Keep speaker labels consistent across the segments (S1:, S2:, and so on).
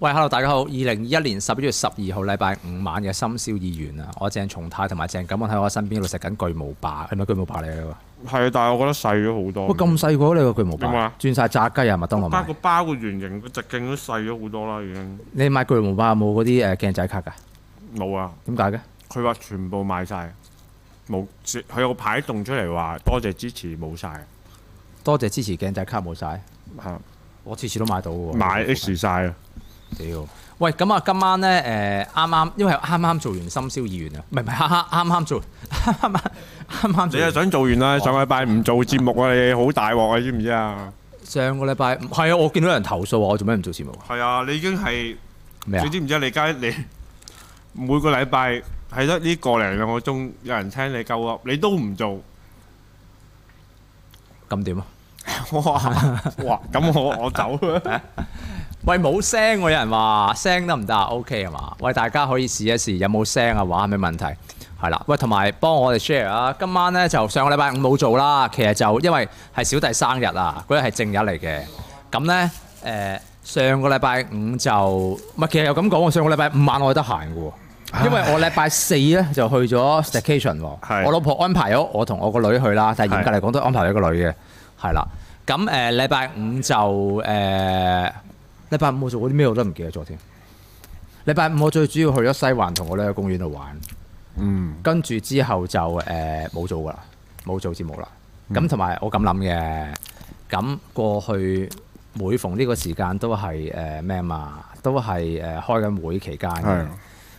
S1: 喂，hello，大家好！二零二一年十一月十二號禮拜五晚嘅深宵議員啊，我鄭松泰同埋鄭錦滿喺我身邊度食緊巨無霸，係咪巨無霸嚟嘅喎？
S2: 係，但係我覺得細咗好
S1: 喂，
S2: 多。
S1: 咁細個你個巨無
S2: 有冇
S1: 霸
S2: 啊，
S1: 轉晒炸雞啊，麥當勞
S2: 包
S1: 買
S2: 個。包個圓形個直徑都細咗好多啦，已經
S1: 你買巨無霸有冇嗰啲誒呃鏡仔卡㗎？
S2: 冇啊！
S1: 點解嘅？
S2: 佢話全部賣晒，冇佢有個牌動出嚟話多謝支持冇晒，
S1: 多謝支持鏡仔卡冇晒，
S2: 嚇
S1: 我次次都買到喎。
S2: 買 X 晒啊！
S1: 屌！喂，咁啊，今晚咧誒啱啱，因為啱啱做完深宵議員啊，唔係唔係，啱啱啱啱做，啱啱啱啱
S2: 你
S1: 做
S2: 又
S1: 完。
S2: 想做完啦？上禮拜唔做節目啊，你好大鑊啊，知唔知啊？
S1: 上個禮拜唔係啊，我見到有人投訴話我做咩唔做節目啊？
S2: 係啊，你已經係
S1: 咩啊
S2: 你？知唔知啊？你而家你 每個禮拜係得呢個零兩個鐘，有人聽你鳩噏，你都唔 做，
S1: 咁點啊？
S2: 哇哇！咁我我走啦。
S1: 喂，冇聲喎，有人話聲得唔得啊？OK 係嘛？喂，大家可以試一試有冇聲啊？話係咪問題？係啦，喂，同埋幫我哋 share 啊！今晚咧就上個禮拜五冇做啦，其實就因為係小弟生日啊，嗰日係正日嚟嘅。咁咧誒，上個禮拜五就唔係，其實又咁講喎，上個禮拜五晚我係得閒嘅喎，因為我禮拜四咧就去咗 station 喎，
S2: 係
S1: 我老婆安排咗我同我個女去啦，但係嚴格嚟講都安排咗個女嘅，係啦。咁誒禮拜五就誒。禮拜五我做過啲咩我都唔記得咗添。禮拜五我最主要去咗西環同我女喺公園度玩，
S2: 嗯。
S1: 跟住之後就呃誒冇、做噶啦，冇做節目啦。咁同埋我咁諗嘅，咁過去每逢呢個時間都係誒咩啊嘛，都係誒、呃開緊會期間嘅
S2: 係。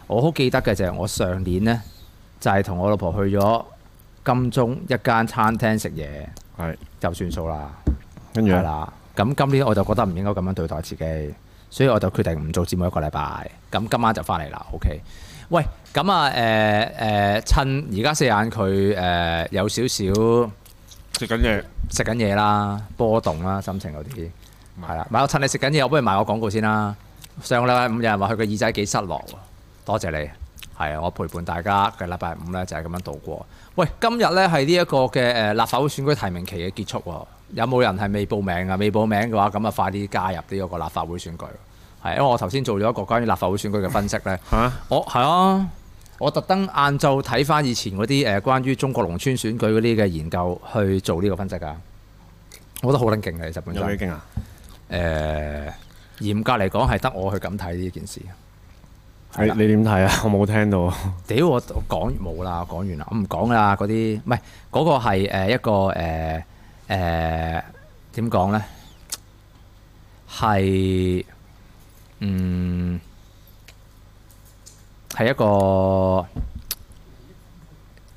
S1: 我好記得嘅就係我上年呢，就係、同我老婆去咗金鐘一間餐廳食嘢，
S2: 係，
S1: 就算數啦。
S2: 跟住
S1: 係
S2: 咧，
S1: 啦。咁今年我就覺得唔應該咁樣對待自己，所以我就決定唔做節目一個禮拜。咁今晚就翻嚟啦，OK。喂，咁啊誒誒、趁而家四眼佢誒、有少少
S2: 食緊嘢。
S1: 食緊嘢啦、波動啦、心情嗰啲，係啦。買我趁你食緊嘢，我不如賣我廣告先啦。上個禮拜五有人話佢個耳仔幾失落喎，多謝你。係啊，我陪伴大家嘅禮拜五咧就係咁樣度過。喂，今日咧係呢一個嘅誒立法會選舉提名期嘅結束喎，有冇人係未報名啊？未報名嘅話，咁啊快啲加入呢一個立法會選舉。係，因為我頭先做咗一個關於立法會選舉嘅分析咧。
S2: 嚇
S1: 我係啊，我特登晏晝睇翻以前嗰啲誒關於中國農村選舉嗰啲嘅研究去做呢個分析㗎。我覺得好撚勁嘅，其實本身
S2: 有幾勁啊？
S1: 誒、嚴格嚟講係得我去咁睇呢件事。係啦
S2: 你點睇啊？ 我冇聽到。
S1: 屌我我講冇啦，我講完啦，我唔講啦嗰啲，唔係嗰個係誒一個誒誒點講咧？係嗯係一個誒、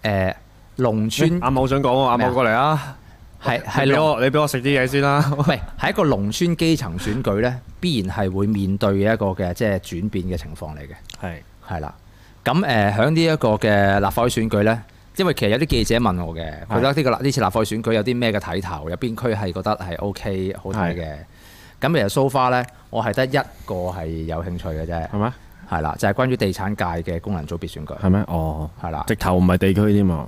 S1: 呃、農村
S2: 阿茂想講喎，阿
S1: 咩啊
S2: 茂過嚟啊！
S1: 係係
S2: 你俾
S1: 農
S2: 我，你俾我食啲嘢先啦。
S1: 唔係係一個農村基層選舉咧，必然係會面對嘅一個嘅即係轉變嘅情況嚟嘅。
S2: 係
S1: 係啦，咁誒喺呢一個嘅立法會選舉呢，因為其實有啲記者問我嘅，佢覺得呢個立呢次立法會選舉有啲咩嘅睇頭，有邊區係覺得係 OK 好睇嘅。咁其實 so far 呢，我係得一個係有興趣嘅啫，
S2: 係咩？
S1: 係啦，就係、關於地產界嘅功能組別選舉，
S2: 係咩？哦，
S1: 係啦，
S2: 直頭唔係地區添啊！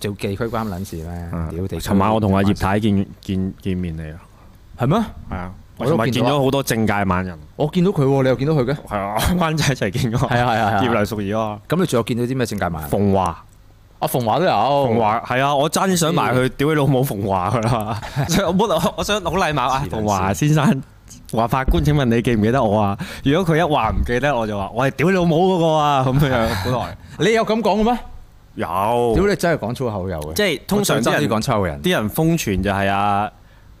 S1: 就地區關撚事咩？
S2: 啊
S1: 屌地區
S2: 尋晚我同阿葉太見見見面嚟啊。
S1: 係咩？
S2: 係啊，
S1: 我
S2: 我
S1: 都
S2: 尋晚
S1: 見
S2: 見
S1: 到啊
S2: 咗好多政界猛人。
S1: 我見到佢喎，你又見到佢嘅？
S2: 係啊， 灣仔一齊見過。
S1: 係啊係啊係啊
S2: 葉劉淑儀啊，
S1: 咁你仲有見到啲咩政界漫？
S2: 馮華。
S1: 阿馮啊華都有，
S2: 馮
S1: 馮
S2: 華係啊，我爭啲想埋去屌你老母馮華噶 啦，所以我本來我想好禮貌啊，
S1: 黐撚線
S2: 馮華先生，話法官請問你記唔記得我啊？如果佢一話唔記得，我就話我係屌你老母嗰個啊，咁 樣本來
S1: 你有咁講嘅咩？屌
S2: 有，
S1: 你真係講粗口有嘅，
S2: 哦即係通常
S1: 我最
S2: 啲
S1: 憎啲
S2: 人
S1: 講粗口嘅人。
S2: 啲人瘋傳就係啊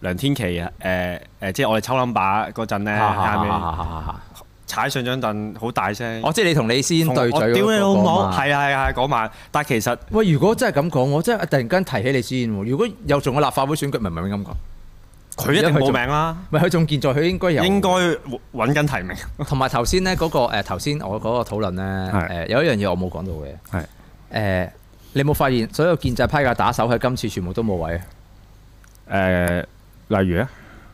S2: 梁天琦啊，誒誒，即係我哋抽 number 嗰陣咧，
S1: 啊
S2: 下面踩上張凳好大聲，
S1: 哦我即係你同你先對
S2: 我
S1: 嘴
S2: 屌你
S1: 嗰
S2: 老
S1: 個
S2: 母，
S1: 嘛
S2: 係啊係啊係啊嗰晚，但係其實
S1: 喂，如果真係咁講，我真係突然間提起你先喎。如果又做個立法會選舉，咪咪咪咁講，
S2: 佢一定冇名啦，
S1: 咪佢仲健在，佢應該有。
S2: 應該揾緊提名，
S1: 同埋頭先咧嗰個誒頭先我嗰個討論咧誒
S2: 係
S1: 有一樣嘢我冇講到嘅
S2: 係
S1: 誒，你有冇發現所有建制派嘅打手喺今次全部都冇位啊？
S2: 誒，呃例如咧。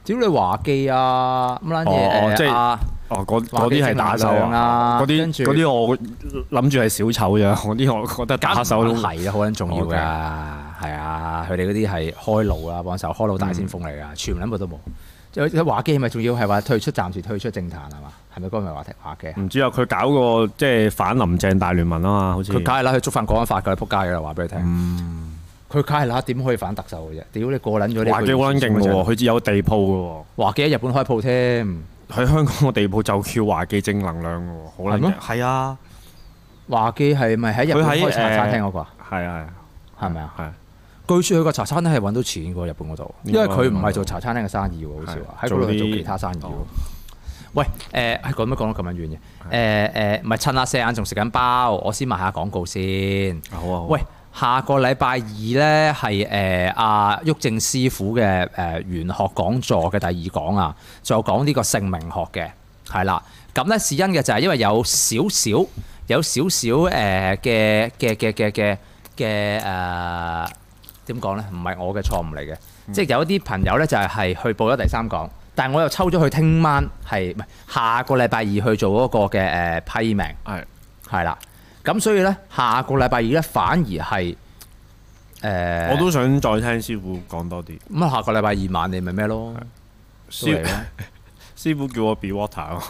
S1: 屌你華記啊乜撚
S2: 哦
S1: 嘢
S2: 即
S1: 誒
S2: 係
S1: 啊！
S2: 哦，嗰
S1: 話
S2: 嗰啲係打手
S1: 幾正能量啊
S2: 啊，嗰
S1: 跟住
S2: 啲嗰啲我諗住係小丑咋， 嗰啲我覺得打手都
S1: 係啦，好撚重要㗎，
S2: OK
S1: 啊
S2: 嗯
S1: 係啊，佢哋嗰啲係開路啊，幫手開路大先鋒嚟㗎，全部撚部都冇，有話機咪仲要係話退出，暫時退出政壇係嘛？係咪嗰個咪話題話機啊？
S2: 唔知啊，佢搞個即係反林鄭大聯盟啊嘛，好似
S1: 佢梗係啦，佢觸犯國安法㗎啦，撲街㗎啦，話俾你聽。
S2: 嗯
S1: 佢梗係啦，點可以反特首嘅啫？屌你過撚咗呢個
S2: 華記好撚勁嘅喎，佢有地鋪嘅
S1: 華記喺日本開鋪添，
S2: 喎，喺香港個地鋪就叫華記正能量嘅喎，好撚
S1: 係咩
S2: 勁。係啊，
S1: 華記係咪喺日本
S2: 佢喺
S1: 開茶餐廳嗰個啊？
S2: 係啊，
S1: 係咪啊？
S2: 係啊。
S1: 據說佢個茶餐廳係揾到錢嘅喎，日本嗰度，因
S2: 應該
S1: 為佢唔係做茶餐廳嘅生意喎，好似話
S2: 係
S1: 喺嗰度係做
S2: 做啲
S1: 其他生意喎
S2: 哦。
S1: 喂，誒係講乜講到咁樣遠嘅？誒誒，咪趁阿四眼仲食緊包，我先賣下廣告先。
S2: 好啊，好啊
S1: 喂，，下個禮拜二咧係誒阿郁正師傅嘅誒、呃玄學講座嘅第二講啊，就講呢個姓名學嘅，係啦。咁咧是因嘅就係因為有少少有少少誒嘅嘅嘅嘅嘅嘅誒點講咧，唔係我嘅錯誤嚟嘅，
S2: 嗯
S1: 即係有一啲朋友咧就係係去報咗第三講。但係我又抽咗佢聽晚係唔係下個禮拜二去做嗰個嘅誒、呃批命，
S2: 係
S1: 係啦。咁所以咧，下個禮拜二咧反而係誒，呃
S2: 我都想再聽師傅講多啲。
S1: 咁啊下個禮拜二晚你咪咩咯？都嚟
S2: 師
S1: 咯
S2: 師傅叫我 be water 咯，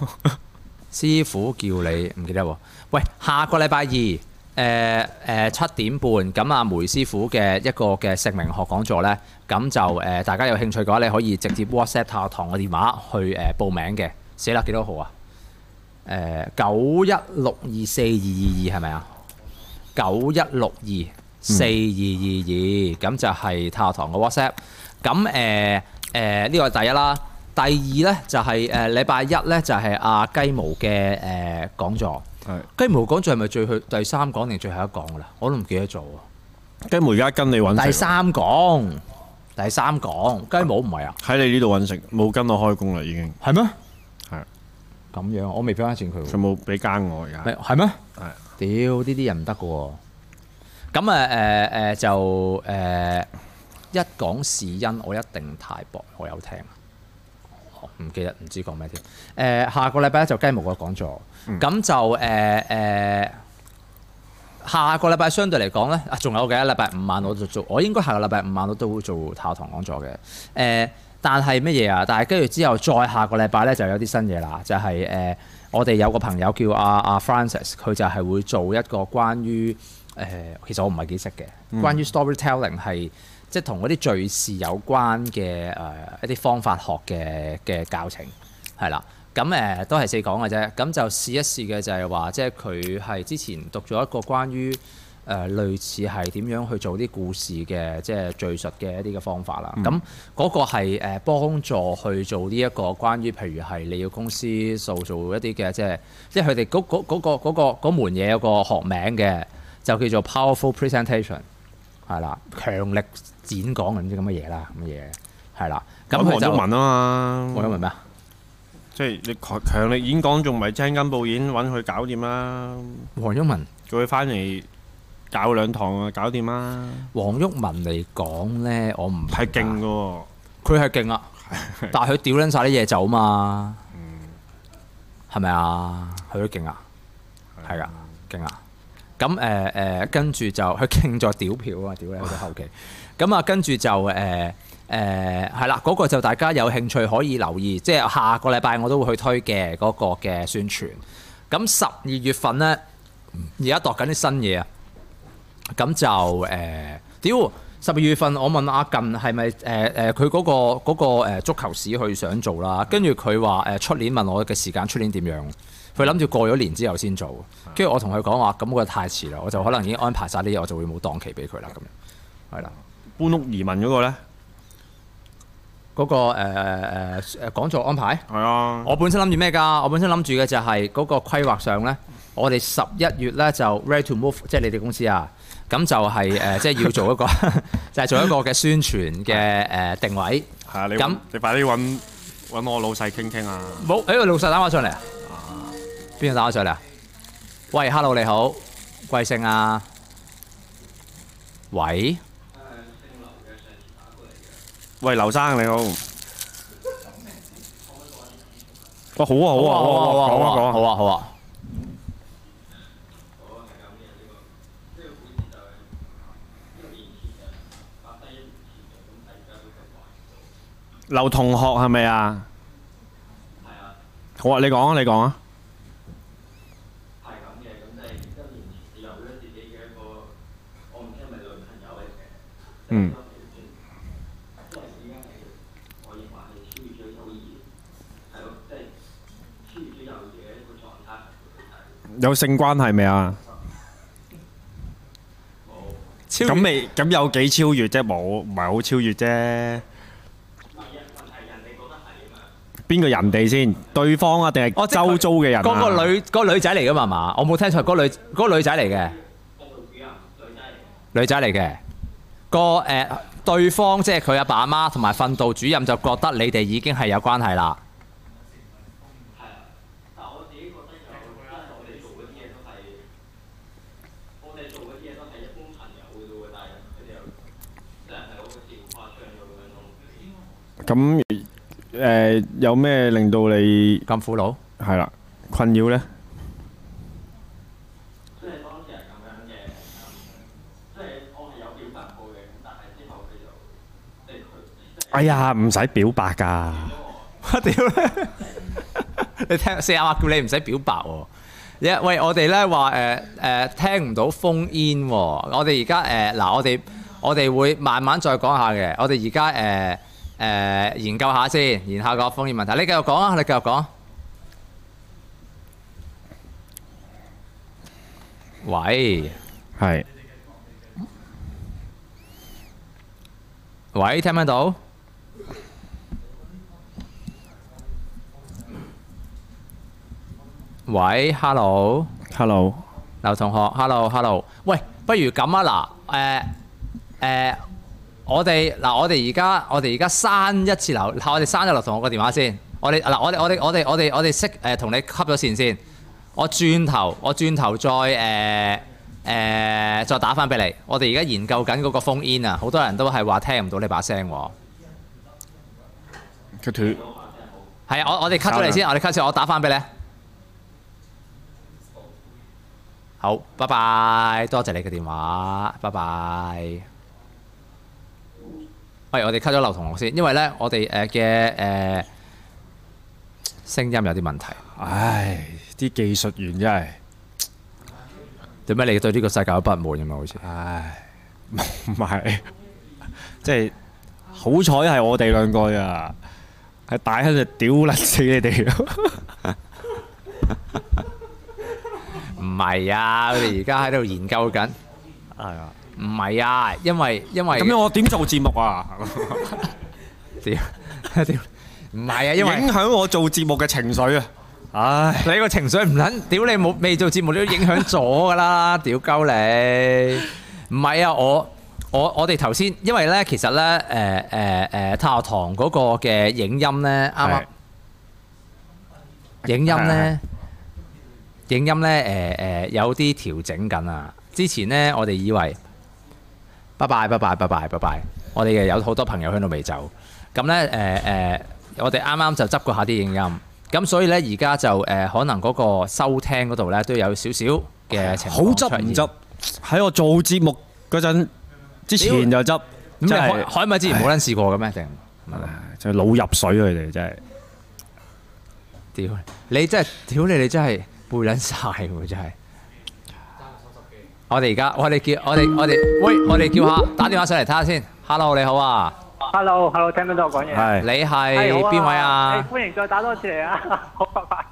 S1: 師傅叫你唔記得喎。喂，下個禮拜二誒誒七點半，咁啊阿梅師傅嘅一個嘅姓名學講座咧，咁就誒、呃大家有興趣嘅話，你可以直接 WhatsApp 下堂嘅電話去誒、呃、報名嘅。寫啦幾多號啊？誒九一六二四二二二係咪啊？九一六二四二二二，咁就係太學堂嘅 WhatsApp。咁誒誒呢個係第一啦，第二咧就係誒禮拜一咧就係阿雞毛嘅誒講座。
S2: 係
S1: 雞毛講座係咪最去第三講定最後一講㗎啦？我都唔記得咗喎。
S2: 雞毛而家跟你揾食
S1: 第三講，第三講，雞毛唔係啊？
S2: 喺你呢度揾食，冇跟我開工啦已經，
S1: 係咩？
S2: 係
S1: 咁樣，我未俾翻錢佢喎
S2: 佢。冇俾間我而家，
S1: 咪係咩？
S2: 啊係
S1: 屌呢啲人唔得嘅喎。咁啊誒誒就誒、呃一講是因，我一定太薄，我有聽。哦唔記得唔知講咩添。誒、呃下個禮拜就雞毛個講座，咁、就呃誒誒。下個禮拜相對嚟講咧，啊仲有嘅禮拜五晚我就做，我應該下個禮拜五晚我都會做下堂講座嘅。誒、但係乜嘢啊？但係跟住之後再下個禮拜咧就有啲新嘢啦，就係、誒、我哋有個朋友叫阿、阿、Francis，佢就係會做一個關於誒、其實我唔係幾識嘅，關於 storytelling 係。即係同嗰啲敘事有關嘅誒、一啲方法學嘅嘅教程係啦。咁誒、都係四講嘅啫。咁就試一試嘅就係話，即係佢係之前讀咗一個關於誒、類似係點樣去做啲故事嘅即係敘述嘅一啲嘅方法啦。咁嗰、個係誒幫助去做呢一個關於譬如係你要公司塑造一啲嘅即係，即係佢哋嗰嗰嗰個嗰、個嗰門嘢有個學名嘅，就叫做 powerful presentation。係啦，強力展講唔知咁嘅嘢啦，咁嘅嘢係啦。咁
S2: 揾
S1: 佢就
S2: 黃宗文啊
S1: 黃
S2: 嘛
S1: 毓，民咩啊？
S2: 即係你強強力演講仲咪青筋報演揾佢搞掂啦，
S1: 黃毓民，
S2: 叫佢翻嚟搞兩堂啊，搞掂啦，
S1: 黃毓民嚟講咧，我唔
S2: 係勁嘅喎，
S1: 佢係勁啊，但係佢屌撚晒啲嘢走嘛，係咪啊？佢都勁啊，係噶，勁啊！咁誒誒，跟住就佢勁咗屌票啊！屌你到後期，咁啊跟住就誒誒係啦，嗰、個就大家有興趣可以留意，即係下個禮拜我都會去推嘅嗰、個嘅宣傳。咁十二月份咧，而家度緊啲新嘢啊！咁就誒，屌十二月份我問阿近係咪誒誒佢嗰個嗰、個呃足球史佢想做啦，跟住佢話誒出年問我嘅時間，出年點樣？佢諗住過咗年之後先做，跟住我同佢講話，咁個太遲啦，我就可能已經安排晒啲嘢，我就會冇檔期俾佢啦，咁樣係啦。
S2: 搬屋移民嗰個咧，
S1: 嗰、個誒誒誒講座安排，
S2: 係啊，
S1: 我本身諗住咩㗎？我本身諗住嘅就係嗰個規劃上咧，我哋十一月咧就 ready to move，即係你哋公司啊，咁就係、誒、 即係要做一個就係做一個嘅宣傳嘅誒定位。
S2: 係啊，你
S1: 咁
S2: 你快啲揾揾我老細傾傾啊，
S1: 冇，誒、老細打電話上嚟啊？邊個打電話上嚟啊？喂，hello 你好，貴姓啊？喂，
S2: 喂，劉生你好。哇！好啊，好啊，好啊，好啊，講啊，
S1: 好啊，好啊。
S2: Các bạn có thể nhìn thấy, trong 1 năm, chúng ta đã làm được 1 năm 劉同學係咪啊？好啊，你講啊，你講啊。
S3: 係咁嘅，咁即係一年有咗自己嘅一個，我唔知係咪女朋友嚟嘅。
S2: 嗯。
S3: 即係而家係，我認為係超越咗友誼，係咯，即係超越咗友誼嘅一個狀態。
S2: 有性關係未啊？
S1: 超
S2: 咁未咁有幾超越啫？冇，唔係好超越啫。邊個人哋先？對方啊，定
S1: 哦
S2: 係
S1: 即係佢
S2: 周遭嘅人啊？
S1: 嗰個女嗰個女仔嚟噶嘛係嘛？我冇聽錯，嗰個女嗰個女仔嚟嘅，女仔嚟嘅。個誒對方即係佢阿爸阿媽同埋訓導主任就覺得你哋已經係有關係啦。
S3: 但我自己覺得就真係我哋做嗰啲嘢都係，我哋做嗰啲嘢都係一般朋友嘅啫喎，但係佢哋又真係好似好誇張咁樣咯。
S2: 咁誒有咩令到你
S1: 咁苦惱，
S2: 係啦困擾呢？
S3: 即係當時係咁樣嘅，即係我係有表達過嘅，咁但係之後佢就即係佢
S2: 哎呀，唔使表白㗎。
S1: 我 屌咧！你聽四阿媽叫你唔使表白喎。一喂，我哋咧話誒誒聽唔到封煙喎。我哋而家誒嗱，我哋我哋會慢慢再講下嘅。我哋而家誒誒研究下先，然後個封煙問題。你繼續講啊，你繼續講。喂
S2: 係
S1: 喂，聽唔聽到？喂，hello。
S2: ，hello。
S1: 劉同學，hello，hello，喂，不如咁啊嗱，誒、誒、我哋嗱，我哋而家我哋而家刪一次劉，我哋刪咗劉同學個電話先，我哋嗱，我哋我哋我哋我哋我哋識誒同你吸咗線先，我轉頭我轉頭再誒誒、再打翻俾你，我哋而家研究緊嗰個 phone in 啊，好多人都係話聽唔到你把聲喎，
S2: 佢斷
S1: 係啊，我我哋 cut 咗你先，我哋 cut 咗，我打翻俾你，好，拜拜，多謝你嘅電話，拜拜。喂，我哋 cut 咗劉同學先，因為咧我哋誒嘅誒聲音有啲問題。
S2: 唉，啲技術員真係，
S1: 做咩你對呢個世界有不滿咁啊？好似
S2: 唉，唔係， 即係好彩係我哋兩個咋，係大喺度屌撚死你哋，
S1: 唔係啊！我哋而家喺度研究緊，
S2: 係啊，
S1: 唔係啊，因為因為
S2: 咁樣我點做節目啊？
S1: 屌屌，唔係啊，因為
S2: 影響我做節目嘅情緒啊！唉，
S1: 你個情緒唔撚，屌你冇未做節目，你都影響咗噶 啦，屌鳩你！唔係啊，我我我哋頭先，因為咧，其實咧，誒誒誒，太學堂嗰個嘅影音咧，啱啊啱
S2: 係
S1: 影音
S2: 係
S1: 咧，影音咧，誒、誒、有啲調整緊啊！之前咧，我哋以為拜拜拜拜拜拜拜拜，我哋嘅有好多朋友喺度未走。咁咧誒誒，呃我哋啱啱就執過下啲影音，咁所以咧而家就誒、呃可能嗰個收聽嗰度咧都有少少嘅情況
S2: 好執
S1: 出
S2: 唔
S1: 現
S2: 執？喺我做節目嗰陣之前就執，
S1: 咁你
S2: 真
S1: 海
S2: 係
S1: 海米之前冇撚試過嘅咩？定
S2: 唉就腦入水啊！佢哋真係。
S1: 屌你真係屌你！你真係背撚晒喎！真係。我哋而家我哋叫我哋我哋喂我哋叫下打電話上嚟睇下先。Hello 你好啊，
S4: Hello，Hello，聽唔聽到我講嘢？哎
S1: 你
S2: 係，
S1: 係
S4: 係好
S1: 邊位
S4: 誒
S1: 啊？
S4: 歡迎再打多次嚟啊！ 好，拜拜。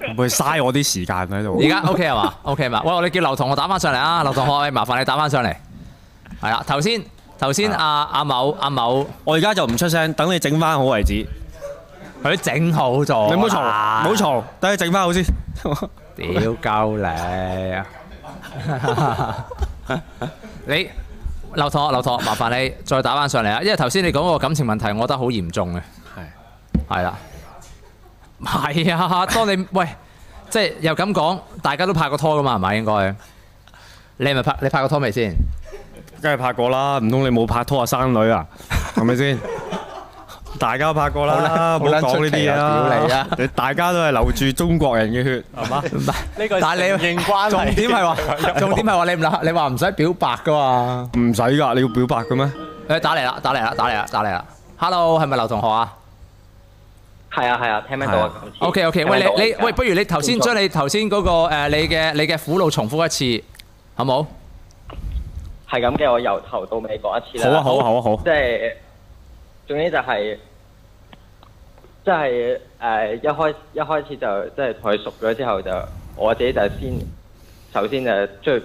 S2: 會唔會嘥我啲時間喺度？
S1: 而家 OK 係嘛？OK 嘛？喂，我哋叫劉同學打翻上嚟啊！劉同學，喂麻煩你打翻上嚟。係啦，頭先頭
S2: 啊
S1: 先阿阿某阿某
S2: 我而家就唔出聲，等你整翻好為止。你
S1: 佢整好咗。
S2: 唔好嘈，唔好。嘈，等你整翻好先。
S1: 屌鳩 你！你劉同學，劉同學，麻煩你再打翻上嚟啊！因為頭先你講嗰個感情問題，我覺得好嚴重嘅。係啦，係啊！當你喂，即係又咁講，大家都拍過拖噶嘛？係咪應該？你係咪拍？你拍過拖未先？
S2: 梗係拍過啦，唔通你冇拍拖啊生女啊？係咪先？大家都拍過
S1: 好
S2: 啦，冇
S1: 撚好撚
S2: 講呢啲嘢
S1: 出奇啊屌你
S2: 啦
S1: 啊！
S2: 你大家都係流住中國人嘅血，係嘛？
S1: 唔係
S4: 呢個
S1: 但係你
S4: 承認關係
S1: 重點 係話，重點係話你唔你話唔使表白噶嘛？
S2: 唔使㗎，你要表白嘅咩？
S1: 誒打嚟啦，打嚟啦，打嚟啦，打嚟啦， Hello，係咪劉同學啊？
S5: 係啊係啊，聽唔聽到啊？今次
S1: O K O K，
S5: 聽唔聽
S1: 喂
S5: 到啊
S1: 你你
S5: 而家
S1: 喂，不如你頭先將你頭先嗰個誒你嘅你嘅苦惱重複一次，好冇？
S5: 係咁嘅，我由頭到尾講一次
S2: 好
S5: 啦。
S2: 啊好啊好啊好啊
S5: 即係總之就係、即係誒一開一開始就即係同佢熟咗之後就我自己就先首先就即係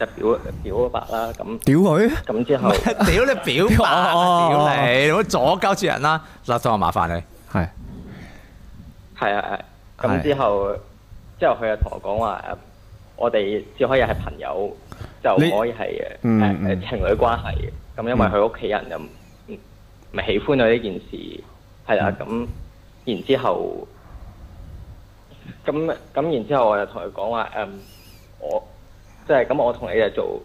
S5: 就表表咗白啦，咁
S2: 屌佢！
S5: 咁之後
S1: 屌你表白 啊，
S2: 哦哦哦
S1: 屌你，你唔好左交住人啦！嗱，同學麻煩你，
S2: 係
S5: 係啊
S2: 係
S5: 係，咁之後之後佢就同我講話誒我哋只可以係朋友，就唔
S2: 你
S5: 可以係
S2: 嗯
S5: 誒
S2: 嗯
S5: 誒情侶關係嘅。咁因為佢屋企人就唔唔唔喜歡佢呢件事，係啦。咁
S2: 嗯
S5: 然之後，咁咁然之後我就同佢講話誒，我即係咁，我同你就做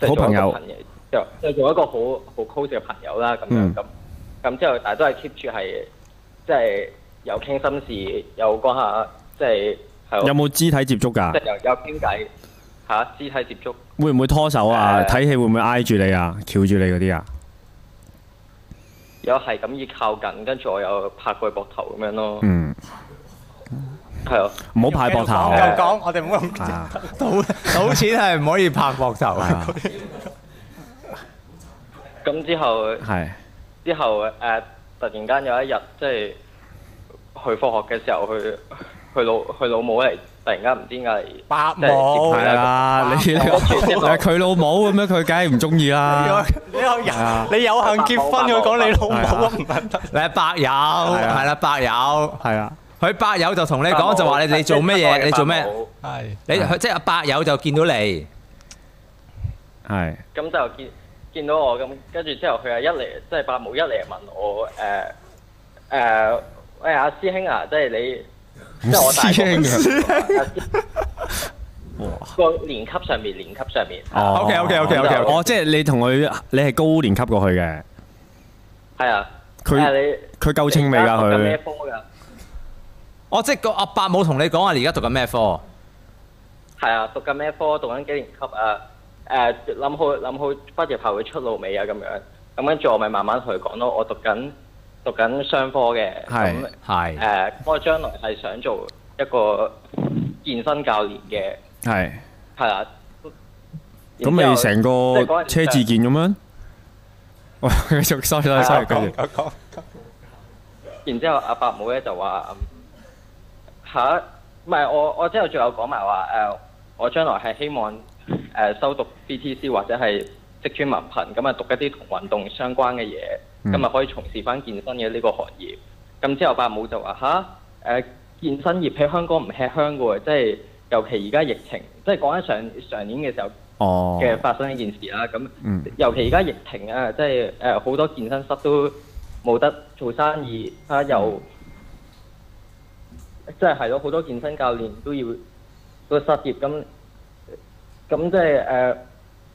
S5: 即係
S2: 好
S5: 做
S2: 朋
S5: 一個
S2: 友
S5: 朋友，就就做一個好好 close 嘅朋友啦。咁樣
S2: 嗯
S5: 咁咁之後，但係都係 keep 住係即係有傾心事，有嗰下即係係咯
S2: 有冇肢體接觸
S5: 即
S2: 㗎？
S5: 係有有傾偈嚇，肢體接觸
S2: 會唔會拖手啊？
S5: 誒
S2: 睇戲會唔會挨住你啊？翹住你嗰啲啊？
S5: 有係咁依靠近，跟住我有拍佢膊頭咁樣咯，
S2: 嗯，
S5: 係咯、
S2: 唔好派膊
S1: 繼續
S2: 頭。
S1: 講，我哋唔好咁
S2: 啊
S1: 賭賭錢係唔可以拍膊頭
S2: 啊
S5: 咁之後
S2: 係
S5: 之後誒、呃突然間有一日即係去放學嘅時候，佢佢老佢老母嚟，突然間唔知點解嚟，
S1: 白
S5: 即係
S1: 毛
S5: 接佢
S2: 係啦，你
S5: 我跟住之後
S2: 誒佢老母咁樣，佢梗係唔中意啦。
S6: 你有人，你有幸結婚，佢講你老母啊，唔係得。
S1: 你係白友，
S2: 啊
S1: 係啦，白友，
S2: 係啊，
S1: 佢白友就同你
S5: 但
S1: 講
S5: 我
S1: 就話你你做咩
S5: 即係我嘅
S1: 嘢，你做咩
S5: 父？母
S6: 係
S1: 你佢即係白友就見到你，
S2: 係
S5: 咁就見見到我咁，跟住之後佢又一嚟，即係伯母一嚟問我誒誒、呃呃喂阿師兄啊，即係 你，即係我大
S2: 啊
S5: 個阿師個年級上面，年級上面，
S2: 哦
S1: OK，OK，OK，OK，OK
S2: 哦，即係你同佢，你係高年級過去嘅，
S5: 係啊，
S2: 佢
S5: 啊你
S2: 佢夠清未
S5: 你
S2: 㗎
S5: 而家讀緊咩
S2: 佢？
S5: 科㗎？
S1: 我哦即係個阿伯冇同你講話你而家讀緊咩科？
S5: 係啊，讀緊咩科？讀緊幾年級啊？誒、諗好諗好畢業後嘅出路未啊？咁樣咁跟住我咪慢慢同佢講咯。我讀緊讀緊商科嘅，
S2: 係
S5: 咁
S1: 係。
S5: 誒，我將來係想做一個健身教練嘅，
S2: 係
S5: 係啦。
S2: 咁咪成
S5: 然之
S2: 個
S5: 後即係嗰陣時
S2: 車志健咁樣？喂，繼續，sorry sorry
S5: 係啊
S2: sorry，繼續
S6: 講講
S5: 然之後阿伯母咧就話嗯嚇，唔係我我之後仲有講埋話誒，我將來係希望誒、呃修讀 BTC 或者係職專文憑，咁啊讀一啲同運動相關嘅嘢，
S2: 嗯
S5: 咁啊可以從事翻健身嘅呢個行業。咁之後伯母就話吓，誒健身業喺香港唔吃香嘅喎，即係尤其而家疫情，即係講緊上上年嘅時候。
S2: 哦，
S5: 嘅發生呢件事啦。咁、
S2: 嗯
S5: 尤其而家疫情啊，即係誒好多健身室都冇得做生意啊，又
S2: 嗯
S5: 即係係咯，好多健身教練都要都失業咁，咁即係誒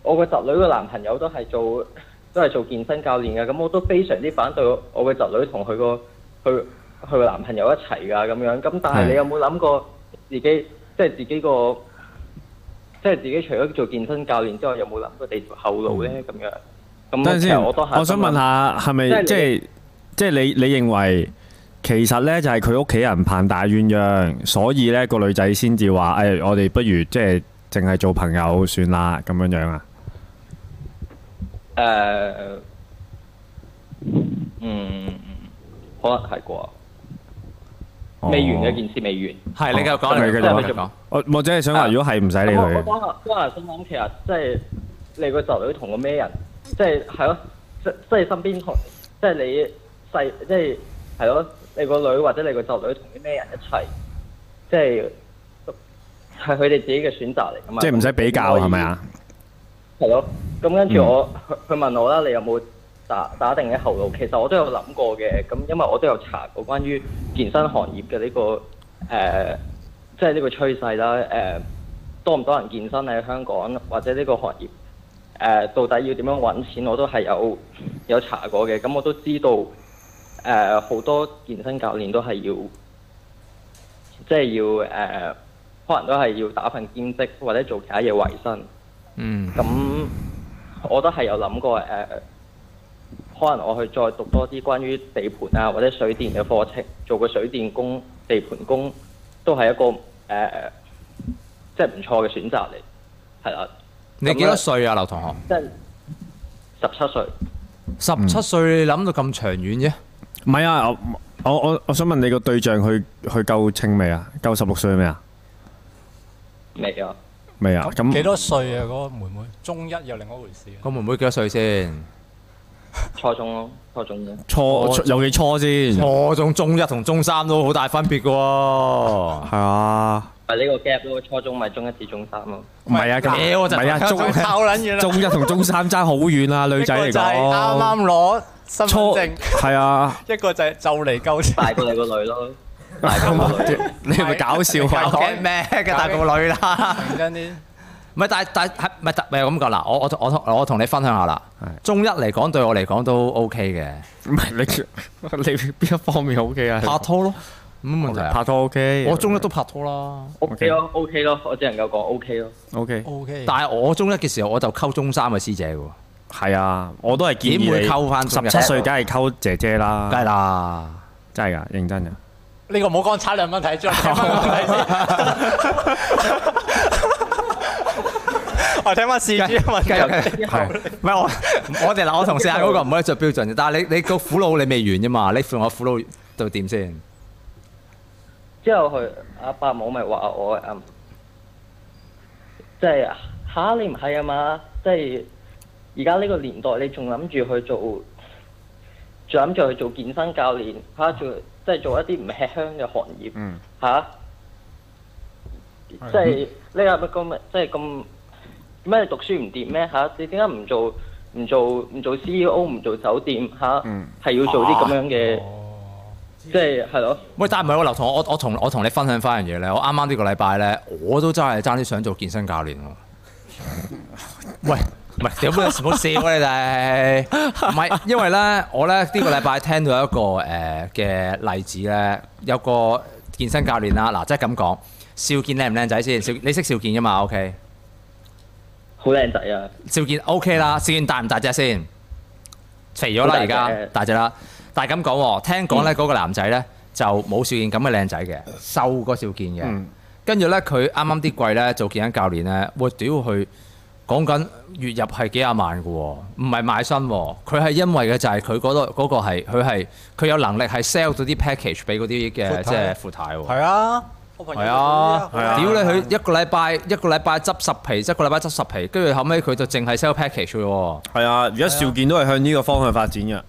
S5: 我個侄女個男朋友都係做都係做健身教練嘅，咁我都非常之反對我個侄女同佢個佢佢個男朋友一齊㗎咁樣，咁但係
S2: 係
S5: 你有冇諗過自己即係自己個？即係自己除咗做健身教練之外，有冇諗過地條後路咧？咁樣咁
S2: 嗯等陣
S5: 其實
S2: 先，
S5: 我都係
S2: 我想問下，係咪
S5: 即係你
S2: 即係即係你你認為其實咧就係佢屋企人扮大鸳鸯，所以咧個女仔先至話誒，我哋不如即係淨係做朋友算啦咁樣樣啊？
S5: 誒、呃嗯，可能係啩，
S2: 哦
S5: 未完嘅件事未完。
S1: 係，你繼續講，
S2: 哦
S1: 你繼
S2: 繼續
S1: 續講。
S2: 我我只係想話，如果係唔使理
S5: 咁我
S2: 佢
S5: 我
S2: 嘅，
S5: 當下當下心諗，其實即係你個侄女同個咩人，即係係咯，即即係身邊同即係你細即係係咯，你個女或者你個侄女同啲咩人一齊，即係係佢哋自己嘅選擇嚟噶嘛。
S2: 即係唔使比較
S5: 咁
S2: 係咪啊？
S5: 係咯，咁跟住我佢佢問我啦，你有冇打打定嘅後路？其實我都有諗過嘅，咁因為我都有查過關於健身行業嘅呢、個誒、呃即係呢個趨勢啦。誒、多唔多人健身喺香港，或者呢個行業誒、呃到底要點樣揾錢，我都係有有查過嘅。咁我都知道誒好、多健身教練都係要即係要誒、呃可能都係要打份兼職或者做其他嘢為生。
S1: 嗯，
S5: 咁我都係有諗過誒、可能我去再讀多啲關於地盤啊或者水電嘅課程，做個水電工、地盤工都係一個誒、呃即係唔錯嘅選擇嚟，係啦，
S1: 你幾多歲啊，劉同學？
S5: 即係十七歲。
S1: 十七歲你諗到咁長遠啫？
S2: 唔係啊，我我我我想問你個對象去去夠稱未啊？夠十六歲未啊？
S5: 未啊，
S2: 未啊？咁
S6: 幾多歲啊？嗰個妹妹中一又另一回事啊。
S1: 個妹妹幾多歲先？
S5: 初中咯，初中啫。
S2: 初初有幾初先？
S1: 我哦仲中一同中三都好大分別嘅喎。
S2: 係啊，
S5: 咪呢個 gap 咯，初中咪中一至中三咯。
S2: 唔係啊，咁
S1: 屌
S2: 唔
S1: 就
S2: 係啊，中
S6: 仲 靠撚嘢啦。
S2: 中一同中三爭好遠啊，女仔嚟
S6: 一個就係啱
S2: 講。
S6: 啱 攞身份
S2: 初
S6: 證，
S2: 係啊，
S6: 一個就係就嚟夠稱。
S5: 大過你個女咯，大過我個女。
S2: 你係咪搞笑
S1: 搞
S2: 啊？
S1: 驚咩嘅大個女啦？
S6: 認真啲，
S1: 唔係，但係但係係唔係唔係咁講啦？我我同我同我同你分享下啦
S2: 係。
S1: 中一嚟講對我嚟講都 OK 嘅，
S2: 唔係你你邊一方面 O K 啊？
S1: 拍拖咯，冇問題啊。
S2: 拍拖 O K，
S1: 我中一都拍拖啦，
S5: O K 咯，O K 咯，我只能夠講 O K 咯。
S2: O K，
S6: O K，
S1: 但係我中一嘅時候我就溝中三嘅師姐喎，
S2: 係啊，我都係建
S1: 點
S2: 議
S1: 會
S2: 你
S1: 溝翻中一
S2: 十七歲梗係溝姐姐啦，
S1: 梗係啦。
S2: 真係㗎，認真㗎。
S6: 呢個唔好講差兩蚊睇， 將聽翻個問題先。我聽翻事主嘅問
S1: 繼續
S6: 題。
S1: 繼續唔係我我哋嗱，我同四眼嗰個唔可以着標準嘅，但係你你個苦惱你未完啫嘛，你同我苦惱到點先？
S5: 之後佢阿伯母咪話我嗯，即係吓你唔係啊嘛，即係而家呢個年代你仲諗住去做，仲諗住去做健身教練吓、做即係做一啲唔吃香嘅行業
S2: 嗯
S5: 吓、即係你係咪咁即係咁咩讀書唔掂咩吓、你點解唔做唔做唔做 CEO 唔做酒店吓？係、
S2: 嗯
S5: 要做啲咁樣嘅，即係係咯。
S1: 喂，但係唔係喎，劉同學，我我同我同你分享翻樣嘢咧，我啱啱呢個禮拜咧，我都真係爭啲想做健身教練喎。喂，唔係點解唔好笑啊你哋？唔係因為咧，我咧呢個禮拜聽到一個誒嘅、例子咧，有個健身教練啦，嗱，即係咁講，少健靚唔靚仔先？少你識少健噶嘛？OK。
S5: 好靚仔啊！
S1: 少健 OK 啦，少健大唔大隻先？肥咗啦，
S5: 好大
S1: 而家
S5: 隻嗯
S1: 大隻啦。但係咁講喎，聽講咧嗰個男仔咧就冇少健咁嘅靚仔嘅，瘦過少健
S5: 嗯
S1: 嘅。跟住咧佢啱啱啲季咧做健身教練咧，我屌佢講緊月入係幾廿萬嘅喎，唔係賣身喎。佢係因為嘅就係佢嗰度嗰個係佢係佢有能力係 sell 到啲 package 俾嗰啲嘅
S6: 闊
S1: 即係
S6: 太
S1: 闊太喎。
S6: 係啊，我朋友
S1: 係啊，
S2: 係
S1: 屌
S2: 啊
S1: 你佢一個禮拜一個禮拜執十皮，一個禮拜執十皮，跟住後尾佢就淨係 sell package 嘅喎，
S2: 係啊，而家邵健都係向呢個方向發展嘅。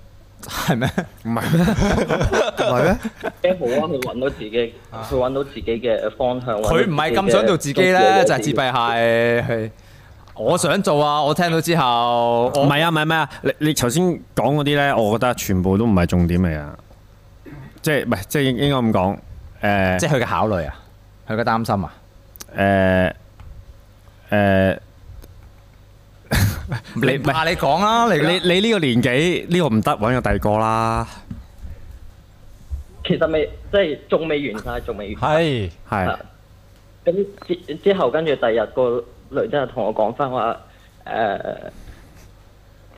S1: 係咩？
S2: 唔係咩？唔係咩？
S5: 幾好啊！佢揾到自己，佢揾到自己嘅方向。
S1: 啊佢唔係咁想做啊自己咧，就係自
S5: 閉。
S1: 閉啊係係。我想做啊！我聽到之後，
S2: 唔
S1: 我
S2: 係啊，唔係咩啊？你你頭先講嗰啲咧，我覺得全部都唔係重點嚟啊！即係唔係即係應應該咁講誒
S1: 即係佢嘅考慮啊，佢嘅擔心啊，
S2: 誒誒，
S1: 你
S2: 唔係
S1: 怕你講啦，你
S2: 你你呢個年紀呢個唔得，揾個第二個啦，
S5: 其實未，即係仲未完晒，仲未完。
S6: 係
S2: 係
S5: 啊咁之之後，跟住第日個女真係同我講翻話，誒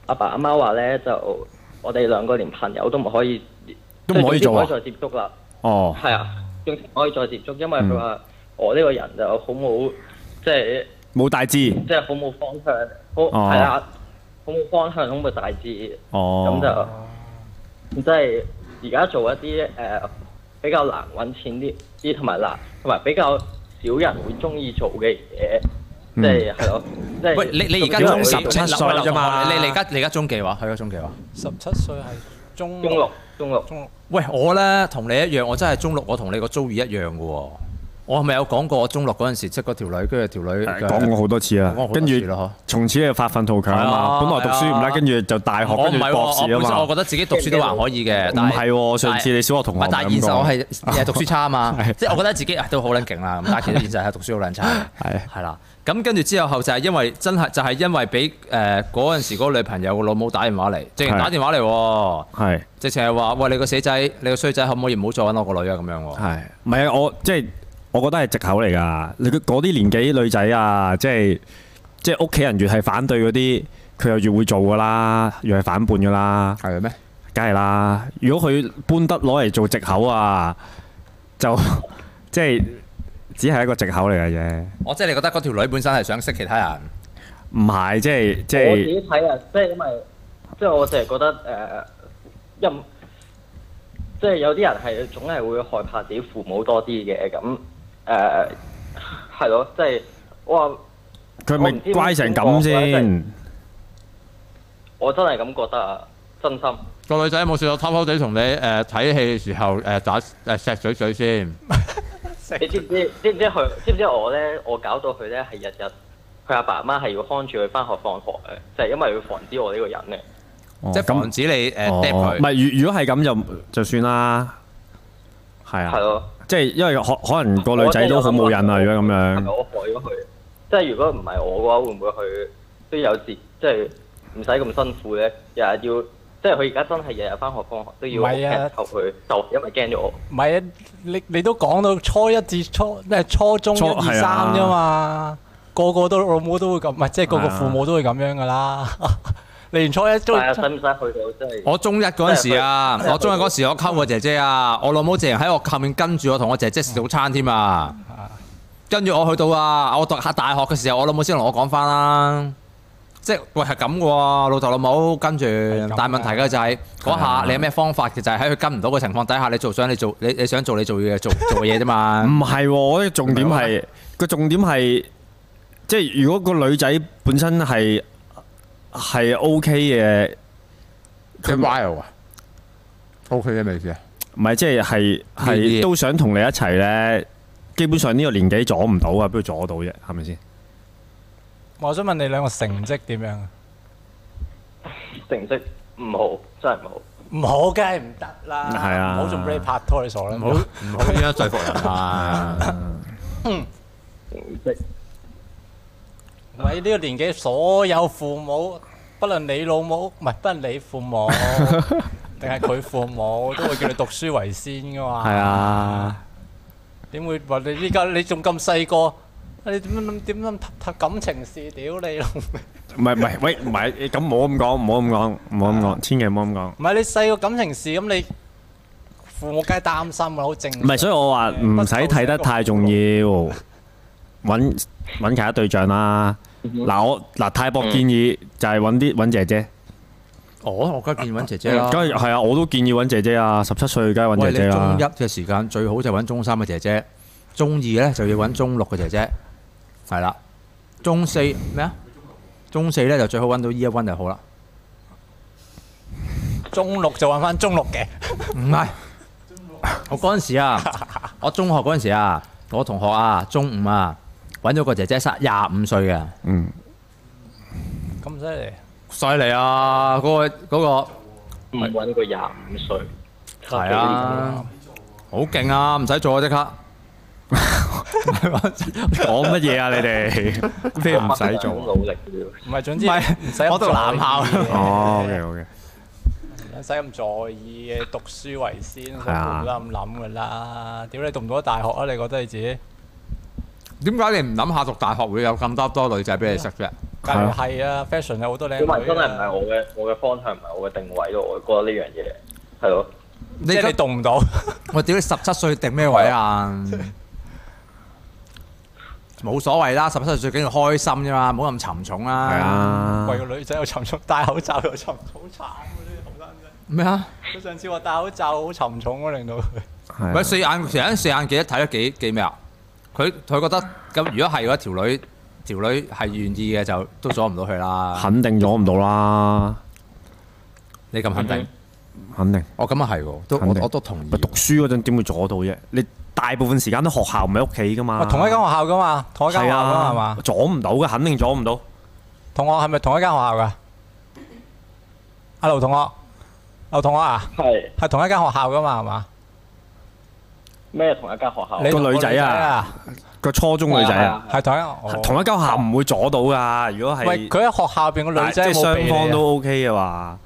S5: 阿爸阿媽話咧，就我哋兩個連朋友都唔可以，
S2: 都唔可以做啊
S5: 即係總之唔可以再接觸啦。
S2: 哦，
S5: 係啊，仲唔可以再接觸，因為佢
S1: 嗯
S5: 話我呢個人就好冇，即係。
S2: 冇大志
S5: 即係好冇方向，好
S2: 哦
S5: 係啊，好冇方向，好冇大志，咁
S2: 哦，
S5: 就即係而家做一啲誒、呃比較難揾錢啲啲，同埋難同埋比較少人會中意做嘅嘢，即
S2: 嗯
S5: 係係咯，即係
S1: 喂你你而家
S5: 做
S1: 中
S5: 咗
S2: 17
S1: 你
S2: 歲啫嘛
S1: 你你而家你而家中幾話？佢而家中幾話？
S6: 十七歲係中
S5: 中六中六
S6: 中六
S1: 喂，我咧同你一樣，我真係中六，我同你個遭遇一樣嘅喎。我係咪有講過我中六嗰陣時，即係嗰條女，跟住條女
S2: 誒講過好多次啦
S1: 講過好，多
S2: 跟
S1: 次
S2: 住
S1: 啦呵
S2: 從此你就發奮圖強啊嘛，
S1: 係啊
S2: 本來讀書唔
S1: 係
S2: 得，
S1: 啊
S2: 跟住就大學
S1: 我
S2: 跟
S1: 唔
S2: 住
S1: 係喎，
S2: 博
S1: 我
S2: 士啊
S1: 本身我覺
S2: 嘛，
S1: 得自己讀書都還可以嘅，但
S2: 唔係喎，上次你小學同
S1: 唔
S2: 學
S1: 係，但係
S2: 咪
S1: 現
S2: 咁
S1: 實我
S2: 講
S1: 係 誒讀書差啊嘛
S2: 係，
S1: 即係我覺得自己啊都好撚勁啦，咁但係其 實現實係讀書好撚差嘅，
S2: 係
S1: 係啦。咁跟住之後後就係因為真係就係因為俾誒嗰陣時嗰個女朋友個老母打電話嚟，直情
S2: 係
S1: 打電話嚟喎，
S2: 係。
S1: 直情係話喂你個死仔，你個衰仔可唔可以唔好再揾我個女啊咁樣喎。
S2: 係，唔係啊？我即係我覺得係藉口嚟㗎。你嗰啲年紀女仔啊，即係即係屋企人越係反對嗰啲，佢又越會做噶啦，越係反叛噶啦，
S1: 係咩？
S2: 梗係啦。如果佢搬得攞嚟做藉口啊，就 即係只係一個藉口嚟嘅啫。
S1: 我即係你覺得嗰條女本身係想識其他人，
S2: 唔係即係即
S5: 我自
S2: 係
S5: 己睇啊，即係因為即係我成日覺得誒、呃因即係有啲人係總係會害怕自己父母多啲嘅，咁誒係咯，即係我話
S2: 佢
S5: 我唔
S2: 咪
S5: 知
S2: 乖成咁先？
S5: 我真係咁覺得啊，真心唔
S7: 個女仔有冇試過偷偷地同你誒睇戲嘅時候誒打誒錫嘴嘴先？
S5: 你知唔知？知唔知佢？知唔知我咧？我搞到佢咧係日日，佢阿爸阿媽係要看住佢翻學放學嘅，就係、因為要防止我呢個人咧。
S1: 即係
S2: 咁
S1: 防止你誒
S2: 哦
S1: d
S2: 唔
S1: 佢。
S2: 係，如如果係咁就就算啦，係
S5: 係
S2: 啊，
S5: 咯。
S2: 即係因為可可能個女仔都好冇癮啊，如果咁
S5: 係咪
S2: 樣，
S5: 我害咗佢？即係如果唔係我嘅話，會唔會佢都有節，即係唔使咁辛苦咧？日日要，即係佢而家真係日日翻學放學都要
S6: 唔係啊
S5: 求佢，就因為驚咗我。
S6: 唔係啊，你你都講到初一至初咩初中一
S2: 初
S6: 二
S2: 係啊
S6: 三啫嘛，個個都老母都會咁，唔係即係個
S2: 係
S6: 個
S2: 啊
S6: 父母都會咁樣噶啦。 你連初一都
S5: 但係使唔使去到真係？
S1: 我中一嗰陣時啊
S5: 即係，佢
S1: 我中一嗰時我溝我姐姐啊，我老母直情喺我後面跟住我同我姐姐食早餐添啊。跟住我去到啊，我讀下大學嘅時候，我老母先同我講翻啦。即係喂係咁嘅喎，老豆老母跟住，
S6: 咁
S1: 但係問題嘅就係嗰下你有咩方法嘅就係喺佢跟唔到嘅情況底下，你做想你做你你想做你做嘅嘢 做做嘅嘢啫嘛。
S2: 唔係喎，我覺得重點係個重點係，即係如果個女仔本身係係 OK 嘅，
S7: 佢 wild 啊？OK 嘅未先？
S2: 唔係即係係
S1: 呢啲
S2: 係都想同你一齊咧，基本上呢個年紀阻唔到啊，不如阻到啫，係咪先？
S6: 我想問你兩個成績點樣啊？
S5: 成績唔好，真係唔好。
S6: 唔好，梗係唔得啦。
S2: 係啊
S6: 唔好仲俾你拍拖，你傻啦。
S7: 唔好唔好咁樣說服人啊！
S5: 成績
S6: 唔係呢個年紀，所有父母，不論你老母，唔係不論你父母，定係佢父母，都會叫你讀書為先噶嘛。
S2: 係啊。
S6: 點會話你依家你仲咁細個？你點諗點諗談感情事？屌你老味！
S2: 唔係唔係，喂唔係，咁唔好咁講，唔好咁講，唔好咁講，千祈唔好咁講。
S6: 唔係你細個感情事咁，你父母梗係擔心啦，好正常。
S2: 唔係，所以我話唔使睇得太重要，揾揾其他對象啦。嗱我嗱泰博建議就係揾啲揾姐姐，
S1: 哦，我梗係建議揾姐姐啦
S2: 梗。係係啊，我都建議揾姐姐啊，十七歲梗係
S1: 喂，
S2: 揾
S1: 你
S2: 姐姐
S1: 中
S2: 啦
S1: 一。嘅時間最好就揾中三嘅姐姐，中二咧就要揾中六嘅姐姐，係啦。中四咩啊？中四咧就最好揾到 E 一 one 就好啦。
S6: 中六就揾翻中六嘅。
S1: 唔係， 我嗰陣時啊，我中學嗰陣時啊，我同學啊，中五啊，揾咗個姐姐，三廿五歲嘅，
S2: 嗯，
S6: 咁犀利，
S1: 犀利啊！嗰、個嗰、
S5: 唔
S6: 嗯
S5: 揾個廿五歲，
S1: 個係啊，好勁啊！唔使做啊，即 刻。
S2: 講乜嘢啊你哋？咩唔使
S5: 我
S2: 做啊？
S5: 努力嘅喎
S6: 唔係總之
S1: 唔係
S6: 唔使咁
S1: 我讀男校
S6: 在意嘅
S2: 哦，OK OK，
S6: 唔使咁在意嘅，讀書為先，冇
S2: 係啊
S6: 啦咁諗噶啦。屌你讀唔到大學啊？你覺得你自己？
S1: 點解你唔諗下讀大學會有咁多多女仔俾你識啫？
S6: 梗係係啊，fashion 有好多靚
S5: 小
S6: 女
S5: 文真係唔係
S6: 啊。
S5: 我嘅，我嘅方向唔係我嘅定位咯。我覺得呢樣嘢係咯，
S1: 你
S6: 即係你讀唔到，
S1: 我屌你十七歲定咩位啊？冇所謂啦，十七歲最緊要開心啫嘛，唔好咁沉重啦。
S2: 係，啊
S6: 為，個女仔又沉重，戴口罩又沉重，好慘啊！呢
S1: 咩啊？
S6: 啲後生仔，佢上次話戴口罩好沉重啊，令到佢。
S2: 係
S1: 喂，
S2: 啊
S1: 四眼成日四眼記得睇得幾幾咩啊？佢佢覺得咁，如果係嗰條女條女係願意嘅，就都阻唔到佢啦。
S2: 肯定阻唔到啦，
S1: 你咁肯定？
S2: 肯定。
S1: 我咁啊係喎，都
S2: 肯
S1: 我
S2: 定
S1: 我都同意
S2: 咪。讀書嗰陣點會阻到啫？你大部分時間都學校唔喺屋企噶嘛
S6: 喂，，同一間學校噶嘛？同一間學
S2: 係
S6: 校噶嘛
S2: 啊，
S6: 係嘛？
S2: 阻唔到嘅，肯定阻唔到。
S6: 同學係咪同一間學校噶？阿劉同學，劉同學啊，
S5: 係
S6: 係同一間學校噶嘛？係嘛？
S5: 咩同一間學校？
S6: 你同
S2: 個女仔啊
S6: 啊，
S2: 個初中女仔啊，
S6: 係同一間哦
S2: 同一間校唔會阻到噶。如果係
S6: 喂，佢喺學校入邊個
S2: 但
S6: 女仔
S2: 即
S6: 有
S2: 係
S6: 冇
S2: 雙
S6: 俾你啊
S2: 方都 OK 嘅話，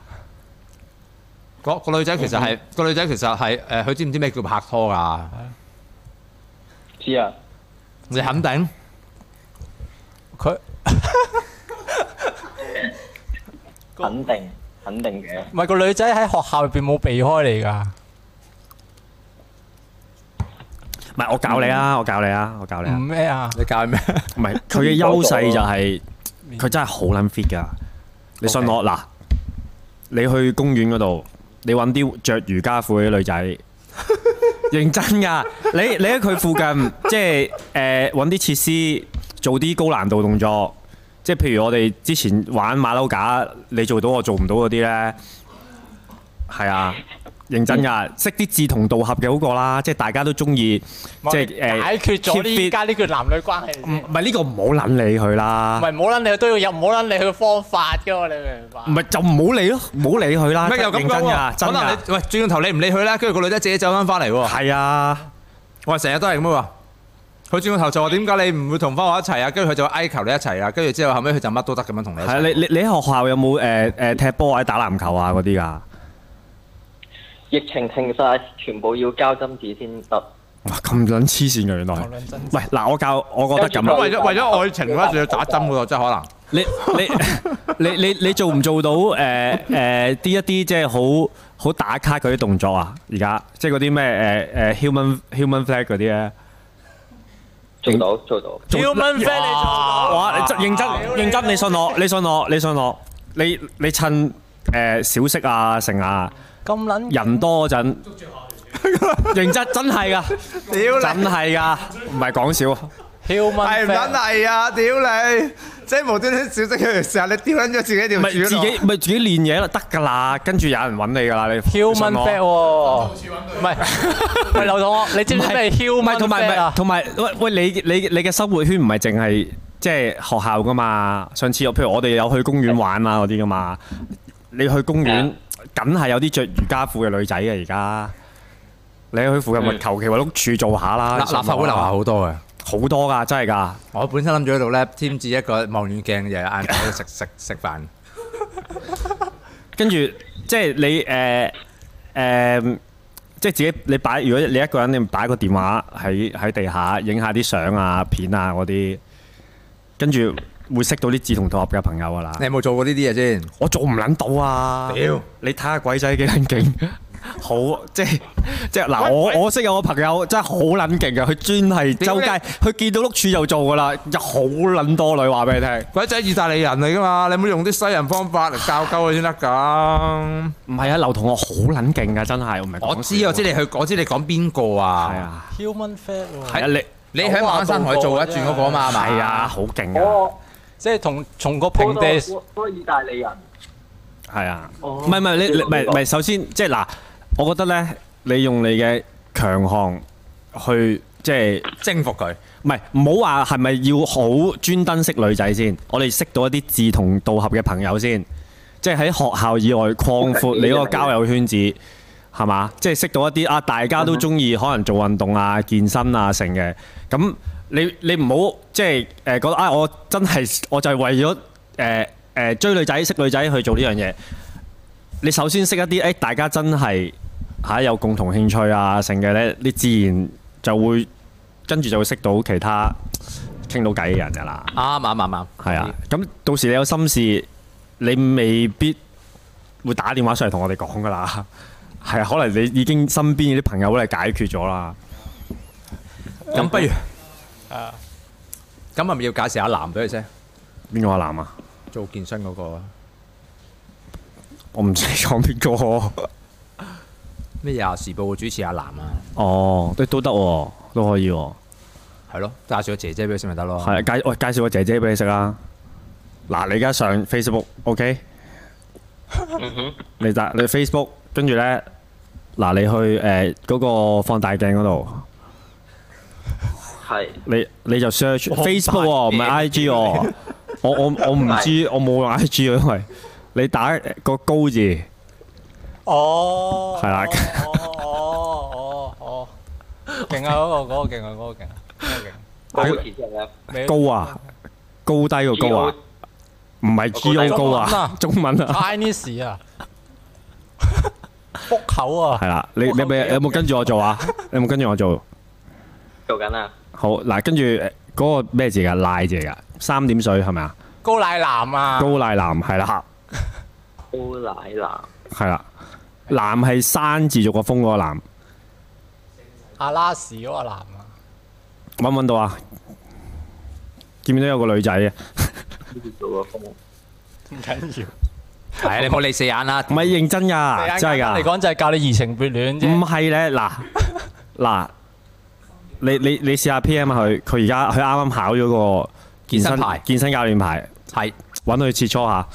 S1: 個個女仔其實係個女仔其實係誒，佢知唔知咩叫拍拖㗎？
S5: 知啊，
S1: 你肯定？
S6: 佢
S5: 肯定肯定嘅，
S6: 唔係個女仔喺學校入邊冇避開你㗎，
S2: 唔係我教你
S6: 嗯
S2: 啊，我教你啊，我教你
S6: 唔
S2: 啊。
S6: 咩啊？
S1: 你教咩？
S2: 唔係佢嘅優勢就係佢真係好撚 fit 噶。你信我嗱，你去公園嗰度，你揾啲着瑜伽褲嘅女 仔，認真噶。你你喺佢附 近，即係誒揾啲設施做啲高難度動作，即係譬如我哋之前玩馬騮架，你做到我做唔到嗰啲呢，係啊。認真噶， 識啲志同道合嘅好過啦，即係大家都中意，
S6: 我
S2: 即
S6: 哋
S2: 係誒
S6: 解決咗
S2: keep
S6: 呢
S2: fit
S6: 依家呢個男女關係
S2: 唔
S6: 先，
S2: 唔係呢個唔好撚理佢啦
S6: 唔。係冇撚你都要有冇撚你嘅方法㗎喎，你明唔
S2: 唔
S6: 明白？
S2: 係就唔好理咯，唔好理佢啦。
S1: 咩又咁
S2: 認
S1: 講
S2: 真㗎，
S1: 喎？
S2: 真
S1: 可能
S2: 㗎。
S1: 你喂轉頭你唔理佢咧，跟住個女仔自己走翻翻嚟喎。
S2: 係啊，
S1: 我成日都係咁嘅喎。佢轉個頭就話點解你唔會同翻我一齊啊？跟住佢就哀求你一齊啊。跟住之後後尾佢就乜都得咁樣同你一
S2: 係啊，
S1: 齊。
S2: 你你你喺學校有冇誒誒踢波或者打籃球啊嗰啲㗎？
S5: 疫情停晒，全部要交針紙先得。
S2: 哇，咁撚黐線㗎原來。
S6: 講撚真
S2: 喂，嗱，我教我覺得咁
S5: 有
S2: 啊
S5: 住，
S1: 為咗為咗愛情咧，就要打針嘅喎，真係可能。
S2: 你你你你你做唔做到誒誒啲一啲即係好好打卡嗰啲動作啊？而家即係嗰啲咩誒誒 human human flag 嗰啲咧？
S5: 做到做到，
S6: Human friend 你做到
S2: 哇！你真認真
S6: 屌
S2: 認真，你信我，你信我，你信我，你你趁誒小息啊、成啊
S6: 咁撚
S2: 人多嗰陣，認真真係噶，
S1: 屌
S2: 真係噶，唔係講笑。
S1: 係
S6: human
S1: 唔撚
S6: friend，
S1: 係啊！屌你，即係無端端小息嘅時候，你屌撚咗自己條
S2: 唔係
S1: 柱
S2: 自己
S1: 咯。
S2: 唔係自己練嘢啦，得㗎啦。跟住有人揾你㗎啦，你
S6: human
S2: 信我
S6: fat 喎，唔 係，喂劉同學，你知唔知咩
S2: 唔
S6: human
S2: 係同埋唔
S6: fat 啊
S2: 係？同埋喂喂，你你你嘅生活圈唔係淨係即係學校噶嘛？上次我譬如我哋有去公園玩啊嗰啲噶嘛，你去公園梗係有啲着瑜伽褲嘅女仔嘅而家。你去附近咪求其揾碌柱做下啦，
S1: 立立法會樓下好多嘅。
S2: 好多㗎，真係㗎。
S1: 我本身諗住喺度咧，添置一個望遠鏡，日日晏晝喺度食食食飯。
S2: 跟住即係你誒誒、即係自己你擺，如果你一個人你擺個電話喺喺地下影下啲相啊、片啊嗰啲，跟住會識到啲志同道合嘅朋友噶啦。
S1: 你有冇做過呢啲嘢先？
S2: 我做唔撚到啊！
S1: 屌
S2: 你睇下鬼仔幾撚勁，好即係即係嗱，我我識有個朋友真係好撚勁嘅，佢專係周街
S1: 屌
S2: 佢見到碌柱就做噶啦，有好撚多女話俾你聽。
S1: 鬼仔意大利人嚟噶嘛，你唔好用啲西人方法嚟教鳩佢先得㗎。
S2: 唔係啊，劉同學好撚勁噶，真係我唔係講
S1: 我知
S2: 笑
S1: 我知你去，我知你講邊個啊？
S2: 係，啊，
S6: ，human fat 喎。
S2: 係啊，你。
S1: 你喺馬鞍山台做一轉嗰個啊嘛，係嘛
S2: 係啊，，好勁啊，
S5: 我
S6: 即係同從個平地
S5: 嗰個意大利人，
S2: 係啊，
S5: 哦
S2: 唔係唔係你你唔係唔係，首先即係嗱，我覺得咧，你用你嘅強項去即係
S1: 征服佢。
S2: 唔係唔好話係咪要好專登識女仔先，我哋識到一啲志同道合嘅朋友先，即係喺學校以外擴闊你嗰個交友圈子，係嘛？即係識到一啲啊，大家都中意可能做運動啊、健身啊成嘅，咁你你唔好即係誒覺得啊，我真係我就係為咗誒誒追女仔、識女仔去做呢樣嘢。你首先識一啲誒、大家真係嚇、有共同興趣啊成嘅咧，你自然就會。跟住就會識到其他呃傾到偈嘅人噶啦。
S1: 啱啱啱啱，
S2: 係啊，咁到時你有心事，你未必會打電話上嚟同我哋講噶啦。 係啊，可能你已經身邊啲朋友咧解決咗啦。
S1: 咁不如咁係啊咪要介紹下男俾佢先？
S2: 邊個阿男啊？
S1: 做健身嗰個啊
S2: 我唔知講邊個。
S1: 咩《廿時報》嘅主持阿南啊，
S2: 哦，都都得喎，都可以喎。
S1: 係咯，介紹個姐姐俾佢先咪得咯。
S2: 係啊介喂介紹個姐姐俾你識啦。嗱，你而家上 Facebook，OK？、你打你 Facebook，跟住咧，嗱你去誒嗰、個放大鏡嗰度。
S5: 係
S2: 你你就 search
S1: 我唔
S2: Facebook 喎，唔係 IG 喎。我我我唔知，我冇用 IG 啊，因為你打個高字，
S6: 哦，
S2: 係啦
S6: 哦哦哦哦，勁啊嗰個嗰個勁啊嗰 個勁啊嗰個勁啊
S5: 高字就係
S6: 你
S2: 高啊，高低個高啊，唔係 G O 高啊，中文啊，
S6: Chinese 啊， 腹口啊
S2: 係，啦。你你咪有冇跟住我做啊？你有冇跟住我做？
S5: 做緊啊！
S2: 好嗱，跟住誒嗰個咩字㗎？賴字㗎，三點水係咪啊？
S6: 高奶男啊，
S2: 高賴男係啦，
S5: 煲奶男，
S2: 係啦，男係山字族個風嗰個男，
S6: 阿拉士嗰個男啊，
S2: 揾唔揾到啊？見唔見到有個女仔啊？
S5: 呢個個風
S6: 唔緊要。
S1: 係你唔好理四眼啦
S2: 唔。係認真
S6: 你
S2: 㗎，
S6: 啱
S2: 真係
S6: 啱
S2: 㗎
S6: 嚟。講就係教你移情別戀啫。
S2: 啊唔係咧，嗱嗱，你你你試下 P.M. 佢，佢而家佢啱啱考咗個
S1: 健身牌
S2: 健身教練牌，
S1: 係
S2: 揾佢切磋下，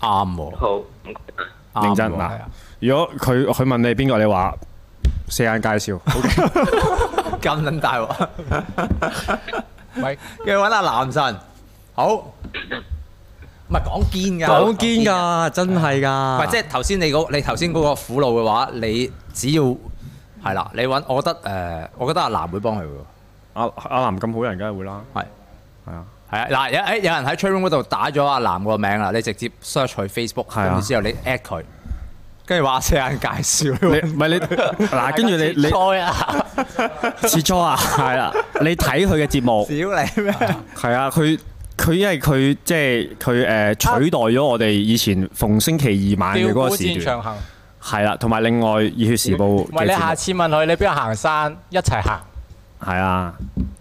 S1: 啱喎，
S5: 好唔該
S1: 啱
S2: 認真
S1: 喎
S2: 嗱
S6: 係啊。
S2: 如果佢佢問你邊個，你話四眼介紹，
S1: 咁撚大鑊，
S6: 喂，
S1: 跟住揾阿男神，好，唔係講堅㗎，
S2: 講堅。㗎，真係
S1: 唔係
S2: 㗎。
S1: 即係頭先你嗰你頭先嗰個苦惱嘅話，你只要係啦，你揾我覺得誒、我覺得阿男會幫佢喎，
S2: 阿阿南咁好人，梗係會啦，
S1: 係。
S2: 係啊。
S1: 係啊，嗱有誒有人喺 t r a i n 嗰度打咗阿男個名啦，你直接 search 佢 Facebook，
S2: 係啊
S1: 跟住之後你 at 佢，跟住話四眼介紹
S2: 你唔係你嗱，跟住你你
S6: 菜啊！
S2: 切磋啊，係啦，你睇佢嘅節目。
S1: 屌你咩？
S2: 係啊，佢佢因為佢即係佢誒取代咗我哋以前逢星期二晚嘅
S6: 吊
S2: 嗰
S6: 古
S2: 個時
S6: 戰
S2: 段，
S6: 長行。
S2: 係啦，同埋另外《熱血時報》
S6: 唔係
S2: 嘅
S6: 你
S2: 節
S6: 下
S2: 目
S6: 次問佢你邊度行山，一齊行，
S2: 係啊，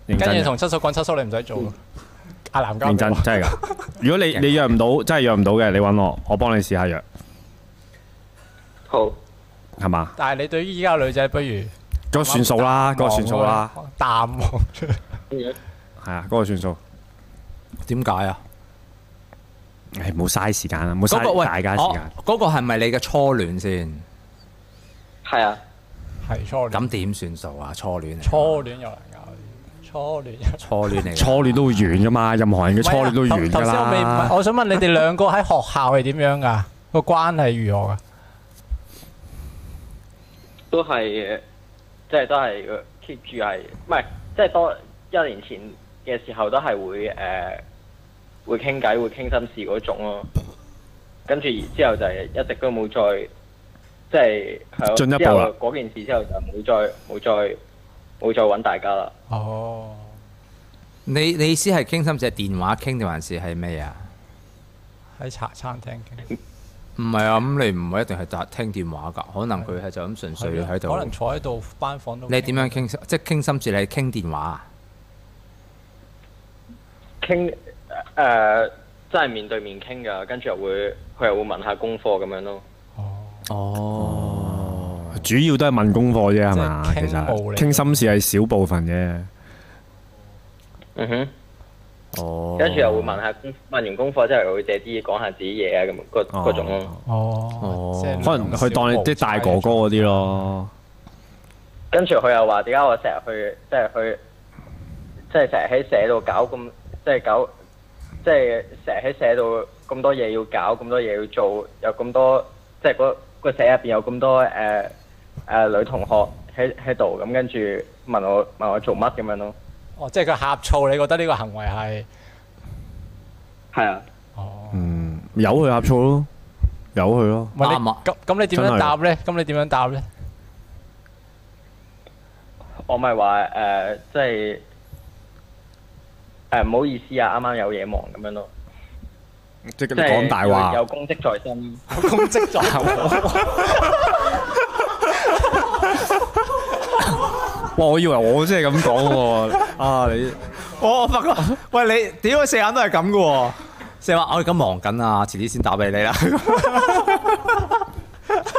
S2: 認
S6: 跟住
S2: 真
S6: 同七叔講七叔你唔使做。阿南交
S2: 嗯認真真係㗎。如果你你約唔到，真係約唔到嘅，你揾我，我幫你試下約，
S5: 好。
S2: 係嘛？
S6: 但係你對於依家嘅女仔，不如啊
S2: 嗰個算數啦，嗰個算數啦，，
S6: 淡忘 咗
S2: 係啊，嗰個算數。
S1: 點解啊？
S2: 唉，唔好嘥時間啦，唔好
S1: 嗰、個
S2: 嘥
S1: 喂，
S2: 大家時間。
S1: 哦嗰個係咪你嘅初戀先？
S5: 係啊，
S6: 係初戀。
S1: 咁點算數啊？初戀嚟㗎
S6: 初戀有難搞啲，初戀有。
S1: 初戀嚟㗎，
S2: 初戀都會完㗎嘛，任何人嘅初戀都會完
S6: 頭
S2: 㗎
S6: 啊頭先我未
S2: 啦。
S6: 問我想問你哋兩個喺學校係點樣㗎？個關係如何㗎？
S5: 都係即係都係呃 keep 住係，唔係即係多一年前嘅時候都係會誒、呃、會傾偈會傾心事嗰種咯。跟住之後就係一直都冇再即係係咯
S2: 進一步啦
S5: 之後嗰件事之後就冇再冇再冇再揾大家啦。
S6: 哦，
S1: 你你意思係傾心事係電話傾定還是係咩啊？
S6: 喺茶餐廳傾，
S1: 唔係啊，咁你唔係一定係打聽電話㗎，可能佢係啊就咁純粹喺度。
S6: 可能坐喺度班房度。
S1: 你點樣傾心？即係傾心事，你係傾電話啊？
S5: 傾誒、呃真係面對面傾㗎，跟住又會佢又會問下功課咁樣咯。
S1: 哦，
S2: 主要都係問功課啫，係嘛？
S6: 即
S2: 其
S6: 係傾慕
S2: 實
S6: 嚟
S2: 傾心事係少部分啫。
S5: 嗯哼。
S1: 哦，
S5: 跟住又會問下功，問完功課之後又會借啲嘢講下自己嘢啊咁嗰
S2: 哦
S5: 嗰種咯。
S6: 哦，即係
S2: 可能佢當你即係大哥哥嗰啲咯，
S5: 跟住佢又話點解我成日去，即係去，即係成日喺社度搞咁，即係搞，即係成日喺社度咁多嘢要搞，咁多嘢要做，有咁多，即係嗰個社入邊有咁多誒誒、呃呃女同學喺喺度，咁跟住問我問我做乜咁樣咯。
S6: 哦，即係佢呷醋，你覺得呢個行為係
S5: 係啊，
S6: 哦？
S2: 嗯，由佢呷醋咯，由佢咯，
S6: 唔係你
S1: 啱啊
S6: 咁咁你點樣答咧？咁你點樣答咧？
S5: 我咪話誒，即係誒唔好意思啊，啱啱有嘢忙咁樣咯。
S2: 即係
S5: 即係
S2: 講大話
S5: 有，有公職在身。
S6: 公職在手，
S2: 哇！我以為我先係咁講喎，啊你
S1: 哦我發覺， 喂你屌四眼都係咁嘅喎，四眼話我而家忙緊啊，遲啲先打俾 你啦。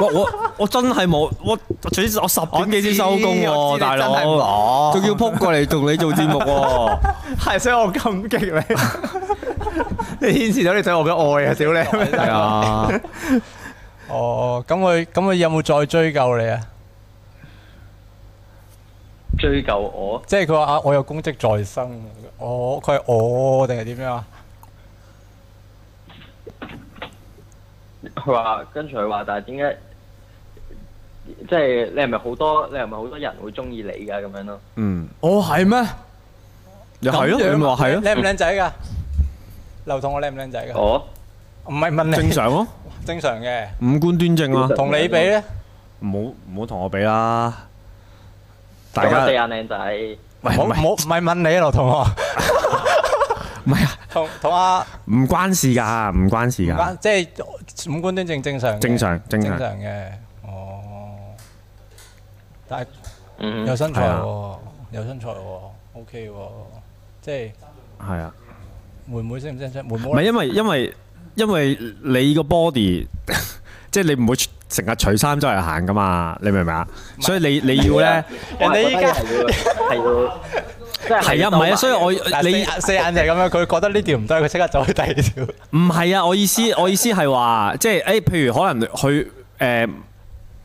S2: 哇我我真係冇，我最我十點幾先收工
S1: 我知我
S2: 喎，
S1: 知
S2: 大
S1: 你真係
S2: 佬，
S1: 忙
S2: 仲要撲過嚟同你做節目喎，
S1: 係，所以我感激你， 你顯示到你對我嘅愛啊，屌你！
S2: 係啊，
S6: 哦，咁佢咁佢有冇再追究你啊？
S5: 追究我，
S6: 即係佢話啊，我有公職在身，我佢係我定係點樣啊？
S5: 佢話跟住佢話，但係點解？即係你係咪好多？你係咪好多人會中意你㗎咁樣咯？
S2: 嗯，
S1: 我係咩？
S2: 又係咯，你咪話係咯，
S6: 啊靚唔靚仔㗎？劉同我靚唔靚
S2: 哦
S6: 仔㗎？
S5: 我
S6: 唔係問你
S2: 正常咯，
S6: 正常嘅，
S2: 五官端正啊，
S6: 同你比咧，
S2: 唔好唔好同我比啦，大
S5: 啊大家四
S2: 家
S5: 眼靚仔，
S6: 唔好唔好唔係問你啊，劉同學，
S2: 唔係啊，
S6: 同同阿
S2: 唔關事㗎，唔關事㗎，
S6: 即係五官端正正常嘅，
S2: 正常正
S6: 正
S2: 常
S6: 常嘅。哦，但係
S5: 嗯
S6: 有身材
S2: 係啊
S6: 喎，有身材喎，OK 喎，即係
S2: 係啊。
S6: 妹妹識唔識？妹妹
S2: 唔係因為因為因為你個 body，即係 你唔會成日除衫周圍行噶嘛，你明唔明啊？所以你你要咧
S6: 人哋依家
S5: 係要係
S2: 係
S5: 要
S2: 啊，唔係啊，所以我
S6: 但係
S2: 你
S6: 四四眼就係咁樣，佢覺得呢條唔得，佢即刻走去第二條。
S2: 唔係啊，我意思我意思係話，即係誒，譬如可能佢誒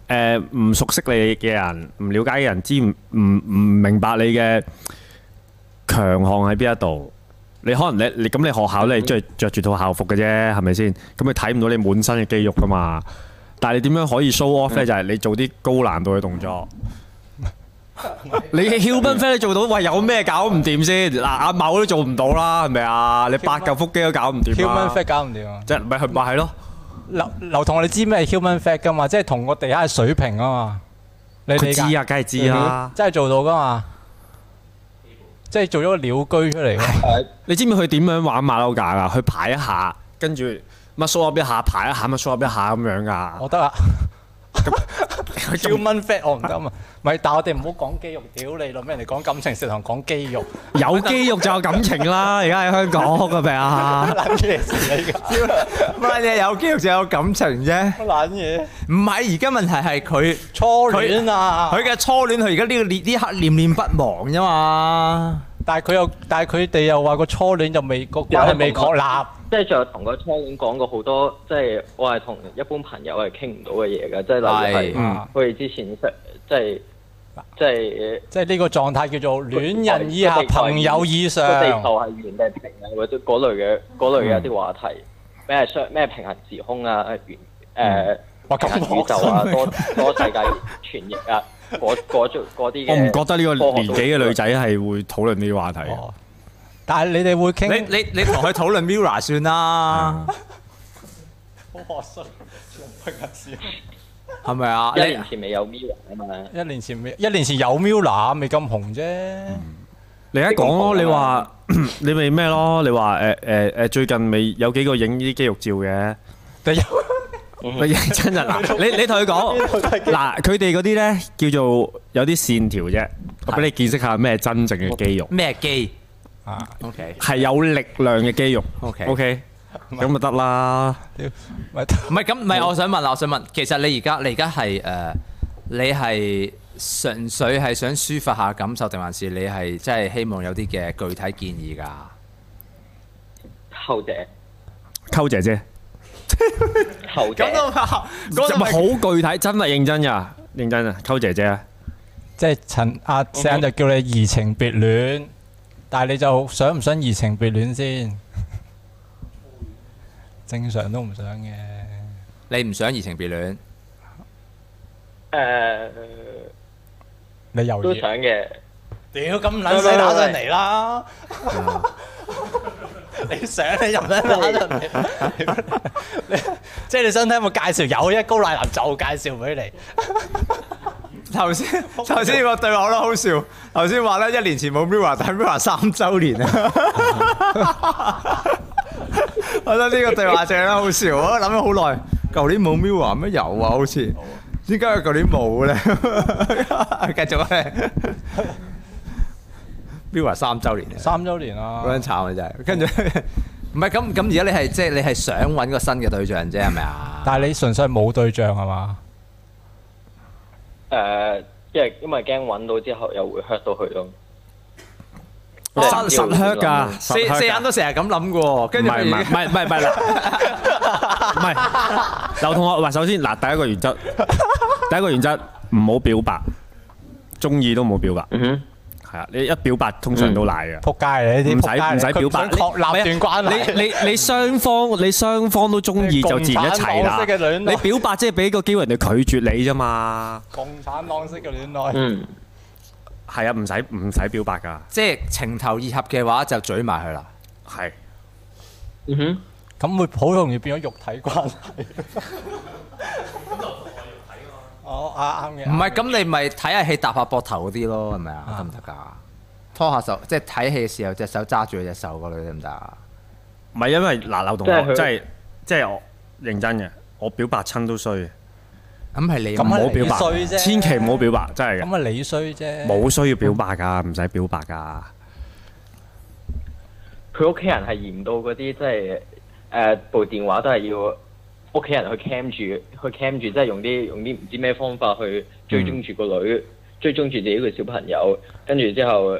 S2: 誒唔熟悉你嘅人，唔了解嘅人，知唔唔唔明白你嘅強項喺邊一度。你可能你你咁你學校咧，你即係着住套校服嘅啫，係咪先？咁你睇唔到你滿身嘅肌肉噶嘛？但係你點樣可以 show off 咧？就係你做啲高難度嘅動作。你嘅 human f a 做到，喂有咩搞唔掂先？嗱，阿某都做唔到啦，係咪啊？你八嚿腹肌都搞唔掂啦
S6: Human fat 搞唔掂啊！
S2: 即係咪係咪係咯？
S6: 劉劉同我哋知咩係 human fat 噶嘛，即係同個地下係水平啊嘛。你
S2: 佢
S6: 理解
S2: 知啊，梗係知啦。
S6: 真係做到噶嘛？即係做咗個鳥居出嚟㗎。
S2: 你知唔知佢點樣玩馬騮架㗎？佢排一下，跟住乜 show up 一下，排一下乜 show up 一下咁樣㗎。
S6: 我得啊
S2: 佢仲
S6: ，human fat 我唔得啊嘛。咪但係我哋唔好講肌肉，屌你老咩？人哋講感情食堂講肌肉，
S2: 有肌肉就有感情啦。而家喺香港係咪 啊？
S6: 撚嘢事嚟㗎，
S1: 唔係你有肌肉就有感情啫。
S6: 撚嘢。
S1: 唔係而家問題係佢
S6: 初戀啊！
S1: 佢嘅初戀，佢而家呢個呢呢刻念念不忘啫嘛。
S6: 但係佢又，但係佢哋又話個初戀就未個關係未確立。
S5: 即係仲有同個初戀講過好多，即係我係同一般朋友係傾唔到嘅嘢㗎，即係例如
S1: 係
S2: 嗯
S5: 係佢哋之前識即係即係
S6: 即係呢個狀態叫做戀人以下，朋友以上。
S5: 個地球係圓定平啊，或者嗰類嘅嗰類
S2: 嗯
S5: 嘅一啲話題，咩相咩平行時空啊，圓誒
S2: 嗯
S6: 哇咁
S5: 平行宇宙啊，多多世界傳譯啊，嗰嗰種嗰啲嘅
S2: 我唔覺得呢個年紀嘅女
S5: 仔
S2: 仔係會討論呢啲話題嘅。
S6: 哦但係你哋會傾
S1: 你啊你你同佢討論 Mira 算啦，
S6: 好學術，平行時空
S1: 係咪啊？
S5: 一
S1: 你
S5: 年前未有 Mirror 啊嘛。
S6: 一年前未，一年前有 Mula 未咁紅啫。
S2: 你而家講咯，你話 你咪咩咯？你話誒誒誒，最近咪有幾個影呢啲肌肉照嘅？
S6: 但有
S2: 咪認真人 嗱，你你同 佢講嗱，佢哋嗰啲咧叫做有啲線條啫，我俾你見識下咩真正嘅肌肉，
S1: 咩機
S6: 啊
S1: ？OK
S2: 係有力量嘅肌肉。
S1: OK
S2: OK，咁咪得啦。
S6: 屌，咪
S1: 唔係咁，唔係我想問啦，我想問，其實你而家你而家係誒，你係純粹係想抒發下感受，定還是你係真係希望有啲嘅具體建議㗎？
S5: 後者，
S2: 溝姐姐，
S5: 後者，
S2: 就咪好具體，真係認真呀，認真啊，溝姐姐啊，
S6: 即係陳阿醒就叫你移情別戀，但係你就想唔想移情別戀先？正常都唔想嘅，
S1: 你唔想移情別戀？
S5: 誒
S6: 你又
S5: 都
S6: 要
S5: 想嘅，
S6: 屌咁撚使打上嚟啦！你想你就唔使打上嚟，你即係你想聽我介紹有一高奶男就介紹俾你。
S1: 頭先頭先個對話好得好笑，頭先話咧一年前冇 Mira，但 Mira 三週年啊！ 我覺得呢個對話正啦，好笑，我諗咗好耐。舊年冇 Mira 咩有啊？好似點解佢舊年冇 咧？繼續啊！Mira 三週年啊！
S6: 三週年啦
S1: 好，撚慘啊！真係，跟住唔係咁咁，而家你係即係你係想揾個新嘅對象啫，係咪啊？
S6: 但係你純粹冇對象係嘛？
S5: 誒，因為因為驚揾到之後又會 hurt 到佢咯。
S2: 實實 hurt 㗎，
S1: 四
S2: 實 hurt 㗎
S1: 四眼都成日咁諗嘅喎，
S2: 唔
S1: 跟住
S2: 係
S1: 佢
S2: 唔
S1: 已
S2: 係
S1: 經
S2: 唔 係唔係唔係嗱，唔係劉同學，喂，首先嗱，第一個 原則，第一個原則唔好表白，中意都唔好表白，
S5: 嗯哼。
S2: 係啊，你一表白通常都賴嘅。
S6: 仆街你
S2: 唔
S6: 啲
S2: 使唔使表白，
S6: 確立段關係。
S2: 你你你雙方你雙方都中意就自然一齊啦
S6: 共產黨式嘅戀。愛
S2: 你表白即係俾個機會人哋拒絕你啫嘛。
S6: 共產黨式嘅戀愛，
S5: 嗯，
S2: 係啊，唔使唔使表白㗎，
S1: 即係情投意合嘅話，就嘴埋佢啦。
S2: 係
S5: 嗯哼，
S6: 咁會好容易變咗肉體關係。哦，啊啱
S1: 啊
S6: 嘅。啊
S1: 唔係咁，你咪睇下戲搭下膊頭嗰啲咯，係咪啊？得唔得㗎？拖下手，即係睇戲嘅時候隻手揸住佢隻手嗰類得唔得啊？
S2: 唔係因為嗱，劉同
S5: 即係
S2: 學
S5: 佢
S2: 即係即係我認真嘅，我表白親都衰嘅，
S1: 咁係你
S2: 唔
S6: 咁啊
S2: 好
S1: 冇
S2: 表
S6: 你衰
S2: 白，
S6: 啫
S2: 千祈唔好表白，真係嘅，
S6: 咁啊你嗯衰啫，
S2: 冇需要表白㗎，唔使表白㗎。
S5: 佢屋企人係嚴到嗰啲，即係誒部電話都係要屋企人去 cam 住，去 cam 住，即係用啲用啲唔知咩方法去追蹤住個
S6: 嗯
S5: 女，追蹤住自己個小朋友，跟住之後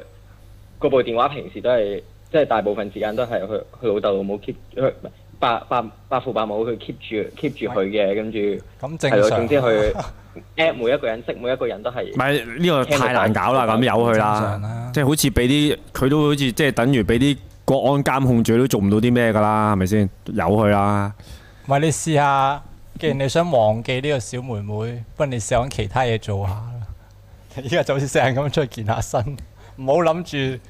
S5: 嗰部電話平時都係即係大部分時間都係佢佢老豆老母 keep 佢伯伯伯父伯母佢 keep 住 keep 住佢嘅，跟住
S6: 咁正
S5: 係咯，總
S6: 常
S5: 之。佢 at 每一個人識每一個人都係
S2: 唔。係呢個太難搞啦，咁由佢
S6: 正常
S2: 啦
S6: 啦，
S2: 即係好似俾啲佢都好似即係等於俾啲國安監控住都做唔到啲咩㗎啦，係咪先？由佢啦，
S6: 唔係你試下，既然你想忘記呢個小妹妹，不如你試下揾其他嘢做下啦。你依家就好似成日咁出去健下身，唔好諗住，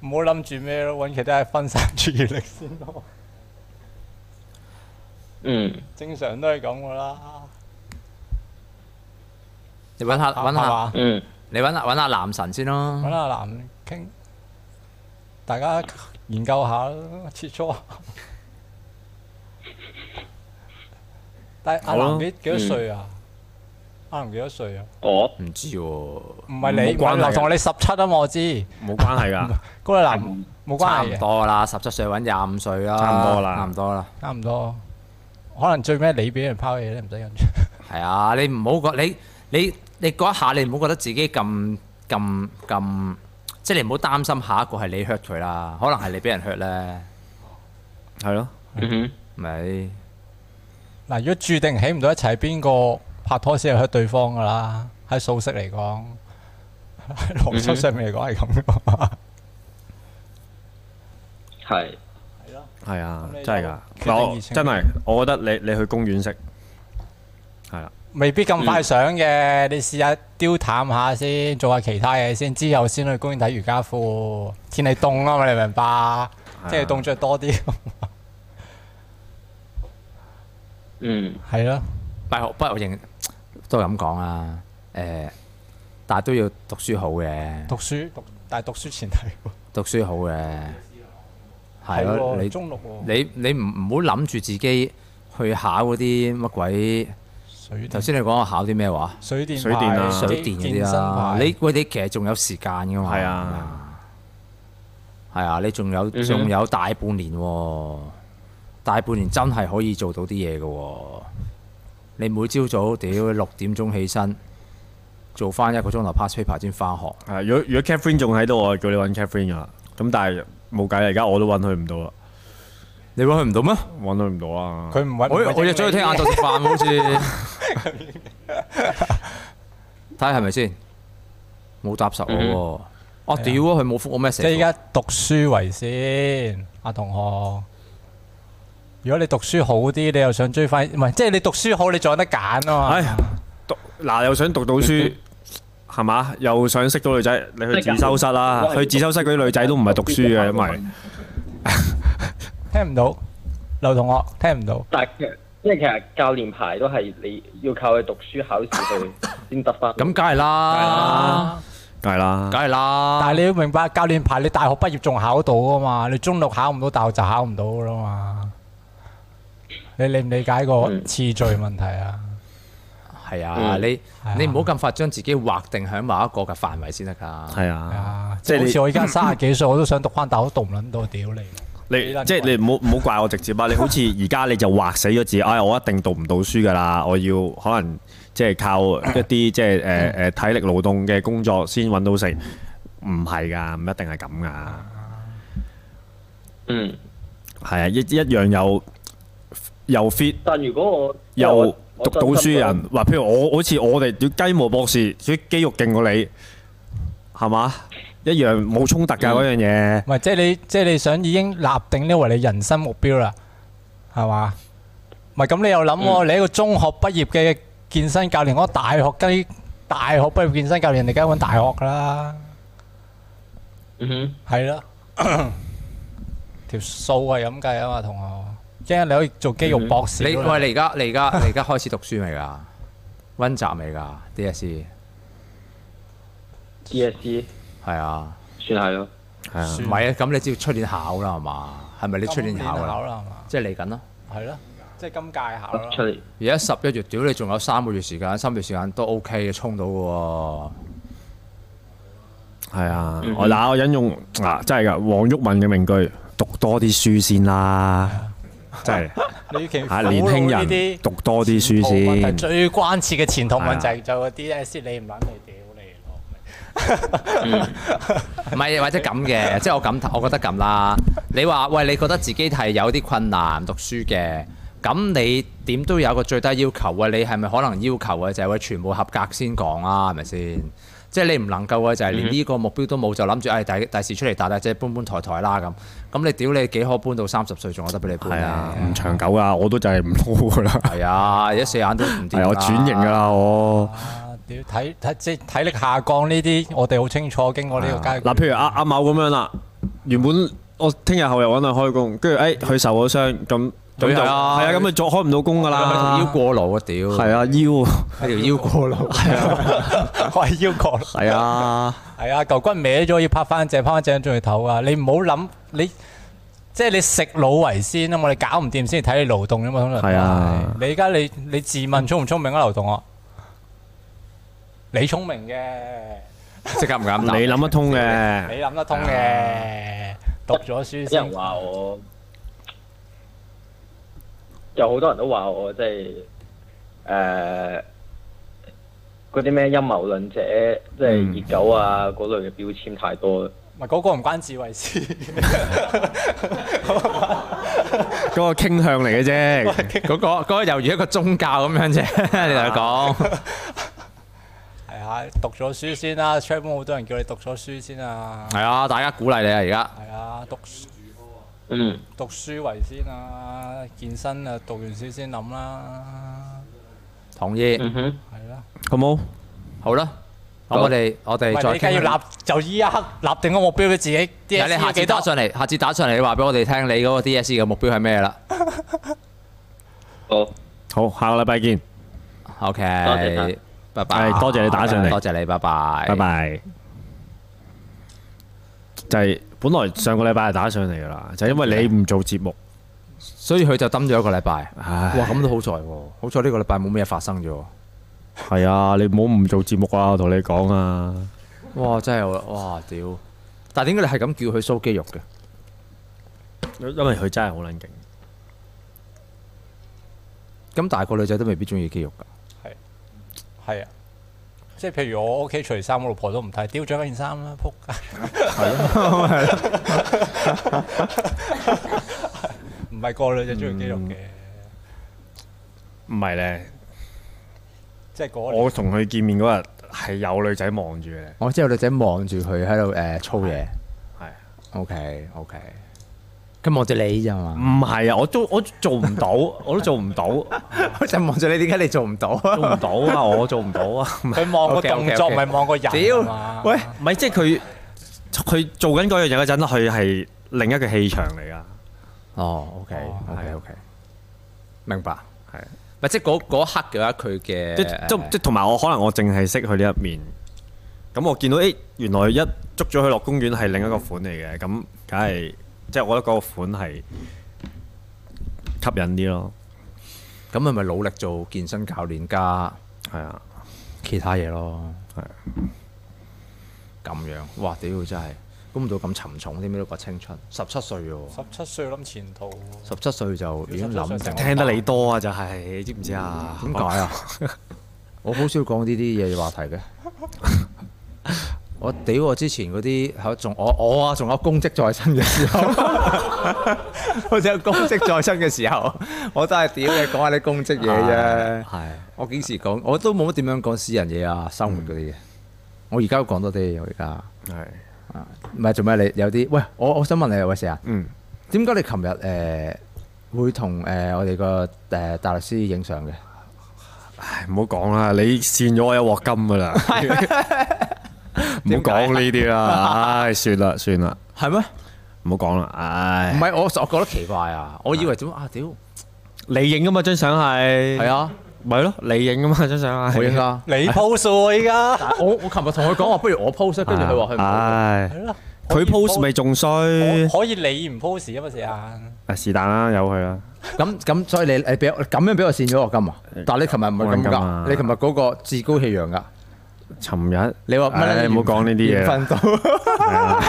S6: 唔好諗住咩咯，揾其他嘢分散注意力先咯。
S5: 嗯，
S6: 正常都係咁噶啦，
S1: 你揾下揾
S6: 啊係
S1: 下，
S6: 嘛
S5: 嗯，
S1: 你揾下揾下男神先咯
S6: 揾。阿男傾，大家研究下啦，切磋下。但係阿
S2: 好啊
S6: 男
S1: 嗯
S6: 幾幾多歲啊？阿男幾多歲啊？
S5: 我
S1: 唔知喎，
S6: 唔係你，
S2: 冇關係
S6: 唔係同我哋十七啊嘛，我知。
S2: 冇關係㗎，
S6: 高麗南冇
S1: 差
S6: 關係
S1: 唔
S6: 嘅，
S1: 多啦，十七歲揾廿五歲啦，
S2: 差唔多啦
S1: 差唔多啦。
S6: 差唔多。可能最尾你俾人拋嘢咧，唔使印象。
S1: 係啊，你唔好覺你你你嗰一下，你唔好覺得自己咁咁咁，即係你唔好擔心下一個係你 hurt 佢啦，可能係你俾人 hurt 咧，
S2: 係咯，
S5: 嗯
S1: 咪
S6: 嗱，如果注定起唔到一齊，邊個拍拖先係 hurt 對方噶啦？喺素色嚟講，喺邏輯上面嚟講係咁噶嘛。
S5: 哼，係。
S2: 係啊
S6: 咁你，就
S2: 真係㗎
S6: 決。定
S2: 嗱
S6: 移
S2: 我
S6: 情
S2: 真係，我覺得你你去公園食係啦，
S6: 未必咁快上
S1: 嗯
S6: 嘅，你試下丟淡下先，做下其他嘢先，之後先去公園睇瑜伽褲。天氣凍啊嘛，你明白？即係凍着多 啲。
S5: 嗯，
S6: 係咯，
S1: 不過不過我認都係咁講啦，誒、但係都要讀書好嘅，
S6: 讀書讀，但係讀書前提喎。
S1: 讀書好嘅，係咯，
S6: 喎
S1: 你
S6: 中六喎，
S1: 你你唔唔好諗住自己去考嗰啲乜鬼，
S6: 水電
S1: 頭先你講我考啲咩話？
S6: 水電
S2: 水電啊
S6: 牌
S1: 水電嗰
S6: 健
S1: 啲
S6: 身
S1: 啦，
S6: 牌
S1: 你喂你其實仲有時間㗎嘛？
S2: 係啊，
S1: 係啊，你仲
S6: 嗯
S1: 有
S5: 哼
S1: 仲有大半年喎，大半年真係可以做到啲嘢嘅喎。你每朝早屌六點鐘起身，做翻一個鐘頭 past paper 先翻學。
S2: 係啊如果如果 Catherine 仲喺度，我就叫你揾 Catherine 㗎啦。咁但係冇計啦，而家我都揾佢唔到啦，
S1: 你揾佢唔到咩？
S2: 揾佢唔到啊。
S6: 佢唔揾
S1: 我我約咗佢聽晏晝食飯 喎好似。睇下係咪先？冇答實我喎。我屌啊！佢冇覆我 message
S6: 嗯即係
S1: 喎。
S6: 依家讀書為先，阿同學。如果你讀書好啲，你又想追翻，唔係即係你讀書好，你仲有得揀啊嘛。
S2: 唉，讀嗱又想讀到 書，係嘛？又想識到啊女仔，你去自修室啦。去自修室嗰啲女仔都唔係讀書嘅，因為
S6: 聽唔到，劉同學聽唔到。
S5: 但係其實即係其實教練牌都係你要靠佢讀書考 試去先得翻。
S1: 咁梗係啦，
S2: 梗係啦
S1: 梗。係啦。
S6: 但係你要明白，教練牌你大學畢業仲考到啊嘛，你中六考唔到，大學就考唔到噶啦嘛。你理唔理解個
S5: 嗯
S6: 次序問題啊？
S1: 係啊，
S5: 嗯
S1: 你
S6: 係啊
S1: 你唔好咁快將自己劃定喺某一個嘅範圍先得㗎。
S2: 係啊，
S6: 啊，
S2: 即
S6: 即
S2: 係
S6: 係
S2: 你
S6: 好 似我依家三十幾歲，我都想讀翻大學，讀唔撚到，屌你！
S2: 你
S6: 幾撚
S2: 即係你唔好唔好怪我直接啊！你好似而家你就畫死咗字，哎，我一定讀唔到書㗎啦，我要可能即係靠一啲即係誒誒體力勞動嘅工作先揾到食，唔係㗎，唔一定係咁㗎，
S5: 嗯，
S2: 係啊，一一樣又又 fit。
S5: 但如果我
S2: 又
S5: 我
S2: 讀到書嘅人，嗱，譬如我好似我哋屌雞毛博士，啲肌肉勁過你，係嘛？一樣冇衝突㗎嗰樣嘢，
S6: 唔係，即係你即係你想已經立定呢為你人生目標啦，係嘛？唔係咁，你又諗喎，你一個中學畢業嘅健身教練，我大學雞大學畢業健身教練，你梗係揾大學㗎啦，
S5: 嗯哼，
S6: 係咯，條數係咁計啊嘛，同學，驚你可以做肌肉博士
S1: 你
S6: 咯。
S1: 喂，你而家你而家 你而家開始讀書未㗎？温習未㗎？DSE
S5: DSE
S1: 係啊，
S5: ，E 算係咯。
S2: 係啊，
S1: 唔係啊，咁你只要出年考啦，係嘛？係咪你出年考
S6: 考
S1: 啦？
S6: 啦，係嘛？
S1: 即係嚟緊咯。
S6: 係咯，即係今屆考
S2: 啊
S6: 啦。
S5: 出嚟
S1: 而家十一月，屌你仲有三個月時間，三個月時間都 OK 嘅，衝到嘅喎。
S2: 係啊，我嗱我引用嗱真係噶黃毓民嘅名句，讀多啲書先啦，真 係
S6: 你與其苦
S2: 嚇年輕
S6: 惱呢
S2: 人
S6: 啲
S2: 讀多啲書
S6: 前途問題
S2: 先。
S6: 最關切嘅前途問
S2: 係
S6: 題就嗰啲 S 你唔撚嚟屌你咯。
S1: 唔係或者咁 嘅，即係我咁，我覺得咁啦。你話喂，你覺得自己係有啲困難讀書嘅，咁你點都有個最低要求啊？你係咪可能要求嘅就係、喂全部合格先講啊？係咪先？即係你唔能夠嘅就係
S2: 嗯
S1: 連呢個目標都冇，就諗住誒第第時出嚟大大隻搬搬抬抬啦咁。咁你屌你幾可搬到三十歲仲有得俾你搬
S2: 係啊
S1: 啊？，
S2: 唔長久啊，我都就係唔撈噶啦，
S1: 係啊，而家四眼都唔掂
S2: 係啊我轉型噶
S1: 啦。
S2: 啦，我。
S6: 啊屌體體即係體力下降呢啲，我哋好清楚經過呢個階
S2: 嗱，
S6: 段。
S2: 譬如阿阿某咁樣啦，原本我聽日後日揾佢開工，跟住誒佢受咗傷，咁咁
S1: 佢係
S2: 就係
S1: 啊
S2: 啊，咁咪再開唔到工噶
S1: 佢條腰
S2: 啦。
S1: 過勞啊！屌，
S2: 係啊，腰
S1: 佢條腰過勞。
S6: 我係要求。
S2: 係啊，
S6: 係啊，嚿骨歪咗要拍翻正，拍翻正仲要唞啊！你唔好諗你。即係你食腦為先啊嘛，你搞唔掂先睇你勞動啊嘛，通常都係
S2: 係啊
S6: 你而家你你自問聰唔聰明啊，劉同學？你聰明嘅，
S1: 即刻唔敢
S2: 你
S1: 答。
S2: 諗得通嘅，
S6: 你諗得通嘅，讀咗書
S5: 啲人
S6: 先。
S5: 話我，有好多人都話我即係誒嗰啲咩陰謀論者，即
S2: 嗯
S5: 係熱狗啊嗰類嘅標籤太多啦。
S6: 唔係嗰個唔關智慧事，
S2: 嗰個傾向嚟嘅啫。
S1: 嗰、個嗰、個猶如一個宗教咁樣啫，你同佢講
S6: 係啊，讀咗書先啦。出門好多人叫你讀咗書先啊，
S1: 係啊，大家鼓勵你啊，而家
S6: 係啊，讀書
S5: 嗯，
S6: 讀書為先啊，健身啊，讀完書先諗啦，
S1: 同意
S5: 嗯哼，
S6: 係啦。
S2: 好冇？
S1: 好啦。咁我哋我哋
S6: 唔係
S1: 再
S6: 你梗
S1: 傾
S6: 要
S1: 啦。
S6: 立就依一刻立定個目標俾自己。
S1: 有
S6: DSE
S1: 你下
S6: 有
S1: 次
S6: 幾
S1: 打
S6: 多？
S1: 上嚟，下次打上嚟，你話俾我哋聽，你嗰個 DSE 嘅目標係咩啦
S5: 好，
S2: 好，下個禮拜見，
S1: ？OK，
S5: 謝晒
S1: 拜拜。
S2: 係多謝你打上嚟
S1: 多謝你，拜拜，
S2: 拜。拜。就係本來上個禮拜係打上嚟噶啦，就係因為你唔做節目，
S1: 所以佢就蹲咗一個禮拜。哇，
S2: 唉，
S1: 咁都好在喎，好在呢個禮拜冇咩發生啫。
S2: 係啊，你唔好唔做節目啊，我同你講啊，
S1: 哇，真係哇屌！但係點解你係咁叫佢蘇肌肉嘅？
S2: 因為佢真係好撚勁。
S1: 咁大個女仔都未必中意肌肉㗎。
S6: 係啊，即係譬如我屋企除衫，我老婆都唔睇，丟咗嗰件衫啦，仆街。唔係個女仔中意肌肉嘅，
S1: 嗯
S2: 唔係咧，
S6: 即係嗰
S2: 我同佢見面嗰日係有女仔望住嘅，
S1: 我知有女仔望住佢喺度誒操嘢。
S2: 係。
S1: OK OK，咁望住你咋嘛？
S2: 唔係啊！我都我做唔 到，我都做唔到，做
S1: 我 就望住你，點解你做唔到啊？
S2: 唔到啊！我做唔到啊！唔係
S6: 佢望個
S1: OK，OK，OK
S6: 動作，唔係望個人。
S1: 屌
S6: 係啊嘛，
S1: 喂，
S2: 唔係，即係佢佢做緊嗰樣嘢嗰陣，佢係另一個氣場嚟噶。
S1: 哦，OK
S6: 哦
S1: OK
S2: 係
S1: OK，明白。
S2: 係啊
S1: 咪即係嗰嗰刻嘅話，佢嘅
S2: 即
S1: 誒
S2: 即即同埋我可能我淨係識佢呢一面，咁我見到誒、咦原來一捉咗佢落公園係另一個款嚟嘅，咁梗係即係我覺得嗰個款係吸引啲咯。
S1: 咁咪咪努力做健身教練加
S2: 係啊，
S1: 其他嘢咯。
S2: 係
S1: 咁樣，哇！屌真係估唔到咁沉重添，呢個青春十七歲喎，
S6: 十七歲諗前途，
S1: 十七歲就已經諗定
S6: 17。歲
S2: 聽得你多啊，就係、知唔知啊？
S1: 點解啊？我好少講呢啲嘢話題嘅。 我屌我之前嗰啲係仲我我啊仲有公職在身嘅時候， 我仲有公職在身嘅時候，我都係屌你講下你公職嘢啫。
S2: 係
S1: 我幾時講？我都冇乜點樣講私人嘢啊，生活嗰啲嘢。我而家都講多啲，我而家
S2: 係
S1: 唔係做咩？你有啲喂，我我想問你啊，喂四啊，
S2: 嗯。
S1: 點解你琴日誒會同誒、呃我哋個誒大律師影相嘅？
S2: 唉唔好講啦，你扇咗我一鑊金噶 啦，唔好講呢啲啦，唉，算啦算啦，
S1: 係咩？
S2: 唔好講啦，
S1: 唔
S2: 唉，
S1: 係我，我覺得奇怪啊！我以為點啊屌，
S2: 你影噶嘛張相係，
S1: 係，啊，
S2: 咪咯，你影啊噶嘛張相係，
S1: 我應該。
S6: 你 pose 喎依家。
S2: 啊
S1: 我我琴日同佢講話，不如我 post，啊跟住佢話佢唔
S2: 唉，
S6: 係咯，
S2: 佢 post 咪仲衰，
S6: 可以你唔 post 啊嘛，成日。
S2: 啊是但啦，由佢啦。
S1: 咁咁，所以你你俾我咁樣俾我線咗個金啊！但係你琴日唔係咁
S2: 冇人金啊
S1: 㗎，你琴日嗰個至高氣揚㗎。
S2: 尋日
S1: 你話乜
S2: 唉
S1: 咧？
S2: 唔好講呢啲嘢
S1: 緣
S2: 啦。
S1: 分到
S2: 啊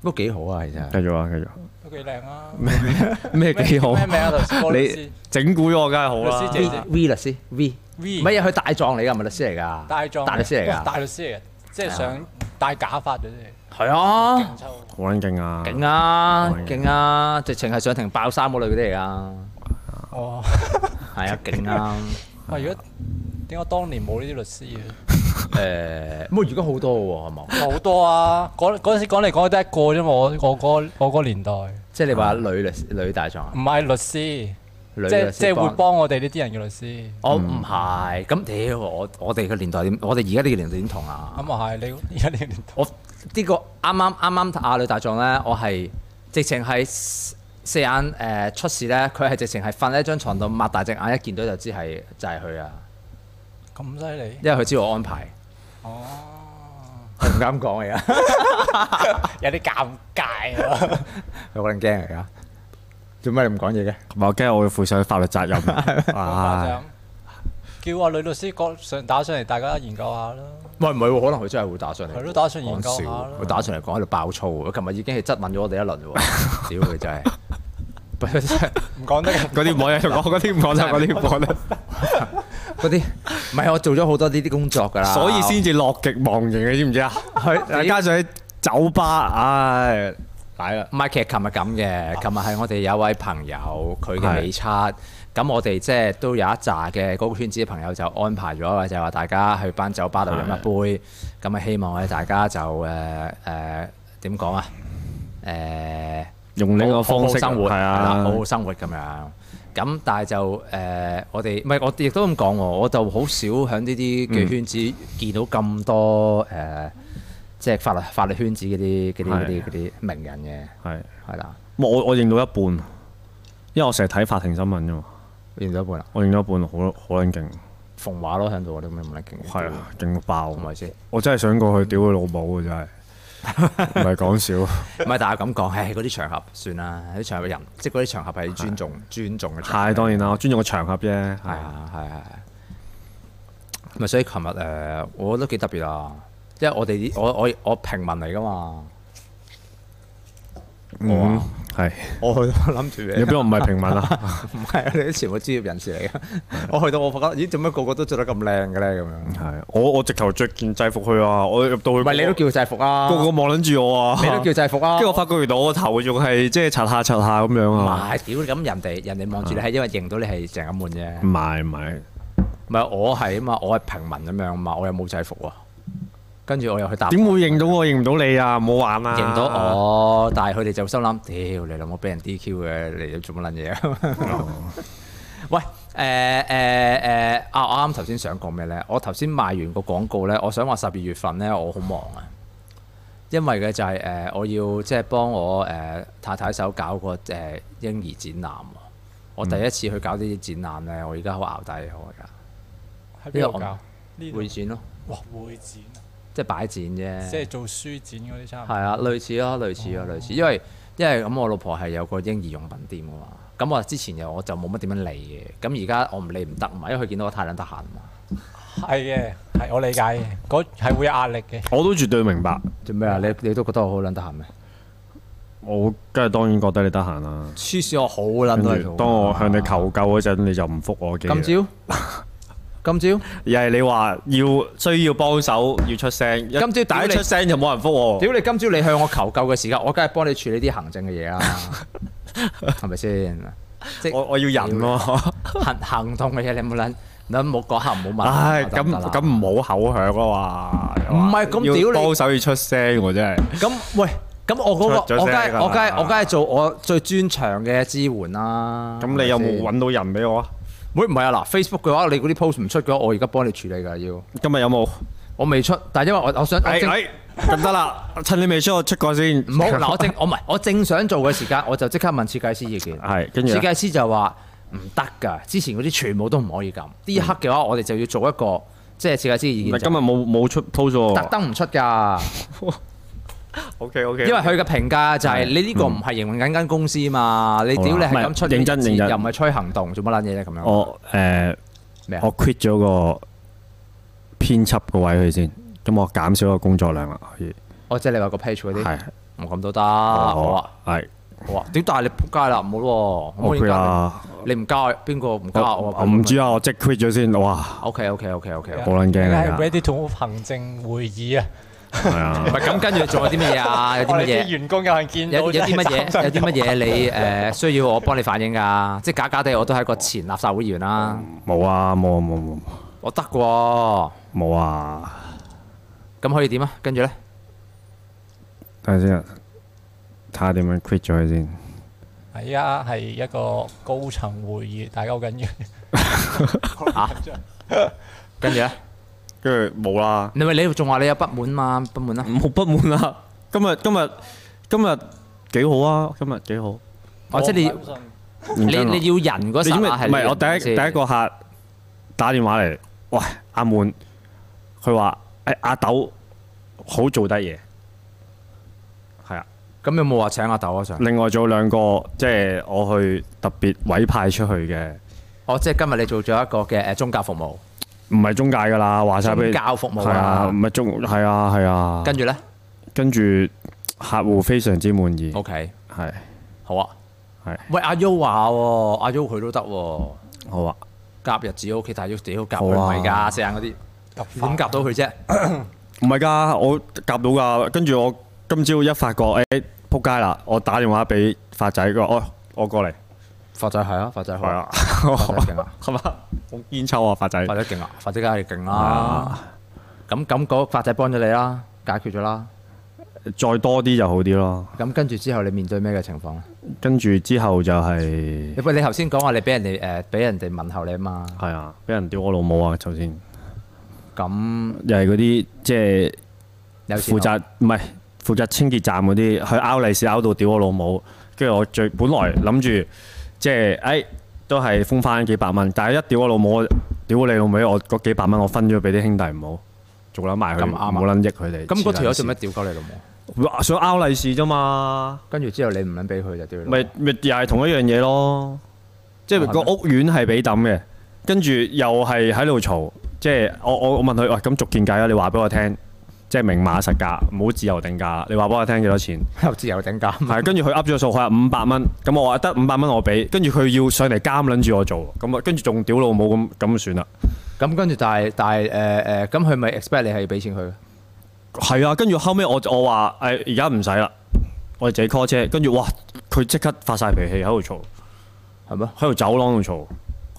S1: 都幾好啊，其實。
S2: 繼續啊，繼續。
S6: 都幾靚啊！
S2: 咩幾好？
S6: 咩名啊？頭先嗰個律
S2: 你
S6: 師
S2: 整蠱我梗係好
S6: 律師
S2: 啦。
S6: 姐
S1: V V 律師 V，
S6: V
S1: 唔係佢大狀嚟㗎，唔係律師嚟㗎。
S6: E 大狀
S1: 大律師嚟
S6: 哇大
S1: 㗎。
S6: 律師嚟嘅，即係想戴假髮嘅啫。
S1: 係啊，
S6: 抽
S2: 好撚勁啊！
S1: 勁啊，
S2: 勁
S1: 勁啊，直情係上庭爆衫嗰類嗰啲嚟㗎。
S6: 哦，
S1: 係 啊，勁啊。
S6: 哇！如果點解當年冇呢啲律師嘅？
S1: 誒，咁而家好多喎，係嘛？
S6: 好多啊！嗰嗰陣時講嚟講去得一個啫嘛，我我嗰我嗰年代唔
S1: 即係你話女律師女大狀啊，
S6: 係律師，
S1: 女律
S6: 即
S1: 師
S6: 即係會
S1: 幫
S6: 幫我哋呢啲人嘅律師。
S1: 我唔係，咁屌我我哋嘅年代點？我哋而家呢個年代點同啊？
S6: 咁啊係， 你而家呢個年代
S1: 我呢個啱啱啱啱阿女大狀咧，我係直情係四四眼誒、呃出事咧，佢係直情係瞓喺張床度擘大隻眼，一見到就知係就係佢啊，
S6: 咁犀利
S1: 因為佢知道我安排，
S6: 哦，
S1: 我唔敢講嚟啊，
S6: 有啲尷尬啊！
S1: 佢可能驚嚟噶。做咩你唔講嘢嘅？
S2: 唔係我驚我會負上法律責任。啊 Dạ. 唉
S6: 誇張叫阿女律師講上打上嚟，大家研究下啦。
S1: 喂，唔係喎，可能佢真係會打上嚟喎。
S6: 係咯打上嚟研究下
S1: 講笑
S6: 啦
S1: 佢打上嚟講喺度爆粗喎，佢琴日已經係質問咗我哋一輪喎。 屌佢真係， 不過真係
S6: 唔講 得嘅。
S2: 嗰啲唔可以講，嗰啲唔講得，嗰啲唔講得。
S1: 嗰啲唔係我做咗好多呢啲工作㗎啦。
S2: 所以先至樂極忘形嘅，知唔知啊？ 係加上喺酒吧，唉，奶啦，啊
S1: 唔係，其實琴日咁嘅，琴日係我哋有位朋友佢嘅
S2: 係
S1: 美測，咁我哋即係都有一紮嘅嗰個圈子嘅朋友就安排咗，就話大家去班酒吧度飲一杯，咁啊希望我哋大家就誒誒點講啊誒
S2: 呃用呢個
S1: 好
S2: 方
S1: 好
S2: 式
S1: 生活
S2: 係
S1: 啦，好
S2: 啊
S1: 好，生活咁樣。咁但係就誒、呃我哋唔係我亦都咁講喎，我就好少喺呢啲
S2: 嗯
S1: 嘅圈子見到咁多誒、呃即係法律法律圈子嗰啲嗰啲嗰啲
S2: 係
S1: 嗰啲名人嘅。
S2: 係。
S1: 係啦，
S2: 我我認到一半，因為我成日睇法庭新聞啫嘛，
S1: 完咗一半啦，
S2: 我認到一半好好撚勁，
S1: 馮話咯喺度，我都咁樣勁。
S2: 係啊，勁到爆
S1: 係，咪先？唔
S2: 我真係想過去屌佢老母啊！ 真係，唔係講笑，
S1: 係，但係咁講，唉，嗰啲場合算啦，啲場合人，即係嗰啲場合係尊重尊重嘅場合。
S2: 係當然啦，我尊重個場合啫，
S1: 係
S2: 係啊，
S1: 啊，係啊，係啊。咪所以琴日誒，我覺得幾特別啊，因為我哋啲我我我平民嚟噶嘛，
S2: 嗯，係，
S1: 我去到諗住嘅，
S2: 有邊個唔係平民 啊？
S1: 唔係啊，你啲全部專業人士嚟嘅。我去到我覺得，咦，做咩個個都着得咁靚嘅咧？咁樣，
S2: 係，我我直頭着件制服去啊，我入到去，
S1: 唔係你都叫制服啊，
S2: 個個望撚住我啊，
S1: 你都叫制服啊，
S2: 跟住我發覺原來我個頭仲係即係擦下擦下咁樣
S1: 唔
S2: 啊！
S1: 係，屌咁人哋人哋望住你係因為認到你係鄭咁悶啫
S2: 唔。係唔係，
S1: 唔係我係啊嘛，我係平民咁樣嘛，我又冇制服喎。跟住我又去搭
S2: 點會認到我認唔到你啊？唔好玩啊！
S1: 認到，我，但係佢哋就心諗：屌你老母俾人 DQ 嘅，你做乜撚嘢
S2: 哦
S1: 啊？ 喂，誒誒誒，啊！我啱頭先想講咩咧？我頭先賣完個廣告咧，我想話十二月份咧，我好忙啊，因為嘅就係、誒、我要即係幫我誒、太太手搞個誒、嬰兒展覽喎。我第一次去搞呢啲展覽咧，我而家好熬底啊，我而家
S6: 喺
S1: 呢
S6: 邊度
S1: 個
S6: 搞？呢度
S1: 會展咯，
S6: 哇會展啊，
S1: 即係擺展啫。
S6: 即係做書展嗰啲差唔多
S1: 係。啊，類似咯，類似咯，類似，因為因為咁我老婆係有個嬰兒用品店噶嘛，咁我之前又我就冇乜點樣理嘅，咁而家我唔理唔得嘛，因為佢見到我太撚得閒啊嘛。
S6: 係嘅，係我理解嘅，嗰係會有壓力嘅。
S2: 我都絕對明白。
S1: 做咩啊？你你都覺得我好撚得閒咩？
S2: 我梗係當然覺得你得閒啦。
S1: 黐線，我好撚
S2: 跟
S1: 得
S2: 住
S1: 閒。
S2: 當我向你
S1: 啊
S2: 求救嗰陣，你就唔覆我
S1: 今
S2: 嘅。
S1: 朝，今朝，
S2: 又係你話要需要幫手，要出聲。
S1: 今朝
S2: 但一出聲就冇人覆我。
S1: 屌你！今朝你向我求救嘅時間，我梗係幫你處理啲行政嘅嘢 啦，係咪先？即
S2: 我我要人喎。
S1: 行行動嘅嘢，你冇撚，你冇講下，唔好問。
S2: 唉，
S1: 得
S2: 咁
S1: 唔得啦
S2: 咁唔好口響啊嘛。
S1: 唔係咁屌你
S2: 要幫手要出聲喎，真係。
S1: 咁喂，咁我嗰、
S2: 出咗
S1: 個我梗
S2: 聲㗎
S1: 係
S2: 啦
S1: 我梗係我梗係做我最專長嘅支援啦。
S2: 咁你有
S1: 係咪
S2: 冇
S1: 先？
S2: 揾到人俾我啊？
S1: 喂，唔係啊，嗱，Facebook 嘅話，你嗰啲 post 唔出嘅話，我而家幫你處理㗎要。
S2: 今日有冇？
S1: 我未出，但係因為我我想我
S2: 哎
S1: 正
S2: 哎，咁得啦，趁你未出，我出過先。
S1: 唔好嗱，我正我唔係我正想做嘅時間，我就即刻問設計師意見。
S2: 係跟住
S1: 設
S2: 呢
S1: 計師就話唔得㗎，之前嗰啲全部都唔可以咁。呢一刻嘅話，我哋就要做一個即係設計師意
S2: 今
S1: 見
S2: 日
S1: 就
S2: 冇冇出 post
S1: 特
S2: 喎。
S1: 登唔出㗎。
S2: O K O K
S1: 因為佢嘅評價就係
S2: 係
S1: 你呢個唔係營運緊間公司嘛，你屌你係咁出
S2: 唔係認真
S1: 呢啲字
S2: 認真哦
S1: 又唔係吹行動，做乜撚嘢啫咁樣？
S2: 我誒
S1: 咩啊
S2: 我 quit 咗個編輯個位佢先，咁我減少個工作量啦。可以
S1: 哦，即係你話個 page 嗰啲，
S2: 係
S1: 我咁都得，
S2: 哦
S1: 好啊，
S2: 係
S1: 好啊，屌！但係你仆街啦，唔好咯，可唔可以
S2: OK
S1: 加？
S2: 啦。
S1: 你唔加邊個唔加
S2: 我
S1: 我？
S2: 我唔知啊，我即 quit 咗先。哇，
S1: OK OK OK OK，
S6: 哦
S2: 好撚驚
S6: 係
S2: 嚟
S6: ready to 行政會議
S2: 㗎，
S6: 啊！
S2: 係啊
S1: 唔。係咁，跟住仲有啲乜嘢啊？有啲
S6: 我
S1: 乜
S6: 哋啲
S1: 嘢？
S6: 員工有人見到
S1: 有有啲乜
S6: 真係
S1: 嘢？有啲乜嘢你誒需要我幫你反映㗎？即係假假地，我都係一個前立法會議員啦，
S2: 冇啊，冇冇冇
S1: 我得嘅喎，
S2: 冇啊！
S1: 咁可以點啊？跟住咧，
S2: 等陣先啊，睇下點樣 quit 咗佢先。
S6: 係啊，係一個高層會議，大家好緊要。
S1: 跟住咧，
S2: 跟住冇啦，
S1: 你咪你仲話你有不滿嘛？不滿啦。啊
S2: 冇不滿啊啦。今日今日今日幾好啊！今日幾好。
S1: 哦，即係你
S2: 你
S1: 你你要人嗰
S2: 你知
S1: 剎
S2: 唔知？
S1: 那係
S2: 唔啊係我第一
S1: 先
S2: 第一個客打電話嚟，喂阿滿，佢話誒阿豆好做得嘢，係啊。
S1: 咁有冇話請阿豆啊上？
S2: 另外仲有兩個即係我去特別委派出去嘅，
S1: 哦，即係今日你做咗一個嘅誒宗教服務，
S2: 唔係中介㗎啦，話晒俾
S1: 宗
S2: 你。
S1: 教服務
S2: 係啊，
S1: 啊
S2: 唔。係中係啊係啊。
S1: 跟住咧
S2: 跟住客户非常之滿意，
S1: ，OK，
S2: 係
S1: 好啊。
S2: 哦係
S1: 喂，阿 U 話喎，阿 U 佢都得喎，
S2: 好啊。
S1: 夾日子 OK，但係 U 屌夾佢
S2: 好
S1: 唔
S2: 啊
S1: 係㗎，四眼嗰啲點夾到佢啫？
S2: 唔係㗎，我夾到㗎。跟住我今朝一發覺，誒、仆街啦！我打電話俾發仔，佢話：哦，我過嚟。
S1: 發仔係啊，發仔好
S2: 係啊，
S1: 發仔勁啊，
S2: 係嘛？好堅抽啊，發仔。
S1: 發仔勁啊，發仔梗係勁啦。
S2: 啊
S1: 咁咁嗰發仔幫咗你啦，解決咗啦。
S2: 再多啲就好啲咯。
S1: 咁跟住之後你面對咩嘅情況啊咧？
S2: 跟住之後就係、
S1: 喂，你頭先講話你俾人哋誒俾人哋問候你啊嘛，
S2: 係啊，俾人屌我老母啊！首先，
S1: 咁
S2: 又係嗰啲即係
S1: 有時
S2: 負責唔係負責清潔站嗰啲，佢拗利是拗到屌我老母，跟住我最本來諗住即係誒、哎都係封翻幾百蚊，但係一屌我老母，我屌你老味，我嗰幾百蚊我分咗俾啲兄弟唔好，做撚埋佢，
S1: 咁啱啊
S2: 唔好撚益佢哋。
S1: 咁嗰條友
S2: 黐
S1: 做
S2: 撚
S1: 咩屌鳩你老母？
S2: 線？想拗利是啫嘛，
S1: 跟住之後你唔撚俾佢就屌你。
S2: 咪咪又係同一樣嘢咯，即係
S1: 哦
S2: 個
S1: 係
S2: 屋苑係俾抌嘅，跟住又係喺度嘈，即係我我我問佢喂咁逐件計啦，你話俾我聽，即係明碼實價，唔好自由定價，你話俾我聽幾多錢？
S1: 又自由頂價，
S2: 係，跟住佢噏咗個數，佢話五百蚊，咁我話得五百蚊我俾，跟住佢要上嚟監撚住我做，咁啊跟住仲屌老母咁，咁就算啦。
S1: 咁跟住但係但係誒誒，咁佢咪 expect 你係要俾錢佢嘅？
S2: 係啊，跟住後尾我我話誒而家唔使啦，我哋自己 call 車，跟住哇佢即刻發晒脾氣喺度嘈，
S1: 係咩？
S2: 喺度走廊度嘈，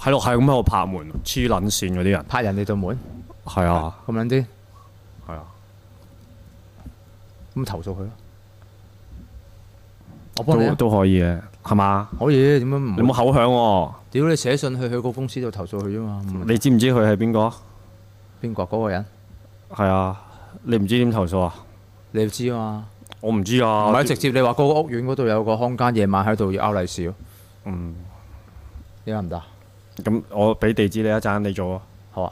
S2: 喺度係咁喺度拍門，黐撚線嗰啲人。
S1: 拍人哋對門
S2: 係啊，
S1: 咁撚啲，
S2: 係啊，
S1: 咁投訴佢咯。我幫你
S2: 都
S1: 啊，
S2: 都可以嘅，係嘛？
S1: 可以點樣唔
S2: 你冇
S1: 好？
S2: 口響喎，
S1: 屌你寫信去佢個公司度投訴佢啫嘛，唔係
S2: 你知唔知佢係邊個？
S1: 邊個啊嗰個人
S2: 係啊，你唔知點投訴啊？
S1: 你要知啊嘛。
S2: 我唔知啊，
S1: 唔係直接你話個屋苑嗰度有個看更夜晚喺度要勾利是咯。
S2: 嗯，
S1: 你得唔得？
S2: 咁我俾地址你一陣，你做啊。
S1: 好啊。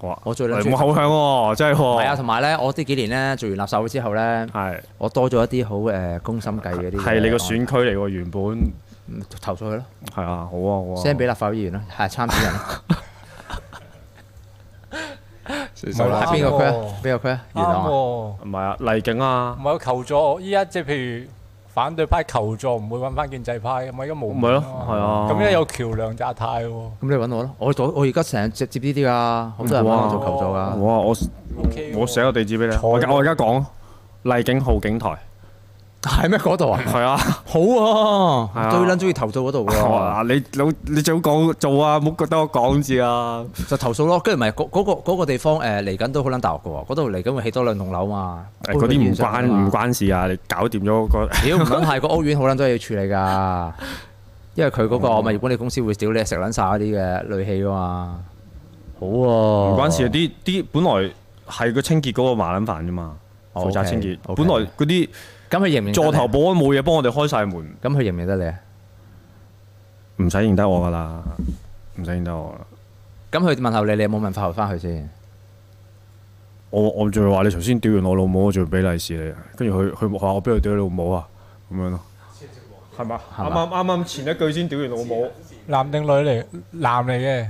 S2: 好啊
S1: 我最撚
S2: 你冇口響喎，真係
S1: 係啊，
S2: 喎。
S1: 同埋咧，我呢幾年咧做完垃圾會之後咧，
S2: 係
S1: 我多咗一啲好誒攻心計嗰啲嘢。啊
S2: 係你個選區嚟喎，原本係
S1: 嗯投訴佢咯
S2: 啊，好啊好啊。
S1: ，send 俾立法會議員咯，係參選人 咯。
S6: 冇啦
S1: 係邊個區啊？邊個區啊？元
S6: 啱
S1: 朗啊？
S6: 喎，
S2: 唔係啊，麗景啊
S6: 唔，係我求助我，依家即係譬如反對派求助，唔會揾翻建制派，咁咪而家冇。
S2: 咪咯，係啊。
S6: 咁一有橋梁就阿泰喎。
S1: 咁你揾我咯，我做我而家成日接接呢啲噶，好多人揾我做求助
S2: 哇，
S1: 噶。
S2: 啊我
S6: OK
S2: 我寫個地址俾你啊。我而家我而家講麗景浩景台。
S1: 係咩嗰度 啊？
S2: 係啊。
S1: 好喎，
S2: 啊
S1: 最撚中意投訴嗰度喎，
S2: 哇！你老你最好講做啊，唔好覺得我講字啊。
S1: 就投訴咯。跟住咪嗰嗰個嗰個地方誒嚟緊都好撚大鑊嘅喎，嗰度嚟緊會起多兩棟樓嘛。
S2: 誒嗰啲唔
S1: 搬
S2: 關
S1: 去醫院上㗎嘛
S2: 唔關事啊，你搞掂咗嗰個。
S1: 屌唔撚係個屋苑好撚多嘢要處理㗎，因為佢嗰個物業管理公司會屌你食撚晒嗰啲嘅戾氣㗎嘛。好啊喎，
S2: 唔
S1: 唔
S2: 關事，啊啲啲本來係個清潔嗰個麻撚飯啫嘛，
S1: 哦
S2: 負責
S1: OK，
S2: 清潔。
S1: OK
S2: 本來嗰啲
S1: 咁佢認唔認得你
S2: 座頭保安冇嘢幫我哋開晒門，
S1: 咁佢認唔認得你啊？
S2: 唔使認得我噶啦，唔使認得我啦。
S1: 咁佢問候你，你有冇問法後翻去先？
S2: 我我仲要話你頭先屌完我老母，我仲要俾利是你，啊跟住佢佢話我邊度屌你老母啊咁樣咯。係嘛？啱啱啱啱前一句先屌完老母，
S6: 男定女嚟？男嚟嘅，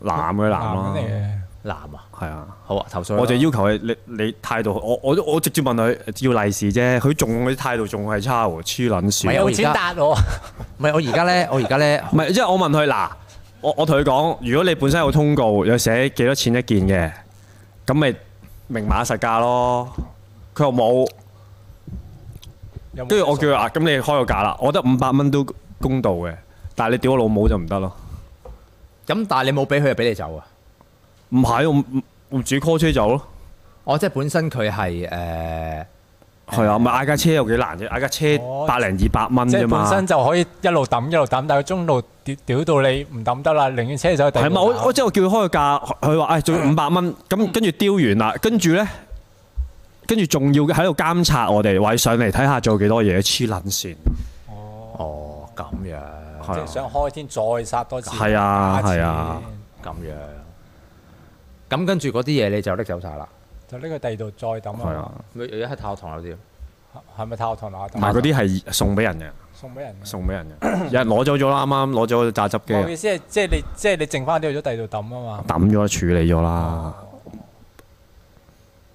S2: 男嘅啊男
S6: 男
S2: 啦，
S6: 嚟嘅。
S1: 男啊，
S2: 係啊。
S1: 好啊，投訴啦
S2: 我就要求你你你態度，我我我直接問佢要利是啫，佢仲佢態度仲係差喎，黐撚
S1: 唔係
S2: 線。
S1: 我
S6: 有
S1: 而家
S6: 錢答我，
S1: 唔係我而家 咧，我而家咧
S2: 唔係，即係我問佢嗱，我我同佢講，如果你本身有通告，有寫幾多錢一件嘅，咁咪明碼實價咯。佢又冇，
S6: 有冇
S2: 跟住我叫佢啊，咁你開個價啦，我覺得五百蚊都公道嘅，但係你屌我老母就唔得咯。
S1: 咁，但係你冇俾佢，就俾你走啊！
S2: 唔係，我我自己 call 車走咯。
S1: 哦我即係本身佢係誒
S2: 係啊，咪嗌架車有幾難啫？嗌架
S6: 哦
S2: 車百零二百蚊
S6: 即
S2: 啫
S6: 係
S2: 嘛。
S6: 本身就可以一路抌一路抌，但係中路屌屌到你唔抌得啦，寧願車走去第二
S2: 係
S6: 度
S2: 嘛？
S6: 打
S2: 我我即係我叫佢開個價，佢話誒仲五百蚊，
S6: 嗯
S2: 咁跟住丟完啦，跟住咧，跟住仲要喺度監察我哋，話上嚟睇下做幾多嘢，黐撚線，
S1: 哦咁樣
S6: 即係
S2: 係啊，
S6: 想開天再殺多次。
S2: 係啊
S6: 打一次
S2: 係啊，
S1: 咁樣，咁跟住嗰啲嘢你就拎走晒啦。
S6: 就呢個第二度再抌
S2: 係
S6: 啊
S2: 啊，
S1: 你而家喺炮堂嗰啲，
S6: 係咪太學堂啊？
S2: 同埋嗰啲係送俾人嘅，
S6: 送俾人嘅。
S2: 送俾人 嘅，有人攞走咗啦，啱啱攞咗個榨汁機
S6: 我嘅
S2: 啊，
S6: 意思係即係你即係你剩翻啲去咗第二度抌啊
S2: 抌咗處理咗啦，
S6: 嘛，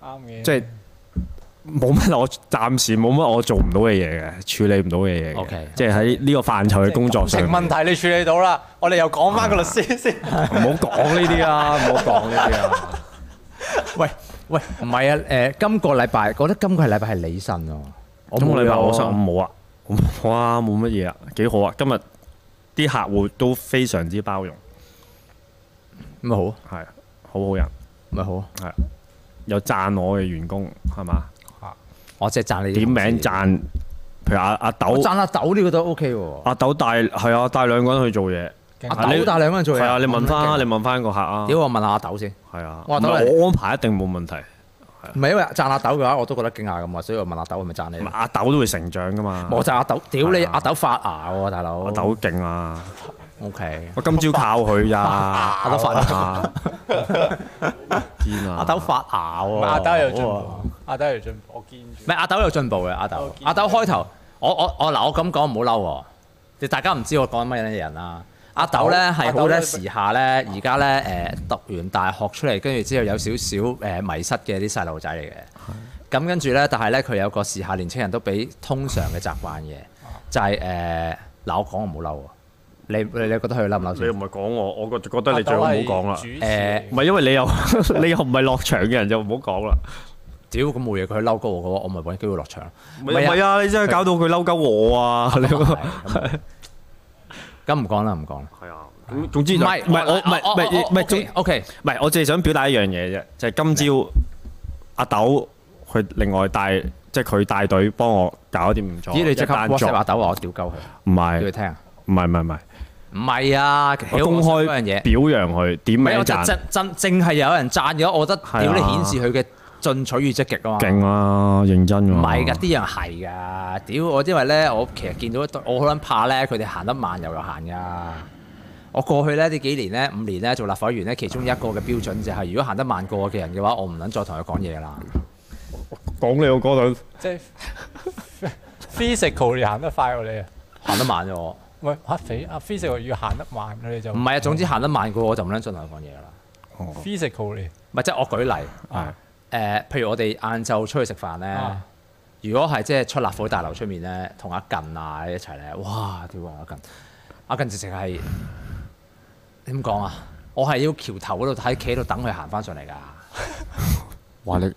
S6: 啱嘅。
S2: 即係冇乜我暫時冇乜我做唔到嘅嘢嘅，處理唔到嘅嘢嘅
S1: OK
S2: 即係喺呢個範疇嘅工作上
S6: 情
S2: 面，
S6: 問題你處理到啦，我哋又講翻個律師先。
S2: 唔好講呢啲啊，唔好講呢啲啊。
S1: 喂喂，唔係啊，誒、今個禮拜，覺得今個禮拜係你信喎，我
S2: 今個禮拜我想
S1: 信，
S2: 冇啊，我 冇啊，冇乜嘢啊，幾好啊！今日啲客户都非常之包容，
S1: 咪好，啊
S2: 係啊好好人，
S1: 咪好，啊
S2: 係有讚我嘅員工係嘛？
S1: 我即係讚你
S2: 點名
S1: 讚，
S2: 讚，譬如阿阿
S1: 我
S2: 豆，
S1: 讚阿豆呢個都 OK 喎，
S2: 阿豆帶係啊，帶兩個人去做嘢，
S1: 阿
S2: 啊
S1: 豆
S2: 你
S1: 帶兩個人做嘢，
S2: 係啊，你問翻
S1: 咁
S2: 你
S1: 勁
S2: 問翻個客啊，
S1: 屌我問下阿豆先，
S2: 係啊，
S1: 哇
S2: 唔
S1: 豆
S2: 係
S1: 嚟
S2: 我安排一定冇問題，
S1: 唔係因為讚阿豆嘅話，我都覺得驚訝咁啊，所以我問阿豆係咪讚你？
S2: 阿豆都會成長噶嘛，
S1: 我讚阿豆，屌你
S2: 係啊
S1: 阿豆發芽喎，大佬，
S2: 阿豆勁啊，
S1: OK，
S2: 我今朝靠佢呀，
S1: 阿豆發芽，
S2: 啊 堅啊，
S1: 阿豆發芽喎，
S6: 阿豆有進
S1: 好啊
S6: 步，阿豆有進步，我見住
S1: 唔。係阿豆有進步嘅，阿
S6: 我
S1: 豆
S6: 哦見
S1: 阿豆開頭，我我我嗱，我咁講唔好嬲喎，你大家唔知我講乜嘢人啦。阿豆咧
S6: 阿
S1: 係
S6: 豆
S1: 好咧
S6: 咧
S1: 時下咧，而家咧誒讀完大學出嚟，跟住之後有少少誒迷失嘅啲細路仔嚟嘅。咁跟住咧，但係咧佢有個時下年青人都比通常嘅習慣嘅，就係誒嗱，我講我唔好嬲喎。你你你覺得佢嬲唔嬲
S2: 你
S1: 先
S2: 唔？係講我，我覺覺得你最好唔好講啦。
S1: 誒
S2: 唔係因為你又 你又唔係落場嘅人就唔好講啦。
S1: 屌咁冇嘢，佢嬲過我嘅話，我咪揾機會落場。
S2: 唔係啊，你真係搞到佢嬲鳩我啊！你
S1: 係咁唔講啦，唔講啦。
S2: 係啊，咁總之
S1: 唔
S2: 就
S1: 係
S2: 唔係我唔係唔係唔係總
S1: O K。
S2: 唔係我淨係想表達一樣嘢啫，就係今朝阿豆佢另外帶即係佢帶隊幫我搞掂咗
S1: 咦！你即
S2: 哦一
S1: 刻
S2: 單
S1: WhatsApp 阿
S2: job，
S1: 豆話我屌鳩佢，
S2: 唔
S1: 叫佢
S2: 係
S1: 聽啊。
S2: 唔係唔係唔係，
S1: 唔係啊，
S2: 我
S1: 屌
S2: 公
S1: 我
S2: 開
S1: 嗰樣嘢，
S2: 表揚佢點
S1: 唔
S2: 名
S1: 係我就
S2: 讚
S1: 真真正係有人讚嘅話，我覺得
S2: 係啊
S1: 屌你顯示佢嘅進取與積極啊嘛。
S2: 勁啊，認真㗎。
S1: 唔係㗎，啲人係㗎。屌我，因為咧，我其實見到一堆我好撚怕咧，佢哋行得慢又又行㗎。我過去咧呢幾年咧五年咧做立法員咧，其中一個嘅標準就係、如果行得慢過我嘅人嘅話，我唔撚再同佢講嘢啦。
S2: 講你我嗰度
S6: 即係 physical 你行得快過你啊！
S1: 行得慢咗我，
S6: 喂，阿肥阿 physical 要行得慢，佢哋就
S1: 唔係啊，總之行得慢過我就唔撚再同佢講嘢啦。
S6: physical 你
S1: 唔係即係我舉例，誒、啊
S2: 係
S1: 譬如我哋晏晝出去食飯咧。
S6: 啊，
S1: 如果係即係出立法會大樓出面咧，同阿近啊一齊咧，哇！屌啊阿近，阿近直情係點講啊？我係要橋頭嗰度睇，企喺度等佢行翻上嚟㗎。
S2: 哇 你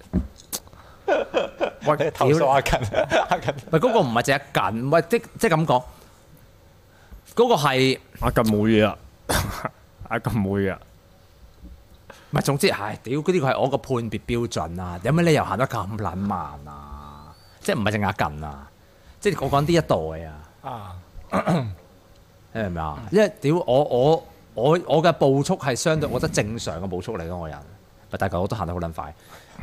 S1: 喂，屌
S6: 你投
S1: 你！
S6: 訴阿啊近阿近，
S1: 喂，嗰個唔係淨係近，唔係即即係咁講，嗰個係
S2: 阿咁冇嘢啊， 阿咁冇嘢啊。
S1: 唔係總之唉，屌嗰啲係我個判別標準啊！有咩理由行得咁撚慢啊？即係唔係淨係阿近啊？即係我講呢一代啊！
S6: 啊
S1: 你明唔明啊？因為屌我我我我嘅步速係相對，我覺得正常嘅步速嚟咯，我人。咪大嚿我都行得好撚快。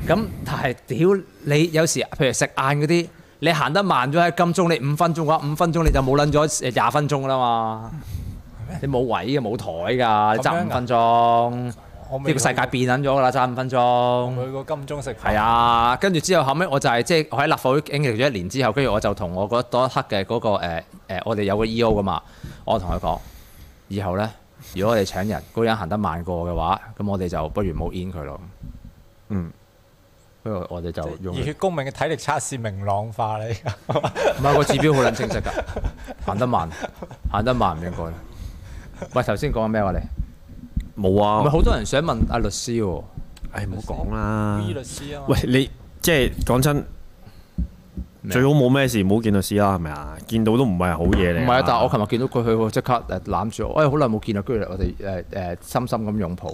S1: 咁但係屌你有時譬如食晏嗰啲，你行得慢咗喺金鐘，你五分鐘嘅話，五分鐘你就冇撚咗誒廿分鐘啦嘛。你冇位嘅，冇台㗎，你
S6: 咁樣
S1: 爭
S6: 㗎
S1: 五分鐘。
S6: 我
S1: 呢
S6: 未
S1: 個世界變緊咗㗎啦，爭五分鐘。
S6: 去過金鐘食飯
S1: 係，啊，跟住之後後尾我就係即係我喺立法會經歷咗一年之後，跟住我就同我嗰嗰一刻嘅嗰、個誒、呃呃我哋有個 E.O. 噶嘛，我同佢講，以後咧，如果我哋請人，嗰個人行得慢過嘅話，咁我哋就不如冇 in 佢咯。
S2: 嗯，
S1: 跟住我哋就用
S6: 熱血公民嘅體力測試明朗化你。
S1: 唔係個指標好撚清晰㗎，行得慢，行得慢唔應該啦。喂，頭先講緊咩話你？
S2: 冇
S1: 咪
S2: 啊，
S1: 好多人想問阿律師喎，
S2: 唉，唔好講啦。
S6: V 律師啊嘛
S2: 喂，，你即係講真，最好冇咩事，唔好見律師啦，係咪啊？見到都唔係好嘢
S1: 唔
S2: 嚟啊。
S1: 係啊，但係我琴日見到佢，佢喎即刻誒攬住我，哎，好耐冇見啦，跟住我哋誒誒深深咁擁抱。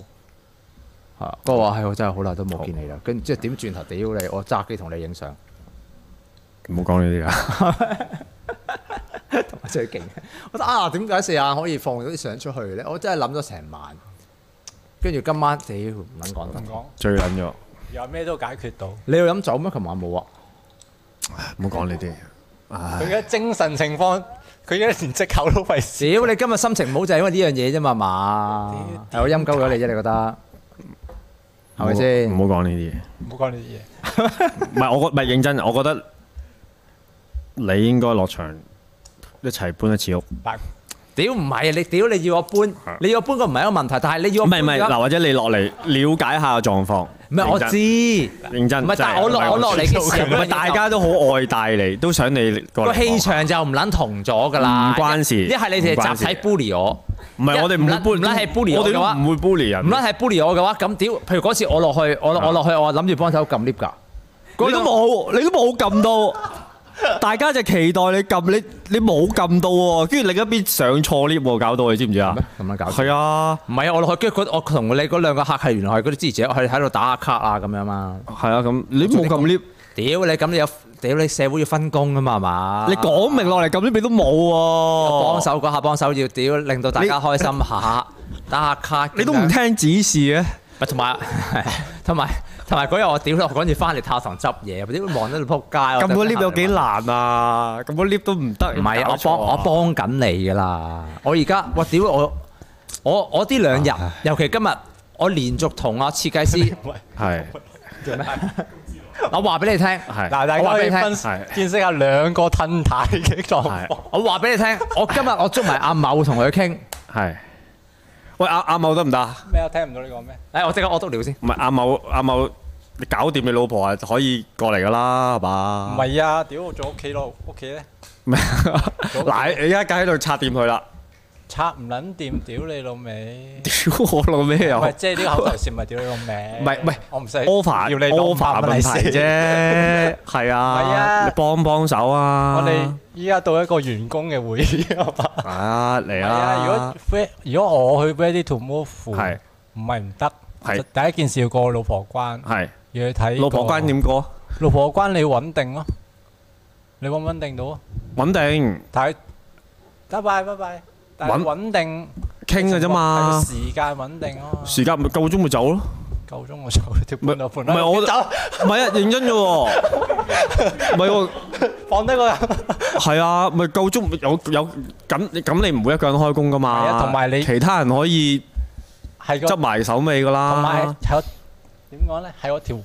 S1: 嚇！不過哎話係我真係好耐都冇見你啦，跟住即係點轉頭屌你，我揸機同你影相，
S2: 唔好講呢啲啊啦。
S1: 同埋最勁。我覺得啊，點解四眼可以放咗啲相出去咧？我真係諗咗成晚，跟住今晚屌唔撚講得
S6: 唔。講，
S2: 最撚咗，
S6: 又咩都解決到。
S1: 你要飲酒咩？琴晚冇啊。
S2: 唔好講呢啲。
S6: 佢而家精神情況，佢而家連隻口都費事。
S1: 屌你今日心情唔好就係因為呢樣嘢啫嘛係嘛，係我陰鳩咗你啫，你覺得係咪先？
S2: 唔好講呢啲嘢。
S6: 唔好講呢啲嘢。
S2: 唔係我覺，唔係認真，我覺得你應該落場一齊搬一次屋。
S6: 嗱，
S1: 屌唔係啊！你屌你要我搬，你要我搬個唔係一個問題，但係你要
S2: 唔
S1: 我
S2: 係唔
S1: 搬
S2: 係，
S1: 嘅話
S2: 嗱或者你落嚟了解下狀況。
S1: 唔係我
S2: 認真
S1: 知，唔
S2: 認
S1: 係
S2: 真。真係
S1: 但係我
S2: 唔係
S1: 落我落嚟嘅時
S2: 唔
S1: 候，
S2: 係大家都好愛戴你，都想你過嚟
S1: 個
S2: 講
S1: 氣場就唔撚同咗㗎啦，
S2: 唔關事
S1: 一係你哋
S2: 唔關
S1: 係集
S2: 事
S1: 體 bully 我，
S2: 唔係我哋唔會
S1: 一唔
S2: bully，
S1: 撚係 bully
S2: 我哋都
S1: 我嘅話
S2: 唔會 bully 人。啊
S1: 唔撚係 bully 我嘅話，咁屌，譬如嗰次我落去，我我落去，我諗住幫手撳 lift 㗎，
S2: 你都冇，你都冇撳到，大家就期待你撳，你你冇撳到喎，跟住另一邊上錯 lift 喎，搞到你知唔知啊？
S1: 咁樣搞掂。
S2: 係啊，
S1: 唔係啊，我落去，跟住嗰我同你嗰兩個客係原來係嗰啲支持者，佢喺度打下卡啊咁樣嘛。
S2: 係啊，咁你冇撳 lift，
S1: 屌你咁你有屌你社會要分工噶嘛係嘛？
S2: 你講明落嚟撳 lift 你都冇喎，
S1: 幫，手嗰下幫手要屌，令到大家
S2: 你
S1: 開心下，打下卡。
S2: 你都唔
S1: 咁樣，
S2: 聽指示嘅，
S1: 咪同埋 同埋同埋嗰日我屌我趕住翻嚟塔堂執嘢，點會望到你撲街？我就
S2: 撳個 lift
S1: 行
S2: 有幾
S1: 嚟
S2: 難啊？撳個 lift 都唔得，
S1: 唔係啊，
S2: 搞
S1: 我
S2: 錯啊
S1: 幫我幫緊你噶啦。我而家我屌我我我呢兩日，尤其今日，我連續同阿設計 師，
S2: 係
S1: 我話俾你聽，
S2: 係
S6: 嗱，大家可以分
S2: 係
S6: 見識下兩個吞太嘅狀 況。
S2: 係
S1: 我話俾你聽，我今日我捉埋阿某同佢傾，
S2: 係。喂，阿阿某得唔得啊？
S6: 咩啊？聽唔到你講咩？
S1: 誒，哎我即刻我督尿先。
S2: 唔係阿某阿某，你搞掂你老婆啊，可以過嚟噶啦，係
S6: 唔
S2: 嘛？
S6: 係啊！屌，我做屋企咯，屋企咧
S2: 咩？嗱，你而家喺度拆掂佢啦！
S6: 拆唔撚掂，屌你老味！
S2: 屌我老咩啊
S6: 唔係，即係呢個口頭禪咪屌你老味！
S2: 唔係唔係
S6: 我唔使
S2: ？offer
S6: 要你當
S2: offer
S6: 百蚊利
S2: 問
S6: 是
S2: 題。啫，係
S6: 係啊
S2: 啊，你幫幫手啊！
S6: 我哋依家到一個員工嘅 會議啊嘛。
S2: 係啊嚟
S6: 係啊，如果
S2: 啊！
S6: Fre- 如果我去 Ready to Move，
S2: 係
S6: 唔係唔得？
S2: 係
S6: 就第一件事要過老婆關，
S2: 係
S6: 要去睇
S2: 老婆
S6: 個
S2: 關點過？
S6: 老婆關你穩定咯，你穩唔穩定到啊？
S2: 穩定
S6: 但係拜拜拜拜，但係穩定
S2: 傾嘅啫
S6: 係個
S2: 嘛，
S6: 時間穩定咯，
S2: 時間咪夠鐘咪走咯。
S6: 夠鐘我就條
S2: 唔係
S6: 半到半
S2: 唔係我
S6: 走，
S2: 唔係啊，認真 嘅喎，唔係喎。
S6: 放低個人，
S2: 係啊，咪夠鐘有有咁咁，你唔會一個人開工噶
S6: 係
S2: 嘛？
S6: 啊同埋你
S2: 其他人可以
S6: 係個
S2: 執埋手尾噶啦。
S6: 同埋係我點講咧？係我條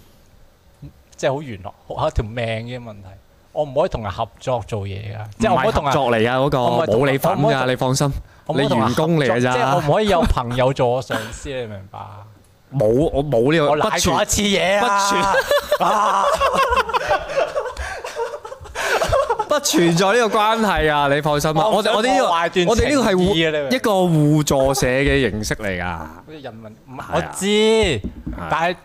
S6: 即係好玄學，係一條命嘅問題。我唔可以同人合作做嘢噶，即係我唔可以同
S2: 合
S6: 人
S2: 作嚟啊！嗰個
S6: 我唔係同
S2: 冇你份
S6: 我唔係
S2: 㗎，
S6: 同
S2: 你放心，
S6: 我
S2: 你
S6: 唔可以同人
S2: 員工嚟
S6: 合
S2: 㗎
S6: 作即係我
S2: 咋
S6: 唔，可以有朋友做我上司，你明白？
S2: 冇我冇呢個 不
S6: 我賴過一
S2: 傳
S6: 次嘢啊！
S2: 不存在呢個關係啊！你放心啊，
S6: 我唔
S2: 我
S6: 想
S2: 哋我哋呢個
S6: 破壞段
S2: 我哋呢個係
S6: 情義啊你明唔明
S2: 互一個互助社嘅形式嚟㗎。
S6: 好似人民，唔係
S2: 係
S6: 我
S2: 啊
S6: 知
S2: 啊，
S6: 但係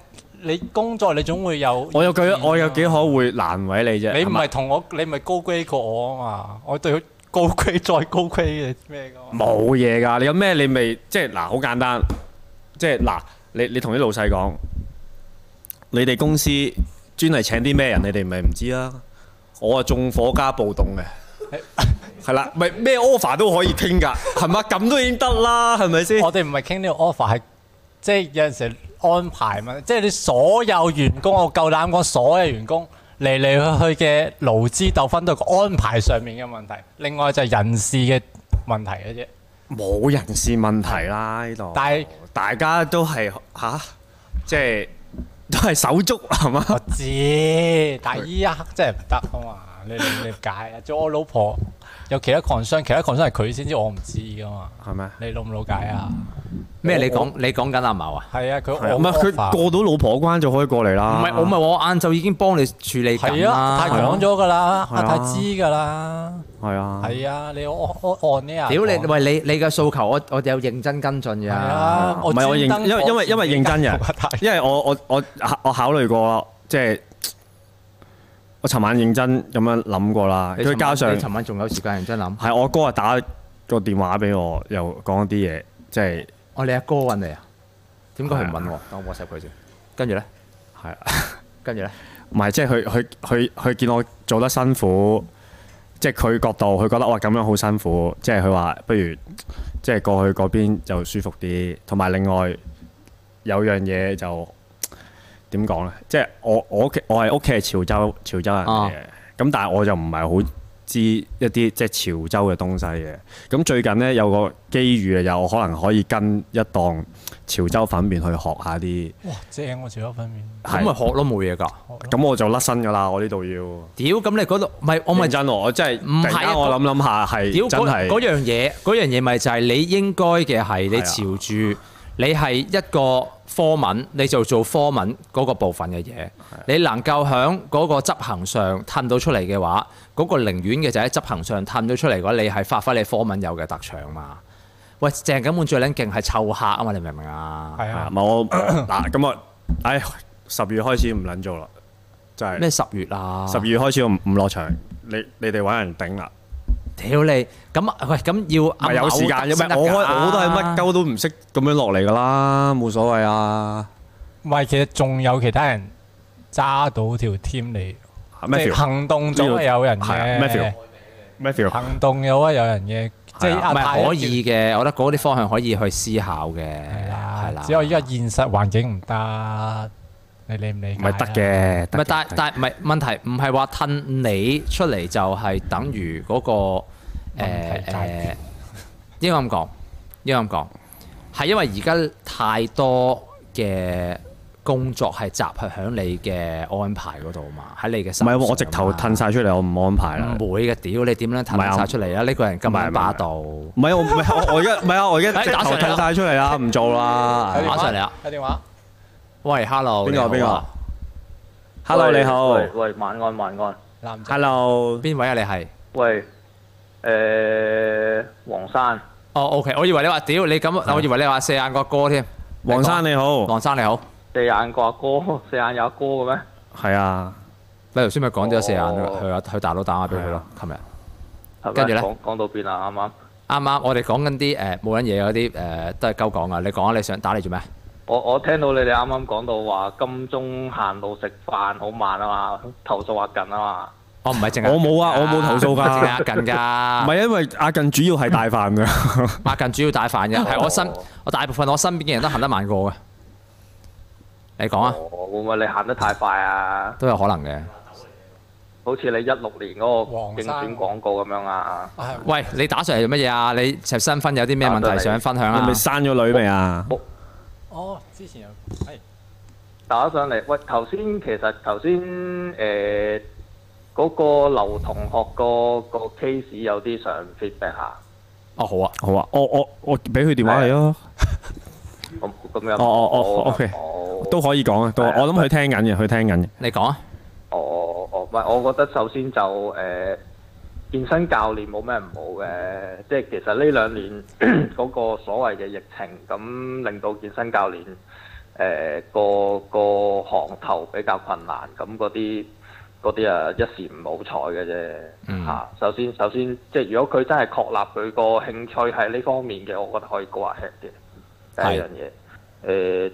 S6: 你工作你總會有。
S2: 我有幾我有幾？可會難為你啫？
S6: 你唔
S2: 係咪
S6: 係同我，你唔係高規過我啊嘛？我對佢高規再高規嘅咩噶嘛？
S2: 冇嘢㗎，你有咩你咪即係嗱，好簡單，即係嗱，你你同啲老細講，你哋公司專係請啲咩人，你哋咪唔知啦。我啊縱火加暴動嘅，係啦，咪咩 offer 都可以傾㗎，係嘛？咁都已經得啦，係咪先？
S6: 我哋唔係傾呢個 offer，係即係有陣時安排嘛。即係你所有員工，我夠膽講，所有員工嚟嚟去去嘅勞資糾紛都係個安排上面嘅問題，另外就係人事嘅問題嘅啫。
S2: 冇人事問題啦，呢度。
S6: 但係
S2: 大家都係吓，即係都係手足係嘛？
S6: 我知，但係依一刻真係唔得啊嘛！你你理解啊？做我老婆有其他 concern，其他 concern 係佢先知，我唔知噶嘛。
S2: 係咪？
S6: 你老唔老解啊？
S1: 咩？你講你講緊阿茂啊？
S6: 係啊，佢
S2: 嗯係啊
S6: 我
S2: 唔係佢過到老婆關就可以過嚟
S1: 唔
S2: 啦。
S1: 係，我咪話我晏晝已經幫你處理緊
S6: 係啊，阿
S1: 啦。
S6: 太講咗噶啦，
S2: 係啊
S6: 阿太知噶啦。
S2: 係啊，
S6: 係啊，你我我我按呢啊？
S1: 屌你！
S6: 係
S1: 喂，你你嘅訴求，我我有認真跟進㗎。
S6: 啊，
S2: 唔係我
S6: 專登
S2: 認，因為因為因為認 真
S6: 我自己
S2: 嘅，因為我我我我考慮過，即係我尋晚認真咁樣諗過啦。
S1: 你尋
S2: 佢
S1: 晚
S2: 加上
S1: 你尋晚仲有時間認真諗。
S2: 係我哥啊打個電話俾我，又講啲嘢，即係
S1: 哦，你阿哥揾你啊？點解佢唔揾
S2: 係
S1: 我？啊等我 WhatsApp 佢先。跟住咧，
S2: 係
S1: 跟住咧，
S2: 唔係即係佢佢佢佢見我做得辛苦，即係佢角度，佢覺得哇咁樣好辛苦，即係佢話不如即係過去嗰邊就舒服啲，同埋另外有樣嘢就點講咧，即係我我屋企我係屋企係潮州潮州人嚟嘅，咁、但係我就唔係好知一啲即係潮州嘅東西嘅。咁最近咧有個機遇啊，有可能可以跟一檔潮州粉麵去學下啲，
S6: 哇，正喎，潮州粉面。
S1: 咁咪
S2: 係
S1: 學咯，冇嘢㗎。
S2: 咁我就甩身㗎啦，我呢度要。
S1: 屌，咁你嗰度唔係我
S2: 我咪
S1: 咪
S2: 真喎，我真係
S1: 唔係啊
S2: 突然間我諗諗下係
S1: 屌
S2: 真
S1: 嗰嗰
S2: 係
S1: 樣嘢，嗰樣嘢咪就係你應該嘅係你
S2: 係啊
S1: 朝住你係一個科文，你就做科文嗰個部分嘅嘢。你能夠響嗰個執行上褪到出嚟嘅話，嗰、個寧願嘅就喺執行上褪咗出嚟嘅話，你係發揮你科文有嘅特長嘛。喂，鄭錦滿最撚勁係湊客啊嘛，你明唔明啊？
S6: 係
S2: 啊
S6: 啊
S2: 唔，係我嗱咁啊，唉十月開始唔撚做啦，就
S1: 咩
S2: 係
S1: 十月啊？
S2: 十月開始我唔唔落場，你你哋揾人頂啦，
S1: 屌你咁喂咁要
S2: 咪有時間
S1: 因
S2: 嘅咩？我
S1: 啊
S2: 我都係乜鳩都唔識咁樣落嚟噶啦，冇所謂啊，
S6: 唔係，其實仲有其他人揸到條 team 嚟，即係
S2: 啊 Matthew
S6: 行動總係有人
S2: 係啊，Matthew
S6: 嘅。
S2: Matthew
S6: 行動嘅話有人嘅，即啊
S2: 係
S6: 係
S1: 唔
S6: 阿太
S1: 係啊可以嘅，我覺得嗰啲方向可以去思考嘅，
S6: 啦
S1: 係，啦。
S6: 只係依家現實環境唔得，你理唔理
S2: 唔
S6: 解啊？
S2: 係得嘅，
S1: 唔係但
S2: 得嘅，得嘅
S1: 但唔係問題，唔係話褪你出嚟就係等於嗰、個誒
S6: 問題
S1: 誒，
S6: 解
S1: 應該咁講，應該咁講，係因為而家太多嘅工作係集合喺你嘅安排嗰度嘛，喺你嘅
S2: 唔
S1: 身上
S2: 係我直頭
S1: 嘛
S2: 褪晒出嚟，我唔安排啦。
S1: 唔會嘅，屌你點樣
S2: 唔係啊
S1: 褪晒出嚟啊？呢個人咁
S2: 唔係唔係
S1: 樣霸道，
S2: 唔係我唔係我我而家唔係啊，我而家
S1: 哎
S2: 直
S1: 打
S2: 頭
S1: 上嚟啦
S2: 褪晒出嚟啦，唔做啦。
S6: 有電話
S1: 打上嚟啊！
S6: 有電話，
S1: 喂，hello，
S2: 邊個
S1: 你
S2: 邊
S1: 好
S2: 個
S1: 啊？
S2: Hello
S4: 喂
S2: 你好
S4: 喂喂，晚安晚安。
S6: 男仔
S2: ，Hello。
S1: 邊位啊？你係？
S4: 喂，誒、黃生，
S1: 哦，OK，我以為你話屌你咁，我以為你話四眼個哥添。
S2: 黃生
S1: 你
S2: 你好，
S1: 講，黃生你好，
S4: 四眼個阿哥， 四眼有阿哥嘅咩？
S2: 係啊，
S1: 你頭先咪講咗四眼啊
S4: 哦
S1: 佢話佢大佬打電話俾佢
S2: 係
S1: 咯
S2: 啊，
S1: 琴日
S4: 係咪
S1: 跟住呢
S4: 講講到邊啊？啱啱
S1: 啱啱我哋講緊啲誒冇撚嘢嗰啲誒都係鳩講啊！你講啊，你想打你做咩？
S4: 我我聽到你哋啱啱講到話金鐘行路食飯好慢啊嘛，投訴壓緊啊嘛。
S1: 哦我唔係淨係
S2: 我冇啊，我冇投訴
S1: 淨係呃
S2: 㗎，
S1: 緊
S2: 唔
S1: 㗎，
S2: 係因為阿近主要係大飯 㗎，
S1: 呃緊主要大飯嘅，係我身
S4: 哦
S1: 我大部分我身邊嘅人都行得慢過我嘅。你講啊，
S4: 哦，會唔會你行得太快啊？
S1: 都有可能嘅。
S4: 好似你一六年嗰個
S6: 黃
S4: 競
S6: 生
S4: 選廣告咁樣啊？
S6: 啊係
S1: 喂，你打上嚟做乜嘢啊？你石新婚有啲咩問題想分享
S2: 你
S1: 啊
S2: 咪？生咗女未啊？
S6: 哦，之前有係
S4: 打上嚟，喂，頭先其實頭先誒嗰個劉同學個個 case 有啲想 feedback 下，
S1: 哦，好啊，
S2: 好啊，我我我俾佢電話你咯，
S4: 咁咁樣
S2: 哦哦哦
S4: 好
S2: OK
S4: 好
S2: 都可以講啊，都我
S4: 係啊
S2: 諗佢聽緊嘅，佢聽緊嘅，
S1: 你講啊。
S4: 哦哦，唔係，我覺得首先就誒、呃健身教練冇咩唔好嘅，即係其實呢兩年 嗰個所謂嘅疫情，咁令到健身教練誒、呃、個個行頭比較困難，咁嗰啲嗰啲啊一時唔好彩嘅啫
S1: 嗯
S4: 嚇。首先首先，即係如果佢真係確立佢個興趣係呢方面嘅，我覺得可以高壓吃嘅。第一樣嘢，誒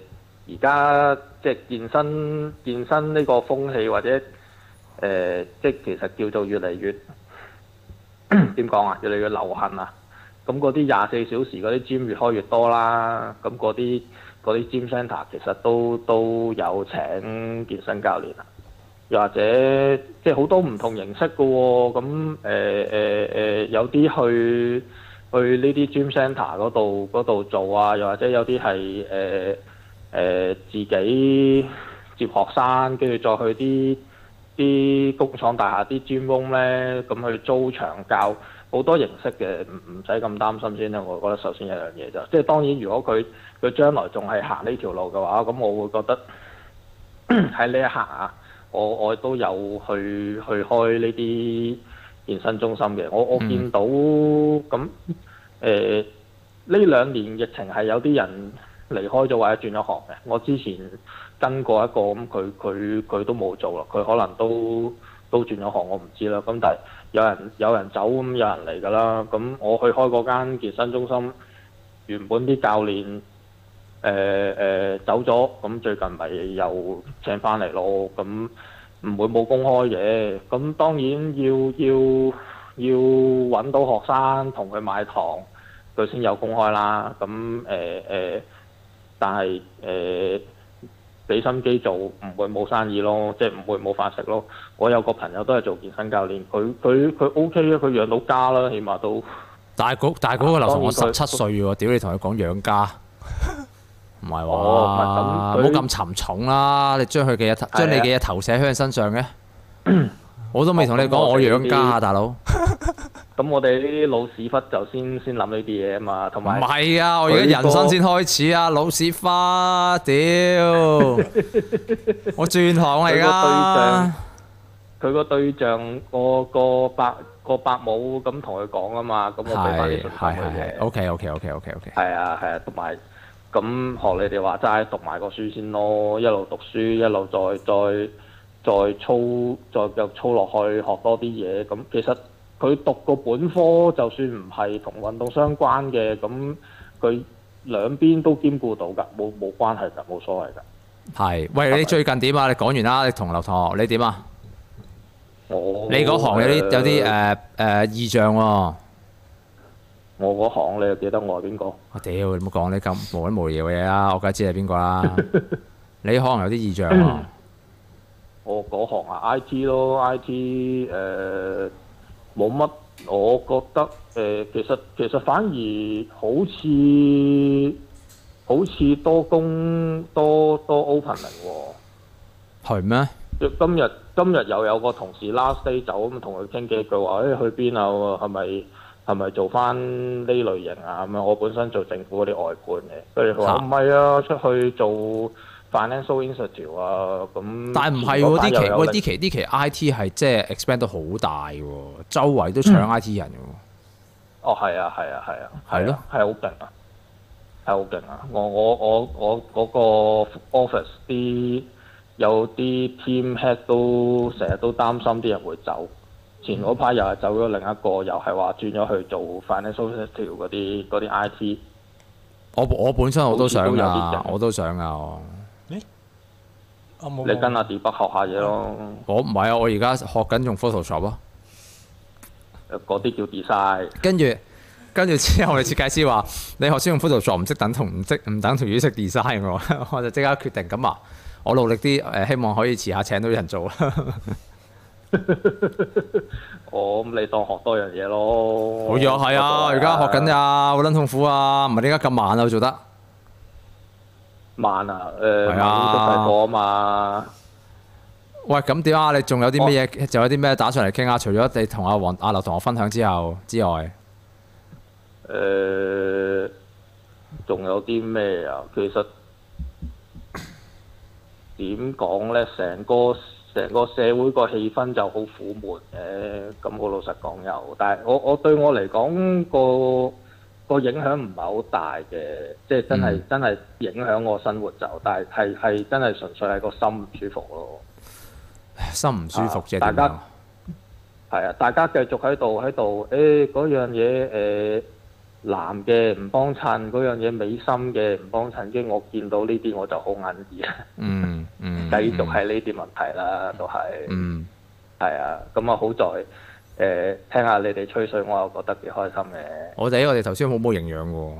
S4: 而家即係健身健身呢個風氣或者誒、呃即係其實叫做越嚟越 點講啊，越嚟越流行啊。咁嗰啲廿四小時嗰啲 gym 越開越多啦，咁嗰啲嗰啲 gym centre 其實都都有請健身教練啊，又或者呃即係好多唔同形式嘅喎、咁誒誒誒有啲去。去去呢啲 gym centre 嗰度嗰度做啊，又或者有啲係呃誒誒自己接學生，跟住再去啲啲工廠大廈啲 gym room 咧，咁去租場教。好多形式嘅，唔唔使咁擔心先啦。我覺得首先一樣嘢就，即係當然，如果佢佢將來仲係行呢條路嘅話，咁我會覺得喺呢一刻啊，我我都有去去開呢啲健身中心嘅。我我見到咁誒呢兩年疫情係有啲人離開咗或者轉咗行嘅。我之前跟過一個咁，佢佢佢都冇做啦，佢可能都都轉咗行，我唔知啦。咁但係有人有人走咁，有人嚟㗎啦。咁我去開嗰間健身中心，原本啲教練。誒誒、呃走咗，咁最近咪又請翻嚟咯，咁唔會冇公開嘅，咁當然要要要揾到學生同佢買堂，佢先有公開啦，咁誒誒，但係誒俾心機做，唔會冇生意咯，即係唔會冇飯食咯。我有個朋友都係做健身教練，佢佢佢 OK 啊，佢養到家啦，起碼都。
S1: 但係嗰但係嗰個劉同我
S4: 當
S1: 十
S4: 然
S1: 七
S4: 佢
S1: 歲喎，屌你同佢講養家，唔係話
S4: 哦
S1: 唔
S4: 唔
S1: 好
S4: 係咁佢
S1: 咁沉重啦！你將佢嘅嘢投
S4: 係啊
S1: 將你嘅嘢投射喺佢身上 嘅，我都未同你講
S4: 哦咁
S1: 我
S4: 我哋
S1: 養家啊，
S4: 啲
S1: 大佬。
S4: 咁我哋呢啲老屎忽就先先諗呢啲嘢啊嘛，同
S1: 唔
S4: 埋
S1: 係啊！我而家人生先開始啊，老屎花，屌！ 我轉行嚟
S4: 佢個對
S1: 㗎
S4: 象。，佢個對象個個伯個伯母咁同佢講啊嘛，咁我俾
S1: 係
S4: 翻啲信息
S1: 係係係
S4: 佢嘅。
S1: ，OK OK OK OK OK。
S4: 係啊係啊，同埋咁學你哋話齋讀埋個書先咯，一路讀書一路再再再操再繼續操落去學多啲嘢。咁其實佢讀個本科就算唔係同運動相關嘅，咁佢兩邊都兼顧到㗎，冇冇關係㗎，冇所謂㗎。
S1: 係，喂，你最近點啊？你講完啦，你同劉同學你點啊？
S4: 我呃
S1: 你嗰行有啲有啲誒誒異象喎、
S4: 我嗰行你又記得我係邊個？
S1: 我屌，你唔好講啲咁無厘無聊嘅嘢啦，我梗係知係邊個啦。 你可能有啲異象喎、
S4: 我嗰行啊 I T 咯，I T 誒冇乜，我覺得誒、呃其實其實反而好似好似多工多多 opening 喎、
S1: 係咩？
S4: 即係今日今日又有個同事 last day 走咁，同佢傾幾句話，誒、去邊啊？係咪係咪做翻呢類型啊？咁樣我本身做政府嗰啲外判嘅，跟住佢話
S1: 嚇
S4: 唔係啊，出去做 financial institute 啊，咁
S1: 但係唔係
S4: 前嗰
S1: 喎？
S4: 排
S1: 呢期
S4: 又有
S1: 喂，
S4: 另
S1: 呢期呢期 I T 係即係 expand 到好大喎，周圍都
S4: 嗯
S1: 搶 I T 人喎。
S4: 哦，係啊，係啊，係啊，
S1: 係咯
S4: 啊，係好勁啊，係好勁啊！我我我我嗰個 office 啲有啲 team head 都成日都擔心啲人會走，前嗰排又係走咗另一個，又係話轉咗去做 financial institute 嗰啲嗰啲 IT。
S1: 我我本身我都想
S4: 好似都有啲
S1: 啊，
S4: 人
S1: 我都想啊。我
S6: 我冇
S4: 你跟阿迪北學下嘢咯，
S1: 我唔係啊，我而家學緊用 Photoshop 啊咯。
S4: 嗰啲叫 design。
S1: 跟住跟住之後，我哋設計師話：你學先用 Photoshop 唔識等同唔識唔等同於識 design 喎， 我就即刻決定咁啊！我努力啲誒、呃希望可以遲下請到人做啦。
S4: 啊我咁你當學多樣嘢咯。
S1: 好似 我係啊，而家學緊啊，好撚痛苦啊，唔係點解咁慢啊？我做得
S4: 慢啊，
S1: 係
S4: 誒、慢
S1: 啊
S4: 啲都細個啊嘛。
S1: 喂，咁點啊？你仲有啲咩嘢？仲有啲咩打上嚟傾啊？除咗你同阿黃阿劉同我分享之後之外，
S4: 誒、呃仲有啲咩啊？其實點講呢？成個成個社會個氣氛就好苦悶嘅。咁我老實講有，但係我我對我嚟講個個影響唔係好大嘅，即係真係、
S1: 嗯
S4: 真係影響我生活就，但係係係真係純粹係個心唔舒服咯。
S1: 心唔舒服啫，
S4: 啊大
S1: 點
S4: 家
S1: 樣？
S4: 係啊，大家繼續喺度喺度，誒嗰、樣嘢誒、男嘅唔幫襯，嗰樣嘢美心嘅唔幫襯，跟住我見到呢啲我就好眼熱，
S1: 嗯嗯，
S4: 繼續係呢啲問題啦，都係
S1: 嗯。
S4: 係啊，咁啊好在誒、聽下你哋吹水，我又覺得 幾開心嘅，
S1: 我哋我哋頭先好冇營養喎，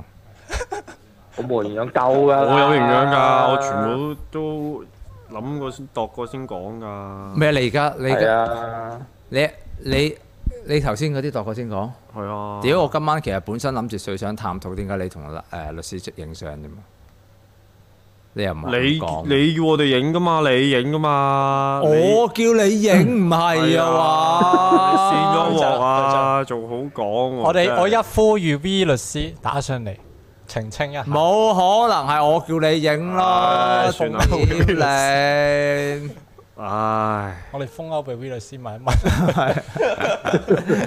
S4: 好冇營養夠㗎啦
S2: 我有營養㗎，我全部都諗過先度過先講㗎。
S1: 咩？你而家你而
S4: 嗯係
S1: 家
S4: 啊，
S1: 你你你頭先嗰啲度我先講。
S2: 係啊，
S1: 屌！我今晚其實本身諗住最想探討點解你同誒、律師即影相啫嘛，你又唔係咁講
S2: 你你叫我哋影噶嘛？你影噶嘛？你
S1: 我叫你影唔係啊嘛，
S2: 你跣咗 鑊啊！仲好講喎。
S6: 我哋
S2: 真係
S6: 我一呼籲 V 律師打上嚟澄清一下。
S1: 冇可能係我叫你影 咯，
S2: 唉
S1: 算
S2: 算
S1: 啦
S2: 啦，
S1: 你
S2: 唉，
S6: 我哋封歐俾 V 律師問一 問，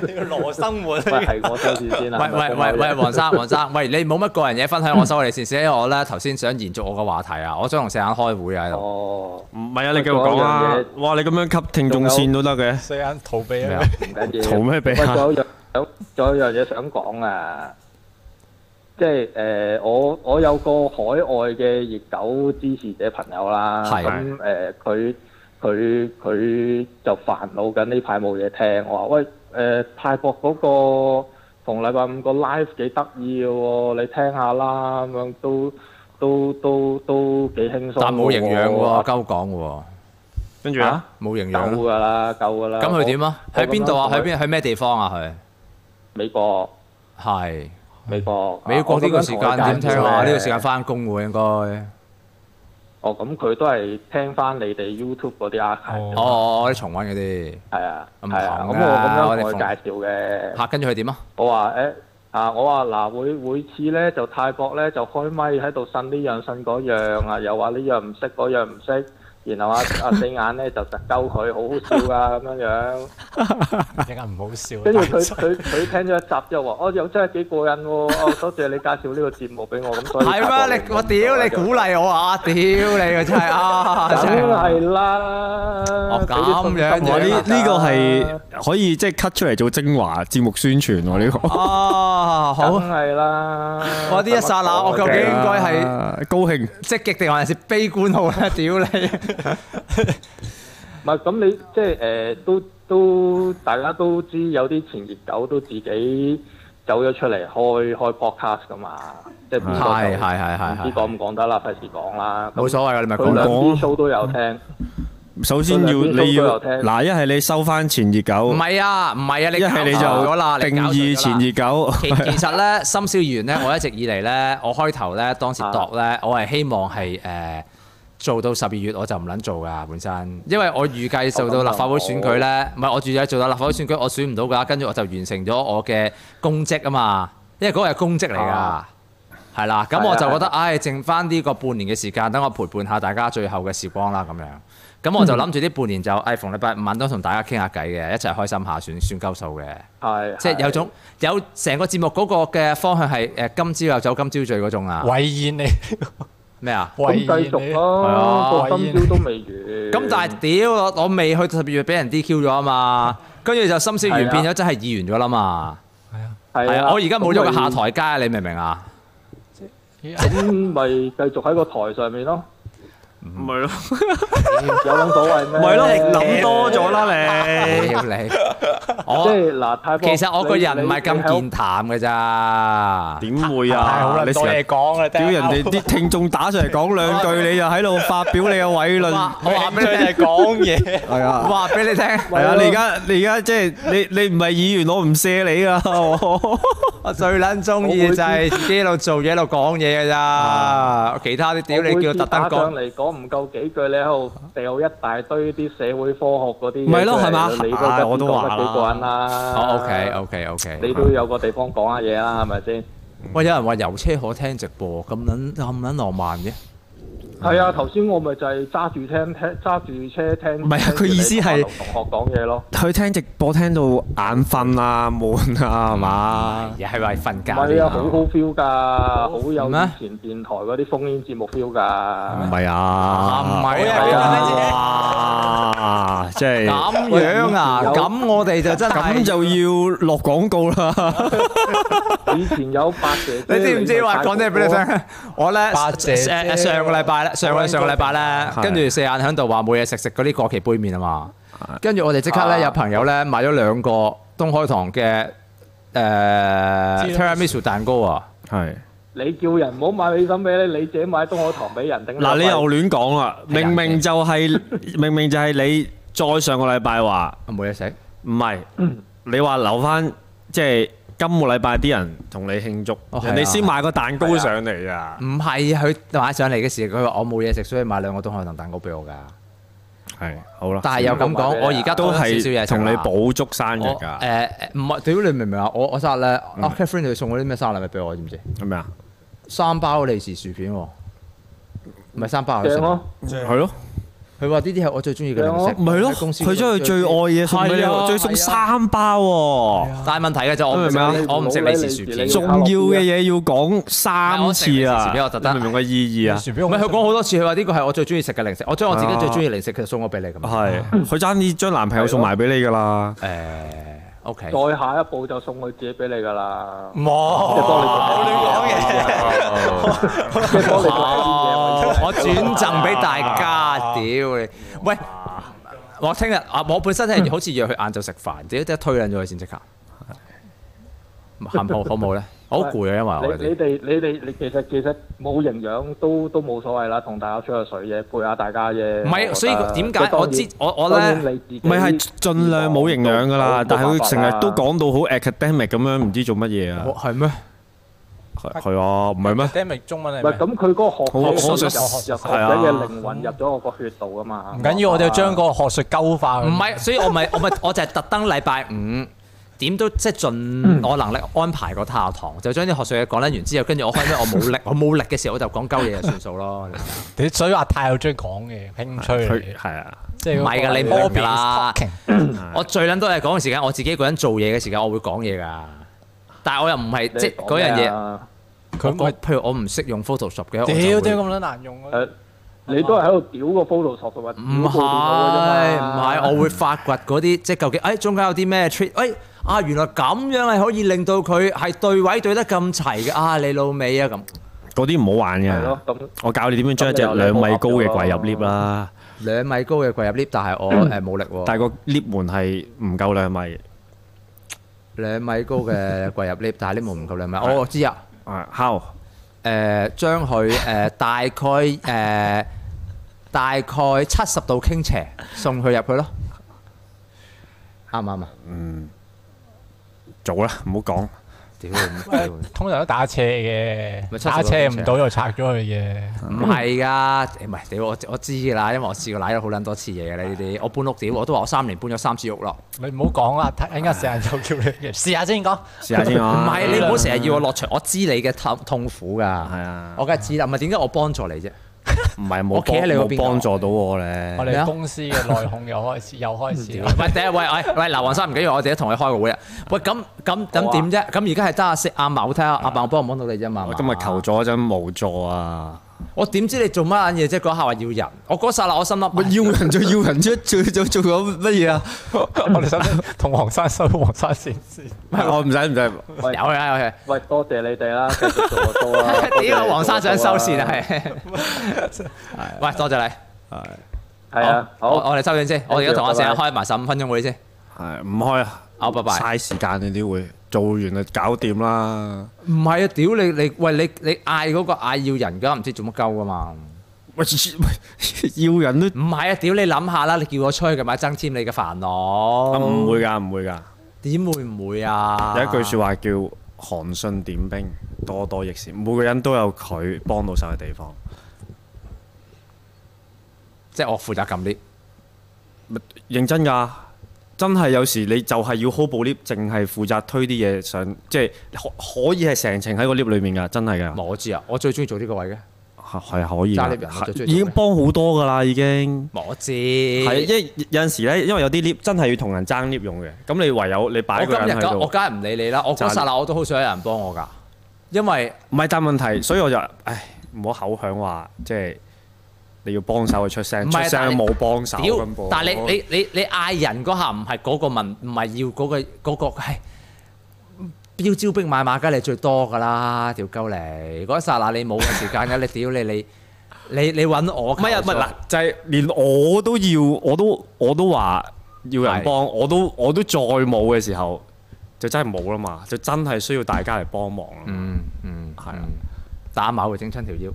S6: 你要羅生活。
S8: 喂，係我收住先啦。
S4: 啊
S1: 喂喂喂喂，黃生 黃生，喂你冇乜個人嘢分享，我收你先先，因為我咧頭先想延續我個話題啊，我想同四眼開會啊喺度。
S8: 哦，
S2: 唔係啊！你繼續講啊
S8: 仲！
S2: 哇，你咁樣吸聽眾線都得嘅，
S6: 四眼逃避
S1: 咩啊！
S6: 啊
S8: 唔緊要。
S2: 嘈咩鼻
S8: 喂，仲
S2: 啊？
S8: 有樣想，仲有樣嘢想講
S5: à,
S8: 啊！即係誒、
S5: ờ,
S8: 呃我我有個海外嘅熱狗支持者朋友啦，
S1: 係
S8: 咁
S5: ờ,
S8: 誒，佢佢佢就煩惱緊呢排冇嘢聽。我話喂誒、
S5: ờ,
S8: 呃泰國嗰、個同禮拜五個 live 幾得意嘅
S5: ờ,
S8: 喎，你聽下啦，
S5: vâng.
S8: 咁樣都都都都幾輕鬆。
S1: 但冇營養喎，
S8: 喎，
S1: 鳩講喎，
S2: 跟住啊，
S1: 冇營
S8: 夠
S1: 養。
S8: 㗎啦，夠㗎啦。
S1: 咁佢點啊？
S8: 我
S1: 喺邊度啊？
S8: 我
S1: 喺
S8: 咁樣
S1: 邊？喺咩地方啊？佢
S8: 美國。
S1: 係
S8: 美
S4: 哦
S2: 啊
S8: 國，
S1: 美國呢個時間點聽啊？
S8: 我咁樣同佢介紹
S1: 呢個時間翻工喎應該。
S2: 啊
S8: 哦，咁佢都係聽翻你哋 YouTube 嗰啲 a
S6: 哦
S1: 哦哦，啲重温嗰啲。
S8: 係啊，
S1: 唔
S8: 係啊，
S1: 同
S8: 咁
S1: 㗎
S8: 我咁樣
S1: 我
S8: 同
S1: 哋
S8: 佢介紹嘅，
S1: 嚇，跟住佢點啊？
S8: 我話誒啊，我話嗱，每每次咧就泰國咧就開咪喺度呻呢樣呻嗰樣啊，又話呢樣唔識嗰樣唔識，然 後啊啊四眼咧就實鳩佢，好好笑噶咁樣 樣，
S6: 一間唔好笑啊。
S8: 跟住
S6: 大
S8: 佢
S6: 佬
S8: 佢佢聽咗一集之後話，哦又真係幾過癮喎，哦多謝你介紹呢個節目俾我，咁所以
S2: 啊
S1: 係咩？你我屌你鼓勵我啊！屌你啊！真係 啊！
S8: 梗
S1: 真係
S8: 係啦，
S1: 哦
S8: 俾啲信心
S1: 咁樣
S8: 我
S2: 哇！呢
S1: 樣
S8: 啦
S2: 呢個係可以即係 cut 出嚟做精華節目宣傳喎。呢個
S1: 啊！好，
S8: 梗係啦！
S1: 我呢一剎那，我究竟應該係
S2: 係高興。
S1: 積極定還是悲觀好 咧？屌你！
S8: 唔係咁你即係誒、呃都都大家都知有啲前熱狗都自己走咗出嚟開開 podcast 噶嘛，即
S2: 嗯
S8: 係邊個
S1: 係
S8: 就
S1: 係係係
S8: 唔
S1: 係
S8: 知講唔講得啦，費事講啦。咁
S1: 冇所謂㗎，你咪
S8: 佢
S1: 講啦
S8: 兩。
S2: 講
S8: 邊 show 都有聽，
S2: 首先要
S8: 佢兩邊
S2: 你
S8: 都
S2: 要
S8: 有聽
S2: 嗱，一係你收翻前熱狗
S1: 唔，係啊，唔係啊，你
S2: 一係你
S1: 搞錯咗啦，
S2: 就
S1: 你
S2: 定
S1: 搞錯
S2: 義
S1: 咗啦
S2: 前熱狗。
S1: 其其實咧，深宵議員咧，我一直以嚟咧，我開頭咧當
S8: 啊
S1: 時度咧，我係希望係誒、呃做到十二月我就唔撚做噶本身，因為我預計做
S8: 哦
S1: 到立法會選舉咧，唔係我預計做到立法會選舉我選唔到噶，跟住我就完成咗我嘅公職啊嘛，因為嗰個係公職嚟噶
S8: 啊。
S1: 係啦，咁
S8: 係啊
S1: 我就覺得，
S8: 係
S1: 唉，剩翻呢個半年嘅時間，等我陪伴下大家最後嘅時光啦，咁樣。咁
S8: 嗯
S1: 我就諗住呢半年就，唉，逢禮拜五晚都同大家傾下偈嘅，一齊開心下，算算鳩數嘅。
S8: 係
S1: 即係有種有成個節目嗰個嘅方向係誒今朝有酒今朝醉嗰種啊
S6: 遺言你，
S1: 咩啊？
S8: 咁
S6: 遺
S8: 繼
S6: 言
S8: 續
S6: 你。
S1: 係啊
S8: 咯，到今朝都未
S1: 咁
S8: 完。
S1: 但係屌我我未去到十二月俾人 DQ 咗啊嘛，跟住就深宵完變咗真係議員咗啦嘛。係
S8: 係
S1: 啊，
S8: 啊，
S1: 我而家冇咗個下
S8: 咁
S1: 台階，你明唔明啊？
S8: 咪，咁咪繼續喺個台上面咯，
S2: 唔係咯，
S8: 有撚所謂咩？
S2: 唔係咯，諗多咗啦你。
S1: 屌你！
S8: 即
S1: 我
S8: 係嗱，泰國
S1: 其實我個人唔係咁
S8: 你你
S1: 健談嘅咋。
S2: 點會
S6: 唉好
S2: 啊？
S6: 啦，
S2: 你
S6: 多
S2: 成
S6: 嘢
S2: 日
S6: 講啦，
S2: 屌人哋啲聽眾打上嚟講兩句，你就喺度發表你嘅偉論。
S1: 哇我
S6: 我
S1: 話
S6: 話
S1: 俾
S6: 俾
S1: 你
S6: 你
S1: 聽，
S6: 講嘢，
S2: 係
S1: 我
S2: 啊。
S1: 話俾你聽，
S2: 係
S1: Ừ.
S2: 啊！你而家你而家即係你你唔係議員，我唔卸你啊！我
S1: 我 最撚中意就係自己喺度做嘢喺度講嘢嘅咋，其他啲屌你叫特登
S8: 打上
S1: 講。
S8: 嚟講唔夠幾句，你喺度掉一大堆啲社會科學嗰啲嘢出嚟，
S2: 唔係咯係嘛
S8: 你都
S2: 唉我都話啦
S8: 得幾個人啦。
S1: 哦，OK Ờ, OK OK。
S8: 你都有個地方講下嘢啦，係咪先？
S1: 喂，有人話遊車可聽直播，咁撚咁撚浪漫嘅。
S8: 係啊，頭先我咪就係揸住聽聽揸住車聽。
S2: 唔係啊佢意思係
S8: 聽住你同學講嘢咯。
S2: 去聽直播聽到眼瞓啊、悶啊，係嘛？
S1: 而係咪瞓覺
S8: 唔
S1: 呢？
S8: 係啊，好好 feel 㗎，好有
S1: 咩
S8: 以前電台嗰啲烽煙節目 feel 㗎。
S2: 係啊
S1: 唔係
S6: 好嘢
S1: 啊，
S2: 啊！哇！即係
S1: 咁樣啊，
S8: 有
S1: 咁我哋就真係
S2: 咁就要落廣告啦。
S8: 以前有白姐姐，
S1: 你知唔知話講啲嘢俾你聽？ 我咧
S6: 八姐姐
S1: 誒誒上個禮拜咧，上個上個禮拜咧，
S2: 係
S1: 跟住四眼喺度話冇嘢食，食嗰啲過期杯麵啊嘛。跟住我哋即
S2: 啊
S1: 刻咧有朋友咧買咗兩個東海堂嘅誒 tiramisu 蛋糕啊！
S2: 係
S8: 你叫人唔好買美心俾你，你自己買東海堂俾人頂。
S2: 嗱，你又亂講啦！
S1: 係啊
S2: 明明就係明明就係你再上個禮拜話
S1: 冇嘢食，
S2: 唔係，你話留翻即係今個禮拜啲人同你慶祝，
S1: 哦係啊
S2: 人哋先買個蛋糕上嚟啊！
S1: 唔係佢買上嚟嘅時候，佢話我冇嘢食，所以買兩個東海龍蛋糕俾我㗎。
S2: 係好啦，
S1: 但係又咁講，我而家
S2: 啊都
S1: 多咗少少
S2: 係
S1: 嘢食
S2: 同你
S1: 啦
S2: 補足生日
S1: 我
S2: 㗎，
S1: 誒誒唔係，屌你明唔明啊？我我生日咧，
S2: 嗯
S1: 阿 Catherine 佢送嗰啲咩生日禮物俾我，知唔知？
S2: 係咪啊？
S1: 三包利是薯片喎，唔係三包。
S5: 正咯、
S2: 係咯，
S1: 佢話呢啲係我最中意嘅零食，
S2: 唔係咯，
S1: 喺公司
S2: 佢將佢最愛嘅嘢送俾你
S1: 係
S2: 喎，
S1: 啊
S2: 最送三包喎。
S1: 但係問題嘅就我唔食
S2: 明唔
S5: 明啊
S1: 我唔食利是薯片。
S5: 你
S2: 重要嘅嘢要講三次
S1: 唔係我食零食時
S2: 啊！
S1: 俾我特登
S2: 你明唔明個意義啊？
S6: 薯片
S1: 唔
S6: 我
S1: 係佢講好多次，佢話呢個係我最中意食嘅零食，我將我自己最中意零食其實送我俾你咁。
S2: 係，佢爭啲將男朋友送埋俾你㗎啦。
S1: 誒，OK，
S5: 再下一步就送佢自己俾你㗎啦，即係幫你做啲嘢。
S1: 哦 我轉贈俾大家，屌你！喂，我聽日啊，我本身係好似約佢晏晝食飯，屌即係推撚咗佢先即 刻。行好好冇咧？我好攰啊，因為我有
S5: 你你
S1: 啲
S5: 哋你哋你其實其實冇營養都都冇所謂啦，同大家吹下水啫，陪下大家啫。
S1: 唔係，
S5: 我
S1: 所以
S5: 覺得
S1: 點
S5: 即
S1: 解
S5: 係當
S1: 我
S5: 然
S1: 知我我
S5: 當
S1: 咧
S5: 然？你自己
S2: 唔係係盡量冇營養㗎啦，
S5: 冇
S2: 但係
S5: 辦法
S2: 佢成日
S5: 啦
S2: 都講到好 academic 咁樣，唔知做乜嘢啊
S1: 我？係咩？
S2: 係係啊，唔係咩？
S6: d a m 中文
S5: 唔係
S6: 係
S5: 咁，
S6: 咩？
S5: 佢嗰個學
S2: 好
S5: 入
S2: 好
S5: 入學
S2: 想
S5: 者
S2: 係啊
S5: 嘅靈魂入咗我個血度啊嘛。
S6: 唔緊要，我哋要將個學術勾化佢。
S1: 唔係，所以我 咪我咪我就係特登禮拜五點都即係盡我能力安排個下堂，就將啲學術嘢講撚完之後，跟住我開咩我冇力， 我冇力嘅時候我就講鳩嘢就算數咯。
S6: 你所以話太有中意講嘅興趣嚟
S2: 佢
S6: 嘅，
S2: 係啊，
S6: 即係
S1: 唔係㗎你唔明㗎啦
S6: Hobbies talking
S1: 我最撚多係講嘅時間，我自己一個人做嘢嘅時間，我會講嘢㗎。但係我又唔係即係嗰樣嘢，
S5: 嘢，
S1: 我
S6: 佢
S1: 講
S6: 咪
S1: 譬如我唔識用 Photoshop 嘅，我就
S6: 屌
S1: 會
S6: 屌咁撚難用啊！
S5: 誒，呃你都係喺度屌個 Photoshop 同埋
S1: 唔
S5: 屌
S1: 係
S5: 部電腦嘅啫
S1: 唔
S5: 嘛
S1: 係，我會發掘嗰啲 即係究竟，誒、哎中間有啲咩 trick？誒、啊原來咁樣係可以令到佢係對位對得咁齊嘅啊！你老味啊咁，
S2: 嗰啲唔好玩
S5: 係
S2: 㗎
S5: 咯。咁
S2: 我教你點樣將一隻兩米高嘅櫃入 lift 啦，
S1: 兩米高嘅跪入 lift，但嗯係我誒冇力喎。
S2: 但係個 lift 門係唔夠兩米，
S1: 兩米高嘅跪入 lift，但係 lift 門唔夠兩米。我知啊，
S2: 啊敲
S1: 誒、將佢誒、大概誒、大概七十度傾斜，送佢入去咯。啱唔啱啊？
S2: 做啦，唔好講。
S1: 屌你屌你
S6: 通常都打斜嘅，
S1: 咪七十
S6: 打
S1: 度
S6: 斜
S1: 傾斜
S6: 唔到就拆咗佢嘅。
S1: 唔係㗎，唔係屌我我知㗎啦，因為我試過舐咗好撚多次嘢㗎啦呢啲。我搬屋屌，我都話我三年搬咗三次屋咯。
S6: 你唔好講啦，睇陣間成日又叫你嘅，試下先講。
S2: 試下先
S1: 唔
S2: 啊。
S1: 係你唔好成日要我落場，我知你嘅痛痛苦㗎。係
S2: 啊
S1: 我梗係知啦。唔係點解我幫助你啫？
S2: 唔係
S1: 我
S2: 冇
S1: 企喺
S2: 幫
S1: 你嗰邊㗎
S2: 冇幫助到我咧
S6: 我。
S1: 咩啊
S6: 哋公司嘅內控又開始，又開始啦。
S1: 喂，第一喂，喂 喂，嗱，黃生唔緊要，我哋一同你開個會啊。喂，咁咁
S2: 啊
S1: 咁點啫？咁而家係得阿四阿茂睇下阿茂幫唔幫到你啫嘛。
S2: 我
S1: 係嘛
S2: 今日求咗嗰陣無助啊！
S1: 我點知你做乜撚嘢啫？嗰下話要人，我嗰剎那我心諗，
S2: 要人就要人啫，做做做咗乜嘢啊？
S6: 我哋想同黃生收黃生先先。
S2: 我唔使唔使，
S5: 喂
S1: 有啊有啊。。
S5: 喂，多謝你哋啦，繼續做我多啦
S1: 屌，黃生想收線啊，
S5: 係
S1: 係。喂，多謝你。
S5: 係啊，
S1: 我
S5: 好
S1: 我哋收線先，我哋而家同阿四眼開埋十五分鐘會先。
S2: 係唔開啊？
S1: 好拜拜
S2: 嘥時間你啲會做完就搞掂啦。
S1: 唔係啊，屌你你喂你你嗌嗰個嗌要人噶，唔知做乜鳩噶嘛？
S2: 喂， 要人都
S1: 唔係啊，屌你諗下啦，你叫我出去嘅咪增添你嘅煩
S2: 啊
S1: 惱。
S2: 唔會㗎，唔會㗎。
S1: 點會唔會啊？
S2: 有一句説話叫韓信點兵，多多益善。每個人都有佢幫到手嘅地方。
S1: 即係我負責撳 lift。
S2: 認真㗎，真係有時你就係要 hold 部 lift，淨係負責推啲嘢上，即係可可以係成程喺個 lift 裏面㗎，真係㗎。
S1: 我知啊，我最中意做呢個位嘅。
S2: 係係可以
S1: 揸 lift 人
S2: 㗎，
S1: 我最中意做
S2: 係
S1: 咩
S2: 已經幫好多㗎啦，已經。
S1: 我知。
S2: 係，
S1: 係
S2: 因為有陣時咧，因為有啲 lift 真係要同人爭 lift 用嘅，咁你唯有你擺
S1: 我
S2: 一個
S1: 今日
S2: 人喺
S1: 咁，我
S2: 度。
S1: 梗係唔理你啦。我嗰剎那我都好想有人幫我㗎，因為
S2: 唔係，但問題，所以我就唉，唔好口響話，即係你要幫手去出聲，
S1: 唔
S2: 出
S1: 係但係
S2: 聲冇幫手
S1: 屌
S2: 咁噃。，
S1: 但係你你你你嗌人嗰下唔係嗰個問，唔係要嗰個嗰個係標招兵買馬㗎，你最多㗎啦，屌鳩你！嗰一剎那你冇嘅時間㗎，你屌你你你你揾我唔
S2: 唔係啊，唔係嗱，就係連我都要，我都我都話要人幫，我都我都再冇嘅時候，就真係冇啦嘛，就真係需要大家嚟幫忙啦。
S1: 嗯嗯
S2: 係啊
S1: 嗯打馬會整親條腰。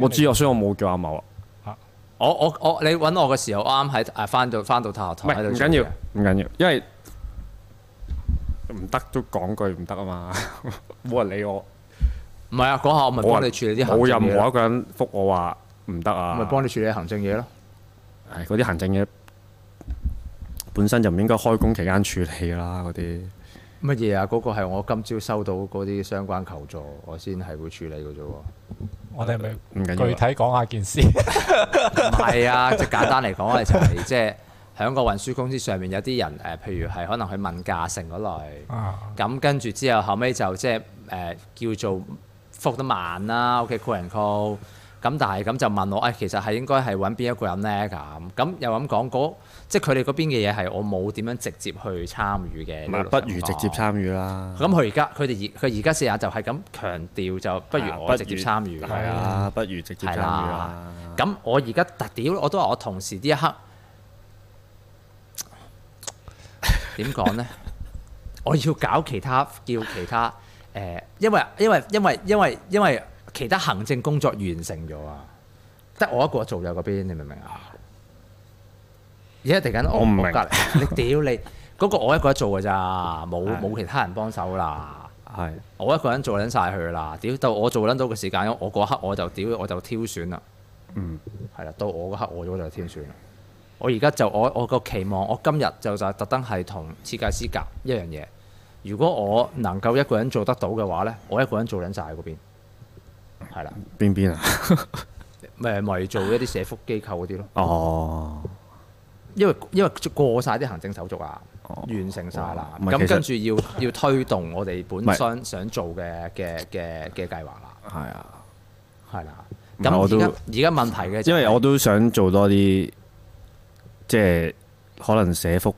S2: 我知啊，所以我冇叫阿茂啊，
S1: 我我啊我你揾我嘅時候，我啱喺誒翻到翻到塔學
S2: 唔
S1: 堂喺
S2: 係
S1: 度
S2: 唔
S1: 做
S2: 緊要
S1: 嘢，
S2: 唔緊要，因為唔得都講句唔得啊嘛， 冇人理我，
S1: 唔係啊，嗰下我咪
S2: 冇
S1: 幫
S2: 人
S1: 你處理啲行
S2: 冇
S1: 政嘢
S2: 任何
S1: 咯
S2: 一個人覆我話唔得啊。
S1: 咪幫你處理行政嘢咯。
S2: 唉，嗰啲行政嘢本身就唔應該開工期間處理㗎啦，嗰啲
S1: 乜嘢啊？嗰、個係我今朝收到嗰啲相關求助，我先係會處理嘅啫喎。
S6: 我哋咪
S2: 唔緊要
S6: 具體
S2: 啦。
S6: 講下件事。
S1: 唔係啊，即係簡單嚟講，我哋就係即係喺個運輸公司上面有啲人誒、譬如係可能去問價成嗰類，
S6: 啊
S1: 咁跟住之後後尾就即係誒叫做復得慢啦，OK call and call，咁但係咁就問我，誒、其實係應該係揾邊一個人咧咁，咁又咁講嗰即係佢哋嗰邊嘅嘢係我冇點樣直接去參與嘅，
S2: 唔係，不如直接。參與啦。
S1: 咁佢而家佢哋而佢而家四眼就係咁強調，就不如
S2: 啊
S1: 我直接參與。
S2: 係啊，不如直接參與啊
S1: 係啦
S2: 啦。。
S1: 咁我而家特屌，我都話我同事呢一刻點講呢？ 我要搞其他，叫其他誒、呃因為因為因為因為因為其他行政工作完成咗啊，得我一個做有嗰邊，你明唔明啊？而家突然間哦
S2: 我唔明
S1: 隔離，你屌你 嗰、個我一個人做㗎咋，冇冇其他人幫手啦。
S2: 係
S1: 我一個人做撚晒佢啦，屌到我做撚到嘅時間，我嗰刻我就屌我就挑選啦，
S2: 嗯，
S1: 係啦，到我嗰刻我就挑選啦。我而家就我我個期望，我今日就就特登係同設計師夾一樣嘢。如果我能夠一個人做得到嘅話呢，我一個人做撚晒嗰邊，係啦，
S2: 邊邊啊？
S1: 咪咪做一啲社福機構嗰啲咯，
S2: 哦，
S1: 因為因為過晒啲行政手續啊，完成晒啦，
S2: 哦唔係其
S1: 咁
S2: 實
S1: 跟住要要推動我哋
S2: 唔
S1: 本
S2: 係
S1: 身想做嘅嘅嘅嘅計劃啦。
S2: 係啊，
S1: 係啦。
S2: 唔係
S1: 咁
S2: 我
S1: 而
S2: 都
S1: 家而家問題嘅就係，
S2: 因為我都想做多啲，即係可能社福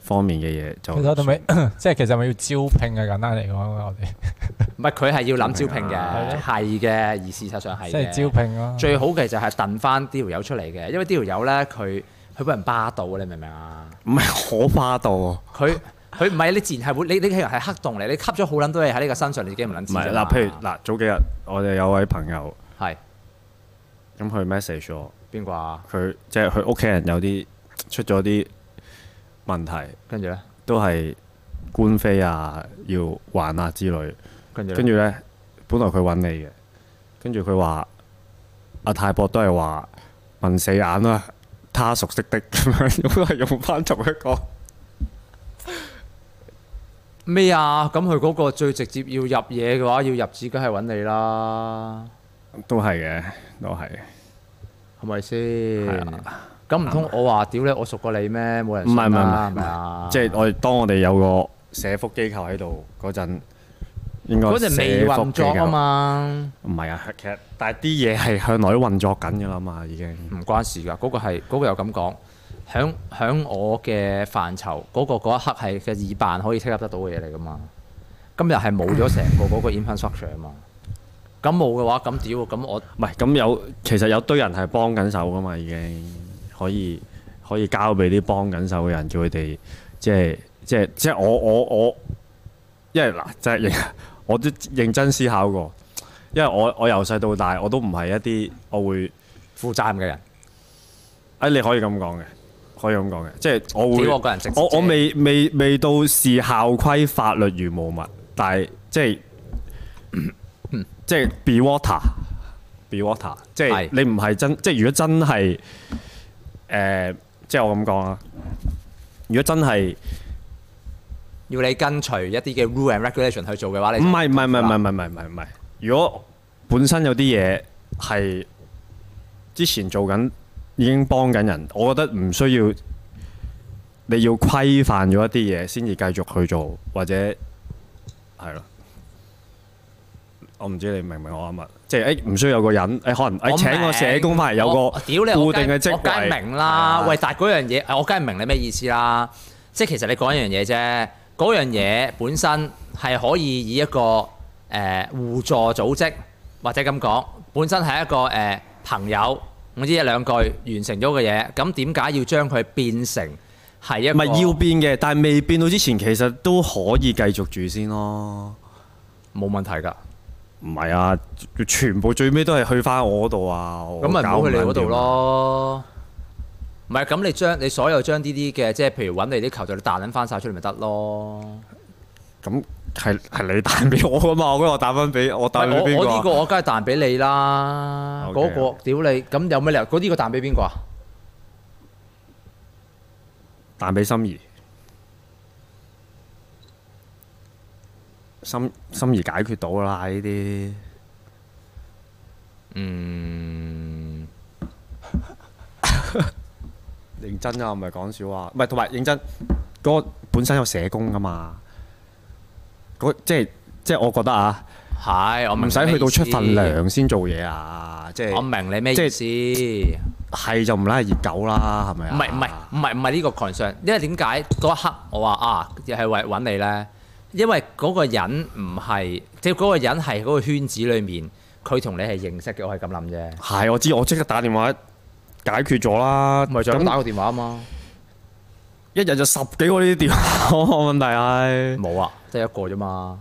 S2: 方面嘅嘢就。
S6: 其實到尾，即係其實咪 要招聘嘅簡單嚟講，啊我哋
S1: 唔係佢係要諗招聘
S6: 係
S2: 啊
S1: 嘅，係嘅，而事實上係
S6: 即係
S1: 嘅。
S6: 招聘咯。
S1: 最好嘅就係燉翻啲條友出嚟嘅，因為啲條友咧佢佢俾人巴到，你明唔明啊？
S2: 唔係可霸道啊。
S1: 佢佢唔係你自然係會你你個人係黑洞嚟，你吸咗好撚多嘢喺呢個身上，你自己唔撚
S2: 唔
S1: 知㗎
S2: 係嗱，
S1: 嘛
S2: 譬如嗱，早幾日我哋有位朋友
S1: 係
S2: 咁佢 message 我，
S1: 邊個啊？
S2: 佢即係佢屋企人有啲出咗啲問題，
S1: 跟住咧，
S2: 都係官非啊、要還啊之類。
S1: 跟住
S2: 跟
S1: 跟住
S2: 住咧，本來佢揾你嘅，跟住佢話阿泰博都係話問四眼啦，他熟悉的 咁樣，咁都係用翻同一個。
S1: 咩啊？咁佢嗰個最直接要入嘢嘅話，要入紙梗係揾你啦，
S2: 都係嘅，都係嘅。
S1: 係咪先
S2: 係？
S1: 咁唔通我話屌你，我熟過你咩？冇人
S2: 唔係
S1: 信
S2: 唔係唔
S1: 啦
S2: 係，
S1: 係咪啊？
S2: 即係我哋當我哋有個社福機構喺度嗰陣，應該
S1: 嗰陣未
S2: 社福
S1: 運作
S2: 機
S1: 啊
S2: 構。
S1: 嘛，
S2: 唔係啊，其實但係啲嘢係向內運作緊㗎啦嘛，已經。
S1: 唔關事㗎。嗰、個係嗰、個又咁講，響響我嘅範疇，嗰、個嗰一刻係嘅耳辦可以 take up 得到嘅嘢嚟㗎嘛。今日係冇咗成個嗰個 infrastructure 啊嘛。咁冇嘅話，咁屌，咁我
S2: 唔係咁有，其實有堆人係幫緊手噶嘛，已經可以可以交俾啲幫緊手嘅人，叫佢哋即係即係即係我我我，因為嗱，即係認 我都認真思考過，因為我我由細到大我都唔係一啲我會，誒、
S1: 負責任嘅人，
S2: 啊你可以咁講嘅，可以咁講嘅，即係我會
S1: 屌我個人直接
S2: 我我
S1: 啫
S2: 未未未到視校規法律如無物，但係即 係即係 be water be water，即係
S1: 係
S2: 你唔係真即係如果真係誒、呃即係我咁講啦，如果真係
S1: 要你跟隨一啲嘅 rule and regulation 去做嘅話，
S2: 唔
S1: 你
S2: 係唔係唔係唔係唔係唔係
S1: 啊
S2: 唔係，如果本身有啲嘢係之前做緊已經幫緊人，我覺得唔需要你要規範咗一啲嘢先至繼續去做，或者係咯。我唔知你明唔明我啱乜，即係誒唔需要有個人誒、可能誒、
S1: 我
S2: 哎請個
S1: 明
S2: 社工翻嚟有
S1: 我
S2: 個
S1: 屌你，
S2: 固定嘅
S1: 我梗
S2: 職
S1: 係
S2: 位，
S1: 明啦。
S2: 係啊
S1: 喂，但係嗰樣嘢，我梗係明你咩意思啦。即係其實你講一樣嘢啫，嗰樣嘢本身係可以以一個誒、呃互助組織或者咁講，本身係一個誒、呃朋友，我知一兩句完成咗嘅嘢，咁點解要將佢變成係一
S2: 唔
S1: 個
S2: 係要變嘅，但係未變到之前其實都可以繼續住先咯。
S1: 冇問題㗎？
S2: 唔係啊，全部最尾都係去翻我嗰度啊！我
S1: 咁咪唔好去你
S2: 搞
S1: 嗰
S2: 撚掂
S1: 度
S2: 啊。
S1: 咯。唔係咁，你將你所有將呢啲嘅，即係譬如揾你啲球隊，你彈撚翻晒出嚟咪得咯。
S2: 咁係係你彈俾我噶嘛？我 覺得我打翻俾我打俾
S1: 我
S2: 邊
S1: 我
S2: 個
S1: 呢個
S2: 啊？
S1: 我梗係彈俾你啦，
S2: OK，
S1: 嗰個屌你，咁有咩理由？嗰呢個彈俾邊個啊？
S2: 彈俾心儀，心心儀解決到啦呢啲。
S1: 嗯，
S2: 認真啊，唔係講笑啊，唔係同埋認真，嗰、個本身有社工噶嘛，嗰即係即係我覺得啊，
S1: 係我明
S2: 唔使去到出份
S1: 你咩意
S2: 糧先做嘢啊，即
S1: 思，我
S2: 係
S1: 明你咩意思？
S2: 係就唔拉係熱狗啦，係咪啊？
S1: 唔係唔係唔係唔係呢個 concern，因為點解嗰一刻我話啊，又係為揾你咧？因為嗰個人唔係，即係嗰個人係嗰個圈子裏面，佢同你係認識嘅，我係咁諗啫。
S2: 係我知，我即刻打電話解決咗啦。
S1: 咪就咁打
S2: 咁
S1: 個電話啊嘛，
S2: 一日就十幾個呢啲電話， 問題係
S1: 冇啊，即係一個啫嘛。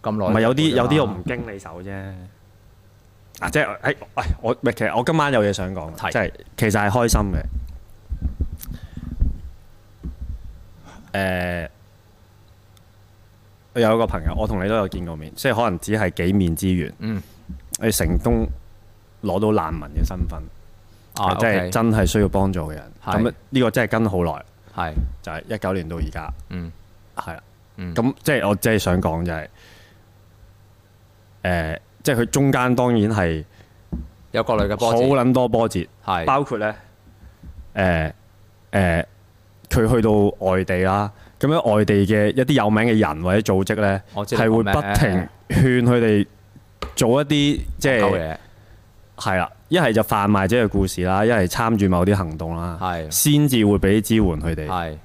S1: 咁耐
S2: 唔係有啲有啲我
S1: 唔
S2: 唔經你手啫。啊，即係誒，哎喂我唔係其實我今晚有嘢想講，
S1: 係
S2: 即係其實係開心嘅。誒、我呃有一個朋友，我同你都有見過面，即係可能只係幾面之緣。
S1: 嗯，
S2: 你成功攞到難民嘅身份，
S1: 啊，
S2: 即
S1: 即
S2: 係
S1: 係
S2: 真係需要幫助嘅人。
S1: 係
S2: 咁呢個真係跟好耐，
S1: 係
S2: 就係一九年到而家。
S1: 嗯
S2: 係啦，
S1: 嗯
S2: 咁即係我即係想講就係、誒、即係佢中間當然係
S1: 有各類嘅波
S2: 好
S1: 折，
S2: 撚多波折，
S1: 係
S2: 包括咧誒誒，佢、去到外地啦，咁樣外地嘅一啲有名嘅人或者組織咧，
S1: 我知
S2: 係
S1: 你
S2: 會
S1: 講
S2: 不
S1: 咩
S2: 停勸佢哋做一啲即
S1: 鳩
S2: 係
S1: 嘢，
S2: 係啦，一係就販賣者嘅故事啦，一係參與某啲行動啦，
S1: 係
S2: 先至會俾支援佢哋。
S1: 係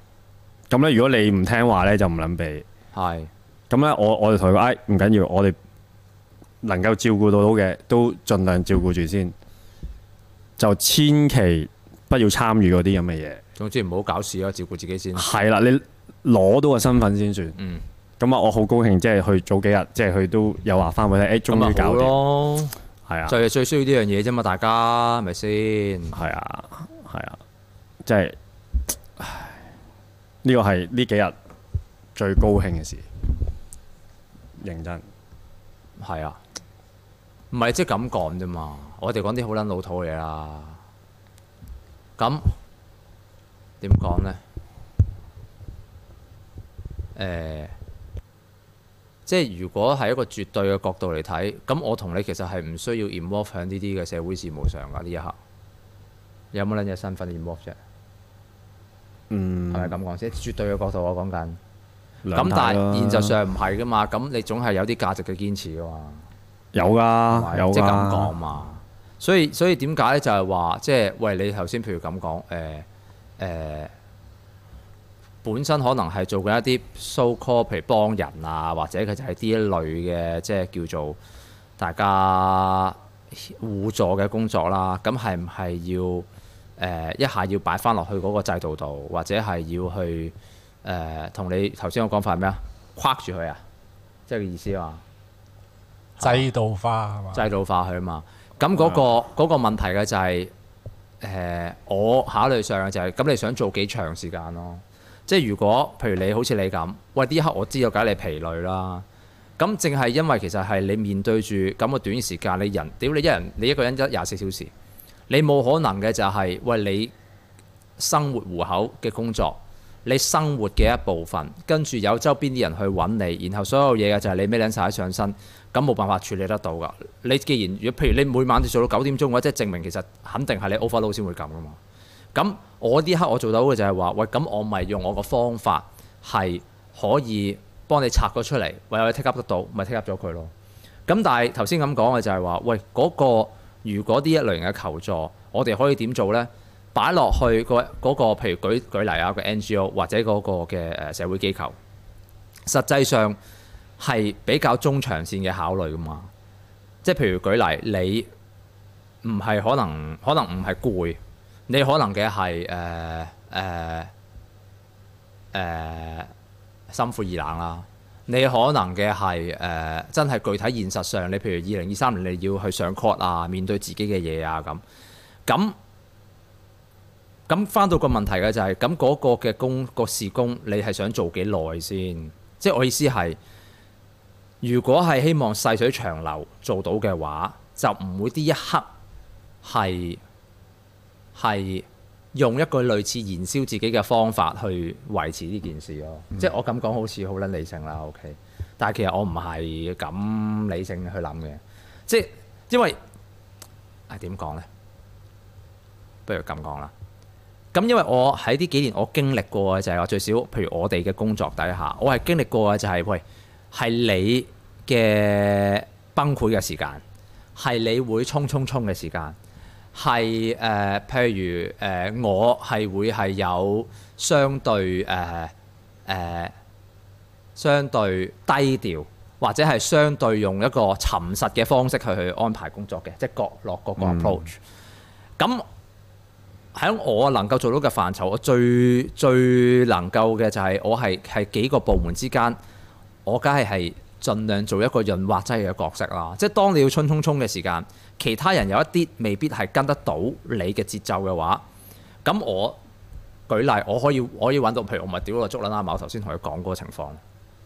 S2: 咁咧，如果你唔聽話咧，就唔撚俾。
S1: 係
S2: 咁咧，我我哋同佢講，哎，唔緊要，我哋能夠照顧到嘅都盡量照顧住先，就千祈不要參與嗰啲咁嘅嘢。
S1: 總之唔好搞事啊咯，照顧自己先。
S2: 係啦，你攞到個身份先算。
S1: 嗯，
S2: 咁啊，我好高興，即係佢早幾日，即係佢都有話翻俾你，哎，
S1: 咁
S2: 終於
S1: 咪
S2: 搞
S1: 啊好
S2: 掂。
S1: 咯，
S2: 係啊
S1: 就，係最需要呢樣嘢啫嘛，大家係咪先？
S2: 係啊，係啊，即係，唉呢個係呢幾日最高興嘅事。認真，
S1: 係啊，唔係即係咁講啫嘛。我哋講啲好撚老土嘅嘢啦。咁點講呢？誒、即係如果係一個絕對嘅角度嚟睇，咁我同你其實係唔需要 involve 喺呢啲嘅社會事務上㗎。呢一刻有冇撚嘢身份 involve 啫？
S2: 嗯，
S1: 係咪咁講先？絕對嘅角度我講緊。
S2: 兩
S1: 咁
S2: 睇
S1: 但
S2: 啦
S1: 係現實上唔係㗎嘛，咁你總係有啲價值嘅堅持㗎嘛。
S2: 有噶，有
S1: 即係咁講
S2: 噶，
S1: 嘛。所以所以點解咧？就係話即係喂，你頭先譬如咁講誒誒，本身可能係做緊一啲 so call 譬如幫人啊，或者佢就係呢一類嘅即係叫做大家互助嘅工作啦。咁係唔係要誒、呃一下要擺翻落去嗰個制度度，或者係要去誒同、你頭先我講法係咩啊？框住佢啊，即係個意思啊嘛。
S6: 制度化係嘛？
S1: 制度化佢啊嘛。咁嗰、個嗰個問題嘅就係、誒、我考慮上嘅就係、咁你想做幾長時間咯？即係如果譬如你好似你咁，喂呢一刻我知道梗係你疲累啦。咁正係因為其實係你面對住咁嘅短時間，你人屌你一人你一個人一廿四小時，你冇可能嘅就係、喂你生活糊口嘅工作。你生活嘅一部分，跟住有周邊啲人去揾你，然後所有嘢嘅就係你孭撚晒喺上身，咁冇辦法處理得到噶。你既然如果譬如你每晚都做到九點鐘嘅話，即係證明其實肯定係你 overload 先會咁噶嘛。咁我呢刻我做到嘅就係話，喂，咁我咪用我個方法係可以幫你拆咗出嚟，喂，我 take up 得到，咪 take up 咗佢咯。咁但係頭先咁講嘅就係話，喂，嗰、個如果呢一類型嘅求助，我哋可以點做呢？擺落去個嗰個，譬如舉舉例啊，個 NGO 或者嗰個嘅誒社會機構，實際上係比較中長線嘅考慮噶嘛。即係譬如舉例，你唔係可能可能唔係攰，你可能嘅係呃誒誒誒心灰意冷啦。你可能嘅係誒真係具體現實上，你譬如二零二三年你要去上 court 啊，面對自己嘅嘢啊咁咁。咁翻到個問題嘅就係、咁嗰個嘅工、個事工，你係想做幾耐先？即係我意思係，如果係希望細水長流做到嘅話，就唔會呢一刻係係用一個類似燃燒自己嘅方法去維持呢件事咯。即係我咁講好似好撚理性啦，OK。但係其實我唔係咁理性去諗嘅，即係因為啊點講呢？不如咁講啦。咁因為我喺呢幾年我經歷過嘅就係話最少，譬如我哋嘅工作底下，我係經歷過嘅就係、喂，係你嘅崩潰呃嘅時間，係你會衝衝衝嘅時間，係誒、呃譬如誒、呃我係會係有相對誒誒、呃呃相對低調。或者係相對用一個沉實嘅方式去去安排工作嘅，即係各落各個 approach。咁、喺我能夠做到嘅範疇，我最最能夠嘅就係我係係幾個部門之間，我梗係係盡量做一個潤滑劑嘅角色啦。即係當你要衝衝衝嘅時間，其他人有一啲未必係跟得到你嘅節奏嘅話，咁我舉例，我可以我可以揾到，譬如我咪屌個竹撚阿某頭先同佢講嗰個情況。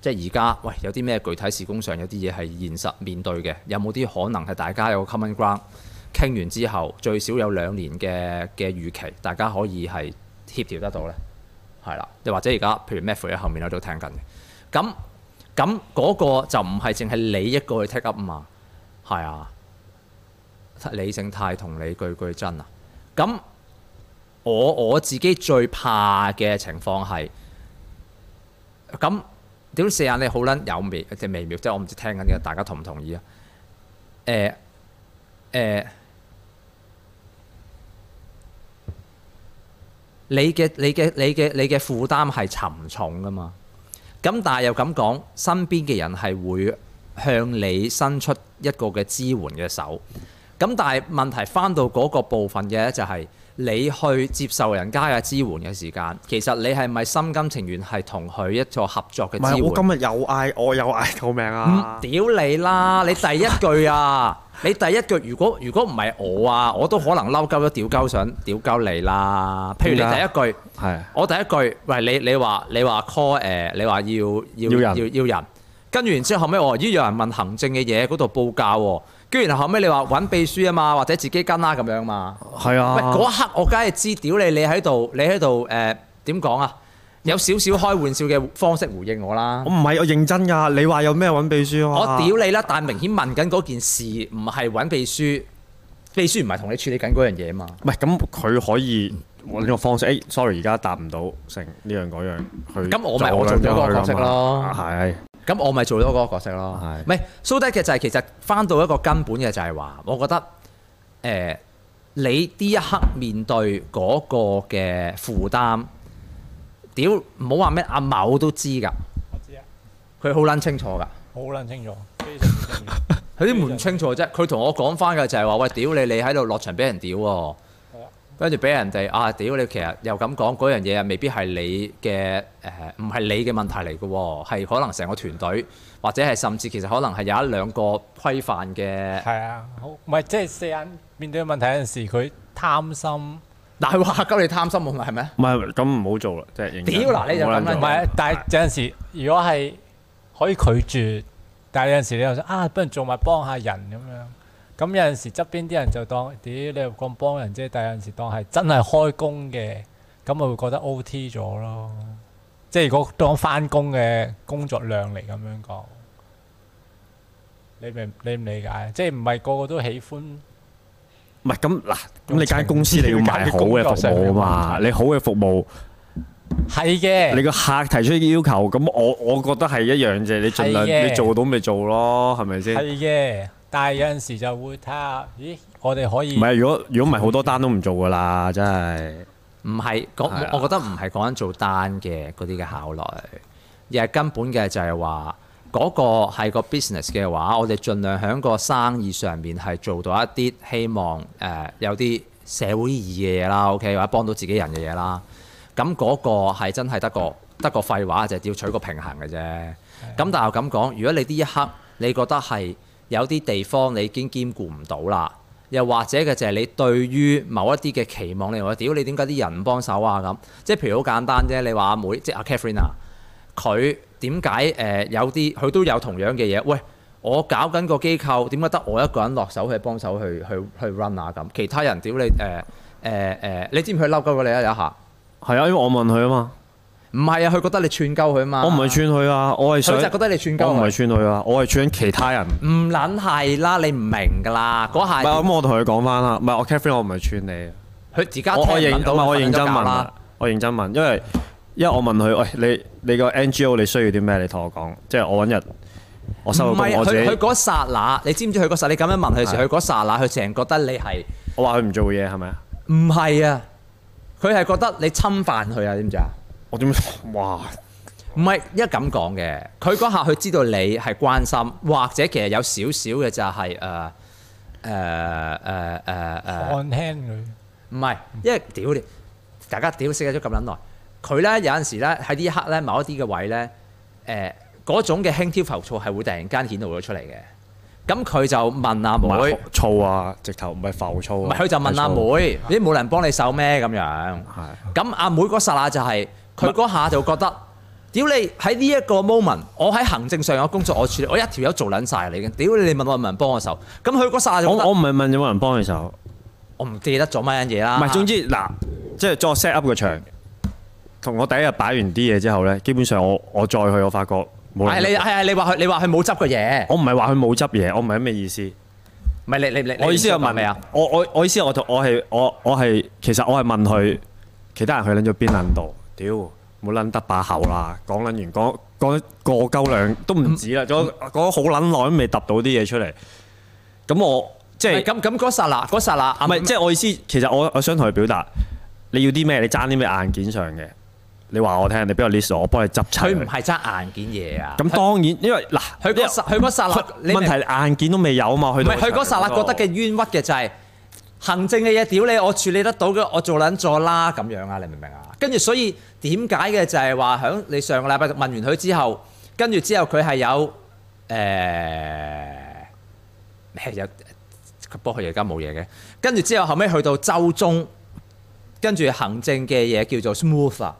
S1: 即係而家，喂，有啲咩具體事工上有啲嘢係現實面對嘅，有冇啲可能係大家有個 common ground？傾完之後，最少有兩年嘅嘅預期，大家可以係協調得到咧，係啦。又或者而家譬如 m a t h 喺後面喺度聽緊嘅，咁咁嗰個就唔係淨係你一個去 take up 啊嘛，係啊，理性態同你句句真啊。咁我我自己最怕嘅情況係咁。屌四眼你好撚有微即係微妙，即係我唔知聽緊嘅大家同唔同意啊？誒、誒、你嘅你嘅你嘅你嘅負擔係沉重噶嘛？咁但係又咁講，身邊嘅人係會向你伸出一個嘅支援嘅手。咁但係問題翻到嗰個部分嘅就係、你去接受人家嘅支援嘅時間，其實你係咪心甘情願係同佢一個合作嘅
S9: 唔
S1: 支
S9: 係，
S1: 援？
S9: 我今日又嗌，我又嗌救命啊！
S1: 屌你啦！你第一句啊，你第一句如果如果唔係我啊，我都可能嬲鳩咗屌鳩想屌鳩你啦。譬如你
S2: 點
S1: 第
S2: 解啊
S1: 一句，
S2: 係
S1: 我第一句，喂你你話你話 call 誒、你話要
S2: 要
S1: 要
S2: 人
S1: 要要人，跟住然之後後尾我話咦有人問行政嘅嘢嗰度報價喎、跟住然後後尾你話揾秘書啊嘛，或者自己跟啦咁樣嘛。
S2: 係啊，
S1: 喂，嗰一刻我梗係知屌你，你喺度你喺度誒點講啊？有少少開玩笑嘅方式回應我啦。
S2: 我唔係我認真㗎，你話有咩揾秘書
S1: 我
S2: 啊？
S1: 屌你啦！但明顯問緊嗰件事唔係揾秘書，秘書唔係同你處理緊嗰樣嘢嘛。
S2: 唔係咁，佢可以揾個方式。誒，sorry，而家答唔到成呢樣嗰樣，去
S1: 咁我咪我做咗嗰個角色咯
S2: 啊係
S1: 咁我咪做咗嗰個角色咯。
S2: 係
S1: 唔係蘇德嘅就係其實翻到一個根本嘅就係話，我覺得誒、呃你呢一刻面對嗰個嘅負擔，屌唔好話咩阿某都知㗎，
S6: 我知啊，
S1: 佢好撚清楚㗎。
S6: 好撚清楚，非常之清楚。
S1: 佢啲門清楚啫，佢同我講翻嘅就係話：喂，屌你，你喺度落場俾人屌喎，跟住俾人哋啊屌你，其實又咁講嗰樣嘢啊，未必係你嘅誒，唔係你嘅問題嚟嘅喎，係可能成個團隊，或者係甚至其實可能係有一兩個規範 嘅，
S6: 係啊，好唔係即係四眼面對問題嗰陣時，佢貪心。
S1: 嗱佢話鳩你貪心喎，係咪？
S2: 唔係咁唔好做啦，即係認真
S1: 屌嗱你就
S2: 唔好
S1: 咁
S2: 做
S1: 樣
S6: 唔係，但係有陣時，如果係可以拒絕，但係有陣時你又想啊，不如做埋幫下人咁樣。咁有陣時側邊啲人就當，屌你又講幫人啫，但係有陣時當係真係開工嘅，咁咪會覺得 O T 咗咯。即係如果當翻工嘅工作量嚟咁樣講，你明你唔理解？即係唔係個個都喜歡？
S2: 唔係咁嗱，咁你間公司你要賣好嘅服務啊嘛，你好嘅 服務，
S6: 係嘅，
S2: 你個客提出要求，咁我我覺得係一樣啫，你盡
S6: 係嘅
S2: 量你做到咪做咯，係咪先？
S6: 係嘅，但係有陣時就會睇下，咦，我哋可以
S2: 唔係，如果如果唔係好多單都唔做噶啦，真係。
S1: 唔係講
S2: 係啊，
S1: 我覺得唔係講緊做單嘅嗰啲嘅考慮，而係根本嘅就係話嗰個係個 business 嘅話，我哋盡量喺個生意上面係做到一啲希望誒、呃有啲社會意義嘅嘢啦，OK 或者幫到自己人嘅嘢啦。咁嗰個係真係得個得個廢話，就係、要取個平衡嘅啫。咁但係我咁講，如果你呢一刻你覺得係有啲地方你已經兼顧唔到啦，又或者嘅就係你對於某一啲嘅期望，你話屌你點解啲人唔幫手啊咁？即係譬如好簡單啫，你話阿妹即係阿 Catherine 啊，佢點解誒有啲佢都有同樣嘅嘢？喂，我搞緊個機構，點解得我一個人落手去幫手去去去 run 啊咁？其他人屌你誒誒誒，你知唔知佢嬲鳩咗你啊有一下？
S2: 係啊，因為我問佢啊嘛，
S1: 唔係啊，佢覺得你串鳩佢啊嘛。
S2: 我唔係串佢啊，我係
S1: 佢
S2: 想
S1: 就係覺得你串鳩
S2: 我唔
S1: 佢
S2: 係串佢啊，我係串其他人。
S1: 唔撚係啦，你唔明㗎啦，嗰
S2: 唔
S1: 下
S2: 係咁，我同佢講翻啦，唔係我 Catherine，我唔係串你啊。
S1: 佢而家
S2: 我我
S1: 聽
S2: 認
S1: 唔到
S2: 唔係我
S1: 佢瞓
S2: 認
S1: 咗
S2: 真
S1: 覺
S2: 問
S1: 啦
S2: 啊，我認真問，因為因為我問佢，喂，你你個 NGO 你需要啲咩？你同我講，即係我揾日我
S1: 唔
S2: 收到工，
S1: 係
S2: 我自
S1: 佢佢
S2: 己
S1: 嗰剎那，你知唔知佢嗰剎？你咁樣問佢時，
S2: 係
S1: 佢嗰剎那，佢成日覺得你係
S2: 我話佢唔做嘢係咪啊？
S1: 唔係啊？佢係覺得你侵犯佢啊？知唔知啊？
S2: 我點哇？
S1: 唔係一咁講嘅，佢嗰下佢知道你係關心，或者其實有少少嘅就係誒誒呃誒誒誒，
S6: 看輕佢。
S1: 呃唔係，因為屌你，大家屌識咗咁撚耐，佢咧有陣時咧喺呢一刻咧某一啲嘅位咧，誒、嗰種嘅輕佻浮躁係會突然間顯露咗出嚟嘅。咁佢就問阿
S2: 唔
S1: 妹
S2: 係燥啊，直頭唔係浮躁
S1: 唔
S2: 啊。
S1: 係佢就問阿
S2: 係燥，
S1: 妹，你冇人幫你手咩咁樣？
S2: 係
S1: 咁阿妹嗰剎那就係佢嗰下就覺得，屌你喺呢一個 moment，我喺行政上有工作我處理，我一條友做撚晒你嘅，屌你你問我有冇人幫我手？咁佢嗰剎那就
S2: 我
S1: 覺得
S2: 我唔係問有冇人幫佢手，
S1: 我唔記得咗乜嘢啦。
S2: 唔係總之嗱，即係再 set up 個場，同我第一日擺完啲嘢之後咧，基本上我我再去我發覺冇
S1: 係
S2: 人。
S1: 你係係你話佢你話佢冇執嘅嘢，
S2: 我唔係話佢冇執嘢，我唔係咩意思。
S1: 唔係你你你
S2: 我意思係
S1: 係
S2: 問
S1: 咩啊？？
S2: 我我我意思係我同我係我我係其實我係問佢，其他人去撚咗邊撚度？屌，冇撚得把口啦！講撚完講講過鳩量都唔止
S1: 嗯
S2: 啦，講講好撚耐都未揼到啲嘢出嚟。咁我即係
S1: 咁咁嗰啊剎那嗰剎那，
S2: 唔
S1: 阿
S2: 係即係我意思，其實我我想同佢表達，你要啲咩？你爭啲咩硬件上嘅？你話我聽，你俾我 list，我幫你執齊
S1: 佢
S2: 佢。
S1: 唔係爭硬件嘢啊。
S2: 咁當然，因為嗱，
S1: 佢
S2: 因為
S1: 嗰剎佢嗰剎那，你
S2: 問
S1: 明
S2: 題係硬件都未有啊嘛，
S1: 唔
S2: 去到
S1: 係佢嗰剎那覺得嘅冤屈嘅就係、行政嘅嘢，屌你，我處理得到嘅，我做撚咗啦咁樣啊，你明唔明啊？跟住所以點解嘅就係話響你上個禮拜問完佢之後，跟住之後佢係有誒咩有，呃不過佢而家冇嘢嘅。跟住之後後尾去到周中，跟住行政嘅嘢叫做 smooth 啦。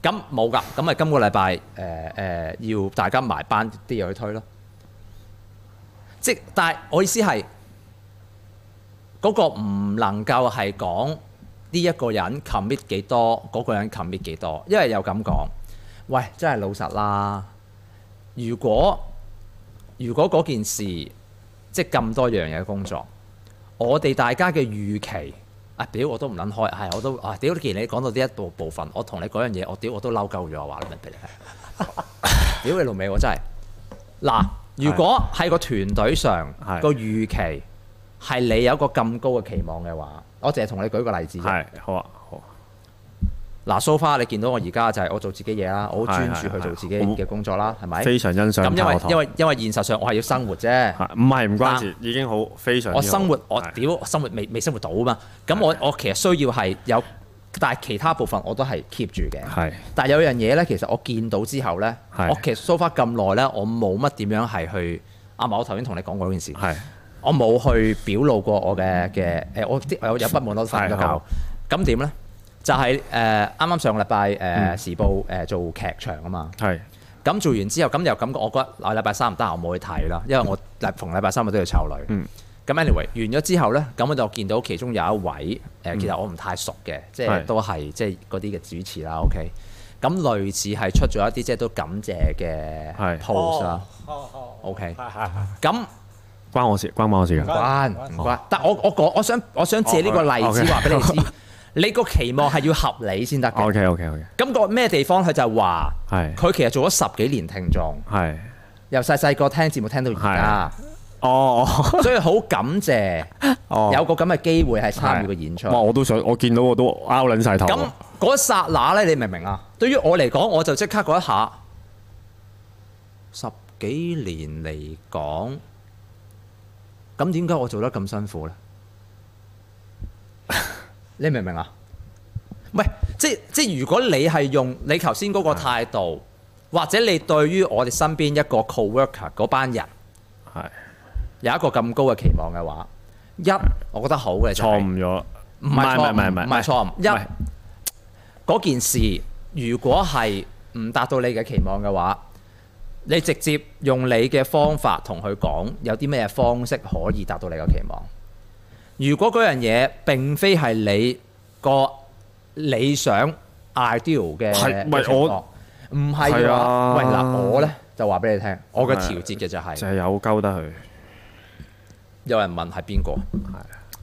S1: 咁冇㗎，咁咪今個禮拜誒誒要大家埋班啲嘢去推咯。即但係我意思係嗰、個唔能夠係講呢一個人 commit 幾多，嗰、個人 commit 幾多，因為又咁講，喂，真係老實啦。如果如果嗰件事即係咁多樣嘢工作，我哋大家嘅預期啊，屌我都唔撚開，係我都啊，屌既然你講到呢一部部分，我同你嗰樣嘢，我屌我都嬲鳩咗，話你明唔明？ 屌你老味，我真係嗱，如果喺個團隊上
S2: 係
S1: 個預期係你有一個咁高嘅期望嘅話，我淨係同你舉個例子啫。
S2: 係好啊，好啊。
S1: 嗱，so far 你見到我而家就係我做自己嘢啦，我好專注
S2: 係係
S1: 去做自己
S2: 係
S1: 嘅工作啦，係咪？
S2: 非常欣賞
S1: 咁因為
S2: 炮台
S1: 因為因為現實上我係要生活啫，
S2: 係啊唔係唔關事，已經好非常之好。
S1: 我生活我
S2: 係
S1: 屌我生活未未生活到啊嘛，咁我我其實需要係有，但係其他部分我都係 keep 住嘅。
S2: 係
S1: 但係有樣嘢咧，其實我見到之後咧，
S2: 係
S1: 我其實 so far 咁耐咧，我冇乜點樣係去啊嘛，我頭先同你講過嗰件事，
S2: 係
S1: 我冇去表露過我嘅嘅誒，我啲我有有不滿，我都瞓咗
S2: 係好
S1: 覺。咁點咧？就係誒啱啱上個禮
S2: 嗯
S1: 拜誒時報誒做劇場啊嘛。
S2: 係
S1: 咁做完之後，咁又感覺我嗰日禮拜三唔得閒，我冇去睇啦，因為我禮逢禮拜三我都要湊女。
S2: 嗯
S1: 咁 anyway 完咗之後咧，咁我就見到其中有一位誒、呃其實我唔太熟嘅，即係
S2: 嗯係
S1: 都係即係嗰啲嘅主持啦。OK，咁類似係出咗一啲即係都感謝嘅
S2: 係
S1: post 啦。OK，咁
S2: 關我事，關唔關我事
S1: 唔
S2: 㗎。
S1: 關唔關，但我我講我想我想借呢個例子
S2: OK
S1: 話俾你知， 你個期望係要合理先得嘅。
S2: OK OK OK，
S1: 咁個咩地方佢就係話
S2: 係
S1: 佢其實做咗十幾年聽眾。
S2: 係
S1: 由細細個聽節目聽到而家，
S2: 哦哦
S1: 所以好感謝
S2: 哦，
S1: 有個咁嘅機會係參與個演出。
S2: 哇！
S1: 咁
S2: 我都想，我見到我都拗撚晒頭。
S1: 嗰一剎那咧，你明唔明啊？對於我嚟講，我就即刻嗰一下，十幾年嚟講，咁點解我做得咁辛苦咧？ 你明唔明啊？唔係，即即如果你係用你頭先
S2: 嗯
S1: 嗰個態度，或者你對於我哋身邊一個 co-worker 嗰班人。
S2: 係
S1: 有一個咁高嘅期望嘅話，一我覺得好嘅就係
S2: 錯誤咗，
S1: 唔係錯誤
S2: 唔係唔係
S1: 唔係錯誤
S2: 唔係
S1: 一嗰件事，如果係唔達到你嘅期望嘅話，你直接用你嘅方法同佢講有啲咩方式可以達到你嘅期望。如果嗰樣嘢並非係你個理想 ideal 嘅
S2: 係
S1: 嘅
S2: 唔係
S1: 情
S2: 我
S1: 況唔係嘅
S2: 係
S1: 話，
S2: 啊
S1: 喂嗱，我呢就話俾你聽，我嘅調節嘅就係、
S2: 就係有鳩得佢，
S1: 有人問係邊個，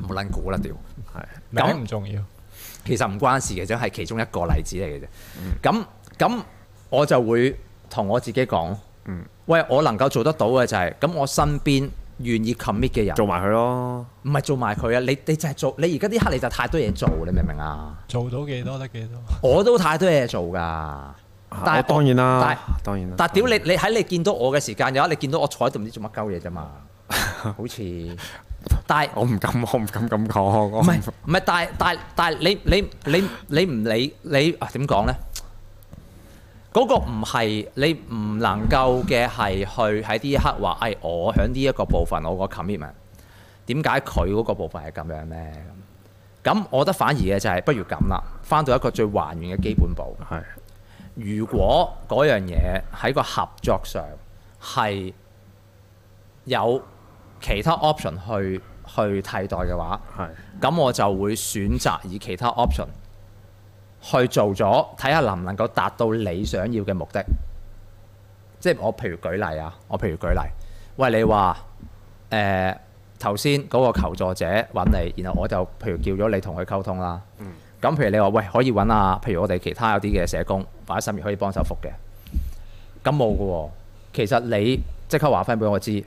S1: 冇撚估啦屌！咁
S6: 名唔重要。
S1: 其實唔關事嘅，啫，係其中一個例子嚟嘅啫。
S2: 嗯
S1: 咁咁我就會同我自己講，
S2: 嗯
S1: 喂，我能夠做得到嘅就係、咁，我身邊願意 commit 嘅人，
S2: 做埋佢咯。
S1: 唔係做埋佢啊！你你就係做，你而家呢刻你就太多嘢做，你明唔明啊？
S6: 做到幾多得幾多。
S1: 我都太多嘢做㗎。但係
S2: 啊我當然啦，
S1: 但
S2: 當然啦。
S1: 但屌你，你喺你見到我嘅時間，有一刻你見到我坐喺度唔知做乜鳩嘢啫 嘛，好似，但係
S2: 我唔敢， 我唔敢咁講。我
S1: 唔係唔係，但係但係但係你你你你唔理你啊點講咧？嗰、個唔係你唔能夠嘅係去喺呢一刻話，誒、哎、我喺呢一個部分我個 commitment，點解佢嗰個部分係咁樣咧？咁我覺得反而嘅就係、不如咁啦，翻到一個最還原嘅基本步。
S2: 係
S1: 如果嗰樣嘢喺個合作上係有其他 option 去去替代嘅話，
S2: 係
S1: 咁我就會選擇以其他 option 去做咗，睇下能唔能夠達到你想要嘅目的。即係我譬如舉例啊，我譬如舉例，喂你話誒頭先嗰個求助者揾你，然後我就譬如叫咗你同佢溝通啦。咁譬如你話喂可以揾啊，譬如我哋其他有啲嘅社工或者甚至可以幫手覆嘅，咁冇嘅喎。其實你即刻話翻俾我知，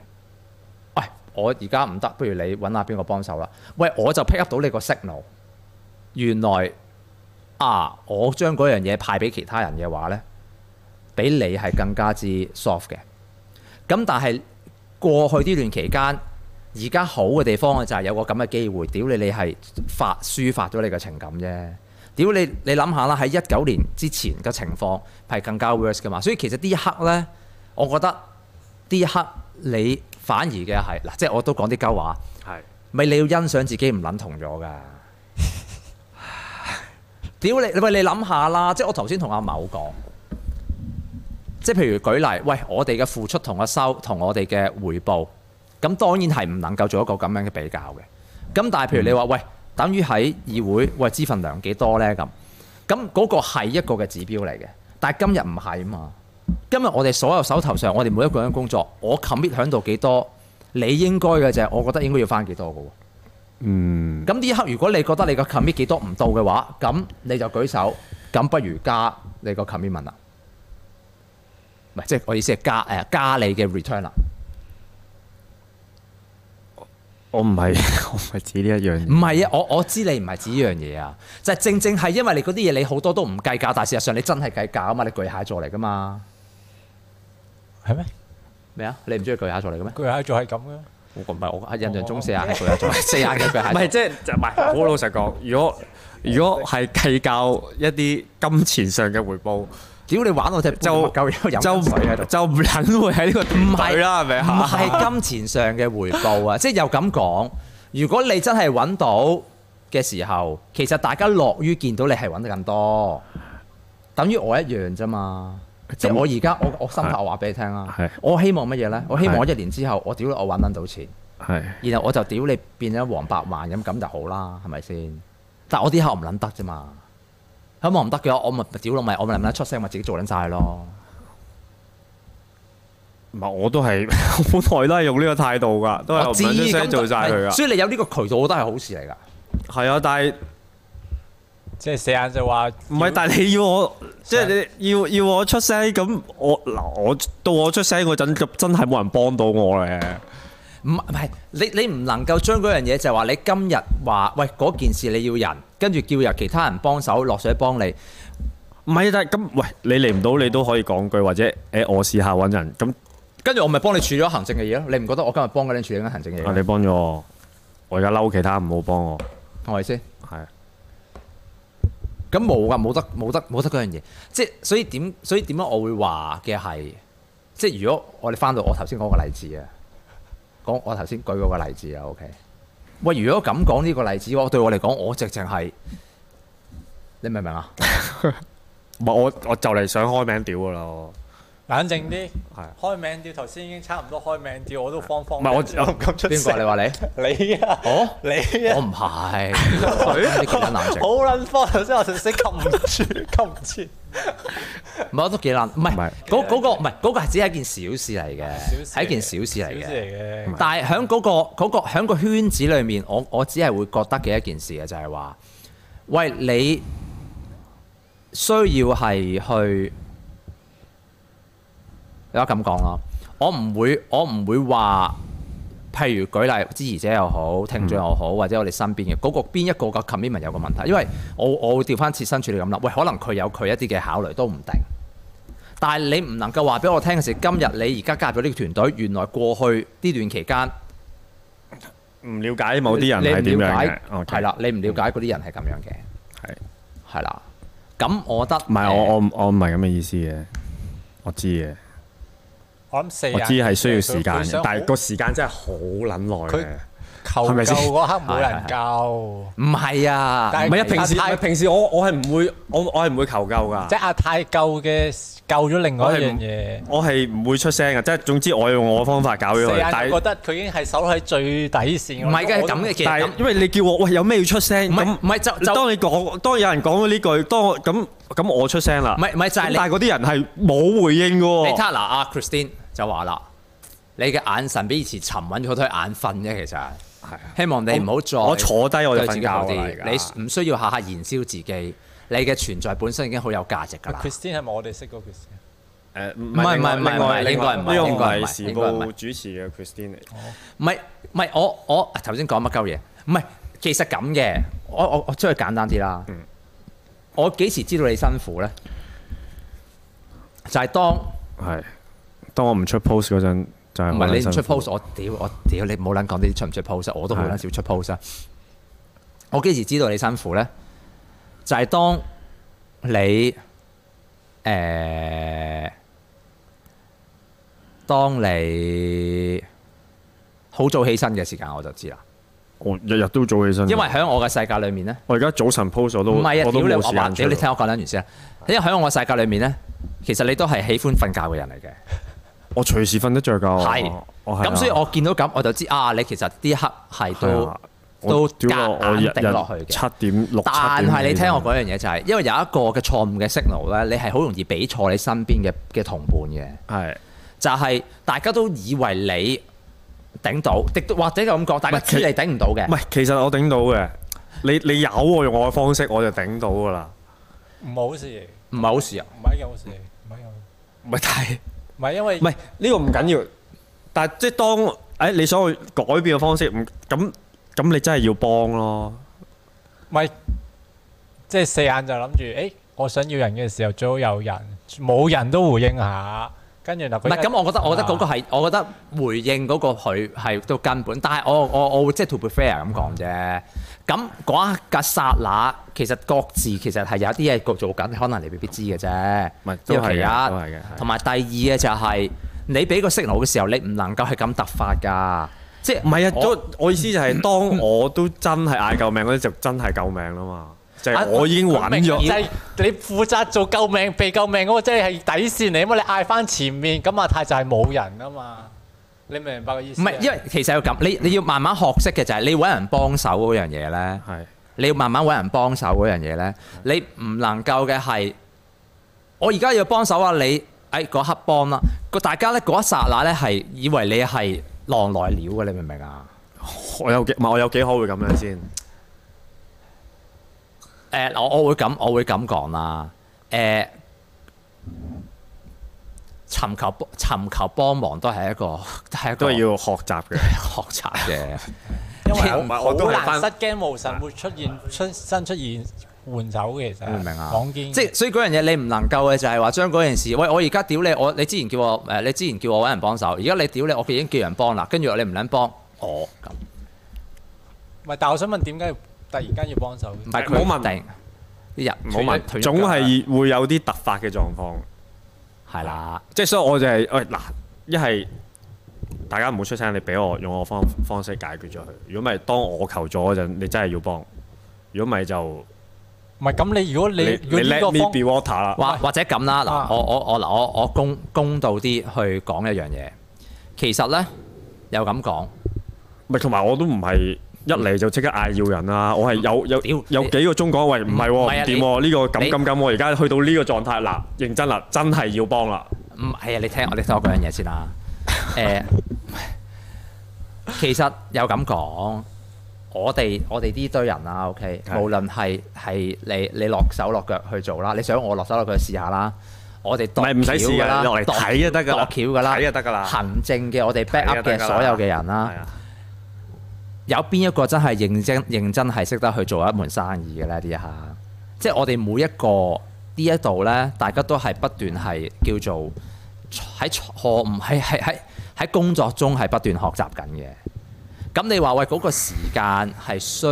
S1: 喂我而家唔得，不如你揾下邊個幫手啦。喂我就 pick up 到你個 signal，原來啊我將嗰樣嘢派俾其他人嘅話呢，比你係更加之 soft 嘅。咁但係過去呢段期間。而家好嘅地方嘅就係有個咁嘅機會，屌你你係發抒發咗你嘅情感啫。屌你你諗下啦，喺一九年之前嘅情況係更加 worse 噶嘛。所以其實呢一刻呢，我覺得呢一刻你反而嘅係嗱，即係我都講啲鳩話，
S2: 係
S1: 咪你要欣賞自己唔撚同咗噶。屌你！喂，你諗下啦，即係我頭先同阿某講，即係譬如舉例，喂，我哋嘅付出同個收同我哋嘅回報，咁當然係唔能夠做一個咁樣嘅比較嘅。咁但係譬如你話，喂，等於喺議會，喂，資份量幾多呢？咁咁嗰個係一個嘅指標嚟嘅，但係今日唔係啊嘛。今日我哋所有手頭上，我哋每一個人嘅工作，我 commit 響度幾多，你應該嘅就係我覺得應該要翻幾多嘅喎。
S2: 嗯
S1: 咁呢一刻，如果你覺得你個 commit 幾多唔到嘅話，咁你就舉手，咁不如加你個 commitment 啦。唔係，即係我意思係加誒、加你嘅 return 啦。
S2: 我唔係 我唔係指呢一樣嘢
S1: 唔。係啊，我我知你唔係指呢樣嘢啊，就係、正正係因為你嗰啲嘢你好多都唔計較，但係事實上你真係計較啊嘛，你巨蟹座嚟噶嘛。
S6: 係咩？
S1: 咩啊？你唔中意巨蟹座嚟嘅咩？哦
S6: 巨蟹座係咁嘅。
S1: 我唔係我印象中四眼係巨蟹座，四眼嘅巨蟹
S2: 唔係
S1: 座。
S2: 即係就唔係好老實講，如果如果係計較一啲金錢上嘅回報，
S1: 屌你玩我隻
S2: 就
S1: 夠有飲
S2: 就
S1: 緊水 喺度。
S2: 就唔撚會喺呢個
S1: 唔
S2: 團
S1: 係
S2: 隊啦，係咪
S1: 唔
S2: 嚇？
S1: 係金錢上嘅回報啊，即係又咁講。如果你真係揾到嘅時候，其實大家樂於見到你係揾得更多，等於我一樣啫嘛。即係我而家我我心態我話俾你聽啦
S2: 係，
S1: 我希望乜嘢呢？我希望
S2: 係
S1: 我一年之後我屌你我揾撚到錢，
S2: 係
S1: 然後我就屌你變咗黃百萬咁咁就好啦，係咪先？但我啲客唔撚得啫嘛，咁我唔得嘅話，我咪屌咯咪我咪咪出聲咪自己做撚晒咯。
S2: 唔係我都係 我本來都係用呢個態度㗎，都係
S1: 我
S2: 唔
S1: 知
S2: 撚出
S1: 咁
S2: 聲做晒佢啊
S1: 但
S2: 㗎。
S1: 所以你有呢個渠道，我覺得係好事嚟㗎。
S2: 係啊，但係
S6: 即係四眼就話
S2: 唔係，但係你要我即係你要要我出聲咁，我嗱我到我出聲嗰陣，咁真係冇人幫到我咧。
S1: 唔唔係你你唔能夠將嗰樣嘢就係話你今日話喂嗰件事你要人，跟住叫由其他人幫手落水幫你，
S2: 唔係，但係咁喂，你嚟唔到，你都可以講句或者誒，我試下揾人咁。
S1: 跟住我咪幫你處理咗行政嘅嘢咯。你唔覺得我今日幫緊你處理緊行政嘅嘢
S2: 啊！
S1: 咩？
S2: 你幫咗我，我而家嬲其他唔好幫我，
S1: 係咪先？
S2: 係
S1: 咁冇噶，冇得冇得冇得嗰樣嘢，即係所以點所以點解我會話嘅係，即係如果我哋翻到我頭先講個例子啊，講我頭先舉嗰個例子啊，OK。喂，如果咁講呢個例子嘅話，對我嚟講，我直情係，你明唔明啊？
S2: 唔係我我就嚟想開名屌噶啦，我
S6: 冷靜啲
S2: 係，
S6: 開名調頭先已經差唔多開名調，我都慌慌。
S2: 唔係我
S6: 我唔敢出
S1: 邊個？你
S6: 聲。
S1: 話你？
S6: 你啊，
S1: 我
S6: 你
S1: 我
S6: 啊，
S1: 唔係，啲幾撚冷靜。
S6: 好撚慌！頭先我成識吸唔住，吸唔
S1: 唔係我都幾難，唔
S2: 唔係
S1: 係嗰嗰個唔係嗰個係只係一件小事嚟嘅
S6: 小，事嚟嘅
S1: 係一件小事
S6: 住，小
S1: 嚟嘅。
S6: 事嚟嘅。
S1: 但係喺嗰個嗰、個喺個圈子裏面，我我只係會覺得嘅一件事嘅就係話，喂你需要係去，你家咁講啦，我唔會我唔會話，譬如舉例支持者又好，聽眾又好，或者我哋身邊嘅嗰、個邊一個嘅 commitment 有個問題，因為我我會調翻切身處理咁諗，喂可能佢有佢一啲嘅考慮都唔定。但係你唔能夠話俾我聽嘅時，今日你而家加入咗呢個團隊，原來過去呢段期間，
S2: 唔了解某哦啲人係
S1: 你
S2: 點
S1: 唔
S2: 樣
S1: 了
S2: 嘅哦
S1: 解，
S2: OK
S1: 係啦，你唔了解嗰啲人係咁樣嘅，
S2: 係
S1: 係啦。咁我覺得
S2: 唔係我我唔我唔係咁嘅意思嘅，我知嘅。
S6: 我諗四
S2: 我
S6: 眼，
S2: 知係需要時間
S6: 佢
S2: 嘅
S6: 想，
S2: 但係
S6: 好
S2: 個時間真係好撚耐嘅
S6: 佢。求
S2: 係咪
S6: 救
S2: 先
S6: 嗰刻冇
S1: 係係
S6: 人
S1: 係
S6: 救，
S1: 唔係啊，
S6: 但係
S2: 唔係啊，平時
S6: 阿泰
S2: 唔係平時我我係唔會我我係唔會求救㗎
S6: 即。係阿泰救嘅救咗另外一樣嘢。
S2: 我係唔會出聲嘅，即係總之我用我嘅方法搞咗
S6: 四
S2: 佢。
S6: 眼
S2: 但
S6: 就覺
S2: 係
S6: 得佢已經係守喺最底線。
S1: 唔係嘅，
S6: 我都
S1: 咁嘅其
S2: 但
S1: 實
S2: 係因為你叫我喂有咩要出聲，
S1: 唔係
S2: 咁
S1: 唔係就就
S2: 當你講，當有人講咗呢句，當我咁咁我出聲啦。
S1: 唔係唔係就係
S2: 咁
S1: 你
S2: 但係嗰啲人係冇回應嘅
S1: 你
S2: 喎。
S1: 睇嗱阿 Christine 就話啦，你嘅眼神比以前沉穩咗，都係眼瞓啫，其實
S2: 係啊
S1: 希望你唔好再
S2: 我我坐低我就
S1: 對自己好
S2: 瞓覺啦而
S1: 啲，
S2: 家
S1: 你唔需要下下燃燒自己，你嘅存在本身已經好有價值㗎啦。
S6: Christine 係咪我哋識嗰 Christine？
S2: 誒唔
S1: 係唔係
S2: 另外
S1: 唔係
S2: 另外
S1: 應該唔係
S2: 呢個
S1: 應該唔係
S2: 係時
S1: 應該唔
S2: 報
S1: 係
S2: 主持嘅 Christine 嚟。
S1: 唔係唔係，我我啊頭先講乜鳩嘢？唔係，其實咁嘅，我我我將佢簡單啲啦。
S2: 嗯
S1: 我幾時知道你辛苦咧？就係當唔
S2: 係，當我唔出 post 嗰陣就係我
S1: 係你唔
S2: 辛
S1: 出
S2: 苦
S1: post，我屌我屌你冇撚講你出唔出 post，啊我都好撚少出 post 啊！我幾時知道你辛苦咧？就係、當你誒、呃，當你好早起身嘅時間，我就知啦。
S2: 我日日都早起身。
S1: 因為喺我嘅世界裏面咧，
S2: 我而家早晨 post 嗯我都
S1: 唔係啊，屌
S2: 我都
S1: 你
S2: 冇
S1: 我
S2: 時
S1: 話
S2: 間
S1: 屌你
S2: 出。
S1: 聽我講緊完先啊！因為喺我嘅世界裏面咧，其實你都係喜歡瞓覺嘅人嚟嘅，
S2: 我隨時瞓得着㗎。我
S1: 係
S2: 我係啊
S1: 咁所以我見到咁我就知啊，你其實呢一刻係
S2: 係
S1: 都
S2: 啊
S1: 都
S2: 我
S1: 夾
S2: 屌我我日
S1: 硬頂落去
S2: 日
S1: 嘅。
S2: 七點六
S1: 但係你聽我
S2: 講，
S1: 講一樣嘢就係，因為有一個嘅錯誤嘅 signal 咧，你係好容易俾錯你身邊嘅嘅同伴嘅，
S2: 係
S1: 就係大家都以為你頂到，亦都或者咁講，大家
S2: 唔係其
S1: 知你頂唔到嘅
S2: 唔。係？其實我頂到嘅，你你有我用我嘅方式我就頂到㗎啦。
S6: 唔係好事嚟，
S1: 唔係好事啊！
S6: 唔係一件好事嚟，唔係一件好事
S2: 唔係，但係
S6: 唔係因為
S2: 唔係呢個唔緊要，但係即係當誒、哎你想去改變嘅方式唔咁咁，你真係要幫咯。
S6: 唔係，即係四眼就諗住，誒，我想要人嘅時候最好有人，冇人都回應下，跟住嗱，
S1: 唔
S6: 唔
S1: 係咁，我覺得
S2: 啊
S1: 我覺得嗰個係，我覺得回應嗰個佢係都根本，但係我我我會即係 to be fair 咁講啫。咁嗰一格剎那，其實各自其實係有啲嘢做緊，可能你未必知嘅啫。
S2: 唔係
S1: 呢
S2: 都
S1: 個其
S2: 係嘅
S1: 一
S2: 都係嘅係
S1: 同埋第二嘅就係、你俾個 signal 嘅時候，你唔能夠係咁突發㗎。即係
S2: 唔係啊，
S1: 我
S2: 都我意思就 係當我都真係嗌救命嗰啲，就真係救命啦嘛。就係、
S1: 啊
S2: 我已經
S6: 佢
S2: 揾
S6: 明
S2: 咗
S6: 就。係你負責做救命、被救命嗰個，即係係底線嚟啊嘛！你嗌翻前面，咁阿泰就係冇人啊嘛！你明唔明白個意
S1: 唔
S6: 思啊？
S1: 係，因為其實要咁，你你要慢慢學識嘅就係你揾人幫手嗰樣嘢咧。
S2: 係
S1: 你要慢慢揾人幫手嗰樣嘢咧，你唔能夠嘅係，我而家要幫手啊！你，誒嗰刻幫啦，個大家咧嗰一剎那咧係以為你係狼來了嘅，你明唔明啊？
S2: 我有幾唔係我有幾可會咁樣先？
S1: 誒、我我會咁，我會咁講啦。誒、尋求幫尋求幫忙都係一個都係一
S2: 都
S1: 個
S2: 係要學習嘅。
S1: 學習嘅。
S6: 因為
S2: 我唔係我都係
S6: 好
S2: 返
S6: 難失驚無神會出現出新出現換手嘅，其實
S1: 明唔明啊？
S6: 講堅
S1: 即係所以嗰樣嘢你唔能夠嘅就係話將嗰件事，喂我而家屌你，我你之前叫我誒，你之前叫我揾人幫手，而家你屌你，我已經叫人幫啦，跟住你唔撚幫
S2: 哦
S1: 我咁，
S6: 唔係，但我想問點解要突然間要幫手？
S1: 唔係
S2: 唔好
S1: 佢
S2: 問
S1: 定啲人
S2: 唔好
S1: 斷一
S2: 問，
S1: 斷一
S2: 總
S1: 腳啊
S2: 係會有啲突發嘅狀況。
S1: 係啦，
S2: 即係所以我就係、喂嗱，一係大家唔好出聲，你俾我用我方方式解決咗佢。如果唔係，當我求助嗰陣，你真係要幫；如果唔係就
S6: 唔唔係咁，你如果你
S2: 你
S6: 如果
S2: 你
S6: 呢
S2: let
S6: 個
S2: me
S6: 方
S2: be water 啦，
S1: 或或者咁啦，
S6: 啊
S1: 嗱，我我我嗱，我我公公道啲去講一樣嘢，其實咧又咁講，
S2: 咪同埋我都唔係一嚟就即刻嗌要人啦，我係有有
S1: 嗯屌
S2: 有幾個鐘講喂唔係喎
S1: 唔
S2: 唔
S1: 係啊
S2: 掂喎，呢個
S1: 你
S2: 咁咁咁，我而家去到呢個狀態嗱，認真啦，真係要幫啦，
S1: 唔係啊，你聽我你聽我講樣嘢先 啦。誒、其實又咁講，我哋我哋呢堆人啊，OK，
S2: 係
S1: 無論係係你你落手落腳去做啦，你想我落手落腳試下啦，我哋
S2: 唔
S1: 度
S2: 係唔使
S1: 橋
S2: 試
S1: 㗎啦，
S2: 嘅，落嚟
S1: 度
S2: 睇就得㗎啦，
S1: 度橋㗎啦，
S2: 睇就得㗎啦，
S1: 行政嘅我哋 back
S2: 睇
S1: up
S2: 就得
S1: 嘅
S2: 㗎啦
S1: 所有嘅人啦
S2: 係。啊，
S1: 有邊一個真係認真認真係識得去做一門生意嘅咧？呢一下，即係我哋每一個呢一度咧，大家都係不斷係叫做喺錯誤喺喺喺喺工作中係不斷學習緊嘅。咁你話喂嗰、個時間係需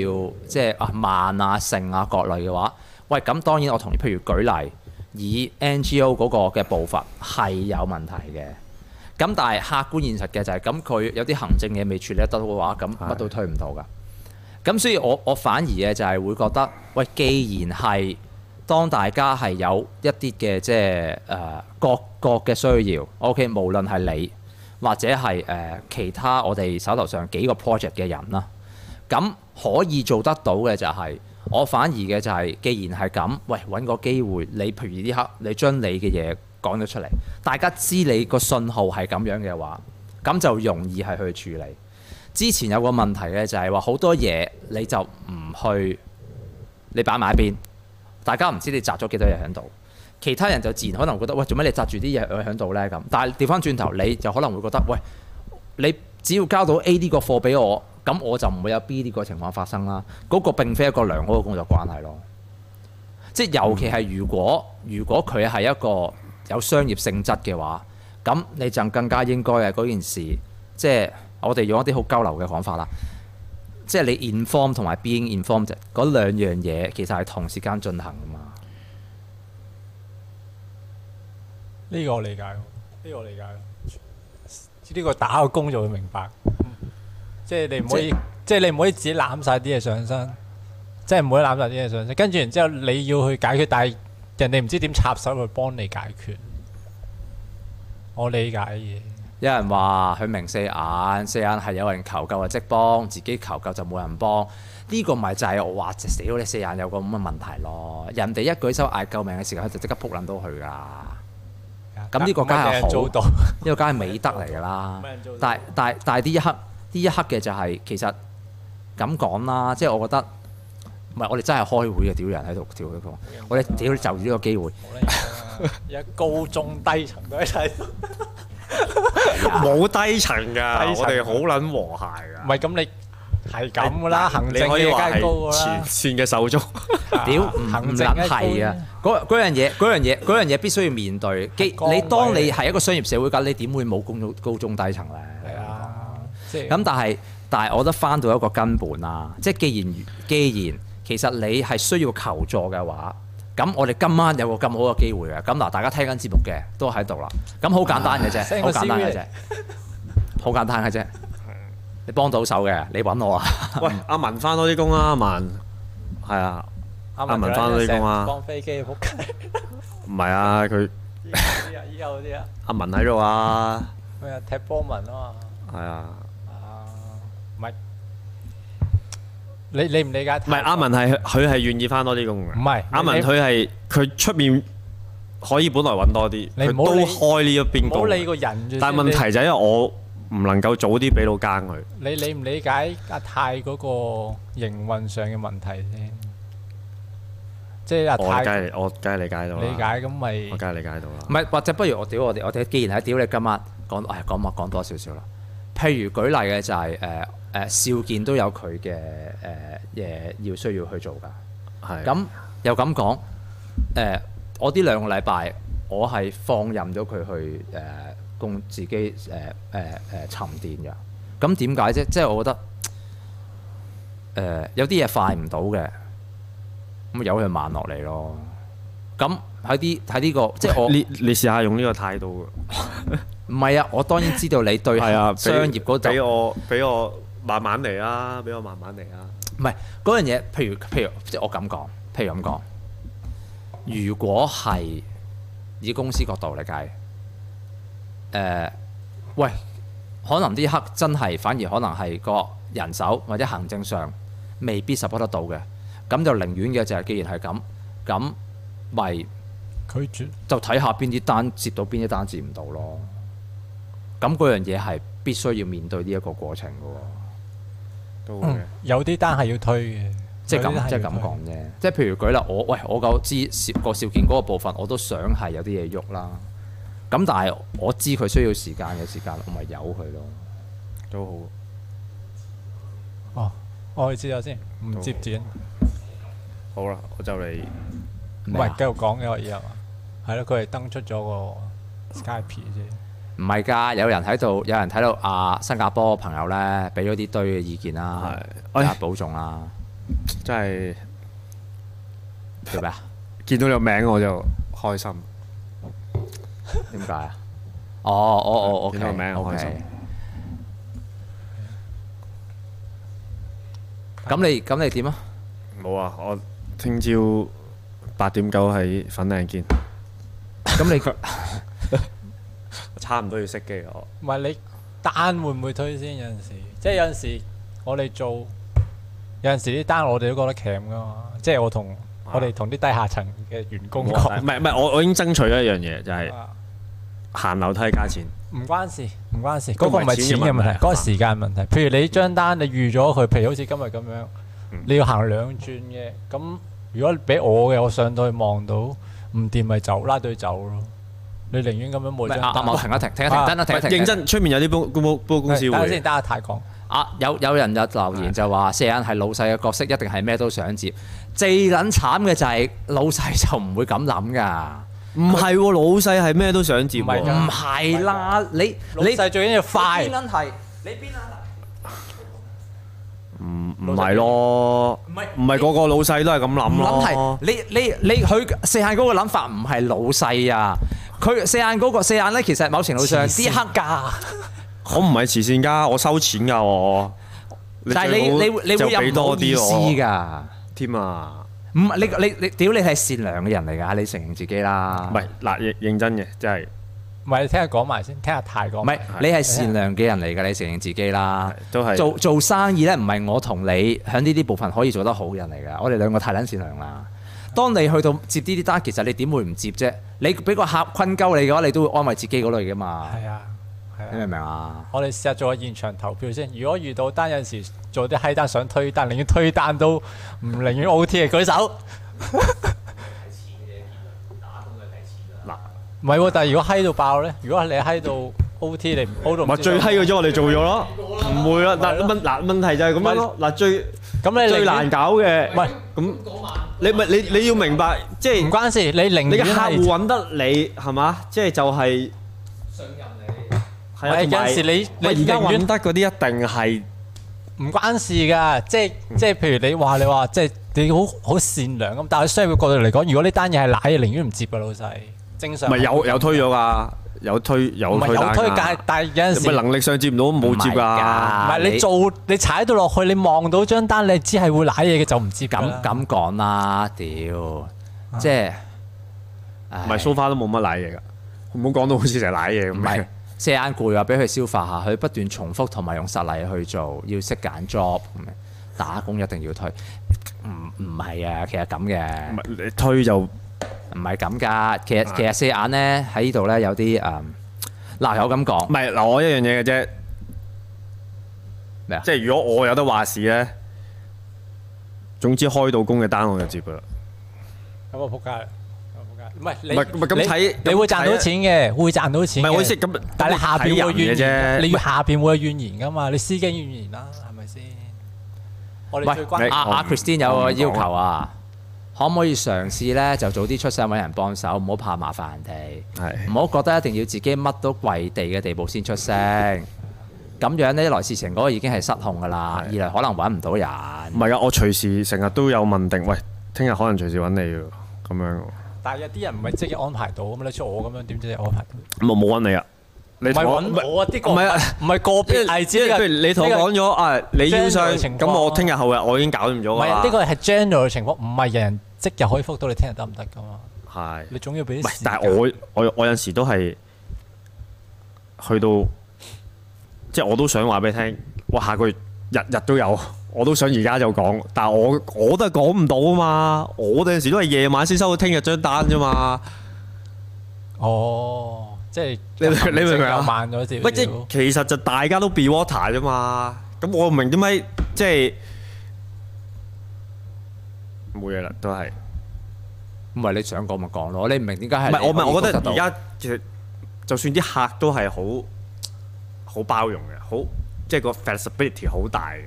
S1: 要即係啊慢啊剩啊各類嘅話，喂咁當然我同你譬如舉例，以 NGO 嗰個嘅步伐係有問題嘅。咁但係客觀現實嘅就係咁，佢有啲行政嘢未處理得到嘅話，咁乜都推唔到噶。咁所以我我反而嘅就係會覺得，喂，既然係當大家係有一啲嘅即係誒呃各各嘅需要，OK，無論係你或者係誒、呃其他我哋手頭上幾個 project 嘅人啦，咁可以做得到嘅就係、我反而嘅就係、既然係咁，喂，揾個機會，你譬如呢刻你將你嘅嘢講咗出嚟，大家知你個信號係咁樣嘅話，咁就容易係去處理。之前有個問題嘅就係話好多嘢你就唔去，你擺埋一邊，大家唔知你擲咗幾多嘢喺度。其他人就自然可能覺得喂，做咩你擲住啲嘢喺度呢？咁，但係調翻轉頭你就可能會覺得喂，你只要交到 A 呢個貨俾我，咁我就唔會有 B 呢個情況發生啦。嗰、個並非一個良好嘅工作關係咯。即係尤其係如果如果佢係一個有商業性質嘅話，咁你就更加應該係嗰件事，即係我哋用一啲好交流嘅講法啦。即係你 inform 同埋 being informed 嗰兩樣嘢，其實係同時間進行噶嘛。
S6: 呢個我理解喎，呢個我理解喎。呢個打個工就會明白，即係你唔可以，即係你唔可以自己攬晒啲嘢上身，即係唔可以攬晒啲嘢上身。跟住然之後你要去解決，但係人哋唔知點插手去幫你解決。我理解嘅，
S1: 有人話佢明四眼，四眼係有人求救啊，即幫；自己求救就冇人幫。呢、個咪就係我話死你四眼有個咁嘅問題咯。人哋一舉手嗌救命嘅時候，佢就即刻撲撚到佢㗎啦。咁呢個梗係
S6: 冇人
S1: 好
S6: 做到，
S1: 呢個梗係美德嚟㗎 啦
S6: 冇人做到。
S1: 但係但係但係呢一刻呢一刻嘅就係、其實咁講啦，即係我覺得唔係我哋真係開會嘅屌人喺度屌佢講，我哋屌就住呢個機會，
S6: 冇得贏啊而家高中低層都喺晒度。
S2: 冇低層
S6: 低
S2: 㗎，
S6: 層
S2: 我哋好撚和諧㗎
S6: 唔。係咁你係咁噶啦，行
S2: 你
S6: 政
S2: 可以
S6: 嘅
S2: 話
S6: 梗係高
S2: 係
S6: 㗎啦
S2: 前。線嘅手 足，
S1: 屌唔唔
S6: 啊行政
S1: 撚
S6: 一般
S1: 係啊！嗰嗰樣嘢嗰樣嘢嗰樣嘢必須要面對。既
S6: 崗位
S1: 你當你係一個商業社會㗎，你點會冇高中高中低層咧？
S6: 係啊，即係
S1: 咁但係但係，我覺得翻到一個根本啦，即係既然既然其實你係需要求助嘅話，咁我哋今晚有個咁好嘅機會嘅，咁嗱，大家聽緊節目嘅都喺度啦，咁好簡單嘅啫，
S6: 啊 send
S1: 好
S6: 個
S1: 簡單嘅
S6: CV
S1: 啫，好簡單嘅啫，你幫到手嘅，你揾我啊，
S2: 喂，阿文翻多啲工啊啦，阿文，係啊，
S6: 阿
S2: 文返咗呢工啊
S6: 放飛機仆街，
S2: 唔係啊，佢
S6: 依家嗰啲啊，依家嗰啲啊，
S2: 阿文喺度啊，
S6: 咩啊踢波文啊
S2: 係啊，
S6: 嘛，啊唔係你你唔理解？
S2: 唔係阿文係佢係願意翻多啲工嘅，
S6: 唔係
S2: 阿文
S6: 你
S2: 佢係佢出面可以本來揾多啲，
S6: 你
S2: 佢
S6: 唔好
S2: 都
S6: 理
S2: 開呢一邊
S6: 唔好理
S2: 工，啊
S6: 個人住先，
S2: 但係問題就係因為我唔能夠早啲俾到更佢，
S6: 你你理唔理解阿泰嗰個營運上嘅問題先？即係阿
S2: 我梗
S6: 泰
S2: 係我梗係理解到
S6: 理
S2: 啦，
S6: 解咁咪
S2: 我梗係理解到啦
S1: 唔，係或者不如我屌我哋我哋，既然係屌你今晚講，唉講乜講多少少啦，譬如舉例嘅就係誒誒少健都有佢嘅誒呃嘢要需要去做㗎。
S2: 係
S1: 咁又咁講，誒、我呢兩個禮拜我係放任咗佢去誒、供自己誒誒誒沉澱嘅。咁點解啫？即係我覺得誒、有啲嘢快唔到嘅，咁由佢慢落嚟咯。咁喺啲喺呢個即係我
S2: 你你試下用呢個態度，
S1: 唔係啊！我當然知道你對
S2: 係 啊，俾
S1: 商業嗰度
S2: 俾我俾啊我慢慢嚟啦，俾我慢慢嚟啦。
S1: 唔係嗰樣嘢，譬如譬如即係我咁講，譬如咁講，如果係以公司角度嚟計，誒、呃喂，可能呢刻真係反而可能係個人手或者行政上未必 support 得到嘅，咁就寧願嘅就係既然係咁，咁咪
S6: 拒絕
S1: 就睇下邊啲單接到邊啲單接唔到咯。咁嗰樣嘢係必須要面對呢一個過程嘅喎。
S9: 都
S6: Ừ.
S9: 會嘅。
S6: 有啲單係要推嘅，
S1: 即係
S6: 有啲單
S1: 咁，即係咁
S6: 要推
S1: 講啫。即係譬如舉例，我喂我夠知少個少見嗰個部分，我都想係有啲嘢喐啦。咁但係我知佢需要時間嘅時間，我咪由佢咯。
S9: 都好。
S6: 哦，我去試下先，唔接展，
S9: 好啦，我就嚟
S6: 唔
S1: 咩啊
S6: 係繼續講嘅可以係嘛？係咯，佢係登出咗個 Skype 啫。
S1: 唔係㗎，有人喺度，有人睇到啊新加坡朋友咧，俾咗啲堆嘅意見啦，
S9: 係
S1: 啊
S9: 哎
S1: 保重啦，
S9: 真係
S1: 做 咩啊？
S9: 見到你個名我就開心。
S1: 點解啊？哦，哦 哦，OK，
S9: 見到個名我
S1: OK
S9: 開心
S1: 咁你咁你點啊？
S9: 冇啊，我聽朝八點九喺粉嶺見。
S1: 咁你
S9: 差唔多要熄機啦我。
S6: 唔係你單會唔會推先？有陣時，即係有陣時我哋做，有陣時啲單我哋都覺得鉗噶嘛。即係我同、我哋同啲低下層嘅員工
S2: 冇
S6: 講
S2: 啊，唔係唔係，我我已經爭取咗一樣嘢，就係
S6: 啊
S2: 行樓梯加錢。
S6: 唔關事，唔關事，
S2: 都唔係
S6: 嗰個唔係錢嘅
S2: 錢嘅
S6: 問題
S2: 問題，
S6: 嗰個時間問題。譬如你張單你預咗佢，譬如好似今日咁樣，你要行兩轉嘅，咁如果俾我嘅，我上到去望到唔掂咪走，拉隊走咯。你寧願咁樣每
S1: 唔係
S6: 張
S1: 啊
S6: 單
S1: 啊！某停一停，停一停，
S6: 啊
S1: 等一停，停一停
S2: 認真，出面有啲公公公公司
S6: 等下先，
S2: 會
S6: 等下太講。
S1: 啊！有有人有留言就話謝恩係老細嘅角色，一定係咩都想接。最撚慘嘅就係老細就唔會咁諗㗎，
S2: 唔係喎，老細係咩都想接
S6: 唔係
S2: 喎
S6: 㗎。
S1: 唔係啦，你
S6: 老細最緊要快
S1: 你邊撚係？你邊撚係？
S2: 唔係咯，
S1: 唔係
S2: 唔係個個老細都係咁諗
S1: 唔
S2: 咯。
S1: 諗係你你你佢四眼嗰個諗法唔係老細啊！佢四眼嗰個四眼咧，其實某程度上啲黑㗎。
S2: 我唔係慈善家，我收錢㗎我。
S1: 但係
S2: 最
S1: 你
S2: 好
S1: 你會你
S2: 就
S1: 會有
S2: 俾
S1: 唔好
S2: 多
S1: 意
S2: 啲
S1: 思
S2: 我
S1: 㗎。
S2: 添啊！
S1: 唔係你你你屌你係善良嘅人嚟㗎，你承認自己啦。
S2: 唔係嗱，認認真嘅，真係
S6: 唔係，你聽下講埋先，聽下太講
S1: 唔
S6: 埋。
S1: 係你係善良嘅人嚟㗎，你承認自己啦。
S2: 都係
S1: 做做生意咧，唔係我同你喺呢啲部分可以做得好嘅人嚟㗎，我哋兩個太撚善良啦。當你去到接呢啲單，其實你點會唔接啫？你俾個客困鳩你嘅話，你都會安慰自己嗰類㗎嘛。
S6: 係啊，係
S1: 你
S6: 啊。
S1: 明唔明啊？
S6: 我哋試下做個現場投票先。如果遇到單有陣時做啲閪單想推單，寧願推單都唔寧願 O T 嘅舉手。唔係喎，但係如果閪到爆咧，如果你閪到 O T，你唔 O 到唔
S2: 咪
S6: 知
S2: 最
S6: 做
S2: 閪嘅啫，我哋做咗咯，唔會啦。但問嗱問題就係咁樣咯。嗱最
S6: 咁你
S2: 最
S6: 寧願
S2: 難搞嘅，
S6: 唔係
S2: 咁你咪你你要明白，即係
S6: 唔關事，你寧
S2: 你嘅
S6: 願
S2: 客
S6: 係
S2: 户揾得你係嘛？即係就係信
S6: 喂
S2: 任
S6: 有
S2: 你。係啊，
S6: 陣時
S2: 同埋
S6: 你
S2: 喂
S6: 你
S2: 而家
S6: 寧願
S2: 揾得嗰啲一定係
S6: 唔關事㗎，即係即係譬如你話你話即係你好好善良咁，但係商業嘅角度嚟講，如果呢單嘢係賴嘢，寧願唔接㗎老細。正常
S2: 咪有有推咗㗎？有推有
S6: 唔係
S2: 推單
S6: 有推
S2: 㗎
S6: 介，，但係有陣時
S2: 咪能力上接唔到冇接
S1: 唔係㗎
S2: 㗎。
S6: 唔係
S1: 你
S6: 你做你踩到落去，你望到張單，你只係會舐嘢嘅就唔接
S1: 咁
S6: 咁咁。
S1: 咁講啦，屌，即係
S2: 唔係
S1: 唉
S2: so far 都冇乜賴嘢㗎，唔好講到好似成日賴嘢咁
S1: 唔
S2: 樣
S1: 係。 四眼攰啊，俾佢消化下，佢不斷重複同埋用實例去做，要識揀 job 咁樣，打工一定要推，唔唔係啊，其實咁嘅
S2: 唔。係你推就
S1: 唔係咁㗎，其實其實四眼咧喺呢度咧有啲誒，嗱有咁
S2: 唔
S1: 講
S2: 係嗱，我一樣嘢嘅啫。
S1: 咩啊
S2: 即係如果我有得話事咧，總之開到工嘅單我就接噶啦。
S6: 咁我仆街啦，咁我仆街。唔
S2: 唔係
S6: 係你
S2: 唔係咁睇
S6: 你你會賺到錢嘅，會賺到
S2: 唔
S6: 錢嘅。
S2: 係我意思咁，
S6: 但係你下邊會
S2: 睇
S6: 怨
S2: 人
S6: 言㗎，
S2: 嘅
S6: 你
S2: 啫。
S6: 要下邊會有怨言㗎嘛？你司機怨言啦，係咪先？我哋最關
S2: 你
S1: 阿
S2: 我唔
S1: 阿 Christine 有個要
S2: 我唔講
S1: 求啊，可唔可以嘗試咧就早啲出聲揾人幫手，唔好怕麻煩人哋，
S2: 係
S1: 唔好覺得一定要自己乜都跪地嘅地步先出聲，咁樣呢，一來事情嗰個已經係失控㗎啦，二來可能揾唔到人，
S2: 唔係啊，我隨時成日都有問定，喂，聽日可能隨時揾你㗎咁樣㗎。
S6: 但係有啲人唔係即刻安排到咁，你出我咁樣點知你安排到？
S2: 咁我冇揾你啊。你
S6: 唔係
S2: 同我
S6: 揾我啊！ 啲個
S2: 唔係啊
S6: 唔係個別例子，
S2: 因為
S6: 呢個
S2: 譬如你同
S6: 呢個
S2: 我講咗啊，你腰
S6: general
S2: 傷，
S6: 情況
S2: 咁我聽日後日我已經搞掂咗
S6: 唔
S2: 㗎
S6: 係
S2: 啦
S6: 呢。個係 general 嘅情況，唔係人人即日可以覆到你聽日得唔得噶嘛？
S2: 係。
S6: 你總要俾
S2: 唔
S6: 啲
S2: 係
S6: 時，間
S2: 但係我我我有陣時都係去到，即係我都想話俾你聽，哇！下個月日日都有，我都想而家就講，但係我我都係講唔到啊嘛，我有陣時都係夜晚先收到聽日張單啫嘛。
S6: 哦，即係
S2: 你明你明唔明啊
S6: 又慢咗少
S2: 喂，即係
S6: 少。
S2: 其實就大家都 be water 啫嘛。咁我唔明點解即係冇嘢啦，都係。
S1: 唔係你想講咪講咯，你唔明點解係
S2: 唔
S1: 你
S2: 係我唔係，我覺得
S1: 到
S2: 而家其實就算啲客都係好好包容嘅，好即係個 flexibility 好大嘅。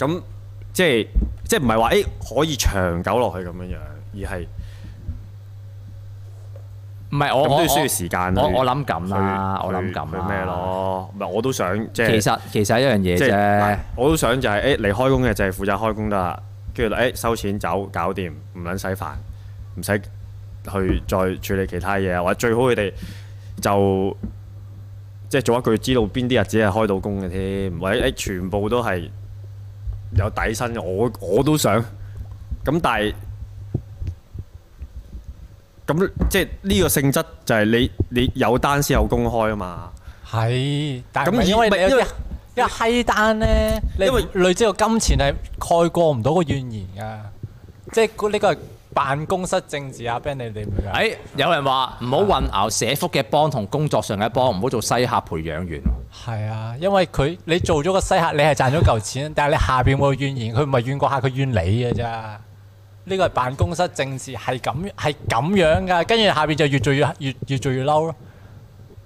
S2: 咁即係即係唔係話誒可以長久落去咁樣樣，而係
S1: 唔係我
S2: 咁
S1: 我
S2: 都要需要
S1: 我
S2: 時間去
S1: 我我諗咁啦，
S2: 去
S1: 我諗
S2: 去
S1: 咁
S2: 去
S1: 啦
S2: 咩？咯？唔係我都想即係
S1: 其實其實一樣嘢
S2: 即係
S1: 啫
S2: 嗱。我都想就係誒嚟開工嘅就係負責開工得啦，跟住誒收錢走搞掂，唔撚使煩，唔使去再處理其他嘢啊，或者最好佢哋就即係早一句知道邊啲日子係開到工嘅添，或者誒全部都係有底薪嘅，我我都想，咁但係。咁即係呢個性質就係你你有單先有工開啊嘛，
S6: 係，但係
S2: 咁
S6: 唔係
S2: 以
S6: 因為
S2: 唔係
S6: 你有
S2: 因為
S6: 啲因為閪單咧，你
S2: 因為
S6: 累積個金錢係蓋過唔到個怨言㗎，即係嗰呢個係辦公室政治啊，Ben 你哋明唔明
S1: 誒，
S6: 啊？
S1: 哎有人話唔好混淆社福嘅幫同工作上嘅幫，唔好做西客培養員。
S6: 係啊，因為佢你做咗個西客，你係賺咗嚿錢，但係你下邊會有怨言，佢唔係怨個客，佢怨你嘅咋。呢個係辦公室政治，係咁係咁樣㗎，跟住下邊就越做越越越做越嬲咯，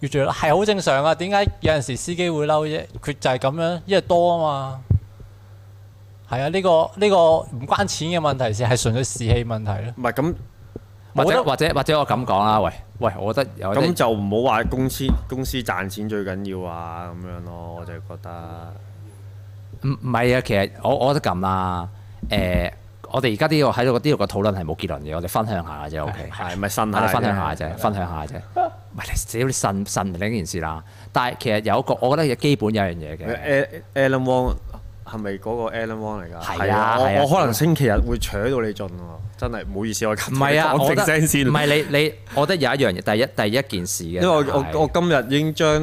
S6: 越做越嬲係好正常啊。點解有陣時司機會嬲啫？佢就係咁樣，因為多啊嘛。係啊，呢、個呢、個唔關錢嘅問題事，係純粹士氣問題咯。
S2: 唔係咁
S1: 或
S6: 冇
S1: 者
S6: 得
S1: 或者或者我咁講啦，喂喂，我覺得有
S2: 咁
S1: 啲
S2: 就唔好話公司公司賺錢最緊要啊咁樣咯，我就覺得
S1: 唔唔係啊，其實我我覺得咁啦，誒，我哋而家呢個喺度呢度個討論係冇結論嘅，我哋分享下啫，OK。
S2: 係咪新
S1: 我哋分享下啫，分享下啫。唔係你少你信信唔另一件事啦。但係其實有一個，我覺得基本有一樣嘢嘅。
S2: Alan Wong 係咪嗰個 Alan Wong 嚟㗎？
S1: 係啊
S2: 我
S1: 係啊
S2: 我可能星期日會扯到你盡喎，真係唔好意思，我
S1: 唔係啊，我覺得
S2: 講定聲先。
S1: 唔係你你，我覺得有一樣嘢，第一第一件事嘅就係，
S2: 因為我我我今日已經將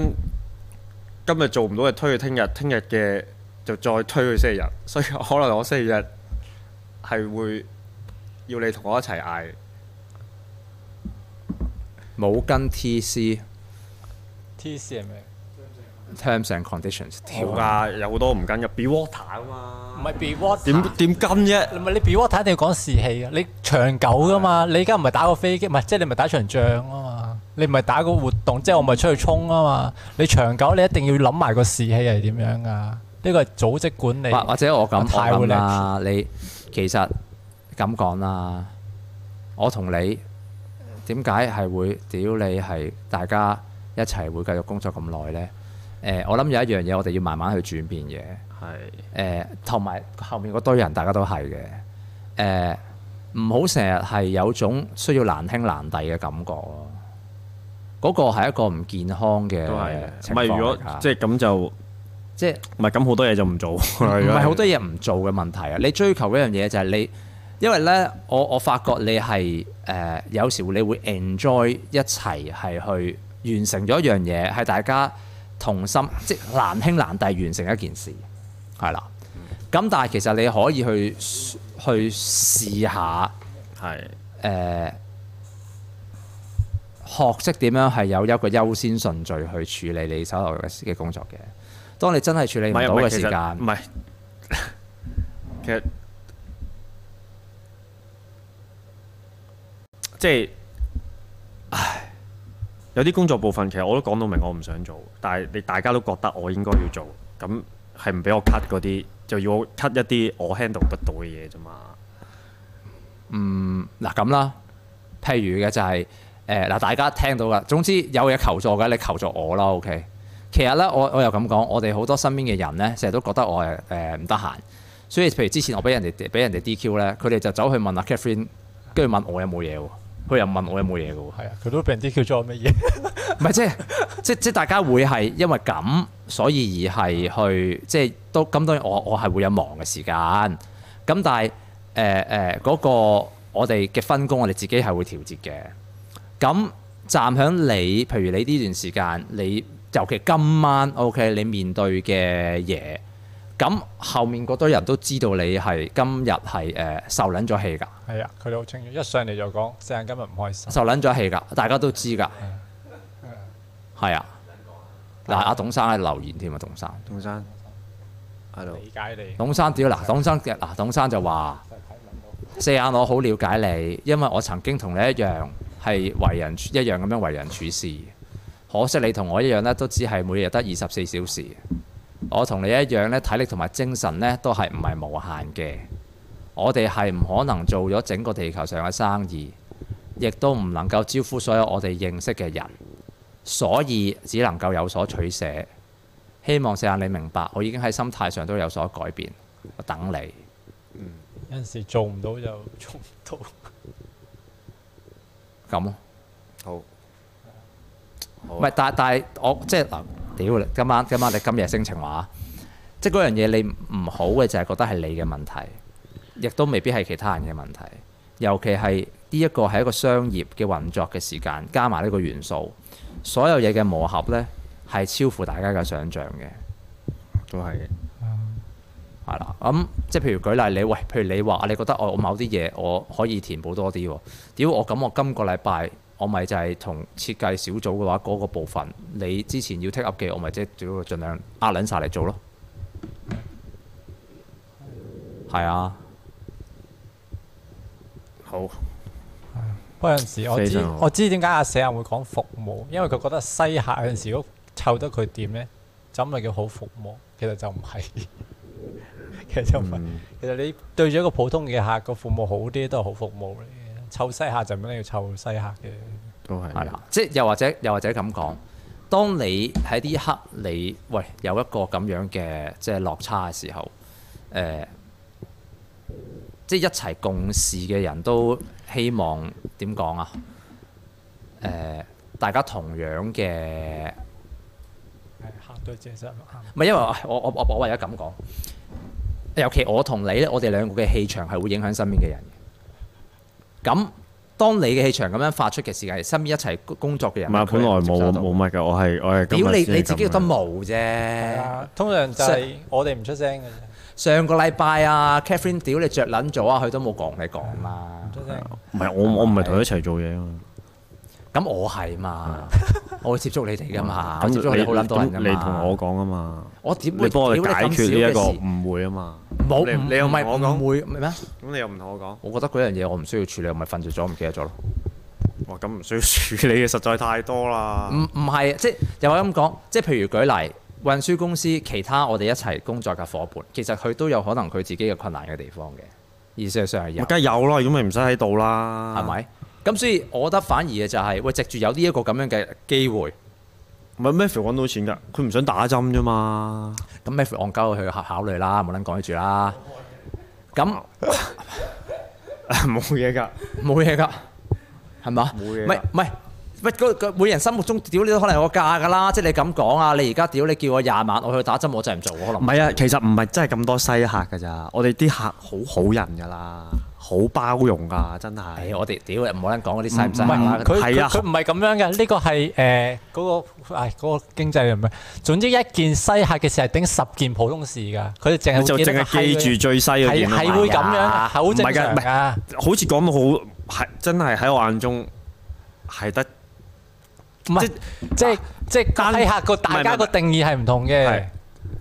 S2: 今日做唔到嘅推去聽日，聽日嘅就再推去星期日，所以可能我星期日係會要你同我一齊嗌。
S1: 冇跟 TC
S6: T C 係咩？
S1: terms and conditions
S2: 好
S1: 條
S2: 㗎，有好多唔跟嘅，be water 啊嘛。
S6: 唔係 be water
S2: 點點跟啫？
S6: 唔係你 be water 一定要講士氣啊！你長久噶嘛，你而家唔係打個飛機，唔係即係你唔係打場仗啊嘛，你唔係打個活動，即係我唔係出去衝啊嘛。你長久你一定要諗埋個士氣係點樣噶，呢個係組織管理。
S1: 或或者我
S2: 啊
S1: 咁我
S6: 太會
S1: 咁啦，你其實咁講啦，我同你點解係會屌你係大家一齊會繼續工作咁耐呢？誒、我諗有一樣嘢我哋要慢慢去轉變嘅。
S2: 係。
S1: 誒同埋後面嗰堆人大家都係嘅，誒唔好成日係有種需要難兄難弟嘅感覺咯。嗰個係一個唔健康嘅
S2: 都係
S1: 情
S2: 嘅，
S1: 況
S2: 唔係如果
S1: 嚟㗎
S2: 即係咁就唔
S1: 即係
S2: 係咁好多嘢就唔做，唔
S1: 唔
S2: 係啊
S1: 係好多嘢唔做嘅問題啊！你追求一樣嘢就係你，因為咧，我我發覺你係誒、呃有時你會 enjoy 一齊係去完成咗一樣嘢，係大家同心即係難兄難弟完成一件事，係啦。咁但係其實你可以去去試下
S2: 係
S1: 誒、呃學識點樣係有一個優先順序去處理你手頭嘅嘅工作嘅。當你真係處理
S2: 唔
S1: 唔到
S2: 係唔
S1: 嘅
S2: 係
S1: 時
S2: 其實
S1: 間
S2: 唔。係 其實即係唉，有啲工作部分其實我都講到明我唔想做，但係你大家都覺得我應該要做，咁係唔俾我 cut 嗰啲，就要我 cut 一啲我 handle 不到嘅嘢啫嘛。
S1: 嗱咁啦，譬如嘅就係誒嗱，大家聽到噶，總之有嘢求助嘅，你求助我啦，OK。其實咧，我我又咁講，我哋好多身邊嘅人咧，成日都覺得我係誒唔得閒，所以譬如之前我俾人哋俾人哋 DQ 咧，佢哋就走去問阿 Catherine，跟住問我有冇嘢喎，佢又問我有冇嘢嘅喎。
S6: 係啊，佢都俾人 DQ 咗我乜嘢？
S1: 唔係即係即即大家會係因為咁，所以而係去即係都咁當然我我係會有忙嘅時間，咁但係誒誒嗰個我哋嘅分工，我哋自己係會調節嘅。咁站響你，譬如你呢段時間，你尤其今晚，OK，你面對嘅嘢，咁後面嗰堆人都知道你係今日係誒受撚咗氣㗎，
S6: 係啊，佢哋好清楚，一上嚟就講四眼今日唔開心。
S1: 受撚咗氣㗎，大家都知㗎，係啊。嗱，阿董生喺度留言添啊，董生，
S9: 董生喺度。
S6: 理解你，
S1: 董生屌嗱，董生嘅嗱，董生就話。四眼我好了解你，因為我曾經同你一樣係為人處一樣咁樣為人處事。可惜你同我一樣咧，都只係每日得二十四小時。我同你一樣咧，體力同埋精神咧都係唔係無限嘅。我哋係唔可能做咗整個地球上嘅生意，亦都唔能夠招呼所有我哋認識嘅人，所以只能夠有所取捨。希望四眼你明白，我已經喺心態上都有所改變。我等你。
S6: 有陣時做唔到就做唔到。
S1: 咁咯。
S9: 好好啊
S1: 唔係，但但係我即係嗱，屌你！今晚今晚你今夜星情話，即係嗰樣嘢你唔好嘅就係覺得係你嘅問題，亦都未必係其他人嘅問題。尤其係呢一個係一個商業嘅運作嘅時間，加埋呢個元素，所有嘢嘅磨合呢係超乎大家嘅想像嘅。
S9: 都係嘅。
S1: 係啦，咁、即係譬如舉例你，喂，譬如你話你覺得我我某啲嘢我可以填補多啲喎，屌我咁我今個禮拜我咪就係同設計小組嘅話嗰、個部分，你之前要 take up 嘅，我咪即係屌盡量呃撚晒嚟做咯。係啊，
S9: 好，
S6: 不過有陣時我
S9: 非
S6: 知
S9: 常好
S6: 我知點解阿四眼會講服務，因為佢覺得西客有陣時如果湊得佢掂咧，就咪叫好服務，其實就唔係。 其實就唔係，
S9: 嗯
S6: 其實你對住一個普通嘅客個服務好啲都係好服務嚟嘅，湊西客就唔一定要湊西客嘅。
S9: 都係。
S1: 係啦，即係又或者又或者咁講，當你喺呢一刻你喂有一個咁樣嘅即係落差嘅時候，誒、呃即係一齊共事嘅人都希望點講啊？誒、大家同樣嘅
S6: 係客對自己真係唔啱。
S1: 唔係因為我我我我我而家咁講，尤其我同你咧，我哋兩個嘅氣場係會影響身邊嘅人嘅。咁當你嘅氣場咁樣發出嘅時間，身邊一齊工作嘅人
S9: 唔係，本來
S1: 佢係接受
S9: 冇
S1: 到
S9: 冇乜嘅，我係我係今日
S1: 屌你
S9: 先係
S1: 你自
S9: 咁啊
S1: 己覺得
S9: 樣
S1: 冇啫
S6: 係。啊，通常就係我哋唔出聲嘅啫，唔
S1: 上個禮拜啊，Catherine 屌你着撚咗啊，佢都冇講你講啦。
S6: 出聲。
S9: 唔係我我唔係同佢一齊做嘢啊嘛。
S1: 咁我係嘛，我會接觸你哋噶嘛，我
S9: 嗯咁
S1: 接觸你
S9: 你
S1: 哋好撚多人
S9: 咁
S1: 噶
S9: 你同
S1: 嘛。
S9: 我講啊嘛，
S1: 我點
S9: 你
S1: 會
S9: 幫我
S1: 屌
S9: 哋解
S1: 咁少
S9: 決呢一個
S1: 嘅事
S9: 誤會啊嘛。
S1: 冇
S9: 你
S1: 唔
S9: 你又
S1: 唔
S9: 唔
S1: 係
S9: 同我講
S1: 唔會咩？
S9: 咁你又唔同我講，
S1: 我覺得嗰樣嘢我唔需要處理，我咪瞓著咗，唔記得咗咯。
S9: 哇！咁唔需要處理嘅實在太多 啦。
S1: 唔唔係，即係又係咁講，即係譬如舉例，運輸公司其他我哋一齊工作嘅伙伴，其實佢都有可能佢自己嘅困難嘅地方嘅，而事實上係有
S9: 咪。梗係有啦，如果咪唔使喺度啦，
S6: 啊
S1: 係？咪？咁所以我覺得反而嘅就係、喂，藉住有呢一個咁樣嘅機會，
S9: 唔係 Matthew 揾到錢㗎，佢唔想打針啫嘛。
S1: 咁 m a 戇鳩去考考慮啦，冇撚講住啦。咁
S9: 冇嘢㗎，
S1: 冇嘢㗎，係嘛？
S9: 冇嘢㗎
S1: 唔係唔係。喂，嗰個每人心目中屌你都可能有個價㗎啦，即係你咁講啊！你而家屌你叫我廿萬，我去打針我真係唔做，可
S6: 嗯
S1: 能
S9: 唔係啊，其實唔係真係咁多西客㗎咋，我哋啲客好好人㗎啦，好包容㗎，真
S1: 唉、
S9: 係。
S1: 我哋屌唔好撚講嗰啲使唔使
S6: 嗯唔
S1: 啦
S9: 係
S6: 係佢
S9: 係
S6: 佢
S9: 啊
S6: 佢唔係咁樣嘅，呢個係誒嗰個唉嗰個經濟唔係。總之一件西客嘅事係頂十件普通事㗎，佢哋淨係
S9: 就
S6: 會記
S9: 淨
S6: 得
S9: 係
S6: 個閪
S9: 記住最西嗰
S6: 係
S9: 件啊
S6: 係
S9: 嘛
S6: 會咁樣
S1: 哎
S6: 㗎，
S1: 呀
S6: 好正
S9: 唔係㗎
S6: 常
S9: 唔係
S6: 㗎。
S9: 好似講到好係真係喺我眼中係得
S6: 唔係
S9: 即
S6: 即係即係
S9: 單
S6: 單客個
S9: 唔係
S6: 大
S9: 唔
S6: 家
S9: 係
S6: 個定義係唔同
S9: 係
S6: 嘅。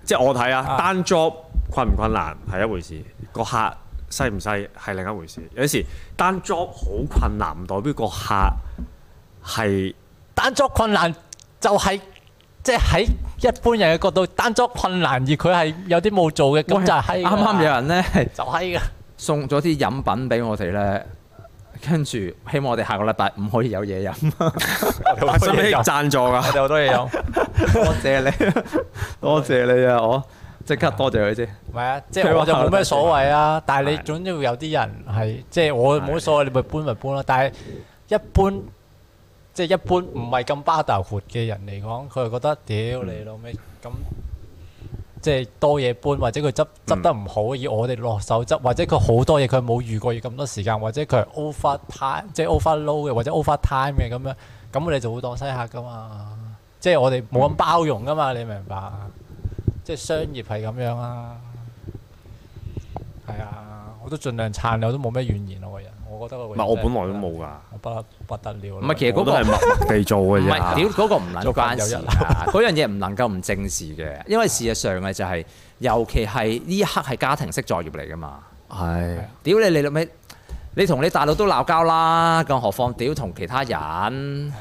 S9: 即係我睇啊，
S6: 啊
S9: 單 job 困唔困難係一回事，個客犀唔犀係另一回事。有時單 job 好困難，唔代表個客係
S6: 單作困難就係即係喺一般人嘅角度，單作困難而佢係有啲冇做嘅，咁就係閪㗎
S1: 啱啱有
S9: 啊
S1: 人咧係
S6: 就閪㗎。
S1: 送咗啲飲品俾我哋咧，跟住希望我哋下個禮拜唔可以有嘢飲。
S6: 我
S9: 使唔使贊助㗎？
S6: 哋好多嘢有。
S1: 多謝 你，多謝你啊！我即刻多謝佢先。
S6: 唔係啊，即
S1: 佢
S6: 係
S1: 話
S6: 我就冇咩所謂啊。但係你
S9: 係
S6: 總之會有啲人係，即係我冇乜所謂，你咪搬咪搬咯。但係一般即係一般嗯唔係咁巴豆活嘅人嚟講，佢係覺得屌你老味咁即係多嘢搬，或者佢執執得唔好，以我哋落手執，或者佢好多嘢佢冇預過要咁多時間，或者佢係 over time 即係 overload 嘅，或者 over time 嘅咁樣，咁我哋就會當西客噶嘛。即係我哋冇咁包容噶嘛，你明白？即係商業係咁樣啦。係啊，我都盡量撐你，我都冇咩怨言我個人，我覺得我
S9: 唔
S6: 唔
S9: 係我本來都冇㗎，
S6: 我不得不得了
S1: 唔
S6: 啦。
S1: 係，其實
S9: 我
S1: 嗰
S9: 都
S1: 個
S9: 係默默地做
S1: 唔
S9: 嘅啫。
S1: 係，屌嗰個唔撚
S6: 啊做朋
S1: 關
S6: 友
S1: 事
S6: 一
S1: 啊！ 嗰樣嘢唔能夠唔正視嘅，因為事實上嘅就係、尤其係呢一刻係家庭式作業嚟噶嘛。
S2: 係
S1: 屌你你諗起，你同你大佬都鬧交啦，更何況屌同其他人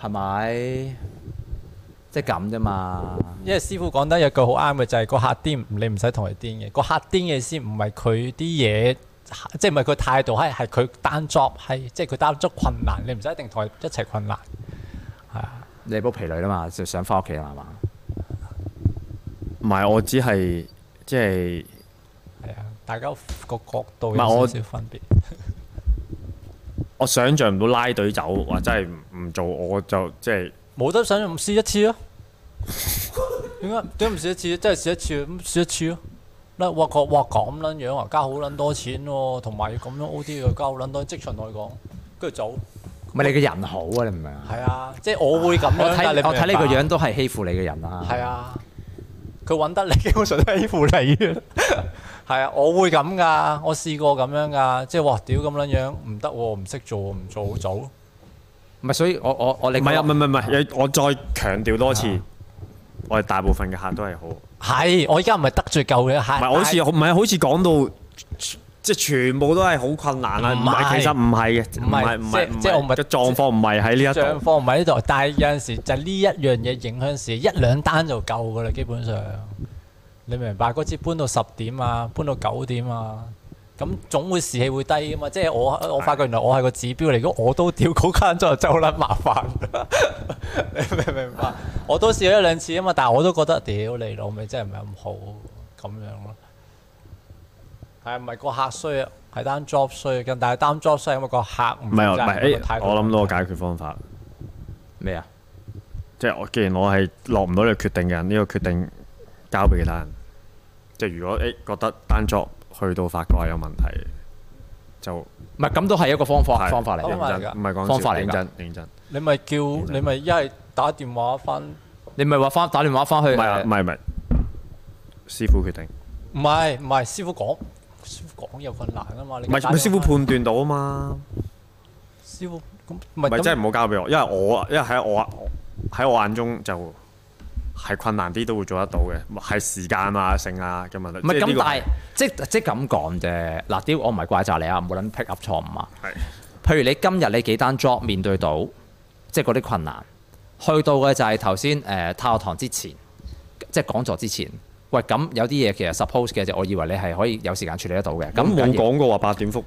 S1: 係咪？即係咁啫嘛。
S6: 因為師傅講得有句好啱嘅，就係、個客癲，你唔使同佢癲嘅。個客癲嘅意思唔係佢啲嘢，即係唔係佢態度係係佢單 job 係，即係佢單 job 困難，你唔使一定同佢一齊困難。
S1: 你係煲疲累啦嘛，就想翻屋企啦係嘛。
S2: 唔係我只係即係
S6: 係啊，大家個角度
S2: 唔係
S6: 有
S2: 我
S6: 少少分別。
S2: 我想象唔到拉隊走，話真係唔唔做我就即係
S6: 冇得想唔試一次咯。點解點解唔試一次？真係試一次咁試一次咯。嗱，哇個哇咁撚樣啊，加好撚多錢喎、同埋要咁樣 O T 嘅，加好撚多，即場內講，跟住走。
S1: 唔係你個人好啊，你明唔明啊？
S6: 係啊，即係我會咁
S1: 我
S6: 樣㗎。
S1: 睇
S6: 明
S1: 我睇你個
S6: 白啊
S1: 樣都係欺負你嘅人啦。
S6: 係啊，佢揾得你基本上都係欺負你 嘅。係啊，我會咁噶，我試過咁樣噶，即係哇屌咁樣樣唔得喎，唔識做喎唔做早。
S1: 唔係所以我我我你
S2: 唔係啊，唔係唔係唔係，有我再強調多
S9: 啊
S2: 次，我哋大部分嘅客都係好，唔
S6: 係，我而家唔係得罪舊嘅，啊係
S2: 係我好似好唔係好似講到即係全部都係好困難啦，
S6: 唔
S2: 唔
S6: 係
S2: 係其實唔係嘅，
S6: 唔
S2: 唔
S6: 係
S2: 係唔係
S6: 即
S2: 唔
S6: 即係我唔係
S2: 係嘅狀況唔係喺呢一度
S6: 帳。況唔喺呢度，但係有陣時就係呢一樣嘢影響事，一兩單就夠噶啦，基本上。你明白嗰次搬到十點啊，搬到九點啊，咁總會士氣會低噶嘛。即係我我發覺原來我係個指標嚟，如果我都屌嗰間就真係好撚麻 煩。你明唔明白？我都試咗一兩次啊嘛，但係我都覺得屌你老味真係唔係咁好咁樣咯。係唔係個客衰啊？係單 job 衰嘅，但係單 job 衰係因為個客唔
S2: 唔係唔
S6: 負責
S2: 係，
S6: 任個態
S2: 誒，
S6: 度
S2: 我諗到
S6: 問
S2: 個解決方法，
S1: 咩啊？
S2: 即係我既然我係落唔到呢個決定嘅人，呢個決定交俾其他人。即係如果誒覺得單作去到法國係有問題，就
S1: 唔係咁都係一個方法
S2: 係
S1: 啊方法嚟嘅。
S6: 方法
S2: 認
S6: 嚟㗎
S2: 真，唔係講
S1: 方法
S2: 笑，
S1: 嚟㗎
S2: 認真認真。
S6: 你咪叫你咪一係打電話翻，
S1: 你咪話翻打電話翻去
S2: 唔係啊
S1: 誒
S2: 唔係唔係，師傅決定，
S6: 唔係唔係師傅講，師傅講有困難啊嘛，你
S2: 唔係唔係師傅，判斷到啊嘛，
S6: 師傅咁唔
S2: 唔
S6: 係
S2: 係真係唔
S6: 係
S2: 好交俾我，因為我因為喺我喺我眼中就係困難啲都會做得到嘅，係時間啊、性啊嘅問題。
S1: 唔係
S2: 即係呢
S1: 咁，
S2: 個
S1: 但係即即咁講啫。嗱，屌我唔係怪責你啊，冇撚 pick up 錯誤啊。
S2: 係
S1: 譬如你今日你幾單 job 面對到，即係嗰啲困難，去到嘅就係頭先誒太學堂之前，即係講座之前。喂，咁有啲嘢其實 suppose 嘅就，我以為你係可以有時間處理得到嘅。咁
S2: 咁
S1: 唔緊
S2: 冇
S1: 要
S2: 講過話八點覆，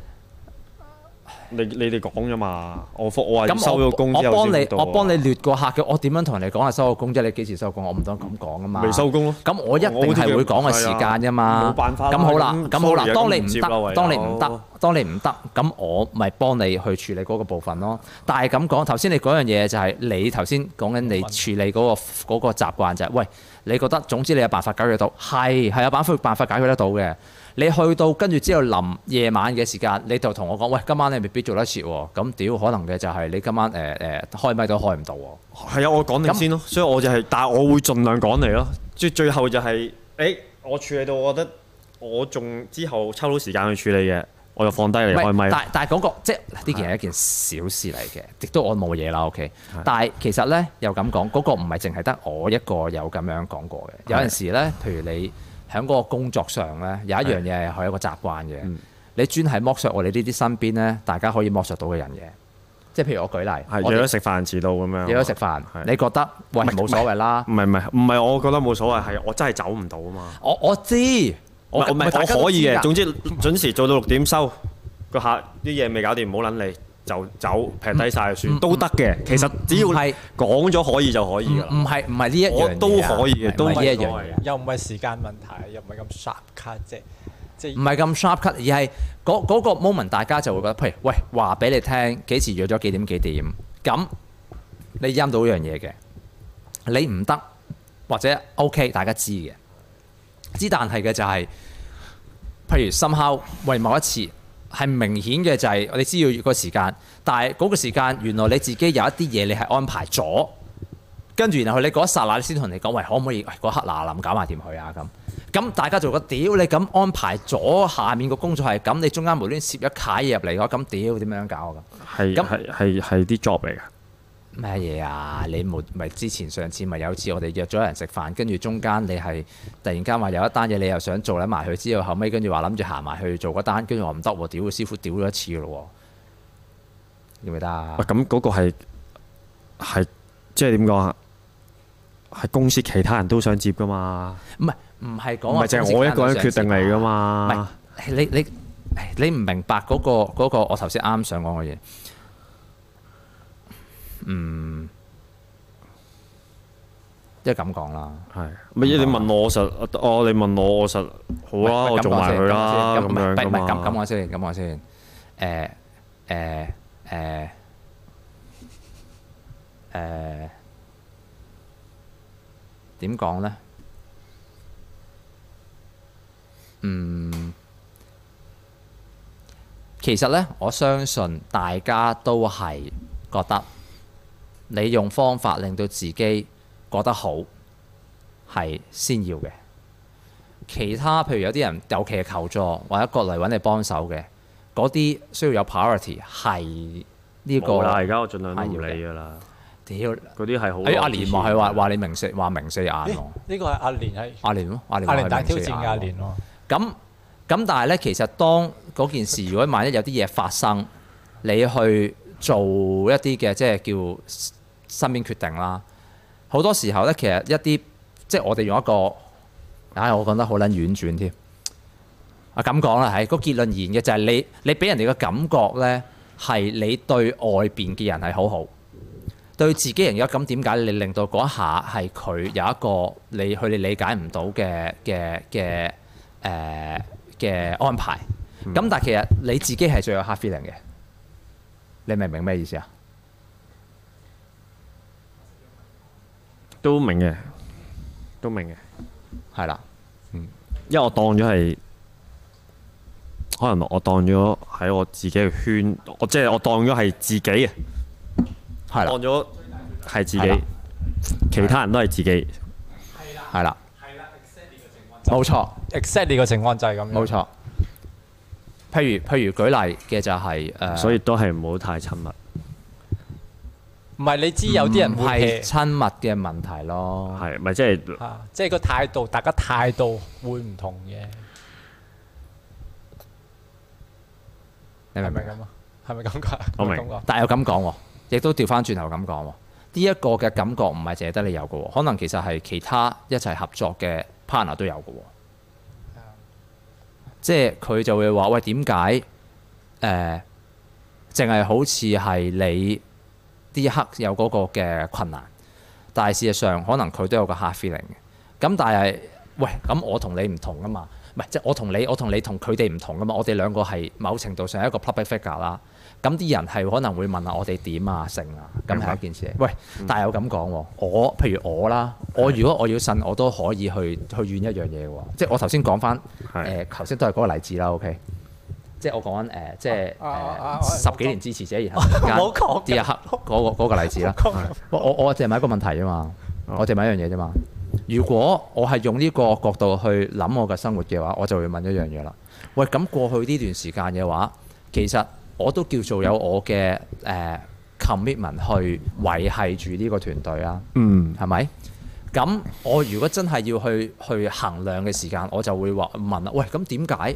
S2: 你你哋講啫嘛。我覆我話要
S1: 咁
S2: 收
S1: 我
S2: 咗工之
S1: 我
S2: 後
S1: 幫
S2: 先
S1: 你
S2: 覆，到
S1: 我幫你
S2: 啊
S1: 掠個客嘅，我點樣同人哋講係啊收個工啫？你幾時收工？我唔當咁講噶啊嘛。
S2: 未收工咯。
S1: 咁我一定係會講嘅時間啫嘛。
S2: 啊冇辦法啦
S1: 咁好啦，
S2: 咁
S1: 咁好啦，
S2: sorry 啊
S1: 當你
S2: 咁
S1: 唔
S2: 唔接
S1: 得
S2: 啦唯，有
S1: 當你唔得，當你唔得，咁我咪幫你去處理嗰個部分咯。但係咁講，頭先你嗰樣嘢就係你頭先講緊你處理嗰、個嗰、個習慣就係、喂，你覺得總之你有辦法解決得到，係係有辦法辦法解決得到嘅。你去到跟住之後臨夜晚嘅時間，你就同我講，喂，今晚你未必做得切喎。咁屌，可能嘅就係你今晚誒誒、開咪都開唔到喎。
S2: 係啊，我講定先咯。所以我就係，但係我會盡量講你咯。即係最後就係，誒，我處理到，我覺得我仲之後抽到時間去處理嘅，我就放低嚟
S1: 唔係
S2: 開咪咯。
S1: 但但係嗰個即係呢件係一件小事嚟嘅，亦都我冇嘢啦。OK，但係其實咧又咁講，嗰、個唔係淨係得我一個有咁樣講過嘅。有陣時咧，譬如你喺嗰個工作上咧，有一樣嘢係有一個習慣嘅，你專係剝削我哋呢啲身邊咧，大家可以剝削到嘅人嘅。即係譬如我舉例，
S2: 係
S1: 我哋
S2: 約咗食飯遲到咁樣。
S1: 約咗食飯，
S2: 係
S1: 你覺得喂冇所謂啦？
S2: 唔係唔係唔係，我覺得冇所謂，係我真係走唔到啊嘛。
S1: 我我知，
S2: 我
S1: 我
S2: 唔係
S1: 大家都
S2: 我可以
S1: 知
S2: 嘅，
S1: 㗎
S2: 總之準時做到六點收，個客啲嘢未搞掂，唔好撚你就走，劈低晒就算都得嘅。其實只要
S1: 唔係
S2: 講咗可以就可以㗎
S1: 唔
S2: 啦。
S1: 唔係唔係呢一樣嘢啊
S2: 我都可以嘅
S1: 唔係
S2: 都
S1: 唔係
S2: 可
S1: 呢
S2: 以
S1: 一樣嘢。
S6: 又唔係時間問題，又唔係咁 sharp 卡啫，即
S1: 唔係
S6: 係
S1: 咁 sharp cut，而係嗰嗰個 moment 大家就會覺得，譬如喂話俾你聽幾時約咗幾點幾點，咁你陰到一樣嘢嘅，你唔得或者 OK 大家知嘅，之但係嘅就係、譬如 somehow 為某一次係明顯嘅就係、你知道個時間，但係嗰個時間原來你自己有一啲嘢你係安排咗，跟住然後你嗰一剎那你先同你講，喂，可唔可以喂嗰刻嗱嗱臨搞埋掂佢啊咁？咁大家就覺得屌你咁安排咗下面個工作係咁，你中間無端端攝一揩嘢入嚟嘅話，咁屌點樣搞啊咁？
S2: 係
S1: 咁
S2: 係係係啲 job 嚟㗎。
S1: 咩嘢啊？你冇咪之前上次咪有次我哋約咗人食飯，跟住中間你係突然間話有一單嘢你又想做撚埋佢，之後後尾跟住話諗住行埋去做嗰單，跟住我唔得喎，屌師傅屌咗一次咯喎，記唔記得啊
S2: 喂，？咁嗰個係係即係點講啊？係公司其他人都想接㗎嘛，
S1: 唔係唔係講
S2: 唔
S1: 話
S2: 係淨係我一個人決定嚟㗎
S1: 唔係
S2: 嘛。
S1: 你你你唔明白嗰、個嗰、個我頭先啱想講嘅嘢。嗯，即係咁講啦。
S2: 係咪？啊你問我，我實我你問我，我實好啦，
S1: 喂
S2: 我
S1: 喂
S2: 做埋佢啦，咁
S1: 咁講
S2: 樣
S1: 先咁唔係唔
S2: 㗎
S1: 係咁咁
S2: 嘛。
S1: 我先，咁我先。誒誒誒誒點講咧？嗯，其實咧，我相信大家都係覺得你用方法令到自己覺得好係先要嘅。其他譬如有啲人尤其係求助或者過嚟揾你幫手嘅，嗰啲需要有 priority 係呢、個
S2: 冇啦，而家我盡量都唔理㗎啦。
S1: 屌，
S2: 嗰啲係好。
S1: 哎阿蓮話佢話話你明四話明四眼喎，
S6: 呢個係阿蓮係
S1: 阿蓮咯，阿蓮
S6: 阿
S1: 話
S6: 蓮
S1: 佢
S6: 大
S1: 明
S6: 挑
S1: 四
S6: 戰
S1: 眼喎
S6: 嘅阿蓮喎。
S1: 咁咁，但係咧，其實當嗰件事如果萬一有啲嘢發生，你去做一啲嘅即係叫身邊決定啦。好多時候咧，其實一啲即係我哋用一個，唉、我講得好撚婉轉添。啊咁講啦，係、個結論言嘅就係你你俾人哋嘅感覺咧，係你對外邊嘅人係好好。對自己人嘅咁點解你令到嗰一下係佢有一個你佢哋理解唔到嘅嘅嘅誒嘅安排。
S6: 嗯
S1: 咁、但係其實你自己係最有 hard feeling 嘅，你明唔明咩意思啊？
S2: 都明嘅，都明嘅，
S1: 係啦，
S2: 因為我當咗係。可能我當咗喺我自己嘅圈，我即係我當咗係自己啊，
S1: 係
S2: 當
S1: 啦，
S2: 咗係自
S1: 係啦
S2: 己，其他人都係自己。
S1: 係啦，冇錯。
S6: exactly 個情況就係咁樣。
S1: 冇錯。譬如譬如舉例嘅就係、誒，
S2: 所以都係唔好太親密。
S6: 唔係你知有啲人
S1: 唔
S6: 會
S1: 係
S6: hea
S1: 親密嘅問題咯。
S2: 係咪即係
S6: 啊，即係個態度，大家態度會唔同嘅，
S1: 你明
S6: 係
S1: 唔明
S6: 咪
S1: 啊？
S6: 咁啊？係咪咁㗎？
S2: 我明
S6: 係咪咁㗎
S1: 但係又咁講喎，亦都調翻轉頭咁講喎。呢一個嘅感覺唔係淨係得你有嘅喎，可能其實係其他一齊合作嘅 partner 都有嘅喎。即係佢就會話：喂，點解誒，呃淨、係好似係你呢一刻有嗰個嘅困難，但係事實上可能佢都有個 hard feeling 嘅。咁但係喂，咁我同你唔同啊嘛，唔係即係我同你，我同你同佢哋唔同啊嘛。我哋兩個係某程度上係一個 public figure 啦。咁啲人係可能會問下我哋點啊、成啊，咁係一件事。嗯喂，但係有咁講喎，我譬如我啦，我如果我要信，我都可以去去怨一樣嘢喎。即係我頭先講翻
S2: 係
S1: 誒，頭先都係嗰個例子啦。OK，即係我講緊誒，即係
S6: 啊啊啊
S1: 誒十幾年支持者，然後突然間
S6: 唔好講
S1: 呢一刻啊嗰個嗰個例子 啦。我我我淨係問一個問題啫嘛，我淨係問一樣嘢啫嘛。如果我係用呢個角度去諗我嘅生活嘅話，我就會問一樣嘢啦。喂，咁過去呢段時間嘅話，其實我都叫做有我嘅誒、呃 commitment 去維係住呢個團隊啊，
S2: 嗯
S1: 係咪？咁我如果真係要去去衡量嘅時間，我就會話問啦，喂，咁點解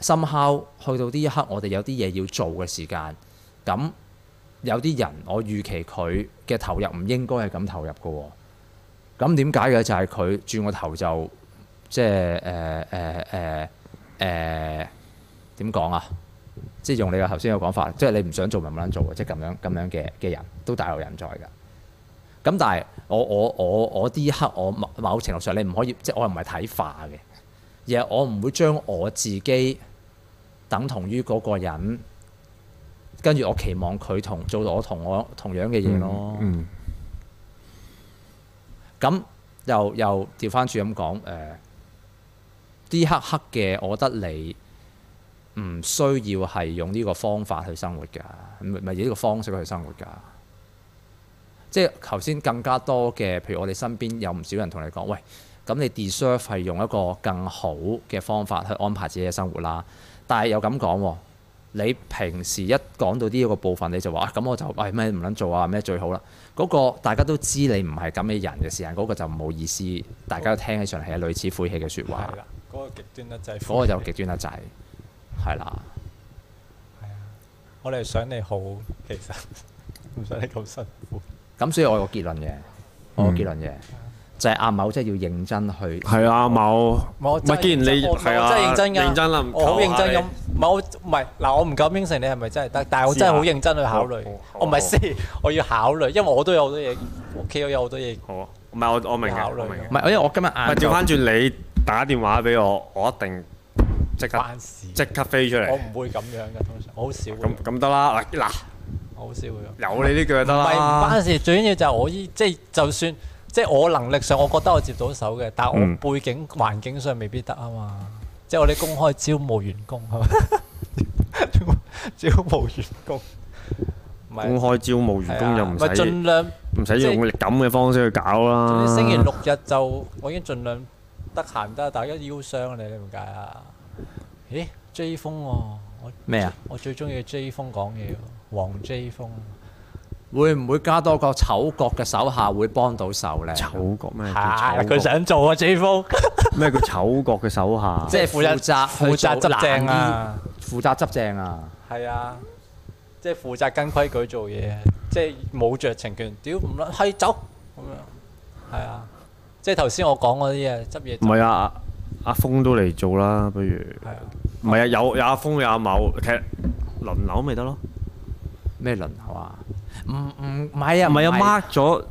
S1: 深烤去到呢一刻，我哋有啲嘢要做嘅時間，咁有啲人我預期佢嘅投入唔應該係咁投入嘅喎、咁點解嘅就係佢轉個頭就即係誒誒誒誒點講啊？即係用你嘅頭先嘅講法，即係你唔想做咪冇撚做嘅，即係咁樣咁樣嘅嘅人都大有人在㗎。咁但係我我我我呢一刻我某某程度上你唔可以，即係我唔係睇化嘅，而係我唔會將我自己等同於嗰個人，跟住我期望佢同做到我同我同樣嘅嘢咯。
S2: 嗯，
S1: 呃咁又又調翻轉咁講誒啲黑黑嘅，我覺得你唔需要係用呢個方法去生活㗎，唔係唔係呢個方式去生活㗎。即係頭先更加多嘅，譬如我哋身邊有唔少人同你講，喂，咁你 deserve 係用一個更好嘅方法去安排自己嘅生活啦。但係又咁講喎，你平時一講到呢一個部分，你就話啊，咁我就喂咩唔撚做啊，咩最好啦。嗰、個大家都知你唔係咁嘅人嘅時間，嗰、個就冇意思，大家都聽起上嚟係類似晦氣嘅説話。
S6: 係啦，嗰個極端得滯。
S1: 嗰個就極端得滯，係啦。
S6: 我哋想你好，其實唔想你咁辛苦。
S1: 咁所以我有個結論嘅，我有個結論嘅就係阿某真係要認真去。
S2: 嗯係啊，某
S6: 唔係我
S2: 唔係既然你
S6: 我
S2: 係啊
S6: 我真係認真㗎，
S2: 認真啦唔
S6: 我好
S2: 求下
S6: 認真咁
S2: 你。
S6: 唔係我唔係嗱，我唔敢應承你係咪真係得，但係我
S2: 試
S6: 真係
S2: 下
S6: 好認真去考慮
S2: 好好。好
S6: 我唔係先， 我要考慮，因為我都有好多嘢，屋企都有好多嘢
S2: 好啊，唔係我我明嘅，
S6: 考
S2: 我
S6: 慮
S2: 明嘅。
S1: 唔係，因為我今日
S2: 咪
S1: 晏
S2: 調
S1: 晝
S2: 翻轉你打電話俾我，我一定即刻
S6: 關事。
S2: 即刻飛出
S6: 我
S2: 嚟。
S6: 唔會咁樣嘅，通常我好少會
S2: 咁
S6: 咁，
S2: 咁得啦，嗱嗱
S6: 我好少會咁。
S2: 有你呢句就得
S6: 唔係唔
S2: 啦。
S6: 關事，最緊要就係我依即係就算即係我能力上，我覺得我接到手嘅，但係
S2: 嗯
S6: 我背景環境上未必得啊嘛。即係我哋公開招募員工係嘛？招募員工唔
S2: 公
S6: 係
S2: 開招募員工
S6: 係
S2: 就
S6: 啊
S2: 唔
S6: 咪
S2: 使
S6: 盡量。
S2: 唔使用力咁嘅方式去搞啦。
S6: 總之星期六日就我已經盡量得閒唔得，大家腰傷你，你明唔解啊？咦，J 風喎、我
S1: 咩啊？
S6: 我最中意 J 風講嘢喎，黃 J 風
S1: 會唔會加多個丑角嘅手下會幫到手咧？
S2: 丑角咩叫
S6: 係
S2: 丑
S6: 佢
S2: 角？
S6: 想做啊 J 風。
S2: 咩叫丑角嘅手下？
S1: 即係負責
S6: 負責
S1: 去做
S6: 執正
S1: 懶
S6: 啊
S1: 啲，負責執正啊！
S6: 係啊，即係負責跟規矩做嘢，即係冇酌情權，屌唔撚閪走咁樣，係啊，即係頭先我講嗰啲嘢，執嘢
S2: 唔
S6: 走
S2: 係啊，阿阿峰都嚟做啦，不如
S6: 係啊，
S2: 唔係啊，有有阿峰有阿某，其實輪流咪得咯。
S1: 咩輪流啊？唔唔唔係啊，
S2: 唔係啊，mark 咗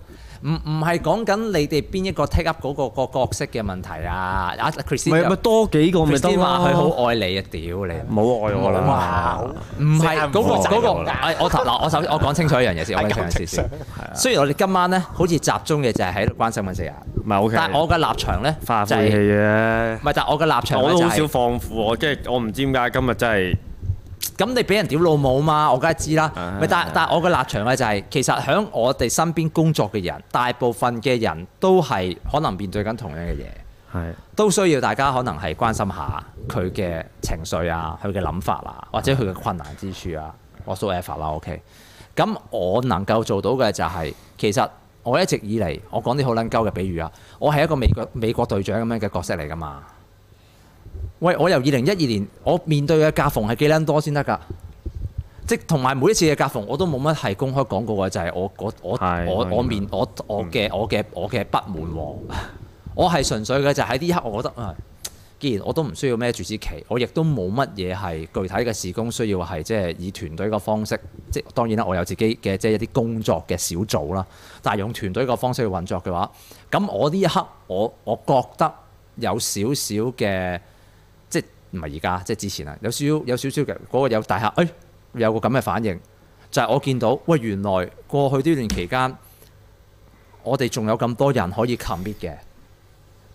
S1: 唔唔係講緊你哋邊一個 take up 嗰個個角色嘅問題啊！阿 Christine
S2: 咪咪
S1: 又
S2: 多幾個咪得
S1: Christine
S2: 咯。
S1: 話佢好愛你啊！屌你！
S2: 冇愛我啦，
S1: 唔係嗰個
S2: 唔好
S1: 嗰
S2: 整我
S1: 個，
S2: 啦
S1: 哎我頭嗱，我首先我講清楚一樣嘢先，我講清楚一樣嘢先。啊雖然我哋今晚咧，好似集中嘅就係喺度關心緊四日，
S2: 唔係 OK。
S1: 但係我嘅立場咧
S2: 發
S1: 就
S2: 下晦氣
S1: 係
S2: 嘅
S1: 唔。係？但係我嘅立場
S2: 我
S1: 咧
S2: 都
S1: 就
S2: 好少
S1: 係
S2: 放負我，即係我唔知點解今日真係
S1: 咁你俾人屌老母嘛，我梗係知啦。
S2: 啊
S1: 咪但但我嘅立場咧就係，其實喺我哋身邊工作嘅人，大部分嘅人都係可能面對緊同樣嘅嘢。
S2: 係
S1: 都需要大家可能係關心下佢嘅情緒啊、佢嘅諗法啊，或者佢嘅困難之處啊，我 so ever 啦，OK。咁我能夠做到嘅就係、其實我一直以嚟，我講啲好撚鳩嘅比喻啊，我係一個美國美國隊長咁樣嘅角色嚟噶嘛。喂，我由二零一二年我面對嘅夾縫係幾撚多先得㗎？即係同埋每一次嘅夾縫，我都冇乜係公開講過嘅，就係、我我我
S2: 係
S1: 我
S2: 當然
S1: 我面我我嘅我嘅我嘅不滿喎。我係純粹嘅就喺呢一刻，我覺得啊，既然我都唔需要孭住支旗，我亦都冇乜嘢係具體嘅事工需要係即係以團隊嘅方式，即係當然啦，我有自己嘅即係一啲工作嘅小組啦，但係用團隊嘅方式去運作嘅話，咁我呢一刻我我覺得有少少嘅。即係唔係而家，即係之前啊，有少少有少少嘅嗰個有大客，誒、有個咁嘅反應，就係、我見到喂原來過去呢段期間，我哋仲有咁多人可以 commit 嘅，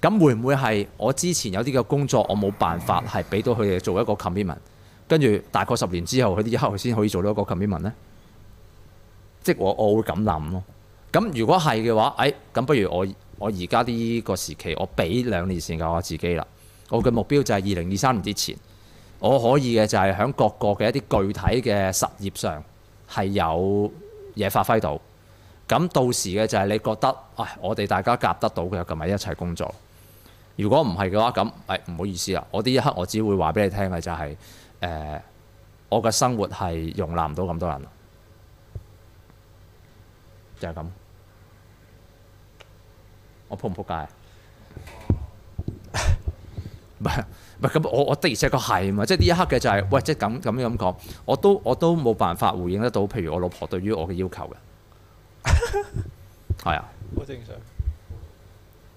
S1: 咁會唔會係我之前有啲嘅工作我冇辦法係俾到佢哋做一個 commitment，跟住大概十年之後佢哋一刻先可以做到一個 commitment 呢？即係我我會咁諗咯。咁如果係嘅話，誒、哎咁不如我我而家呢個時期，我俾兩年時間我自己啦。我嘅目標就係二零二三年之前，我可以嘅就係喺各個嘅一啲具體嘅實業上係有嘢發揮到。咁到時嘅就係你覺得，唉，我哋大家夾得到嘅，咁咪一齊工作。如果唔係嘅話，咁誒唔好意思啊啦，我呢一刻我只會話俾你聽嘅就係、呃我嘅生活係容納唔到咁多人，啊就係、咁。我仆唔仆街啊？唔係唔係咁，我我的而且確係嘛，即係呢一刻嘅就係、喂，即係咁咁樣咁講，我都我都冇辦法回應得到，譬如我老婆對於我嘅要求嘅，係啊，
S6: 好正常，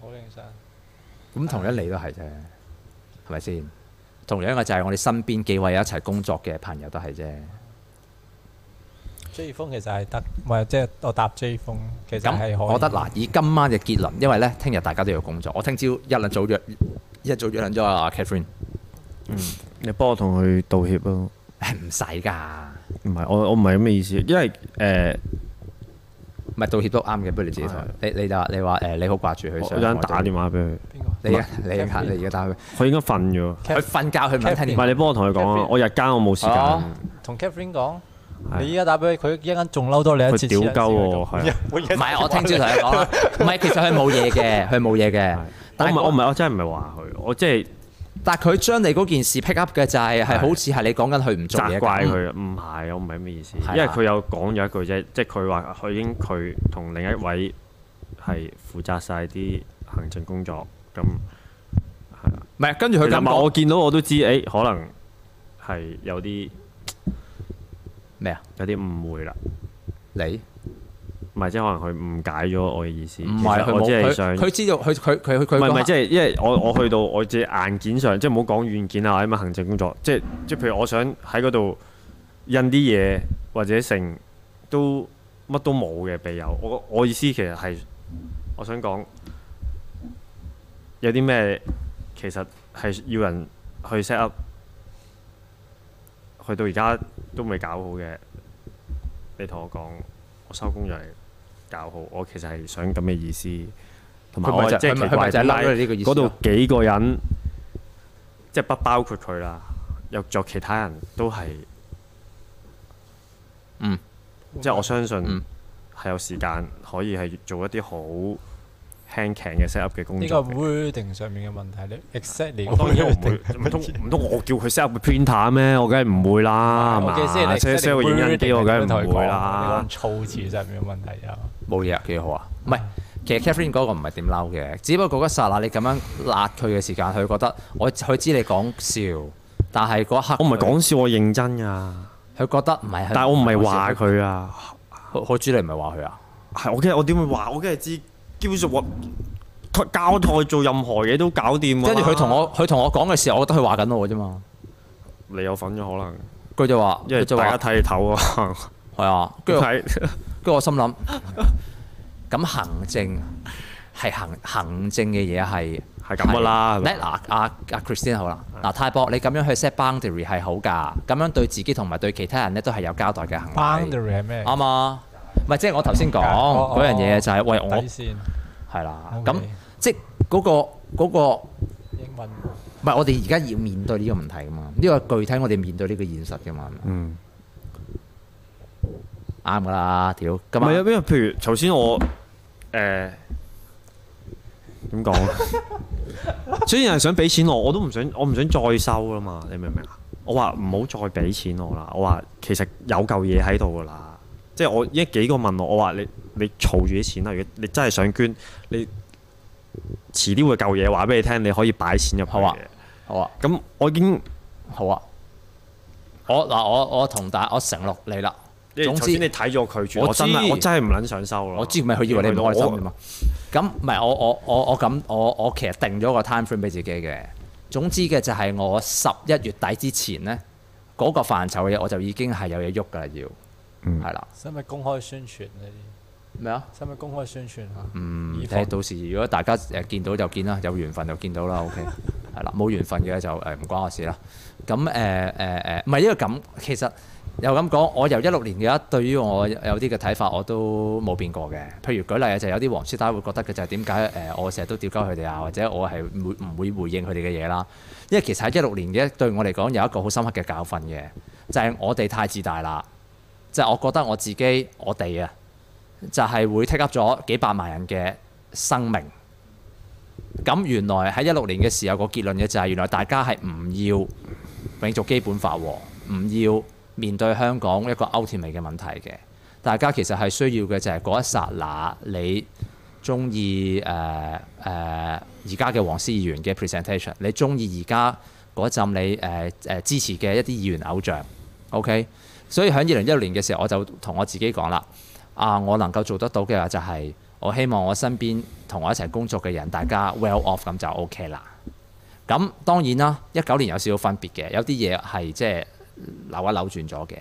S6: 好正常。
S1: 咁同樣你都係啫，係咪先？同樣嘅就係我哋身邊幾位一齊工作嘅朋友都係啫，
S6: J 風其實係得，唔係即係我答 J 風，其實係可以
S1: 咁我覺得嗱，以今晚嘅結論，因為咧聽日大家都要工作，我聽朝一兩早約。一早約撚咗啊 Catherine，
S2: 你幫我同佢道歉咯。
S1: 唉唔使㗎，
S2: 唔係，我我唔係咁嘅意思，因為誒、呃
S1: 唔係道歉都啱嘅，不如你自己同佢你你就話你話誒你好掛住佢，
S2: 我
S1: 想
S2: 陣間
S1: 我
S2: 打電話俾佢，
S6: 邊個？
S1: 你而家你而家你而家打佢，
S2: 佢應該瞓咗。
S6: 嗯
S1: 佢瞓覺佢唔肯聽
S2: 唔
S1: 電話
S2: 係，你幫我同佢講啊，我日間我冇時間
S1: 哦。
S6: 同 Catherine 講，你依家打俾佢，佢一間仲嬲多你一
S2: 佢
S6: 次。
S2: 屌鳩喎係啊
S6: 我
S1: 唔係我聽朝同佢講 啦，唔係其實佢冇嘢嘅，佢冇嘢嘅，
S2: 我唔
S1: 但
S2: 係我唔
S1: 係
S2: 係我真係唔係話佢，我即係
S1: 但係佢將你嗰件事 pick up 嘅就係係好似係你講緊佢唔做嘢
S2: 責
S1: 咁
S2: 怪。佢，唔係我唔係咁嘅意思，
S1: 係啊
S2: 因為佢有講咗一句啫，即係佢話佢已經佢同另一位係負責晒啲行政工作咁。
S1: 唔係跟住
S2: 其
S1: 佢
S2: 實
S1: 咁
S2: 唔係我
S1: 講
S2: 見到我都知，誒可能係有啲
S1: 咩啊？
S2: 有啲誤會啦，
S1: 你？
S2: 唔係即係可能佢誤解咗我嘅意思。
S1: 唔係
S2: 其實
S1: 佢
S2: 我
S1: 冇
S2: 只係
S1: 佢
S2: 想
S1: 佢知道佢佢佢佢
S2: 唔係唔係，即
S1: 係
S2: 係因為我我去到我自己硬件上，即係唔好講軟件啊或者乜行政工作，即係即係譬如我想喺嗰度印啲嘢或者成都乜都冇嘅備有。我我意思其實係我想講有啲咩其實係要人去 set up，去到而家都未搞好嘅，你同我講，我收工就嚟搞好。我其實係想咁嘅意思。同埋
S1: 佢咪
S2: 我
S1: 就
S2: 即係
S1: 佢咪
S2: 奇怪
S1: 佢咪就係
S2: 點解
S1: 嬲咗你呢個意思啊
S2: 嗰度
S1: 咯
S2: 幾個人，即係不包括佢啦，有作其他人都係，
S1: 嗯，
S2: 即係我相信
S1: 嗯
S2: 係有時間可以係做一啲好輕強嘅 set up 嘅工
S6: 呢個
S2: 作嘅。
S6: wording 上面嘅問題，你 exactly
S2: 我當然我唔會，唔通唔通我叫佢 set up 個 printer 咩？我梗係唔會啦，係
S6: 我
S2: 嘛
S6: 嘅意思係你
S2: set set 個
S6: exactly
S2: 影印機我
S6: wording
S2: 梗係
S6: 係
S2: 唔
S6: 點樣同佢
S2: 會
S6: 講
S2: 啦
S6: 你。講措辭上面嘅問題啊。
S1: 冇嘢啊，幾好啊！唔係，其實 Catherine 嗰個唔係點嬲嘅，只不過嗰一剎那你咁樣辣佢嘅時間，佢覺得我佢知你講笑，但係嗰一刻
S2: 我唔
S1: 佢
S2: 係講笑，我認真㗎。
S1: 佢覺得唔係，
S2: 但係我唔係
S1: 係
S2: 話
S1: 佢，
S2: 佢啊。
S1: 好好知你唔係話佢啊？
S2: 係，我驚我點會話？我梗係知，基本上我台教台做任何嘢都搞掂㗎啦
S1: 跟住佢同我佢同我講嘅時候，我覺得佢話緊我啫嘛。
S2: 你有份嘅可能，
S1: 佢就話，
S2: 因為
S1: 佢就
S2: 大家
S1: 話
S2: 睇你頭啊，
S1: 係啊，跟住
S2: 睇
S1: 跟住我心諗，咁行政係行行政嘅嘢係
S2: 係咁㗎啦係咪
S1: 咧嗱，阿阿 Christine 好啦，嗱泰博你咁樣去 set boundary 係好㗎，咁樣對自己同埋對其他人咧都係有交代嘅
S6: 啊
S1: 行為，
S6: Boundary 係咩？
S1: 啱嘛？唔係即係我頭先講
S6: 哦哦
S1: 嗰樣嘢就係喂我
S6: 底線
S1: 係啦，
S6: OK
S1: 咁即係嗰個嗰個唔
S6: 英文
S1: 係我哋而家要面對呢個問題㗎嘛？呢個具體我哋面對呢個現實㗎嘛？
S2: 嗯，
S1: 啱㗎啦，屌
S2: 唔
S1: 咁
S2: 係啊，因
S1: 啊，
S2: 為譬如頭先我誒點講啊？雖然有人想俾錢我，我都唔想，我唔想再收啦嘛，你明唔明啊？我話唔好再俾錢我啦，我話其實有嚿嘢喺度噶啦，即係我依家幾個問我，我話你你儲住啲錢啦，如果你真係想捐，你遲啲會嚿嘢話俾你聽，你可以擺錢入去
S1: 好啊
S2: 嘅。
S1: 好啊。
S2: 咁我已經
S1: 好啊！我嗱，我我同大我承諾你啦。
S2: 你
S1: 總
S2: 頭先你
S1: 之
S2: 睇咗拒絕，
S1: 我
S2: 我真係
S1: 知
S2: 我真係唔撚想收啦。
S1: 我知咪佢以為你唔開心啫
S2: 我
S1: 嘛。咁唔係我我我我咁我我其實定咗個 time frame 俾自己嘅。總之嘅就係我十一月底之前咧，嗰、個範疇嘅嘢我就已經係有嘢喐㗎啦，要係啦
S6: 使唔使公開宣傳呢啲？
S1: 咩啊？
S6: 使唔使公開宣傳啊？
S1: 嗯，
S6: 以
S1: 睇
S6: 防
S1: 到時如果大家誒見到就見啦，有緣分就見到啦，OK，係啦，冇緣分嘅就呃誒唔關我事啦。咁誒誒誒，唔係因為咁，其實又咁講，我由一六年嘅一對於我有啲嘅睇法我都冇變過嘅。譬如舉例啊就係有啲黃絲帶會覺得嘅就係點解誒我成日都屌鳩佢哋啊，或者我係唔會唔會回應佢哋嘅嘢啦。因為其實喺一六年嘅對我嚟講有一個好深刻嘅教訓嘅，就係、我哋太自大啦，就係、我覺得我自己我哋啊。就係會 take up 咗幾百萬人嘅生命。咁原來喺一六年嘅時候個結論嘅就係原來大家係唔要永續基本法喎，唔要面對香港一個 ultimate 嘅問題嘅。大家其實係需要嘅就係嗰一剎那，你中意誒誒而家嘅黃絲議員嘅 presentation，你中意而家嗰陣你誒誒、呃支持嘅一啲議員偶像，OK。所以喺二零一六年嘅時候，我就同我自己講啦。啊，我能夠做得到嘅話就係、我希望我身邊同我一齊工作嘅人，大家 well off 咁就 OK 啦。咁當然啦，一九年有少少分別嘅，有啲嘢係即係扭一扭轉咗嘅。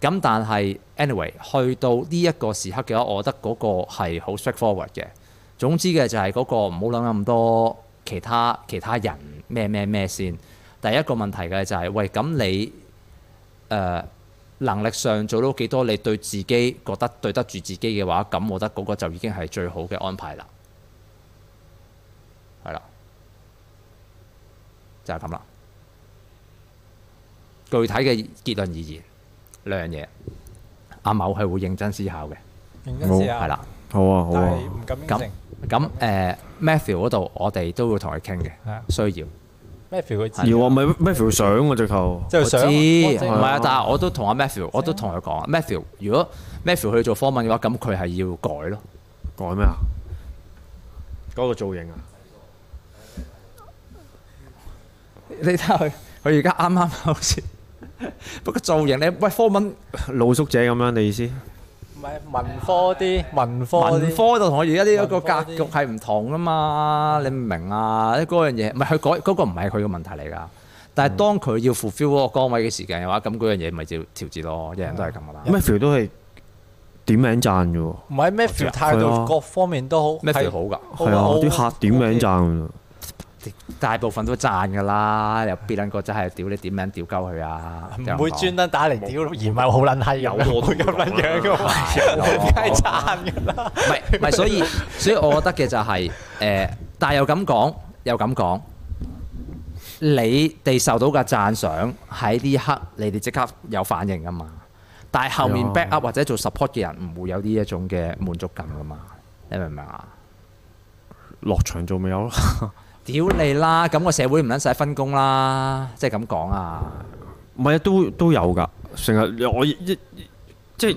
S1: 咁但係 anyway，去到呢一個時刻嘅話，我覺得嗰個係好 straightforward 嘅。總之嘅就係嗰個唔好諗咁多，其他其他人咩咩咩先。第一個問題嘅就係、喂，咁你誒、呃能力上做到幾多？你對自己覺得對得住自己嘅話，咁我覺得嗰個就已經係最好嘅安排啦。係啦，就係咁啦。具體嘅結論而言，兩樣嘢，阿某係會認真思考嘅，
S6: 認真試
S1: 係
S6: 下，
S1: 啦。
S2: 好啊，好
S6: 但係
S2: 啊。
S6: 唔敢應
S1: 咁
S6: 承。
S1: 咁誒 Matthew 嗰度，我哋都會同佢傾嘅
S6: 係啊，
S1: 需要。
S6: Matthew 佢知
S2: 要啊，咪 Matthew 想啊，直頭。
S6: 即係
S1: 我知，
S6: 想
S1: 唔
S6: 啊，
S1: 係
S6: 我
S1: 啊，但係我都同阿 Matthew，我都同佢講，Matthew 如果 Matthew 去做科文嘅話，咁佢係要改咯。
S2: 改咩啊？嗰個造型啊？
S1: 你睇下佢，佢而家啱啱好似，不過造型咧，喂科文
S2: 露宿者咁樣，你意思？
S6: 即係唔係文科啲，文科
S1: 文
S6: 啲，
S1: 科就同我而家呢一個
S6: 文科
S1: 格
S6: 啲嗯
S1: 局係唔同啊嘛，你唔明啊？嗰樣嘢唔係佢改嗰個唔係佢嘅問題嚟㗎。但
S6: 嗯
S1: 係當佢要 fulfill 嗰個崗位嘅時間嘅話，咁嗰樣嘢咪要調節咯，人人都係咁㗎啦。
S6: 嗯
S2: Matthew 都係點名讚嘅喎，
S6: 唔係 Matthew 態
S2: 係啊
S6: 度各方面都好
S1: Matthew
S6: 係
S1: 好㗎。
S6: 好
S2: 係啊，啊
S6: 好
S2: 啲客點名讚㗎。
S1: 大部分都讚㗎啦，有邊撚個真係屌你點名屌鳩佢啊？
S6: 唔會 專登打嚟屌，而唔係好撚閪有我咁撚樣噶嘛，梗係撐㗎啦。
S1: 唔係唔 係，所以所以我覺得嘅就係、誒，但係又咁講，又咁講，你哋受到嘅讚賞喺呢一刻，你哋即刻有反應㗎嘛？但係後面
S2: 係啊
S1: back up 或者做 support 嘅人唔會有呢一種嘅滿足感㗎嘛？你明唔明啊？
S2: 落場做咪有咯？
S1: 屌你啦！咁個社會唔撚使分工啦，即係咁講啊！
S2: 唔係啊，都都有㗎，成日我一一即係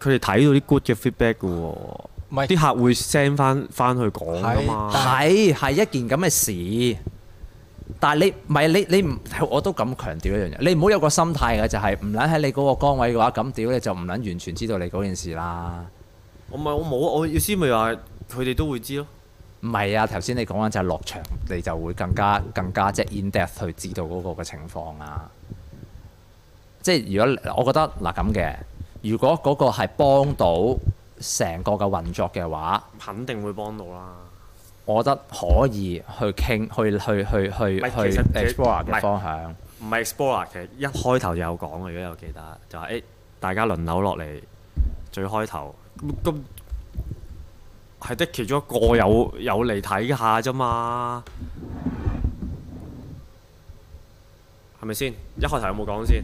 S2: 佢哋睇到啲 good 嘅 feedback 嘅喎，
S6: 唔係
S2: 啲客會 send 翻翻去講㗎嘛。
S1: 係係一件咁嘅事，但係你唔係你你唔， 我都咁強調一樣嘢，你唔好有個心態嘅就係唔撚喺你嗰個崗位嘅話，咁屌你就唔撚完全知道你嗰件事啦。
S2: 我唔係我冇，啊我意思咪話佢哋都會知咯。
S1: 唔係啊，頭先你講緊就係落場，你就會更加更加即係 in depth 去知道嗰個嘅情況啊。即係如果我覺得嗱咁嘅，如果嗰個係幫到成個嘅運作嘅話，
S2: 肯定會幫到啦。
S1: 我覺得可以去傾，去去去去
S2: 唔係其
S1: 去
S2: 實其實
S1: explore
S2: 唔
S1: 嘅
S2: 係
S1: 方向。
S2: 唔係 Explorer，其實一開頭就有講嘅，如果有記得，就話誒、大家輪流落嚟，最開頭咁咁係的其中一個有有嚟睇下啫嘛，係咪先？一開頭有冇講先？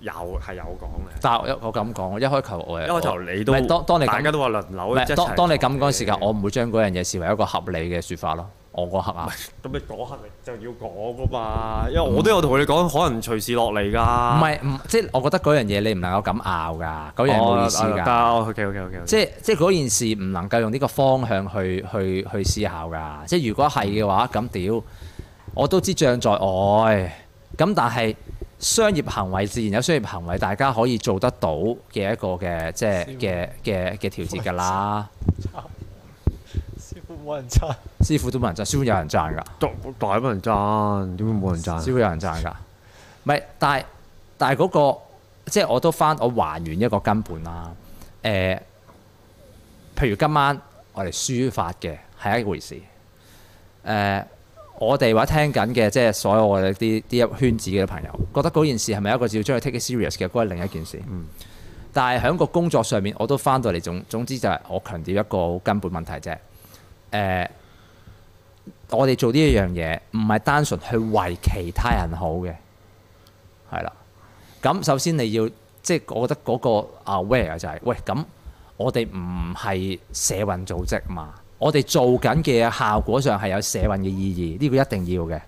S2: 有係有講
S1: 但係我我咁講，一開頭我
S2: 嘅，一開頭你都
S1: 唔係當當你
S2: 大家
S1: 咁，
S2: 都話輪流
S1: 唔
S2: 一
S1: 係
S2: 齊
S1: 當當你咁
S2: 講
S1: 講嘅時間，我唔會將嗰樣嘢視為一個合理嘅説法咯。我嗰刻啊，
S2: 咁你講係咪就要講噶嘛？因為我都有同你講，可能隨時落嚟㗎。
S1: 唔係唔即係我覺得嗰樣嘢你唔能夠咁拗㗎，嗰樣冇意思
S2: 哦
S1: 㗎。
S2: 得，OK OK OK。
S1: 即係即係嗰件事唔能夠用呢個方向去去去思考㗎。即係如果係嘅話，咁屌我都知將在外。咁但係商業行為自然有商業行為，大家可以做得到嘅一個嘅即係嘅嘅嘅調節㗎啦。
S6: 師傅冇人撐，
S1: 師傅都冇人賺，師傅有人賺㗎。
S2: 大大把人爭，點會冇人啊爭？
S1: 只會有人賺㗎。唔係，但係但係嗰、個即係我都翻我還原一個根本啦。誒、譬如今晚我哋書法嘅係一回事。誒、我哋或者聽緊嘅即係所有我哋啲啲圈子嘅朋友，覺得嗰件事係咪一個要將佢 take it serious 嘅，嗰係另一件事。但係喺個工作上面，我都翻到嚟總總之就係我強調一個好根本問題啫。誒、我哋做呢一樣嘢，唔係單純去為其他人好嘅，係啦。咁首先你要即係我覺得嗰個 aware 就係、喂，咁我哋唔係社運組織嘛，我哋做緊嘅效果上係有社運嘅意義，呢、個一定要嘅。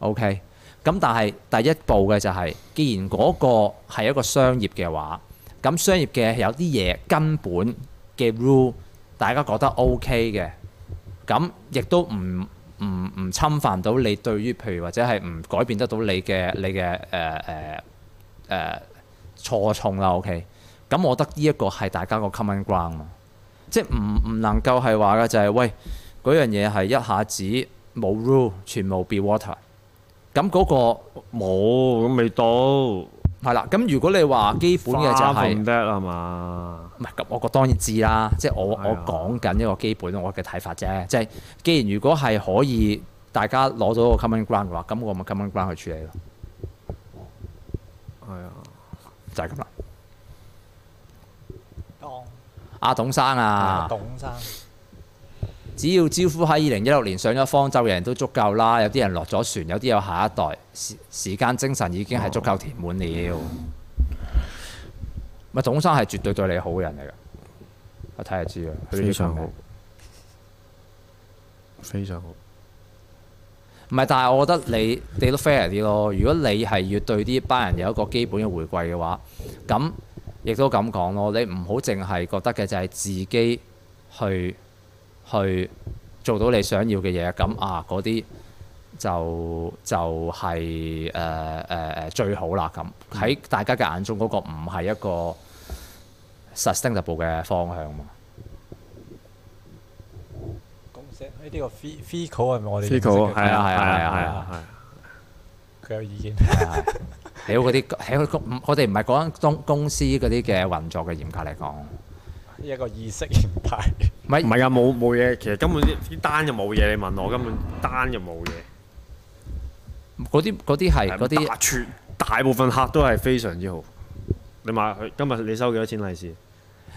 S1: OK，咁但係第一步嘅就係、既然嗰個係一個商業嘅話，咁商業嘅有啲嘢根本嘅 rule，大家覺得 OK 嘅。咁亦都唔唔唔侵犯到你對於譬如或者係唔改變得到你嘅你嘅呃誒誒誒錯重呃啦。OK，咁我覺得呢一個係大家個 common ground 嘛，即係唔唔能夠係話嘅就係、喂嗰樣嘢係一下子冇 rule，全部 be water。咁嗰、個
S2: 冇咁未到，
S1: 唔係啦，咁如果你話基本嘅就係、
S2: 得係嘛？
S1: 唔係咁，我覺當然知啦。即係我
S2: 係
S1: 我
S2: 啊
S1: 講緊一個基本我嘅睇法啫。即係既然如果係可以大家攞到個 common ground 嘅話，咁我咪 common ground 去處理咯，
S2: 係啊，
S1: 就係咁啦。
S6: 當
S1: 阿董生啊，
S6: 董生
S1: 只要招呼喺二零一六年上咗方舟嘅人都足夠啦。有啲人落咗船，有啲有下一代，時時間精神已經
S2: 哦
S1: 係足夠填滿了。咪、董生係絕對對你好嘅人嚟㗎，我睇就知啦。佢呢啲
S2: 非常
S1: 講
S2: 好
S1: 法，
S2: 非常好。
S1: 唔係，但係我覺得你你都 fair 啲咯。如果你係要對呢班人有一個基本嘅回饋嘅話，咁亦都咁講咯。你唔好淨係覺得嘅就係自己去去做到你想要嘅嘢，咁啊嗰啲就就係誒誒誒最好啦。咁喺大家嘅眼中嗰個唔係一個 sustainable 嘅方向嘛。
S6: 公司呢啲個 Fi- Fico 係咪我哋
S2: Fico
S6: 認識嘅
S2: 係啊係
S1: 係
S2: 啊
S1: 啊
S2: 係啊係啊，
S6: 佢有意見。
S1: 屌嗰啲，屌嗰我哋唔係講緊公公司嗰啲嘅運作嘅嚴格嚟講。
S6: 一個意識形態。
S1: 唔係
S2: 唔係㗎，冇冇嘢，其實根本啲單就冇嘢。你問我根本單就冇嘢，
S1: 嗰啲嗰啲係嗰啲
S2: 大全大部分客都係非常之好。你買佢今日你收幾多錢利是？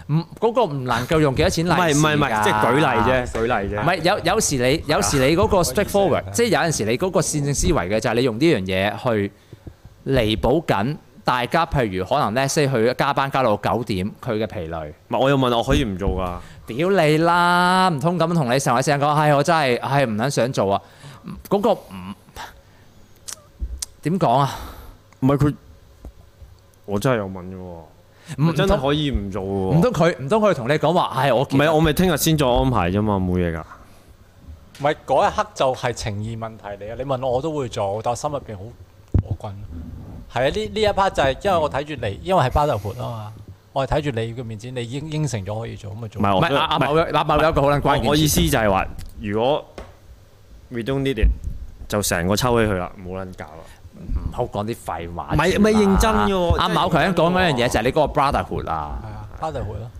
S1: 唔嗰個唔能夠用幾多錢
S2: 唔
S1: 利是
S2: 係唔係唔係，
S1: 㗎
S2: 即係舉例。啫，舉例
S1: 唔
S2: 啫。
S1: 係有有時你有時你嗰個
S6: 意思 係
S1: straightforward，即係有陣時你嗰個線性思維嘅就係你用呢樣嘢去彌補緊大家，譬如可能 let's say 佢加班加到九點，佢嘅疲累。
S2: 唔係，我又問我可以唔做㗎？
S1: 屌你啦！唔通咁同你成位成講，唉，我真係唉唔撚想做啊！嗰、個唔點講啊？
S2: 唔係佢，我真係有問嘅喎，
S1: 唔
S2: 我真係
S1: 通
S2: 可以唔做
S1: 唔
S2: 嘅喎。
S1: 通佢唔通佢同你講話，唉，我
S2: 唔係，我咪聽日先再安排啫嘛，冇嘢㗎。
S6: 唔係嗰一刻就係情意問題嚟啊！你問我我都會做，但我心入邊好我棍。係啊，呢呢一 part 就係因為我睇住你，因為係巴豆盤啊嘛，我係睇住你嘅面子，你應應承咗可以做，咁咪做。
S2: 唔係
S1: 唔
S2: 我
S1: 係阿阿
S2: 唔係
S1: 某有阿某有一個好撚關
S2: 我我
S1: 鍵
S2: 意
S1: 字，
S2: 思就係話，如果 we don't need it，就成個抽起佢啦，冇撚搞啦。
S1: 唔好講啲廢話。
S2: 唔係唔係認真嘅喎
S1: 阿
S2: 真係
S1: 某頭先講嗰樣嘢
S2: 認真喎
S1: 就係你嗰個 brotherhood 啊
S6: 係。啊，巴豆盤咯。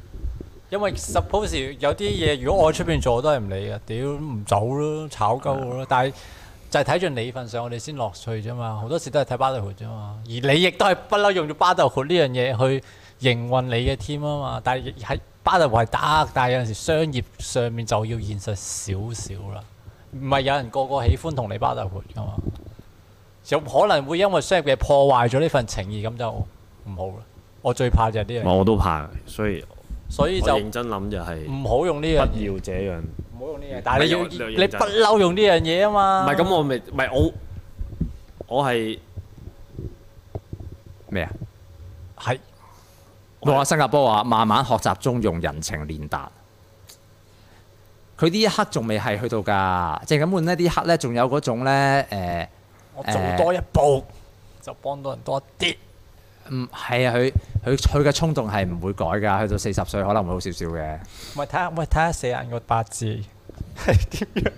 S6: 因為 suppose 有啲嘢，如果我喺出邊做，我都係唔理嘅，屌唔走咯，炒鳩我咯。但係就係睇住你份上，我哋先落去啫嘛。好多時都係睇巴豆盤啫嘛。而你亦都係不嬲用咗巴豆盤呢樣嘢去營運你嘅 team 啊嘛。但係喺巴豆盤係得，但係有陣時商業上面就要現實少少啦。唔係有人個個喜歡同你巴豆盤噶嘛。有可能會因為商業嘅破壞咗呢份情義，咁就唔好啦。我最怕就係呢樣嘢，
S2: 我都怕，所以
S6: 所以
S2: 我
S6: 就。
S2: 認真諗就係
S6: 唔好用呢
S2: 不
S6: 樣嘢，
S2: 要這樣。唔
S6: 唔好用呢樣嘢。但係你要
S2: 唔係有
S6: 你不嬲用呢樣嘢啊嘛。
S2: 係咁，我咪唔係我我係
S1: 咩啊？
S6: 係
S1: 我話新加坡話慢慢學習中用人情練達。佢呢一刻仲未係去到㗎，即係根本呢呢一刻咧仲有嗰種咧
S6: 我做多一步就幫到人多一啲。
S1: 誒，唔係啊，佢佢佢嘅衝動係唔會改㗎，去到四十歲可能會好少少嘅。
S6: 咪睇下，咪睇下四眼個八字係點樣。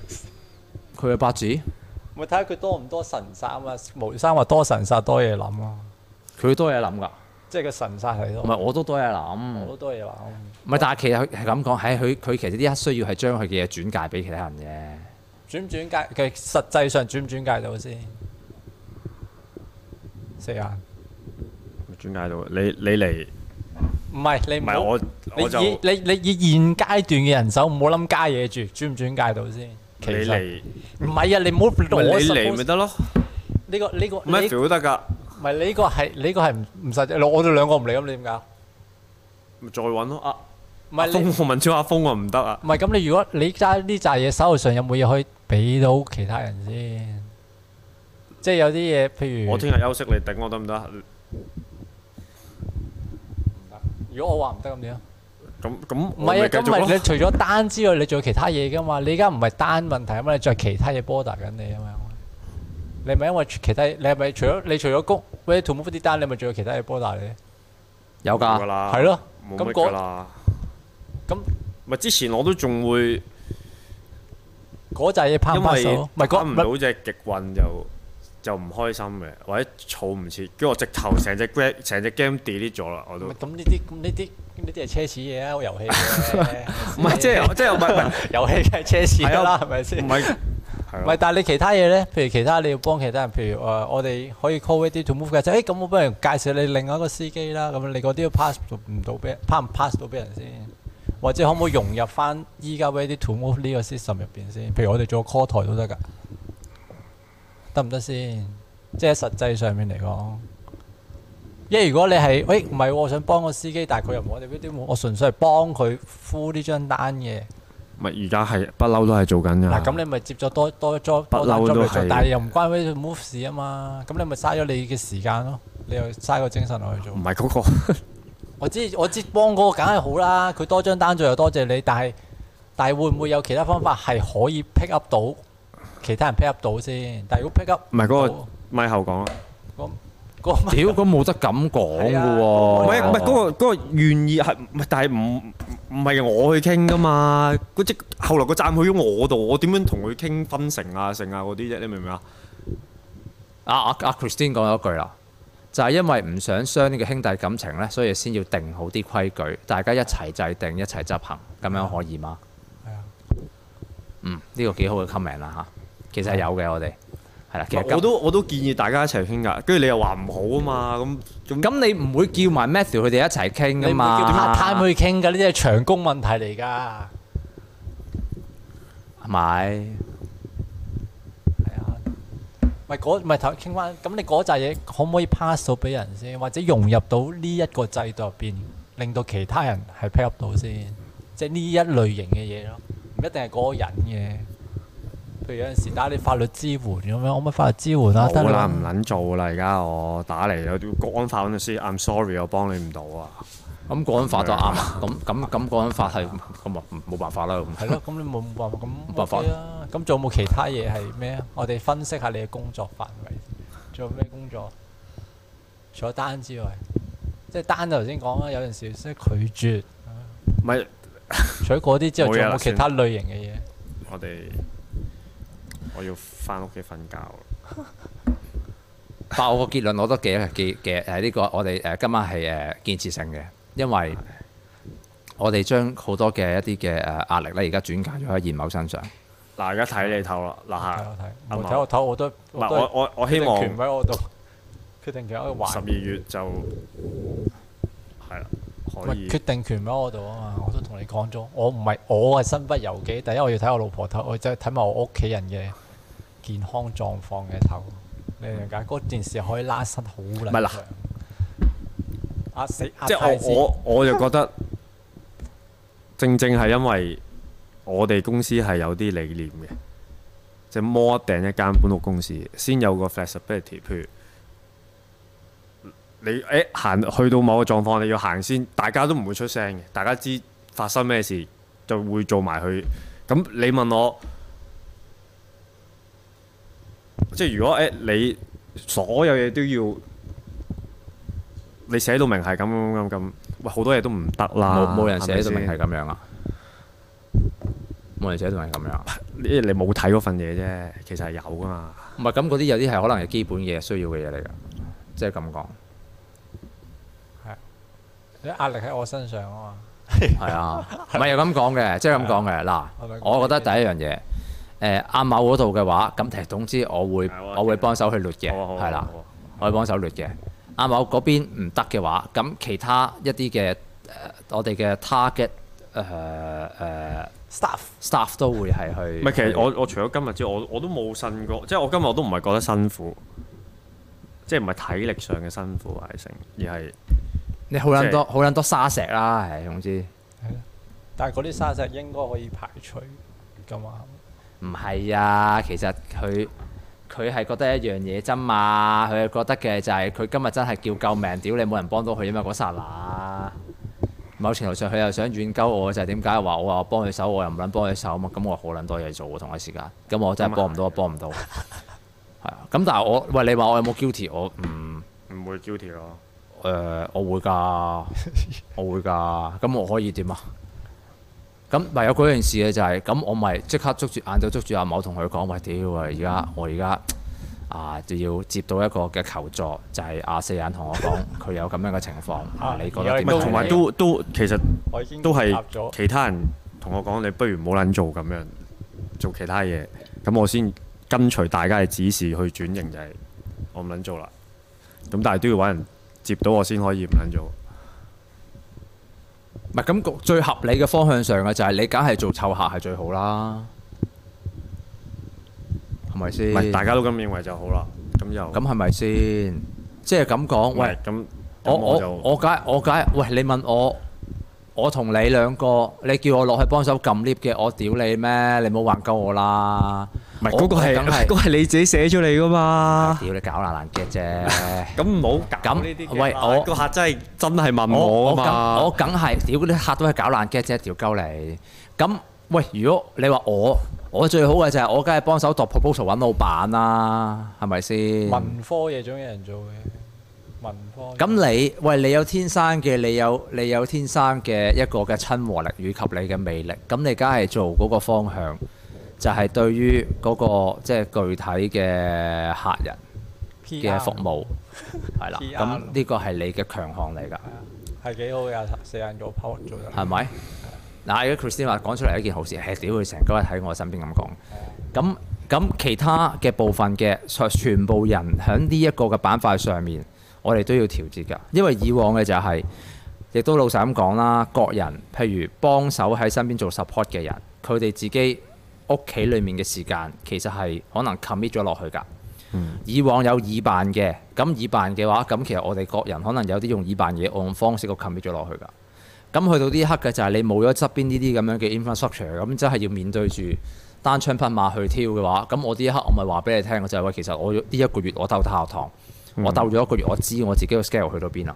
S1: 佢嘅八字，
S6: 咪睇下佢多唔多神煞啊嘛。無生話多神煞多嘢諗啊，
S1: 佢多嘢諗㗎，
S6: 即係個神煞係
S1: 唔
S6: 多，
S1: 係我都多嘢諗
S6: 我。都多嘢諗。
S1: 唔係，但係其實佢係咁講，喺佢佢其實呢一刻需要係將佢嘅嘢轉介俾其他人嘅。
S6: 轉唔轉介？佢實際上轉唔轉介到先？四眼
S2: 轉介到你你嚟，
S6: 唔係你
S2: 唔
S6: 唔
S2: 係
S6: 好
S2: 我
S6: 你
S2: 我就
S6: 以
S2: 你
S6: 你你以現階段嘅人手唔好諗加嘢住，轉唔轉介到先？其實
S2: 嚟
S6: 唔係啊，你唔好
S2: 咪
S6: 攞
S2: 你嚟咪
S6: 呢
S2: 得咯
S6: 個呢個呢
S2: ，Matthew 都得㗎，
S6: 唔係呢個係呢個係唔唔實際。我哋兩個唔嚟咁，你點搞？
S2: 咪再揾咯。啊，
S6: 唔
S2: 阿
S6: 係
S2: 峰
S6: 你
S2: 我問超阿峰我唔得啊。
S6: 唔係咁，你如果你揸呢扎嘢手頭上有冇嘢可以俾到其他人先？即係有啲嘢，譬如
S2: 我聽日休息，你頂我得唔得？
S6: 如果我話唔得咁點啊？
S2: 咁咁
S6: 唔
S2: 我
S6: 係啊，
S2: 咪繼
S6: 咁咪
S2: 續
S6: 你
S2: 咯。
S6: 除咗單之外，你仲有其他嘢噶嘛？你而家唔係單問題啊嘛，你仲有其他嘢 border 緊你啊嘛。你咪因為其他，你係咪除咗你除咗工，喂 to move 啲單，你咪仲有其他嘢 border 你？
S1: 有
S2: 㗎
S1: 㗎，
S2: 啦，
S6: 係咯，
S2: 冇
S6: 咁
S2: 乜
S6: 嗰
S2: 㗎啦。
S6: 咁
S2: 咪之前我都仲會。
S6: 嗰扎嘢拋唔拋
S2: 因為
S6: 手？唔係
S2: 打唔
S6: 嗰唔
S2: 到只極運就就唔開心嘅，或者儲唔切，跟住我直頭成隻 g 成隻 game delete 咗啦，我都
S6: 咁咁呢啲咁呢啲呢啲係奢侈嘢啊，遊戲 唔
S2: 唔係即係即係唔係唔係
S6: 遊戲梗係奢侈㗎啦，係咪先
S2: 唔？係
S6: 唔
S2: 係
S6: 係，
S2: 咯
S6: 但係你其他嘢咧，譬如其他你要幫其他人，譬如誒、呃我哋可以 call 一啲 to move 嘅，就誒哎咁、我不如介紹你另外一個司機啦。咁你嗰啲要 pass 唔到俾 pass 唔 pass 到俾人先，或者可唔可以融入翻依家 ready to move 呢個 system 入邊先？譬如我哋做 call 台都得㗎，得唔得先？即係實際上面嚟講。因為如果你係，喂唔係喎，我想幫個司機，但係佢又冇我哋 r e a d to move，我純粹係幫佢敷呢張單嘅。
S2: 唔係而家係不嬲都係做緊㗎啦
S6: 嗱，咁你咪接咗多多 job
S2: 啊不
S6: 多單
S2: 嬲都
S6: job 嚟
S2: 係
S6: 做，但係又唔關呢 move 事啊嘛，咁你咪嘥咗你嘅時間咯，你又嘥個精神落去做
S2: 唔。係嗰個
S6: 我知我知幫嗰個梗係好啦，佢多張單做又多謝你，但係但係會唔會有其他方法係可以 pick up 到其他人 pick up 到先？但係如果 pick up 哦
S2: 唔係嗰
S6: 到
S2: 個咪後講啦。
S6: 嗰個
S1: 屌，咁冇得咁講
S6: 係
S1: 噶
S6: 啊
S1: 喎。
S2: 唔係唔係嗰個嗰個願意係，唔係但係唔唔係我去傾噶嘛？嗰即後來個站去咗我度，我點樣同佢傾分成啊、成啊嗰啲啫？你明唔明啊？
S1: 阿阿阿啊 Christine 講咗一句啦，就係、因為唔想傷呢個兄弟感情咧，所以先要定好啲規矩，大家一齊制定，一齊執行，咁樣可以嗎？
S6: 係啊，
S1: 嗯，呢、個幾好嘅 comment 啦嚇，其實係有嘅我哋係啦，其實今
S2: 我都我都建議大家一齊傾噶，跟住你又話唔好啊嘛，咁咁
S1: 咁你唔會叫埋 Matthew 佢哋一齊傾
S6: 你
S1: 噶
S2: 啊
S6: 唔會叫 part
S1: 嘛？
S6: time 去傾㗎，呢啲係長工問題嚟㗎。
S1: 係咪？
S6: 係啊，咪嗰咪頭傾翻，咁你嗰扎嘢可唔可以 pass 到俾人先，或者融入到呢一個制度入邊，令到其他人係 pick up 到先，即係呢一類型嘅嘢咯，唔一定係嗰個人嘅。譬如有陣時打你法律支援咁樣，可唔可以法律支援啊？得
S2: 好啦，唔撚做啦！而家我打嚟有啲國安法嗰陣時，I'm sorry，我幫你唔到啊。
S1: 咁國安法就啱啊！咁咁咁國安法係咁啊，冇辦法啦咁。
S6: 係咯，咁你冇冇辦法
S1: 冇
S6: 咁
S1: 辦法
S6: OK 啊？咁仲有冇其他嘢係咩啊？我哋分析下你嘅工作範圍，仲有咩工作？除咗單之外，即係單就頭先講啦，有陣時即係拒絕。
S2: 唔係
S6: 除咗嗰啲之後，
S2: 冇
S6: 仲
S2: 嘢
S6: 有
S2: 啦
S6: 冇其他類型嘅嘢？
S2: 我哋，我要翻屋企瞓覺。
S1: 但我個結論我都幾幾嘅誒呢個我哋誒今晚係誒建設性嘅，因為我哋將好多嘅一啲嘅誒壓力咧，而家轉嫁咗喺燕某身上。
S2: 嗱，而家睇你透啦，嗱
S6: 睇
S2: 嚇
S6: 我，睇，
S2: 啱啊
S6: 我睇我睇我都
S2: 唔
S6: 我
S2: 係
S6: 都
S2: 我我我
S6: 決
S2: 希
S6: 定
S2: 望
S6: 權。喺我度，決定權喺度
S2: 十
S6: 還
S2: 二，月就係啦，可
S6: 喂
S2: 以
S6: 決定權喺我度啊嘛！我都同你講咗，我唔係我係身不由己，第一我要睇我老婆頭，我真係睇埋我屋企人嘅健康狀況嘅頭。你明唔明解？嗰件事可以拉伸好撚
S2: 係
S6: 長
S2: 啦，
S6: 壓死壓
S2: 即
S6: 太
S2: 係
S6: 子
S2: 我我我就覺得正正係因為我哋公司係有啲理念嘅，即係 more 訂一間搬屋公司先有個 flexibility，譬如。你誒行去到某個狀況，你要行先，大家都唔會出聲嘅，大家知發生咩事就會做埋去。咁你問我，即係如果誒、你所有嘢都要你寫到明係咁咁咁咁，喂好多嘢都唔得
S1: 冇
S2: 啦，
S1: 冇人寫到
S2: 係咪
S1: 明係
S2: 先
S1: 咁樣啊？冇人寫到明係咁樣啊。
S2: 你你冇睇嗰份嘢啫，其實係有噶嘛。
S1: 唔係咁嗰啲有啲係可能係基本嘢需要嘅嘢嚟㗎，即係咁講。
S6: 你壓力喺我身上啊
S1: 係啊，唔係又咁講嘅，即係咁講嘅。
S2: 啊
S1: 嗱
S6: 我咪，講
S1: 我覺得第一樣嘢，誒阿某嗰度嘅話，咁其實總之我會
S2: 係啊
S1: 我會幫手去攣嘅，
S2: 好啊好啊
S1: 係啦
S2: 好啊，
S1: 我會幫手攣嘅。阿某嗰邊唔得嘅話，咁其他一啲嘅誒我哋嘅 target 誒誒
S6: 嘛，staff。
S1: staff 都會係去。
S2: 唔係，其實我我除咗今日之外，我我都冇呻過，即係我今日我都唔係覺得辛苦，即係唔係體力上嘅辛苦係成，而係
S1: 你好撚多
S2: 即
S1: 好撚多沙石啦，係總之
S6: 但係嗰啲沙石應該可以排除噶嘛？
S1: 唔係啊，其實佢。佢係覺得一樣嘢啫嘛，佢係覺得嘅就係佢今日真係叫救命，屌你冇人幫到佢啊嘛，嗰剎那。某程度上佢又想軟鳩我，就係點解話我話幫佢手，我又唔撚幫佢手啊嘛，咁我好撚多嘢做喎同一時間，咁我真係幫唔到，我幫唔到。係啊，咁但係我喂你話我有冇 guilty？我嗯唔
S2: 唔會 guilty 咯。
S1: 誒、呃我會 㗎，我會㗎，咁我可以點啊？咁咪有嗰件
S2: 嗯
S1: 事嘅就係、咁我咪即刻捉住晏晝捉住阿某同佢講，喂屌啊！而家我而家啊，就要接到一個嘅求助，就係、啊四眼同我講佢有咁樣嘅情況，啊你覺得點樣
S6: 唔係
S1: 處
S2: 同埋
S1: 理
S2: 都都其實
S6: 我已經
S2: 都係
S6: 答咗。
S2: 其他人同我講，你不如唔好撚做咁樣，做其他嘢，咁我先跟隨大家嘅指示去轉型，就係、我唔撚做啦。咁但係都要揾人接到我先可以唔撚做。
S1: 唔係咁個最合理嘅方向上嘅就係你梗係做湊客係最好啦，係咪
S2: 唔係
S1: 先？
S2: 大家都咁認為就好啦。咁就
S1: 嗯咁係咪先？即係咁講，
S2: 唔
S1: 喂
S2: 係。咁，
S1: 我
S2: 咁我
S1: 我
S2: 就
S1: 我梗係我梗係，喂！你問我，我同你兩個，你叫我落去幫手撳 lift 嘅，我屌你咩？你冇還鳩我啦！
S2: 唔係
S1: 我
S2: 嗰個係
S1: 我 梗係
S2: 嗰個啊係你自己寫出嚟噶嘛？
S1: 屌你搞爛爛嘅啫。
S2: 咁唔好搞
S1: 咁
S2: 呢啲
S1: 喂
S2: 嘢啦
S1: 我
S2: 個客真係真係問
S1: 我
S2: 我啊
S1: 我梗
S2: 嘛。
S1: 我梗係屌啲客都係搞爛嘅啫，屌鳩你！咁喂，如果你話我，我最好嘅就係我梗係幫手度 proposal 揾老闆啦，係咪先？
S2: 嗯
S6: 文科嘢總有人做嘅，文科嘢。
S1: 咁你喂你有天生嘅，你有你有天生嘅一個嘅親和力以及你嘅魅力，咁你梗係做嗰個方向，就係、對於嗰、個即係具體嘅客人
S6: PR
S1: 嘅服務，係啦，咁呢個係你嘅強項嚟㗎，
S6: 係幾好嘅，四眼做 p o 做得。
S1: 係咪？嗱，而家 Christine 話講出嚟一件好事，係屌佢成日喺我身邊咁講，咁咁其他嘅部分嘅全部人喺呢一個嘅板塊上面，我哋都要調節㗎，因為以往嘅就係、亦都老實咁講啦，各人譬如幫手喺身邊做 support 嘅人，佢哋自己屋企裡面嘅時間其實係可能 commit 咗落去㗎。以往有耳辦嘅，咁耳辦嘅話，咁其實我哋各人可能有啲用耳辦嘢按方式個 commit 咗落去㗎。咁去到呢一刻嘅就係你冇咗側邊呢啲咁樣嘅 infrastructure，咁真係要面對住單槍匹馬去挑嘅話，咁我呢一刻我咪話俾你聽，我就係、喂，其實我呢一個月我鬥太學堂，我鬥咗一個月，我知我自己個 scale 去到邊啦。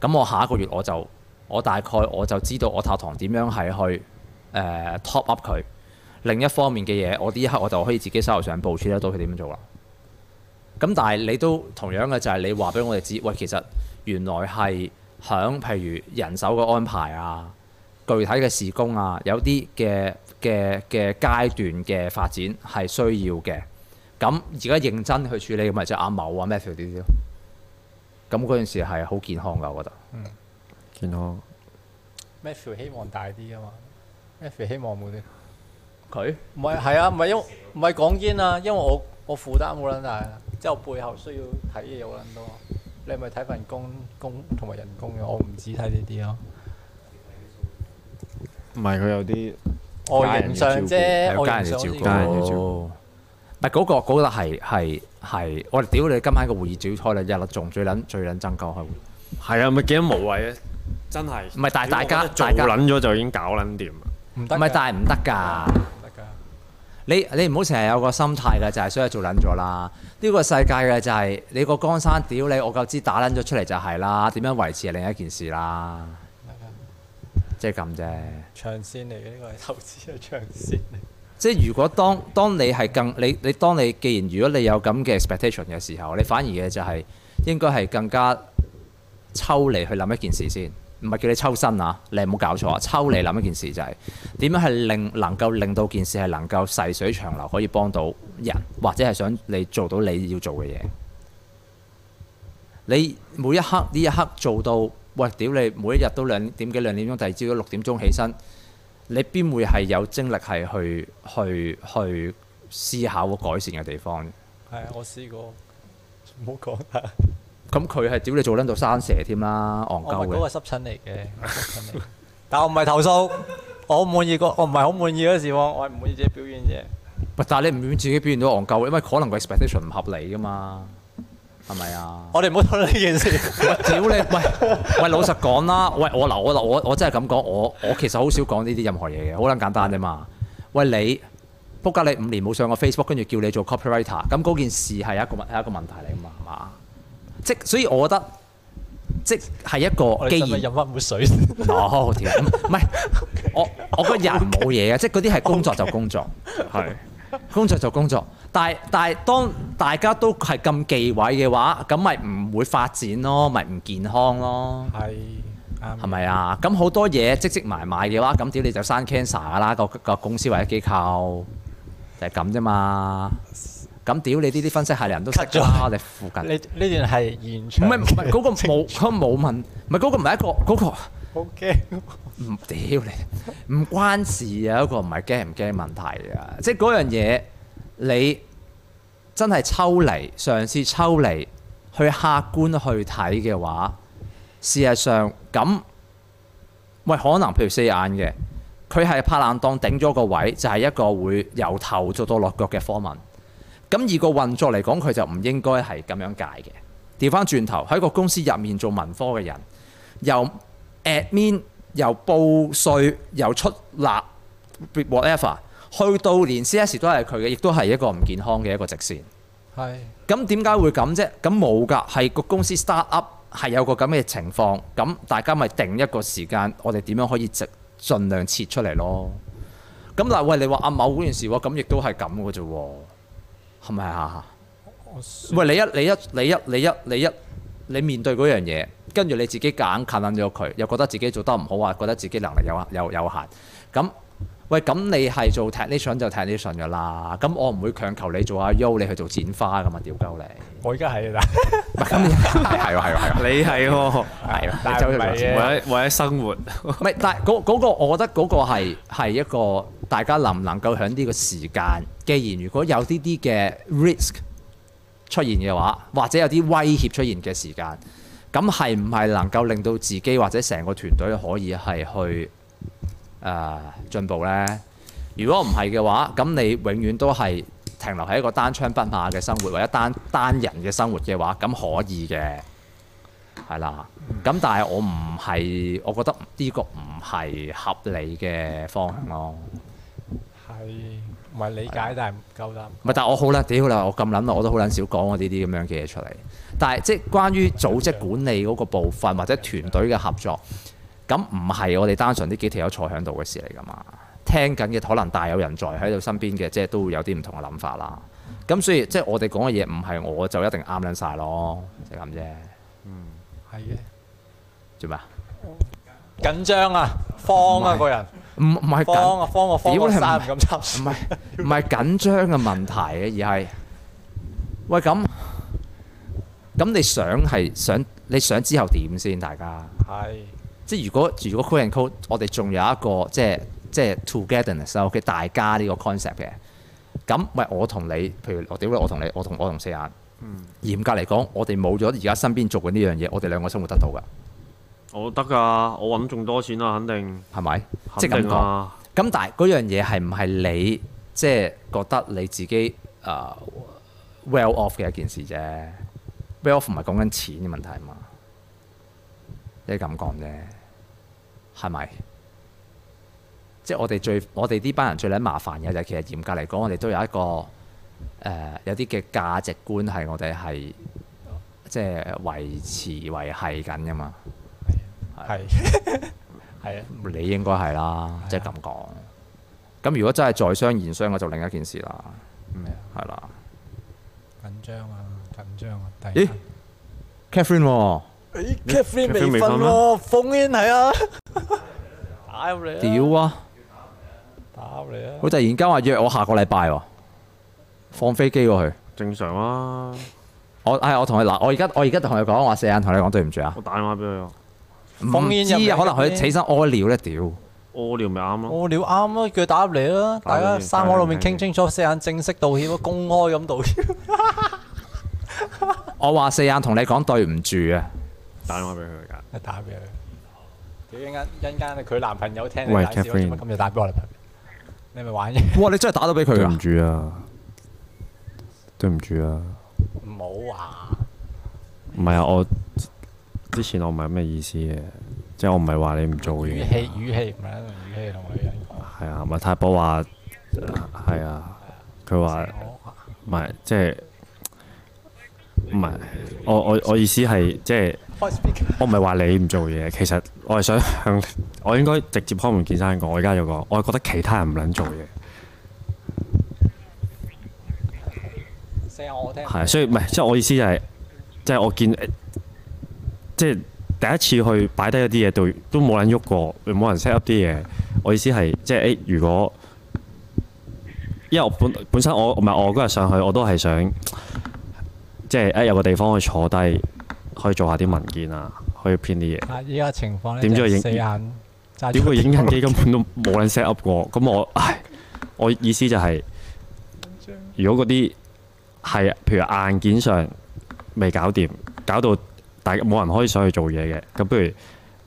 S1: 咁我下一個月我就我大概我就知道我塔堂點樣係去誒、呃 top up 佢。另一方面嘅嘢，我呢一刻我就可以自己手頭上部署得到佢點樣做啦。咁但係你都同樣嘅就係你話俾我哋知，喂，其實原來係響譬如人手嘅安排啊、具體嘅事工啊，有啲嘅嘅嘅階段嘅發展係需要嘅。咁而家認真去處理，咪就係阿某啊、Matthew 呢啲咯。咁嗰件事係好健康㗎，我覺得。
S2: 健康
S6: Matthew 希望大啲啊嘛，Matthew 希望冇啲。
S1: 佢
S6: 唔係係啊，唔係因為唔係講堅啊，因為我我負擔冇撚大啊，即係我背後需要睇嘅嘢好撚多。啊你係咪睇份工工同埋人工嘅？我唔止睇呢啲咯。
S2: 唔係佢有啲
S6: 外形上啫，
S1: 有家
S6: 外
S1: 人
S6: 形
S1: 要照
S6: 上先
S1: 顧，
S2: 家人要照顧
S1: 顧。但嗰、個嗰、個係係係，我哋屌你今晚個會議召開啦，日日仲最撚最撚爭鳩開會。
S2: 係啊，咪幾多無謂啊！真係
S1: 唔係但係大家
S2: 我覺得做
S1: 大家
S2: 撚咗就已經搞撚掂啦。
S6: 唔
S1: 唔
S6: 得㗎，
S1: 係，
S6: 唔
S1: 但係唔得㗎。
S6: 得㗎。
S1: 你你唔好成日有個心態㗎，就係所以做撚咗啦。呢、個世界嘅就係、你個江山屌你，我夠知打撚咗出嚟就係啦。點樣維持係另一件事啦，即係咁啫。
S6: 長線嚟嘅呢個係投資嘅長線嚟。
S1: 即係如果當當你係更你你當你既然如果你有咁嘅 expectation 嘅時候，你反而嘅就係、應該係更加抽離去諗一件事先，唔係叫你抽身啊，你唔好搞錯啊，抽離諗一件事就係、點樣係令能夠令到件事係能夠細水長流，可以幫到人，或者係想你做到你要做嘅嘢。你每一刻呢一刻做到，喂屌你每一日都兩點幾兩點鐘，第二朝都六點鐘起身，你邊會係有精力係去去去思考改善嘅地方？
S6: 係啊，我試過，唔好講啦。
S1: 咁佢係屌你做撚到山蛇添啦，戇
S6: 我
S1: 鳩
S6: 哦咪嗰
S1: 嘅
S6: 個。濕疹嚟嘅，濕疹嚟。 但我唔係投訴，我滿意個，我唔係好滿意嗰時喎，我係唔滿意自己表現啫。
S1: 喂但係你唔會自己表現到戇鳩，因為可能個 expectation 唔合理噶嘛，係咪啊？
S6: 我哋唔好討論呢件事。
S1: 屌你！喂喂，老實講啦，喂我嗱我嗱我我真係咁講，我我其實好少講呢啲任何嘢嘅，好撚簡單啫嘛。喂你，仆街你五年冇上過 Facebook，跟住叫你做 copywriter，咁嗰件事係一個問係一個問題嚟噶嘛，係嘛？即所以我覺得，即係一
S6: 我
S1: 個
S6: 哋
S1: 既
S6: 使唔使
S1: 然
S6: 飲翻杯水？
S1: 哦，屌，唔係我我個人冇嘢嘅，即係嗰啲係工作就工作，
S2: 係
S1: 工作就工作。但係但係當大家都係咁忌諱嘅話，咁咪唔會發展咯，咪唔健康咯。
S6: 係 啱
S1: 係咪啊？咁好多嘢積積埋埋嘅話，咁屌你就生 cancer 㗎啦！個個公司或者機構就係咁啫嘛。咁屌你呢啲分析係人都識
S6: Cut 咗
S1: 啦，你附近。
S6: 呢呢段係現
S1: 唔
S6: 場
S1: 係唔 係嗰個冇嗰個冇問，唔係嗰個唔係一個嗰、個
S6: 好驚，
S1: 唔屌你，唔關事啊！嗰、個唔係驚唔驚問題啊，即係嗰樣嘢你真係抽離，嘗試抽離去客觀去睇嘅話，事實上咁喂可能譬如四眼嘅，佢係拍爛檔頂咗個位，就係、一個會由頭做到落腳嘅科文。咁而個運作嚟講，佢就唔應該係咁樣解嘅。調翻轉頭喺個公司入面做文科嘅人，由 admin 由報税由出納 whatever，去到連 CS 都係佢嘅，亦都係一個唔健康嘅一個直線。
S6: 係
S1: 咁點解會咁啫？咁冇㗎，係個公司 start up 係有個咁嘅情況，咁大家咪定一個時間，我哋點樣可以直盡量切出嚟咯。咁嗱，喂，你話阿某嗰件事喎，咁亦都係咁嘅啫喎，係咪啊？喂，你一你一你一你一你一你面對嗰樣嘢，跟住你自己夾硬近撚咗佢，又覺得自己做得唔好啊，覺得自己能力有有有限，咁喂咁你係做 technician 就 technician 噶啦，咁我唔會強求你做阿 U 你去做剪花噶嘛，屌鳩你！
S6: 我而家係啦，
S1: 唔係咁， 係喎係喎係喎，
S9: 你係喎，
S1: 係喎，
S6: 但
S1: 你走
S6: 係
S1: 咗
S6: 唔係
S1: 做
S6: 嘅
S9: 為。咗為咗生活，
S1: 唔係，但係嗰嗰個，我覺得嗰個係係一個大家能唔能夠喺呢個時間，既然如果有呢啲嘅 risk 出現嘅話，或者有啲威脅出現嘅時間，咁係唔係能夠令到自己或者成個團隊可以係去誒、呃、進步呢？如果唔係嘅話，咁你永遠都係停留喺一個單槍匹馬嘅生活，或者單單人嘅生活嘅話，咁可以嘅。係啦。咁但係我唔係，我覺得呢個唔係合理嘅方向咯。
S6: 係唔係理解，但係唔夠膽。
S1: 唔係，但係我好啦，屌啦，我咁撚我都好撚少講我呢啲咁樣嘅嘢出嚟。但係即係關於組織管理嗰個部分或者團隊嘅合作，咁唔係我哋單純呢幾條友坐喺度嘅事嚟㗎嘛。聽緊嘅可能大有人在喺度身邊嘅，即係都會有啲唔同嘅諗法啦。咁所以即係我哋講嘅嘢唔係我就一定啱撚晒咯，就係咁啫。
S6: 係嘅，
S1: 做咩啊？
S6: 緊張啊，慌啊，個人
S1: 唔唔係緊
S6: 慌啊，慌啊，慌
S1: 屌
S6: 個
S1: 你唔
S6: 衫唔敢插
S1: 唔係唔係緊張嘅問題啊，而係喂咁咁你想係想你想之後點先？大家
S6: 係
S1: 即係如果如果 c o d and code，我哋仲有一個即係即係 togetherness 啊啦，OK，大家呢個 concept 嘅。咁喂，我同你，譬如我屌你，我同你，我同我同四眼，嚴格嚟講，我哋冇咗而家身邊做緊呢樣嘢，我哋兩個生活得到㗎，
S9: 我得㗎，我揾仲多錢
S2: à,
S9: 啦，肯定，
S1: 係咪？即
S9: 肯
S1: 係咁
S9: 定
S1: 講。
S9: 啊。
S1: 咁但係嗰樣嘢係唔係你即係覺得你自己誒、呃 well off 嘅一件事啫？well off 唔係講緊錢嘅問題嘛，即係咁講啫，係咪？即係我哋最我哋呢班人最撚麻煩嘅就係其實嚴格嚟講，我哋都有一個誒、呃有啲嘅價值觀係我哋係即係維持維係緊㗎嘛。
S6: 係係啊，
S1: 你應該係啦，即係啊咁講。咁如果真係在商言商，我就另一件事啦。係啦
S6: 緊張啊，緊張啊，突然
S1: 咦
S6: 間
S1: ，Catherine 喎，
S6: 咦 c a t h e r i n
S9: Catherine 未
S6: 未
S9: 瞓
S6: 瞓
S9: 咩
S6: 喎，封煙係啊，打入嚟啊，
S1: 屌啊！
S6: 打入嚟啊，
S1: 佢突然間話約我下個禮拜喎，放飛機過去。
S9: 正常啊，
S1: 我係我同佢嗱，我而家我而家同佢講，我話四眼同你講對唔住啊
S9: 我，打電話俾佢啊，
S1: 唔
S6: 封煙入
S1: 知啊，
S6: 嚟
S1: 可能佢
S6: 嗰啲
S1: 起身屙尿咧，屌！
S9: 屙尿咪啱咯。
S6: 我料啱啊，叫佢打入嚟啦，
S9: 打
S6: 大
S9: 入嚟
S6: 家三口裏面
S9: 打入嚟
S6: 傾清楚，四眼正式道歉啊，公開咁道歉，
S1: 我話四眼同你講對唔住啊，
S9: 打電話俾佢㗎。
S6: 打入嚟啊。屌一間一間佢男朋友聽你
S9: 喂
S6: 介紹，做
S9: Catherine
S6: 乜今日打俾我嚟？你係咪玩嘢？
S1: 哇！你真係打到俾佢啊！
S9: 住啊，對唔住啊，
S6: 唔好啊！
S9: 唔係啊，我之前我唔係咩意思嘅，即係我唔係話你唔做
S6: 語
S9: 嘢。
S6: 氣語氣唔係一種語氣同女人講。
S9: 係啊，咪太保話係啊，佢話唔係即係唔係我我我意思係即係。
S6: 開 speaker
S9: 我唔係話你唔做嘢，其實我係想向我應該直接開門見山講。我而家有個，我係覺得其他人唔撚做嘢，
S6: 聲我聽。
S9: 係所以唔係即係我意思就係、即係我見誒即係第一次去擺低一啲嘢度都冇人喐過，冇人 set up 啲嘢。我意思係即係誒，如果
S2: 因為我本本身我唔係我嗰日上去，我都係想即係誒有個地方去坐低，可以做下啲文件啊，可以編啲嘢。
S6: 啊！依家情況咧，
S2: 點知
S6: 就
S2: 佢
S6: 係
S2: 影
S6: 四眼揸
S2: 屌
S6: 住
S2: 佢影印機根本都冇撚 set up 過，咁 我唉，我意思就係、如果嗰啲係譬如硬件上未搞掂，搞到大冇人可以上去做嘢嘅，咁不如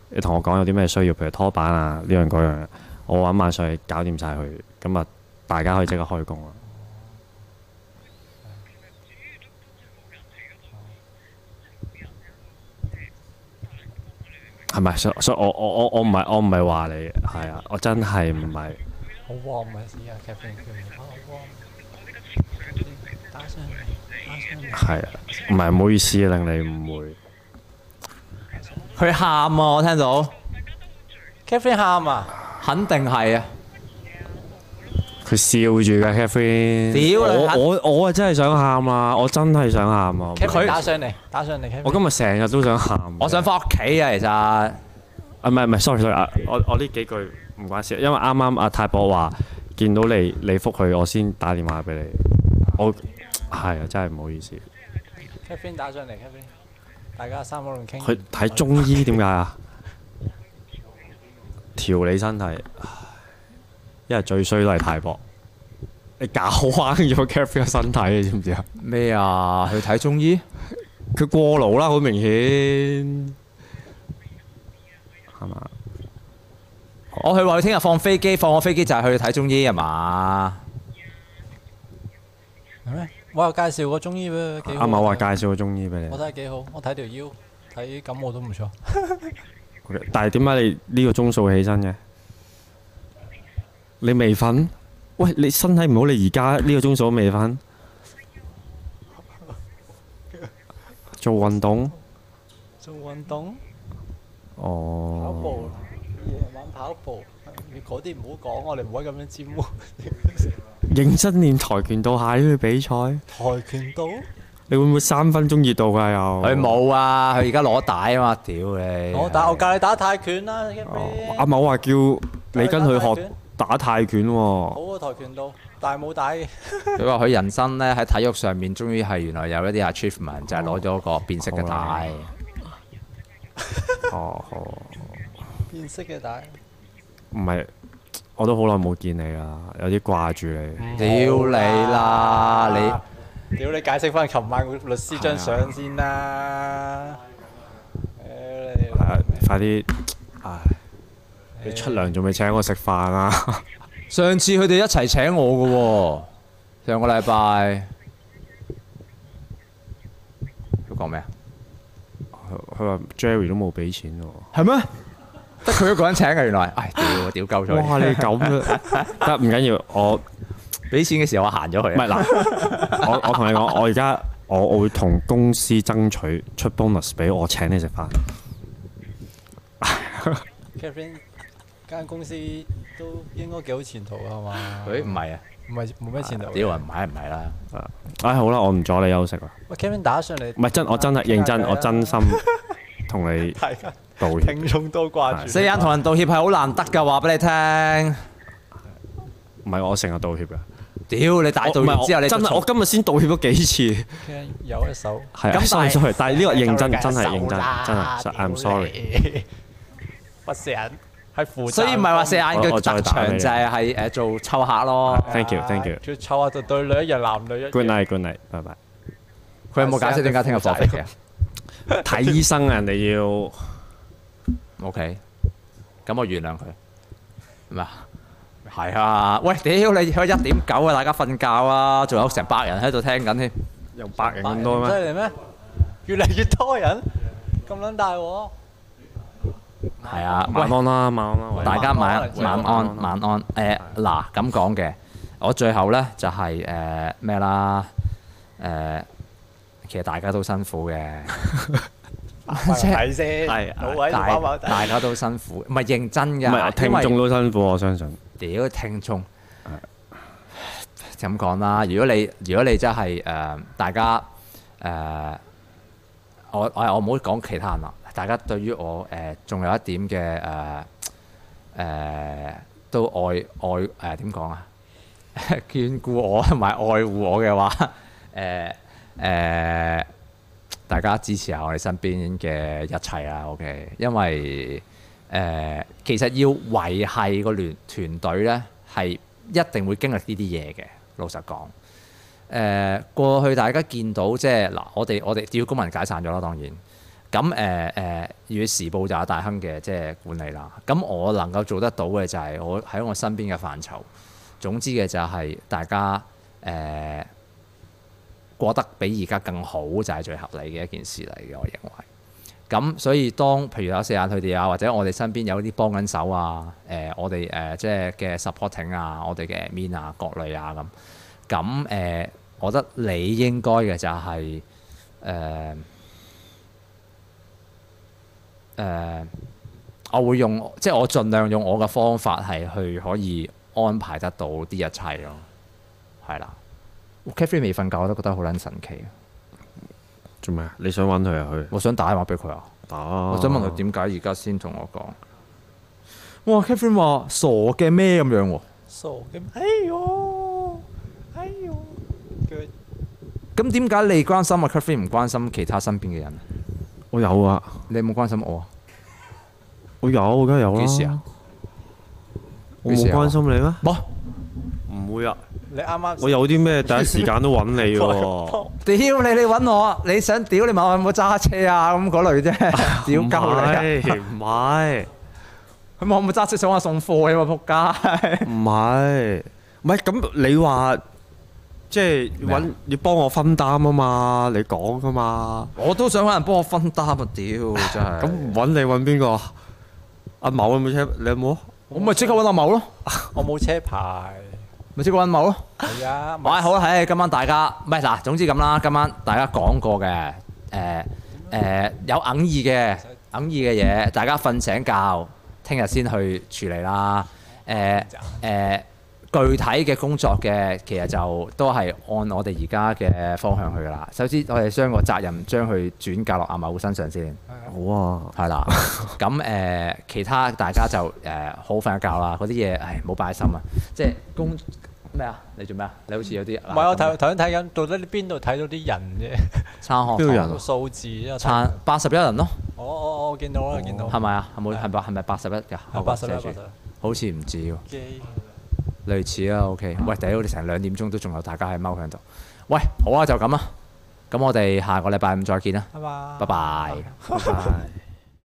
S2: 你同我講有啲咩需要，譬如拖板啊呢樣嗰樣，我揾晚上去搞掂晒佢，咁啊大家可以即刻開工啦。係咪？所以所以我我我我唔係我唔係話你，係啊，我真係唔係。
S6: 好 warm 啊！依家 c a p t a i 好 warm。打上嚟，打上嚟。
S2: 係啊，唔係唔好意思，令你誤會。
S1: 佢喊啊！我聽到，
S6: Catherine à? 喊啊！
S1: 肯定係啊！
S2: 佢笑住㗎 Catherine。
S1: 屌你
S2: 我我我啊真係想喊啊！我真係想喊啊！
S6: 佢打上嚟，打上嚟。
S2: 我今日成日都想喊。
S1: 我想翻屋企啊！其實
S2: 啊，唔係唔係，sorry sorry，啊我我呢幾句唔關事，因為啱啱阿泰博話見到你你覆佢，我先打電話俾你。我係啊，真係唔好意思。
S6: Catherine 打上嚟，Catherine。大家三個人傾。
S2: 佢睇中醫點解啊？調理身體，唉因為最衰都係泰博。你搞彎咗 Catherine 嘅身體，你知唔知啊？
S1: 咩啊？去睇中醫？
S2: 佢過勞啦，好明顯係嘛？
S1: 我佢話佢聽日放飛機，放我飛機就係去睇中醫係啊嘛？
S6: 係咩？我又介紹個中醫俾佢，幾好。
S2: 啱啱話介紹個中醫俾你
S6: 我，睇幾好，我睇條腰，睇感冒都唔錯。
S2: 但係點解你呢個鐘數起身嘅？你未瞓？喂，你身體唔好，你而家呢個鐘數都未瞓？做運動？
S6: 做運動，跑
S2: 哦，
S6: 步，夜晚跑步，嗰啲唔好講，我哋唔可以咁樣尖喎。
S2: 認真練跆拳道下呢啲比賽，
S6: 跆拳道，
S2: 你會唔會三分鐘熱度㗎又？
S1: 佢冇啊！佢而家攞帶啊嘛！屌你！
S6: 我打我教你打泰拳啦，
S2: 哦
S6: Gabriel
S2: 阿某話叫你跟佢學打泰拳
S6: 好
S2: 喎，
S6: 啊，跆拳道，但係冇打嘅。
S1: 佢話佢人生咧喺體育上面，終於係原來有一啲 achievement，就係攞咗個變色嘅
S2: 好啊
S1: 帶。
S2: 哦好。
S6: 變色嘅帶，
S2: 唔係，我都好耐冇見你啦，有啲掛住你。
S1: 屌你啦！你
S6: 屌你解釋翻琴晚個律師張相先啦。屌你
S2: 係啊，快啲！唉，你出糧仲未請我食飯啊？
S1: 上次佢哋一齊請我嘅喎，上個禮拜。佢講咩啊？
S2: 佢話 Jerry 都冇俾錢喎。
S1: 係咩？得佢一個人請啊嘅原來。唉，屌屌鳩咗
S2: 哇！
S1: 佢。
S2: 你咁樣得唔緊要，我唔
S1: 俾錢嘅時候我行咗啊佢。
S2: 係嗱，我我同你講，我而家我我會同公司爭取出 bonus 俾我請你食飯。
S6: ，Catherine 間公司都應該幾好前途㗎係嘛？
S1: 佢唔係啊！
S6: 唔係冇咩前途。
S1: 屌啊！唔係唔係啦。
S2: 唉，好啦，我唔阻你休息啦。
S6: 喂，Kevin 打上嚟，
S2: 唔係真，我真係認真，
S6: 傾下偈啊
S2: 我真心同你
S6: 大家
S2: 道歉。
S6: 聽眾都掛住。
S1: 四眼同人道歉係好難得㗎，話俾你聽。
S2: 唔係我成日道歉㗎。
S1: 屌你大道
S2: 唔係
S1: 完之後，你
S2: 真
S1: 就
S2: 係我今日先道歉咗幾次。
S6: Kevin 有一首。
S1: 咁
S2: 係咁
S1: 但係
S2: sorry sorry，但係呢個認真真係認真，真係
S6: 真
S2: I'm sorry。
S6: 不成係負責。
S1: 所以唔係話四眼嘅
S2: 我
S1: 特
S2: 我再打
S1: 長
S2: 你
S1: 就係係誒做湊客咯。
S2: Thank you thank you。
S6: 佢湊下就對女一樣，男女一樣。
S2: Good night good night，拜拜。
S1: 佢有冇解釋點解聽日放飛機啊
S2: 睇醫生啊，人哋要
S1: ？OK，咁我原諒佢。唔係啊，係啊！喂，屌你去一點九啊！大家瞓覺啊，仲有成百人喺度聽緊添。
S2: 有百人咁多
S6: 犀
S2: 咩？
S6: 利咩？越嚟越多人，咁撚大鑊。
S1: 係啊，
S2: 晚
S1: 喂，
S2: 安啦晚安啦，喂
S1: 大家晚
S6: 晚安
S1: 晚安晚安。誒嗱咁講嘅，我最後咧就係誒咩啦誒，其實大家都辛苦 嘅。
S6: 睇先，
S2: 係
S6: 好位
S1: 大
S6: 跑跑
S1: 大家都辛苦，唔係認真
S2: 唔係
S1: 㗎，啊因
S2: 聽
S1: 為
S2: 眾都辛苦，我相信。
S1: 屌聽眾，咁講啦。如果你如果你真係誒、呃大家誒、呃我我我唔好講其他人啦。大家對於我誒仲、有一點呃呃嘅誒誒都愛愛誒點講啊？ 眷顧我同埋愛護我嘅話，呃誒、誒、大家支持下我哋身邊嘅一切啦，OK？因為誒、呃其實要維係個聯團隊咧，係一定會經歷呢啲嘢嘅。老實講，誒、呃過去大家見到即係嗱，我哋我哋屌公民解散咗啦，當然。咁呃誒誒，《粵語時報》就有大亨嘅即係管理啦。咁我能夠做得到嘅就係我喺我身邊嘅範疇。總之嘅就係大家誒、呃、過得比而家更好，就係最合理嘅一件事嚟嘅，我認為。咁所以當譬如有四眼佢哋啊，或者我哋身邊有啲幫緊手啊，誒、我哋誒、呃即係嘅 supporting 啊，我哋嘅 admin 啊，各類啊咁。咁誒、呃我覺得你應該嘅就係、呃誒、我會用即係我盡量用我嘅方法係去可以安排得到啲一切咯，係啦。Catherine 未瞓覺，我都覺得好撚神奇。
S9: 做咩啊？你想揾佢啊？佢
S1: 我想打電話俾佢啊，
S9: 打。
S1: 我
S9: 我
S1: 想問佢點解而家先同我講。哇！Catherine 話傻嘅咩咁樣喎？
S6: 傻嘅，哎呦，哎呦，佢
S1: 咁點解你關心啊？Catherine 唔關心其他身邊嘅人，啊
S9: 我有啊，
S1: 你有冇關心我啊？
S9: 我有，梗係有啦。
S1: 幾時啊？
S9: 我
S1: 幾時
S9: 冇
S1: 有
S9: 關心你咩？
S1: 冇，
S9: 唔會啊！
S6: 你啱啱
S9: 我有啲咩第一時間都揾 你喎。
S1: 屌你！你揾我，啊你想屌你問我有冇揸車啊？咁嗰 類啫，屌
S9: 唔
S1: 鳩你啊！
S9: 係唔係
S1: 佢問我有冇揸車想我送貨啊嘛，仆街！
S9: 唔係唔係咁？你話即係
S1: 咩啊
S9: 揾要幫我分擔啊嘛？你講噶嘛？
S1: 我都想揾人幫我分擔啊！屌，真係
S9: 咁揾你揾邊個？阿某有冇車？你有冇啊？
S1: 我咪即刻揾阿某咯，
S6: 我冇車牌，
S1: 咪即刻揾某咯。
S6: 係啊，
S1: 喂，好啦，唉，今晚大家唔係嗱，總之咁啦，今晚大家講過嘅，誒誒有硬意嘅硬意嘅嘢，大家瞓醒覺，聽日先去處理啦。誒誒，具體嘅工作嘅其實就都係按我哋而家嘅方向去噶啦。首先，我哋將個責任將佢轉嫁落阿某身上先。
S9: 好啊！
S1: 係啦，咁誒、呃其他大家就誒、呃好好瞓一覺啦，嗰啲嘢唉冇擺心啊，即係工咩啊？你做咩啊？你好似有啲啊
S6: 唔係我頭頭先睇緊，到底你邊度睇到啲人啫？
S1: 餐學
S9: 邊度有人啊
S6: 個數字因為我睇
S1: 餐八十一人咯，
S6: 我我我見到啦，見到
S1: 係咪啊？係冇係咪係咪八十一㗎？
S6: 係八十一
S1: 寫
S6: 八
S1: 住
S6: 十一
S1: 好似唔止喎，
S6: 機。
S1: 類似啦。OK，喂，屌我哋成兩點鐘都仲有大家喺踎喺度，喂，好啊，就咁啊，咁我哋下個禮拜五再見啦，
S6: 拜拜
S1: 拜拜。
S9: 拜拜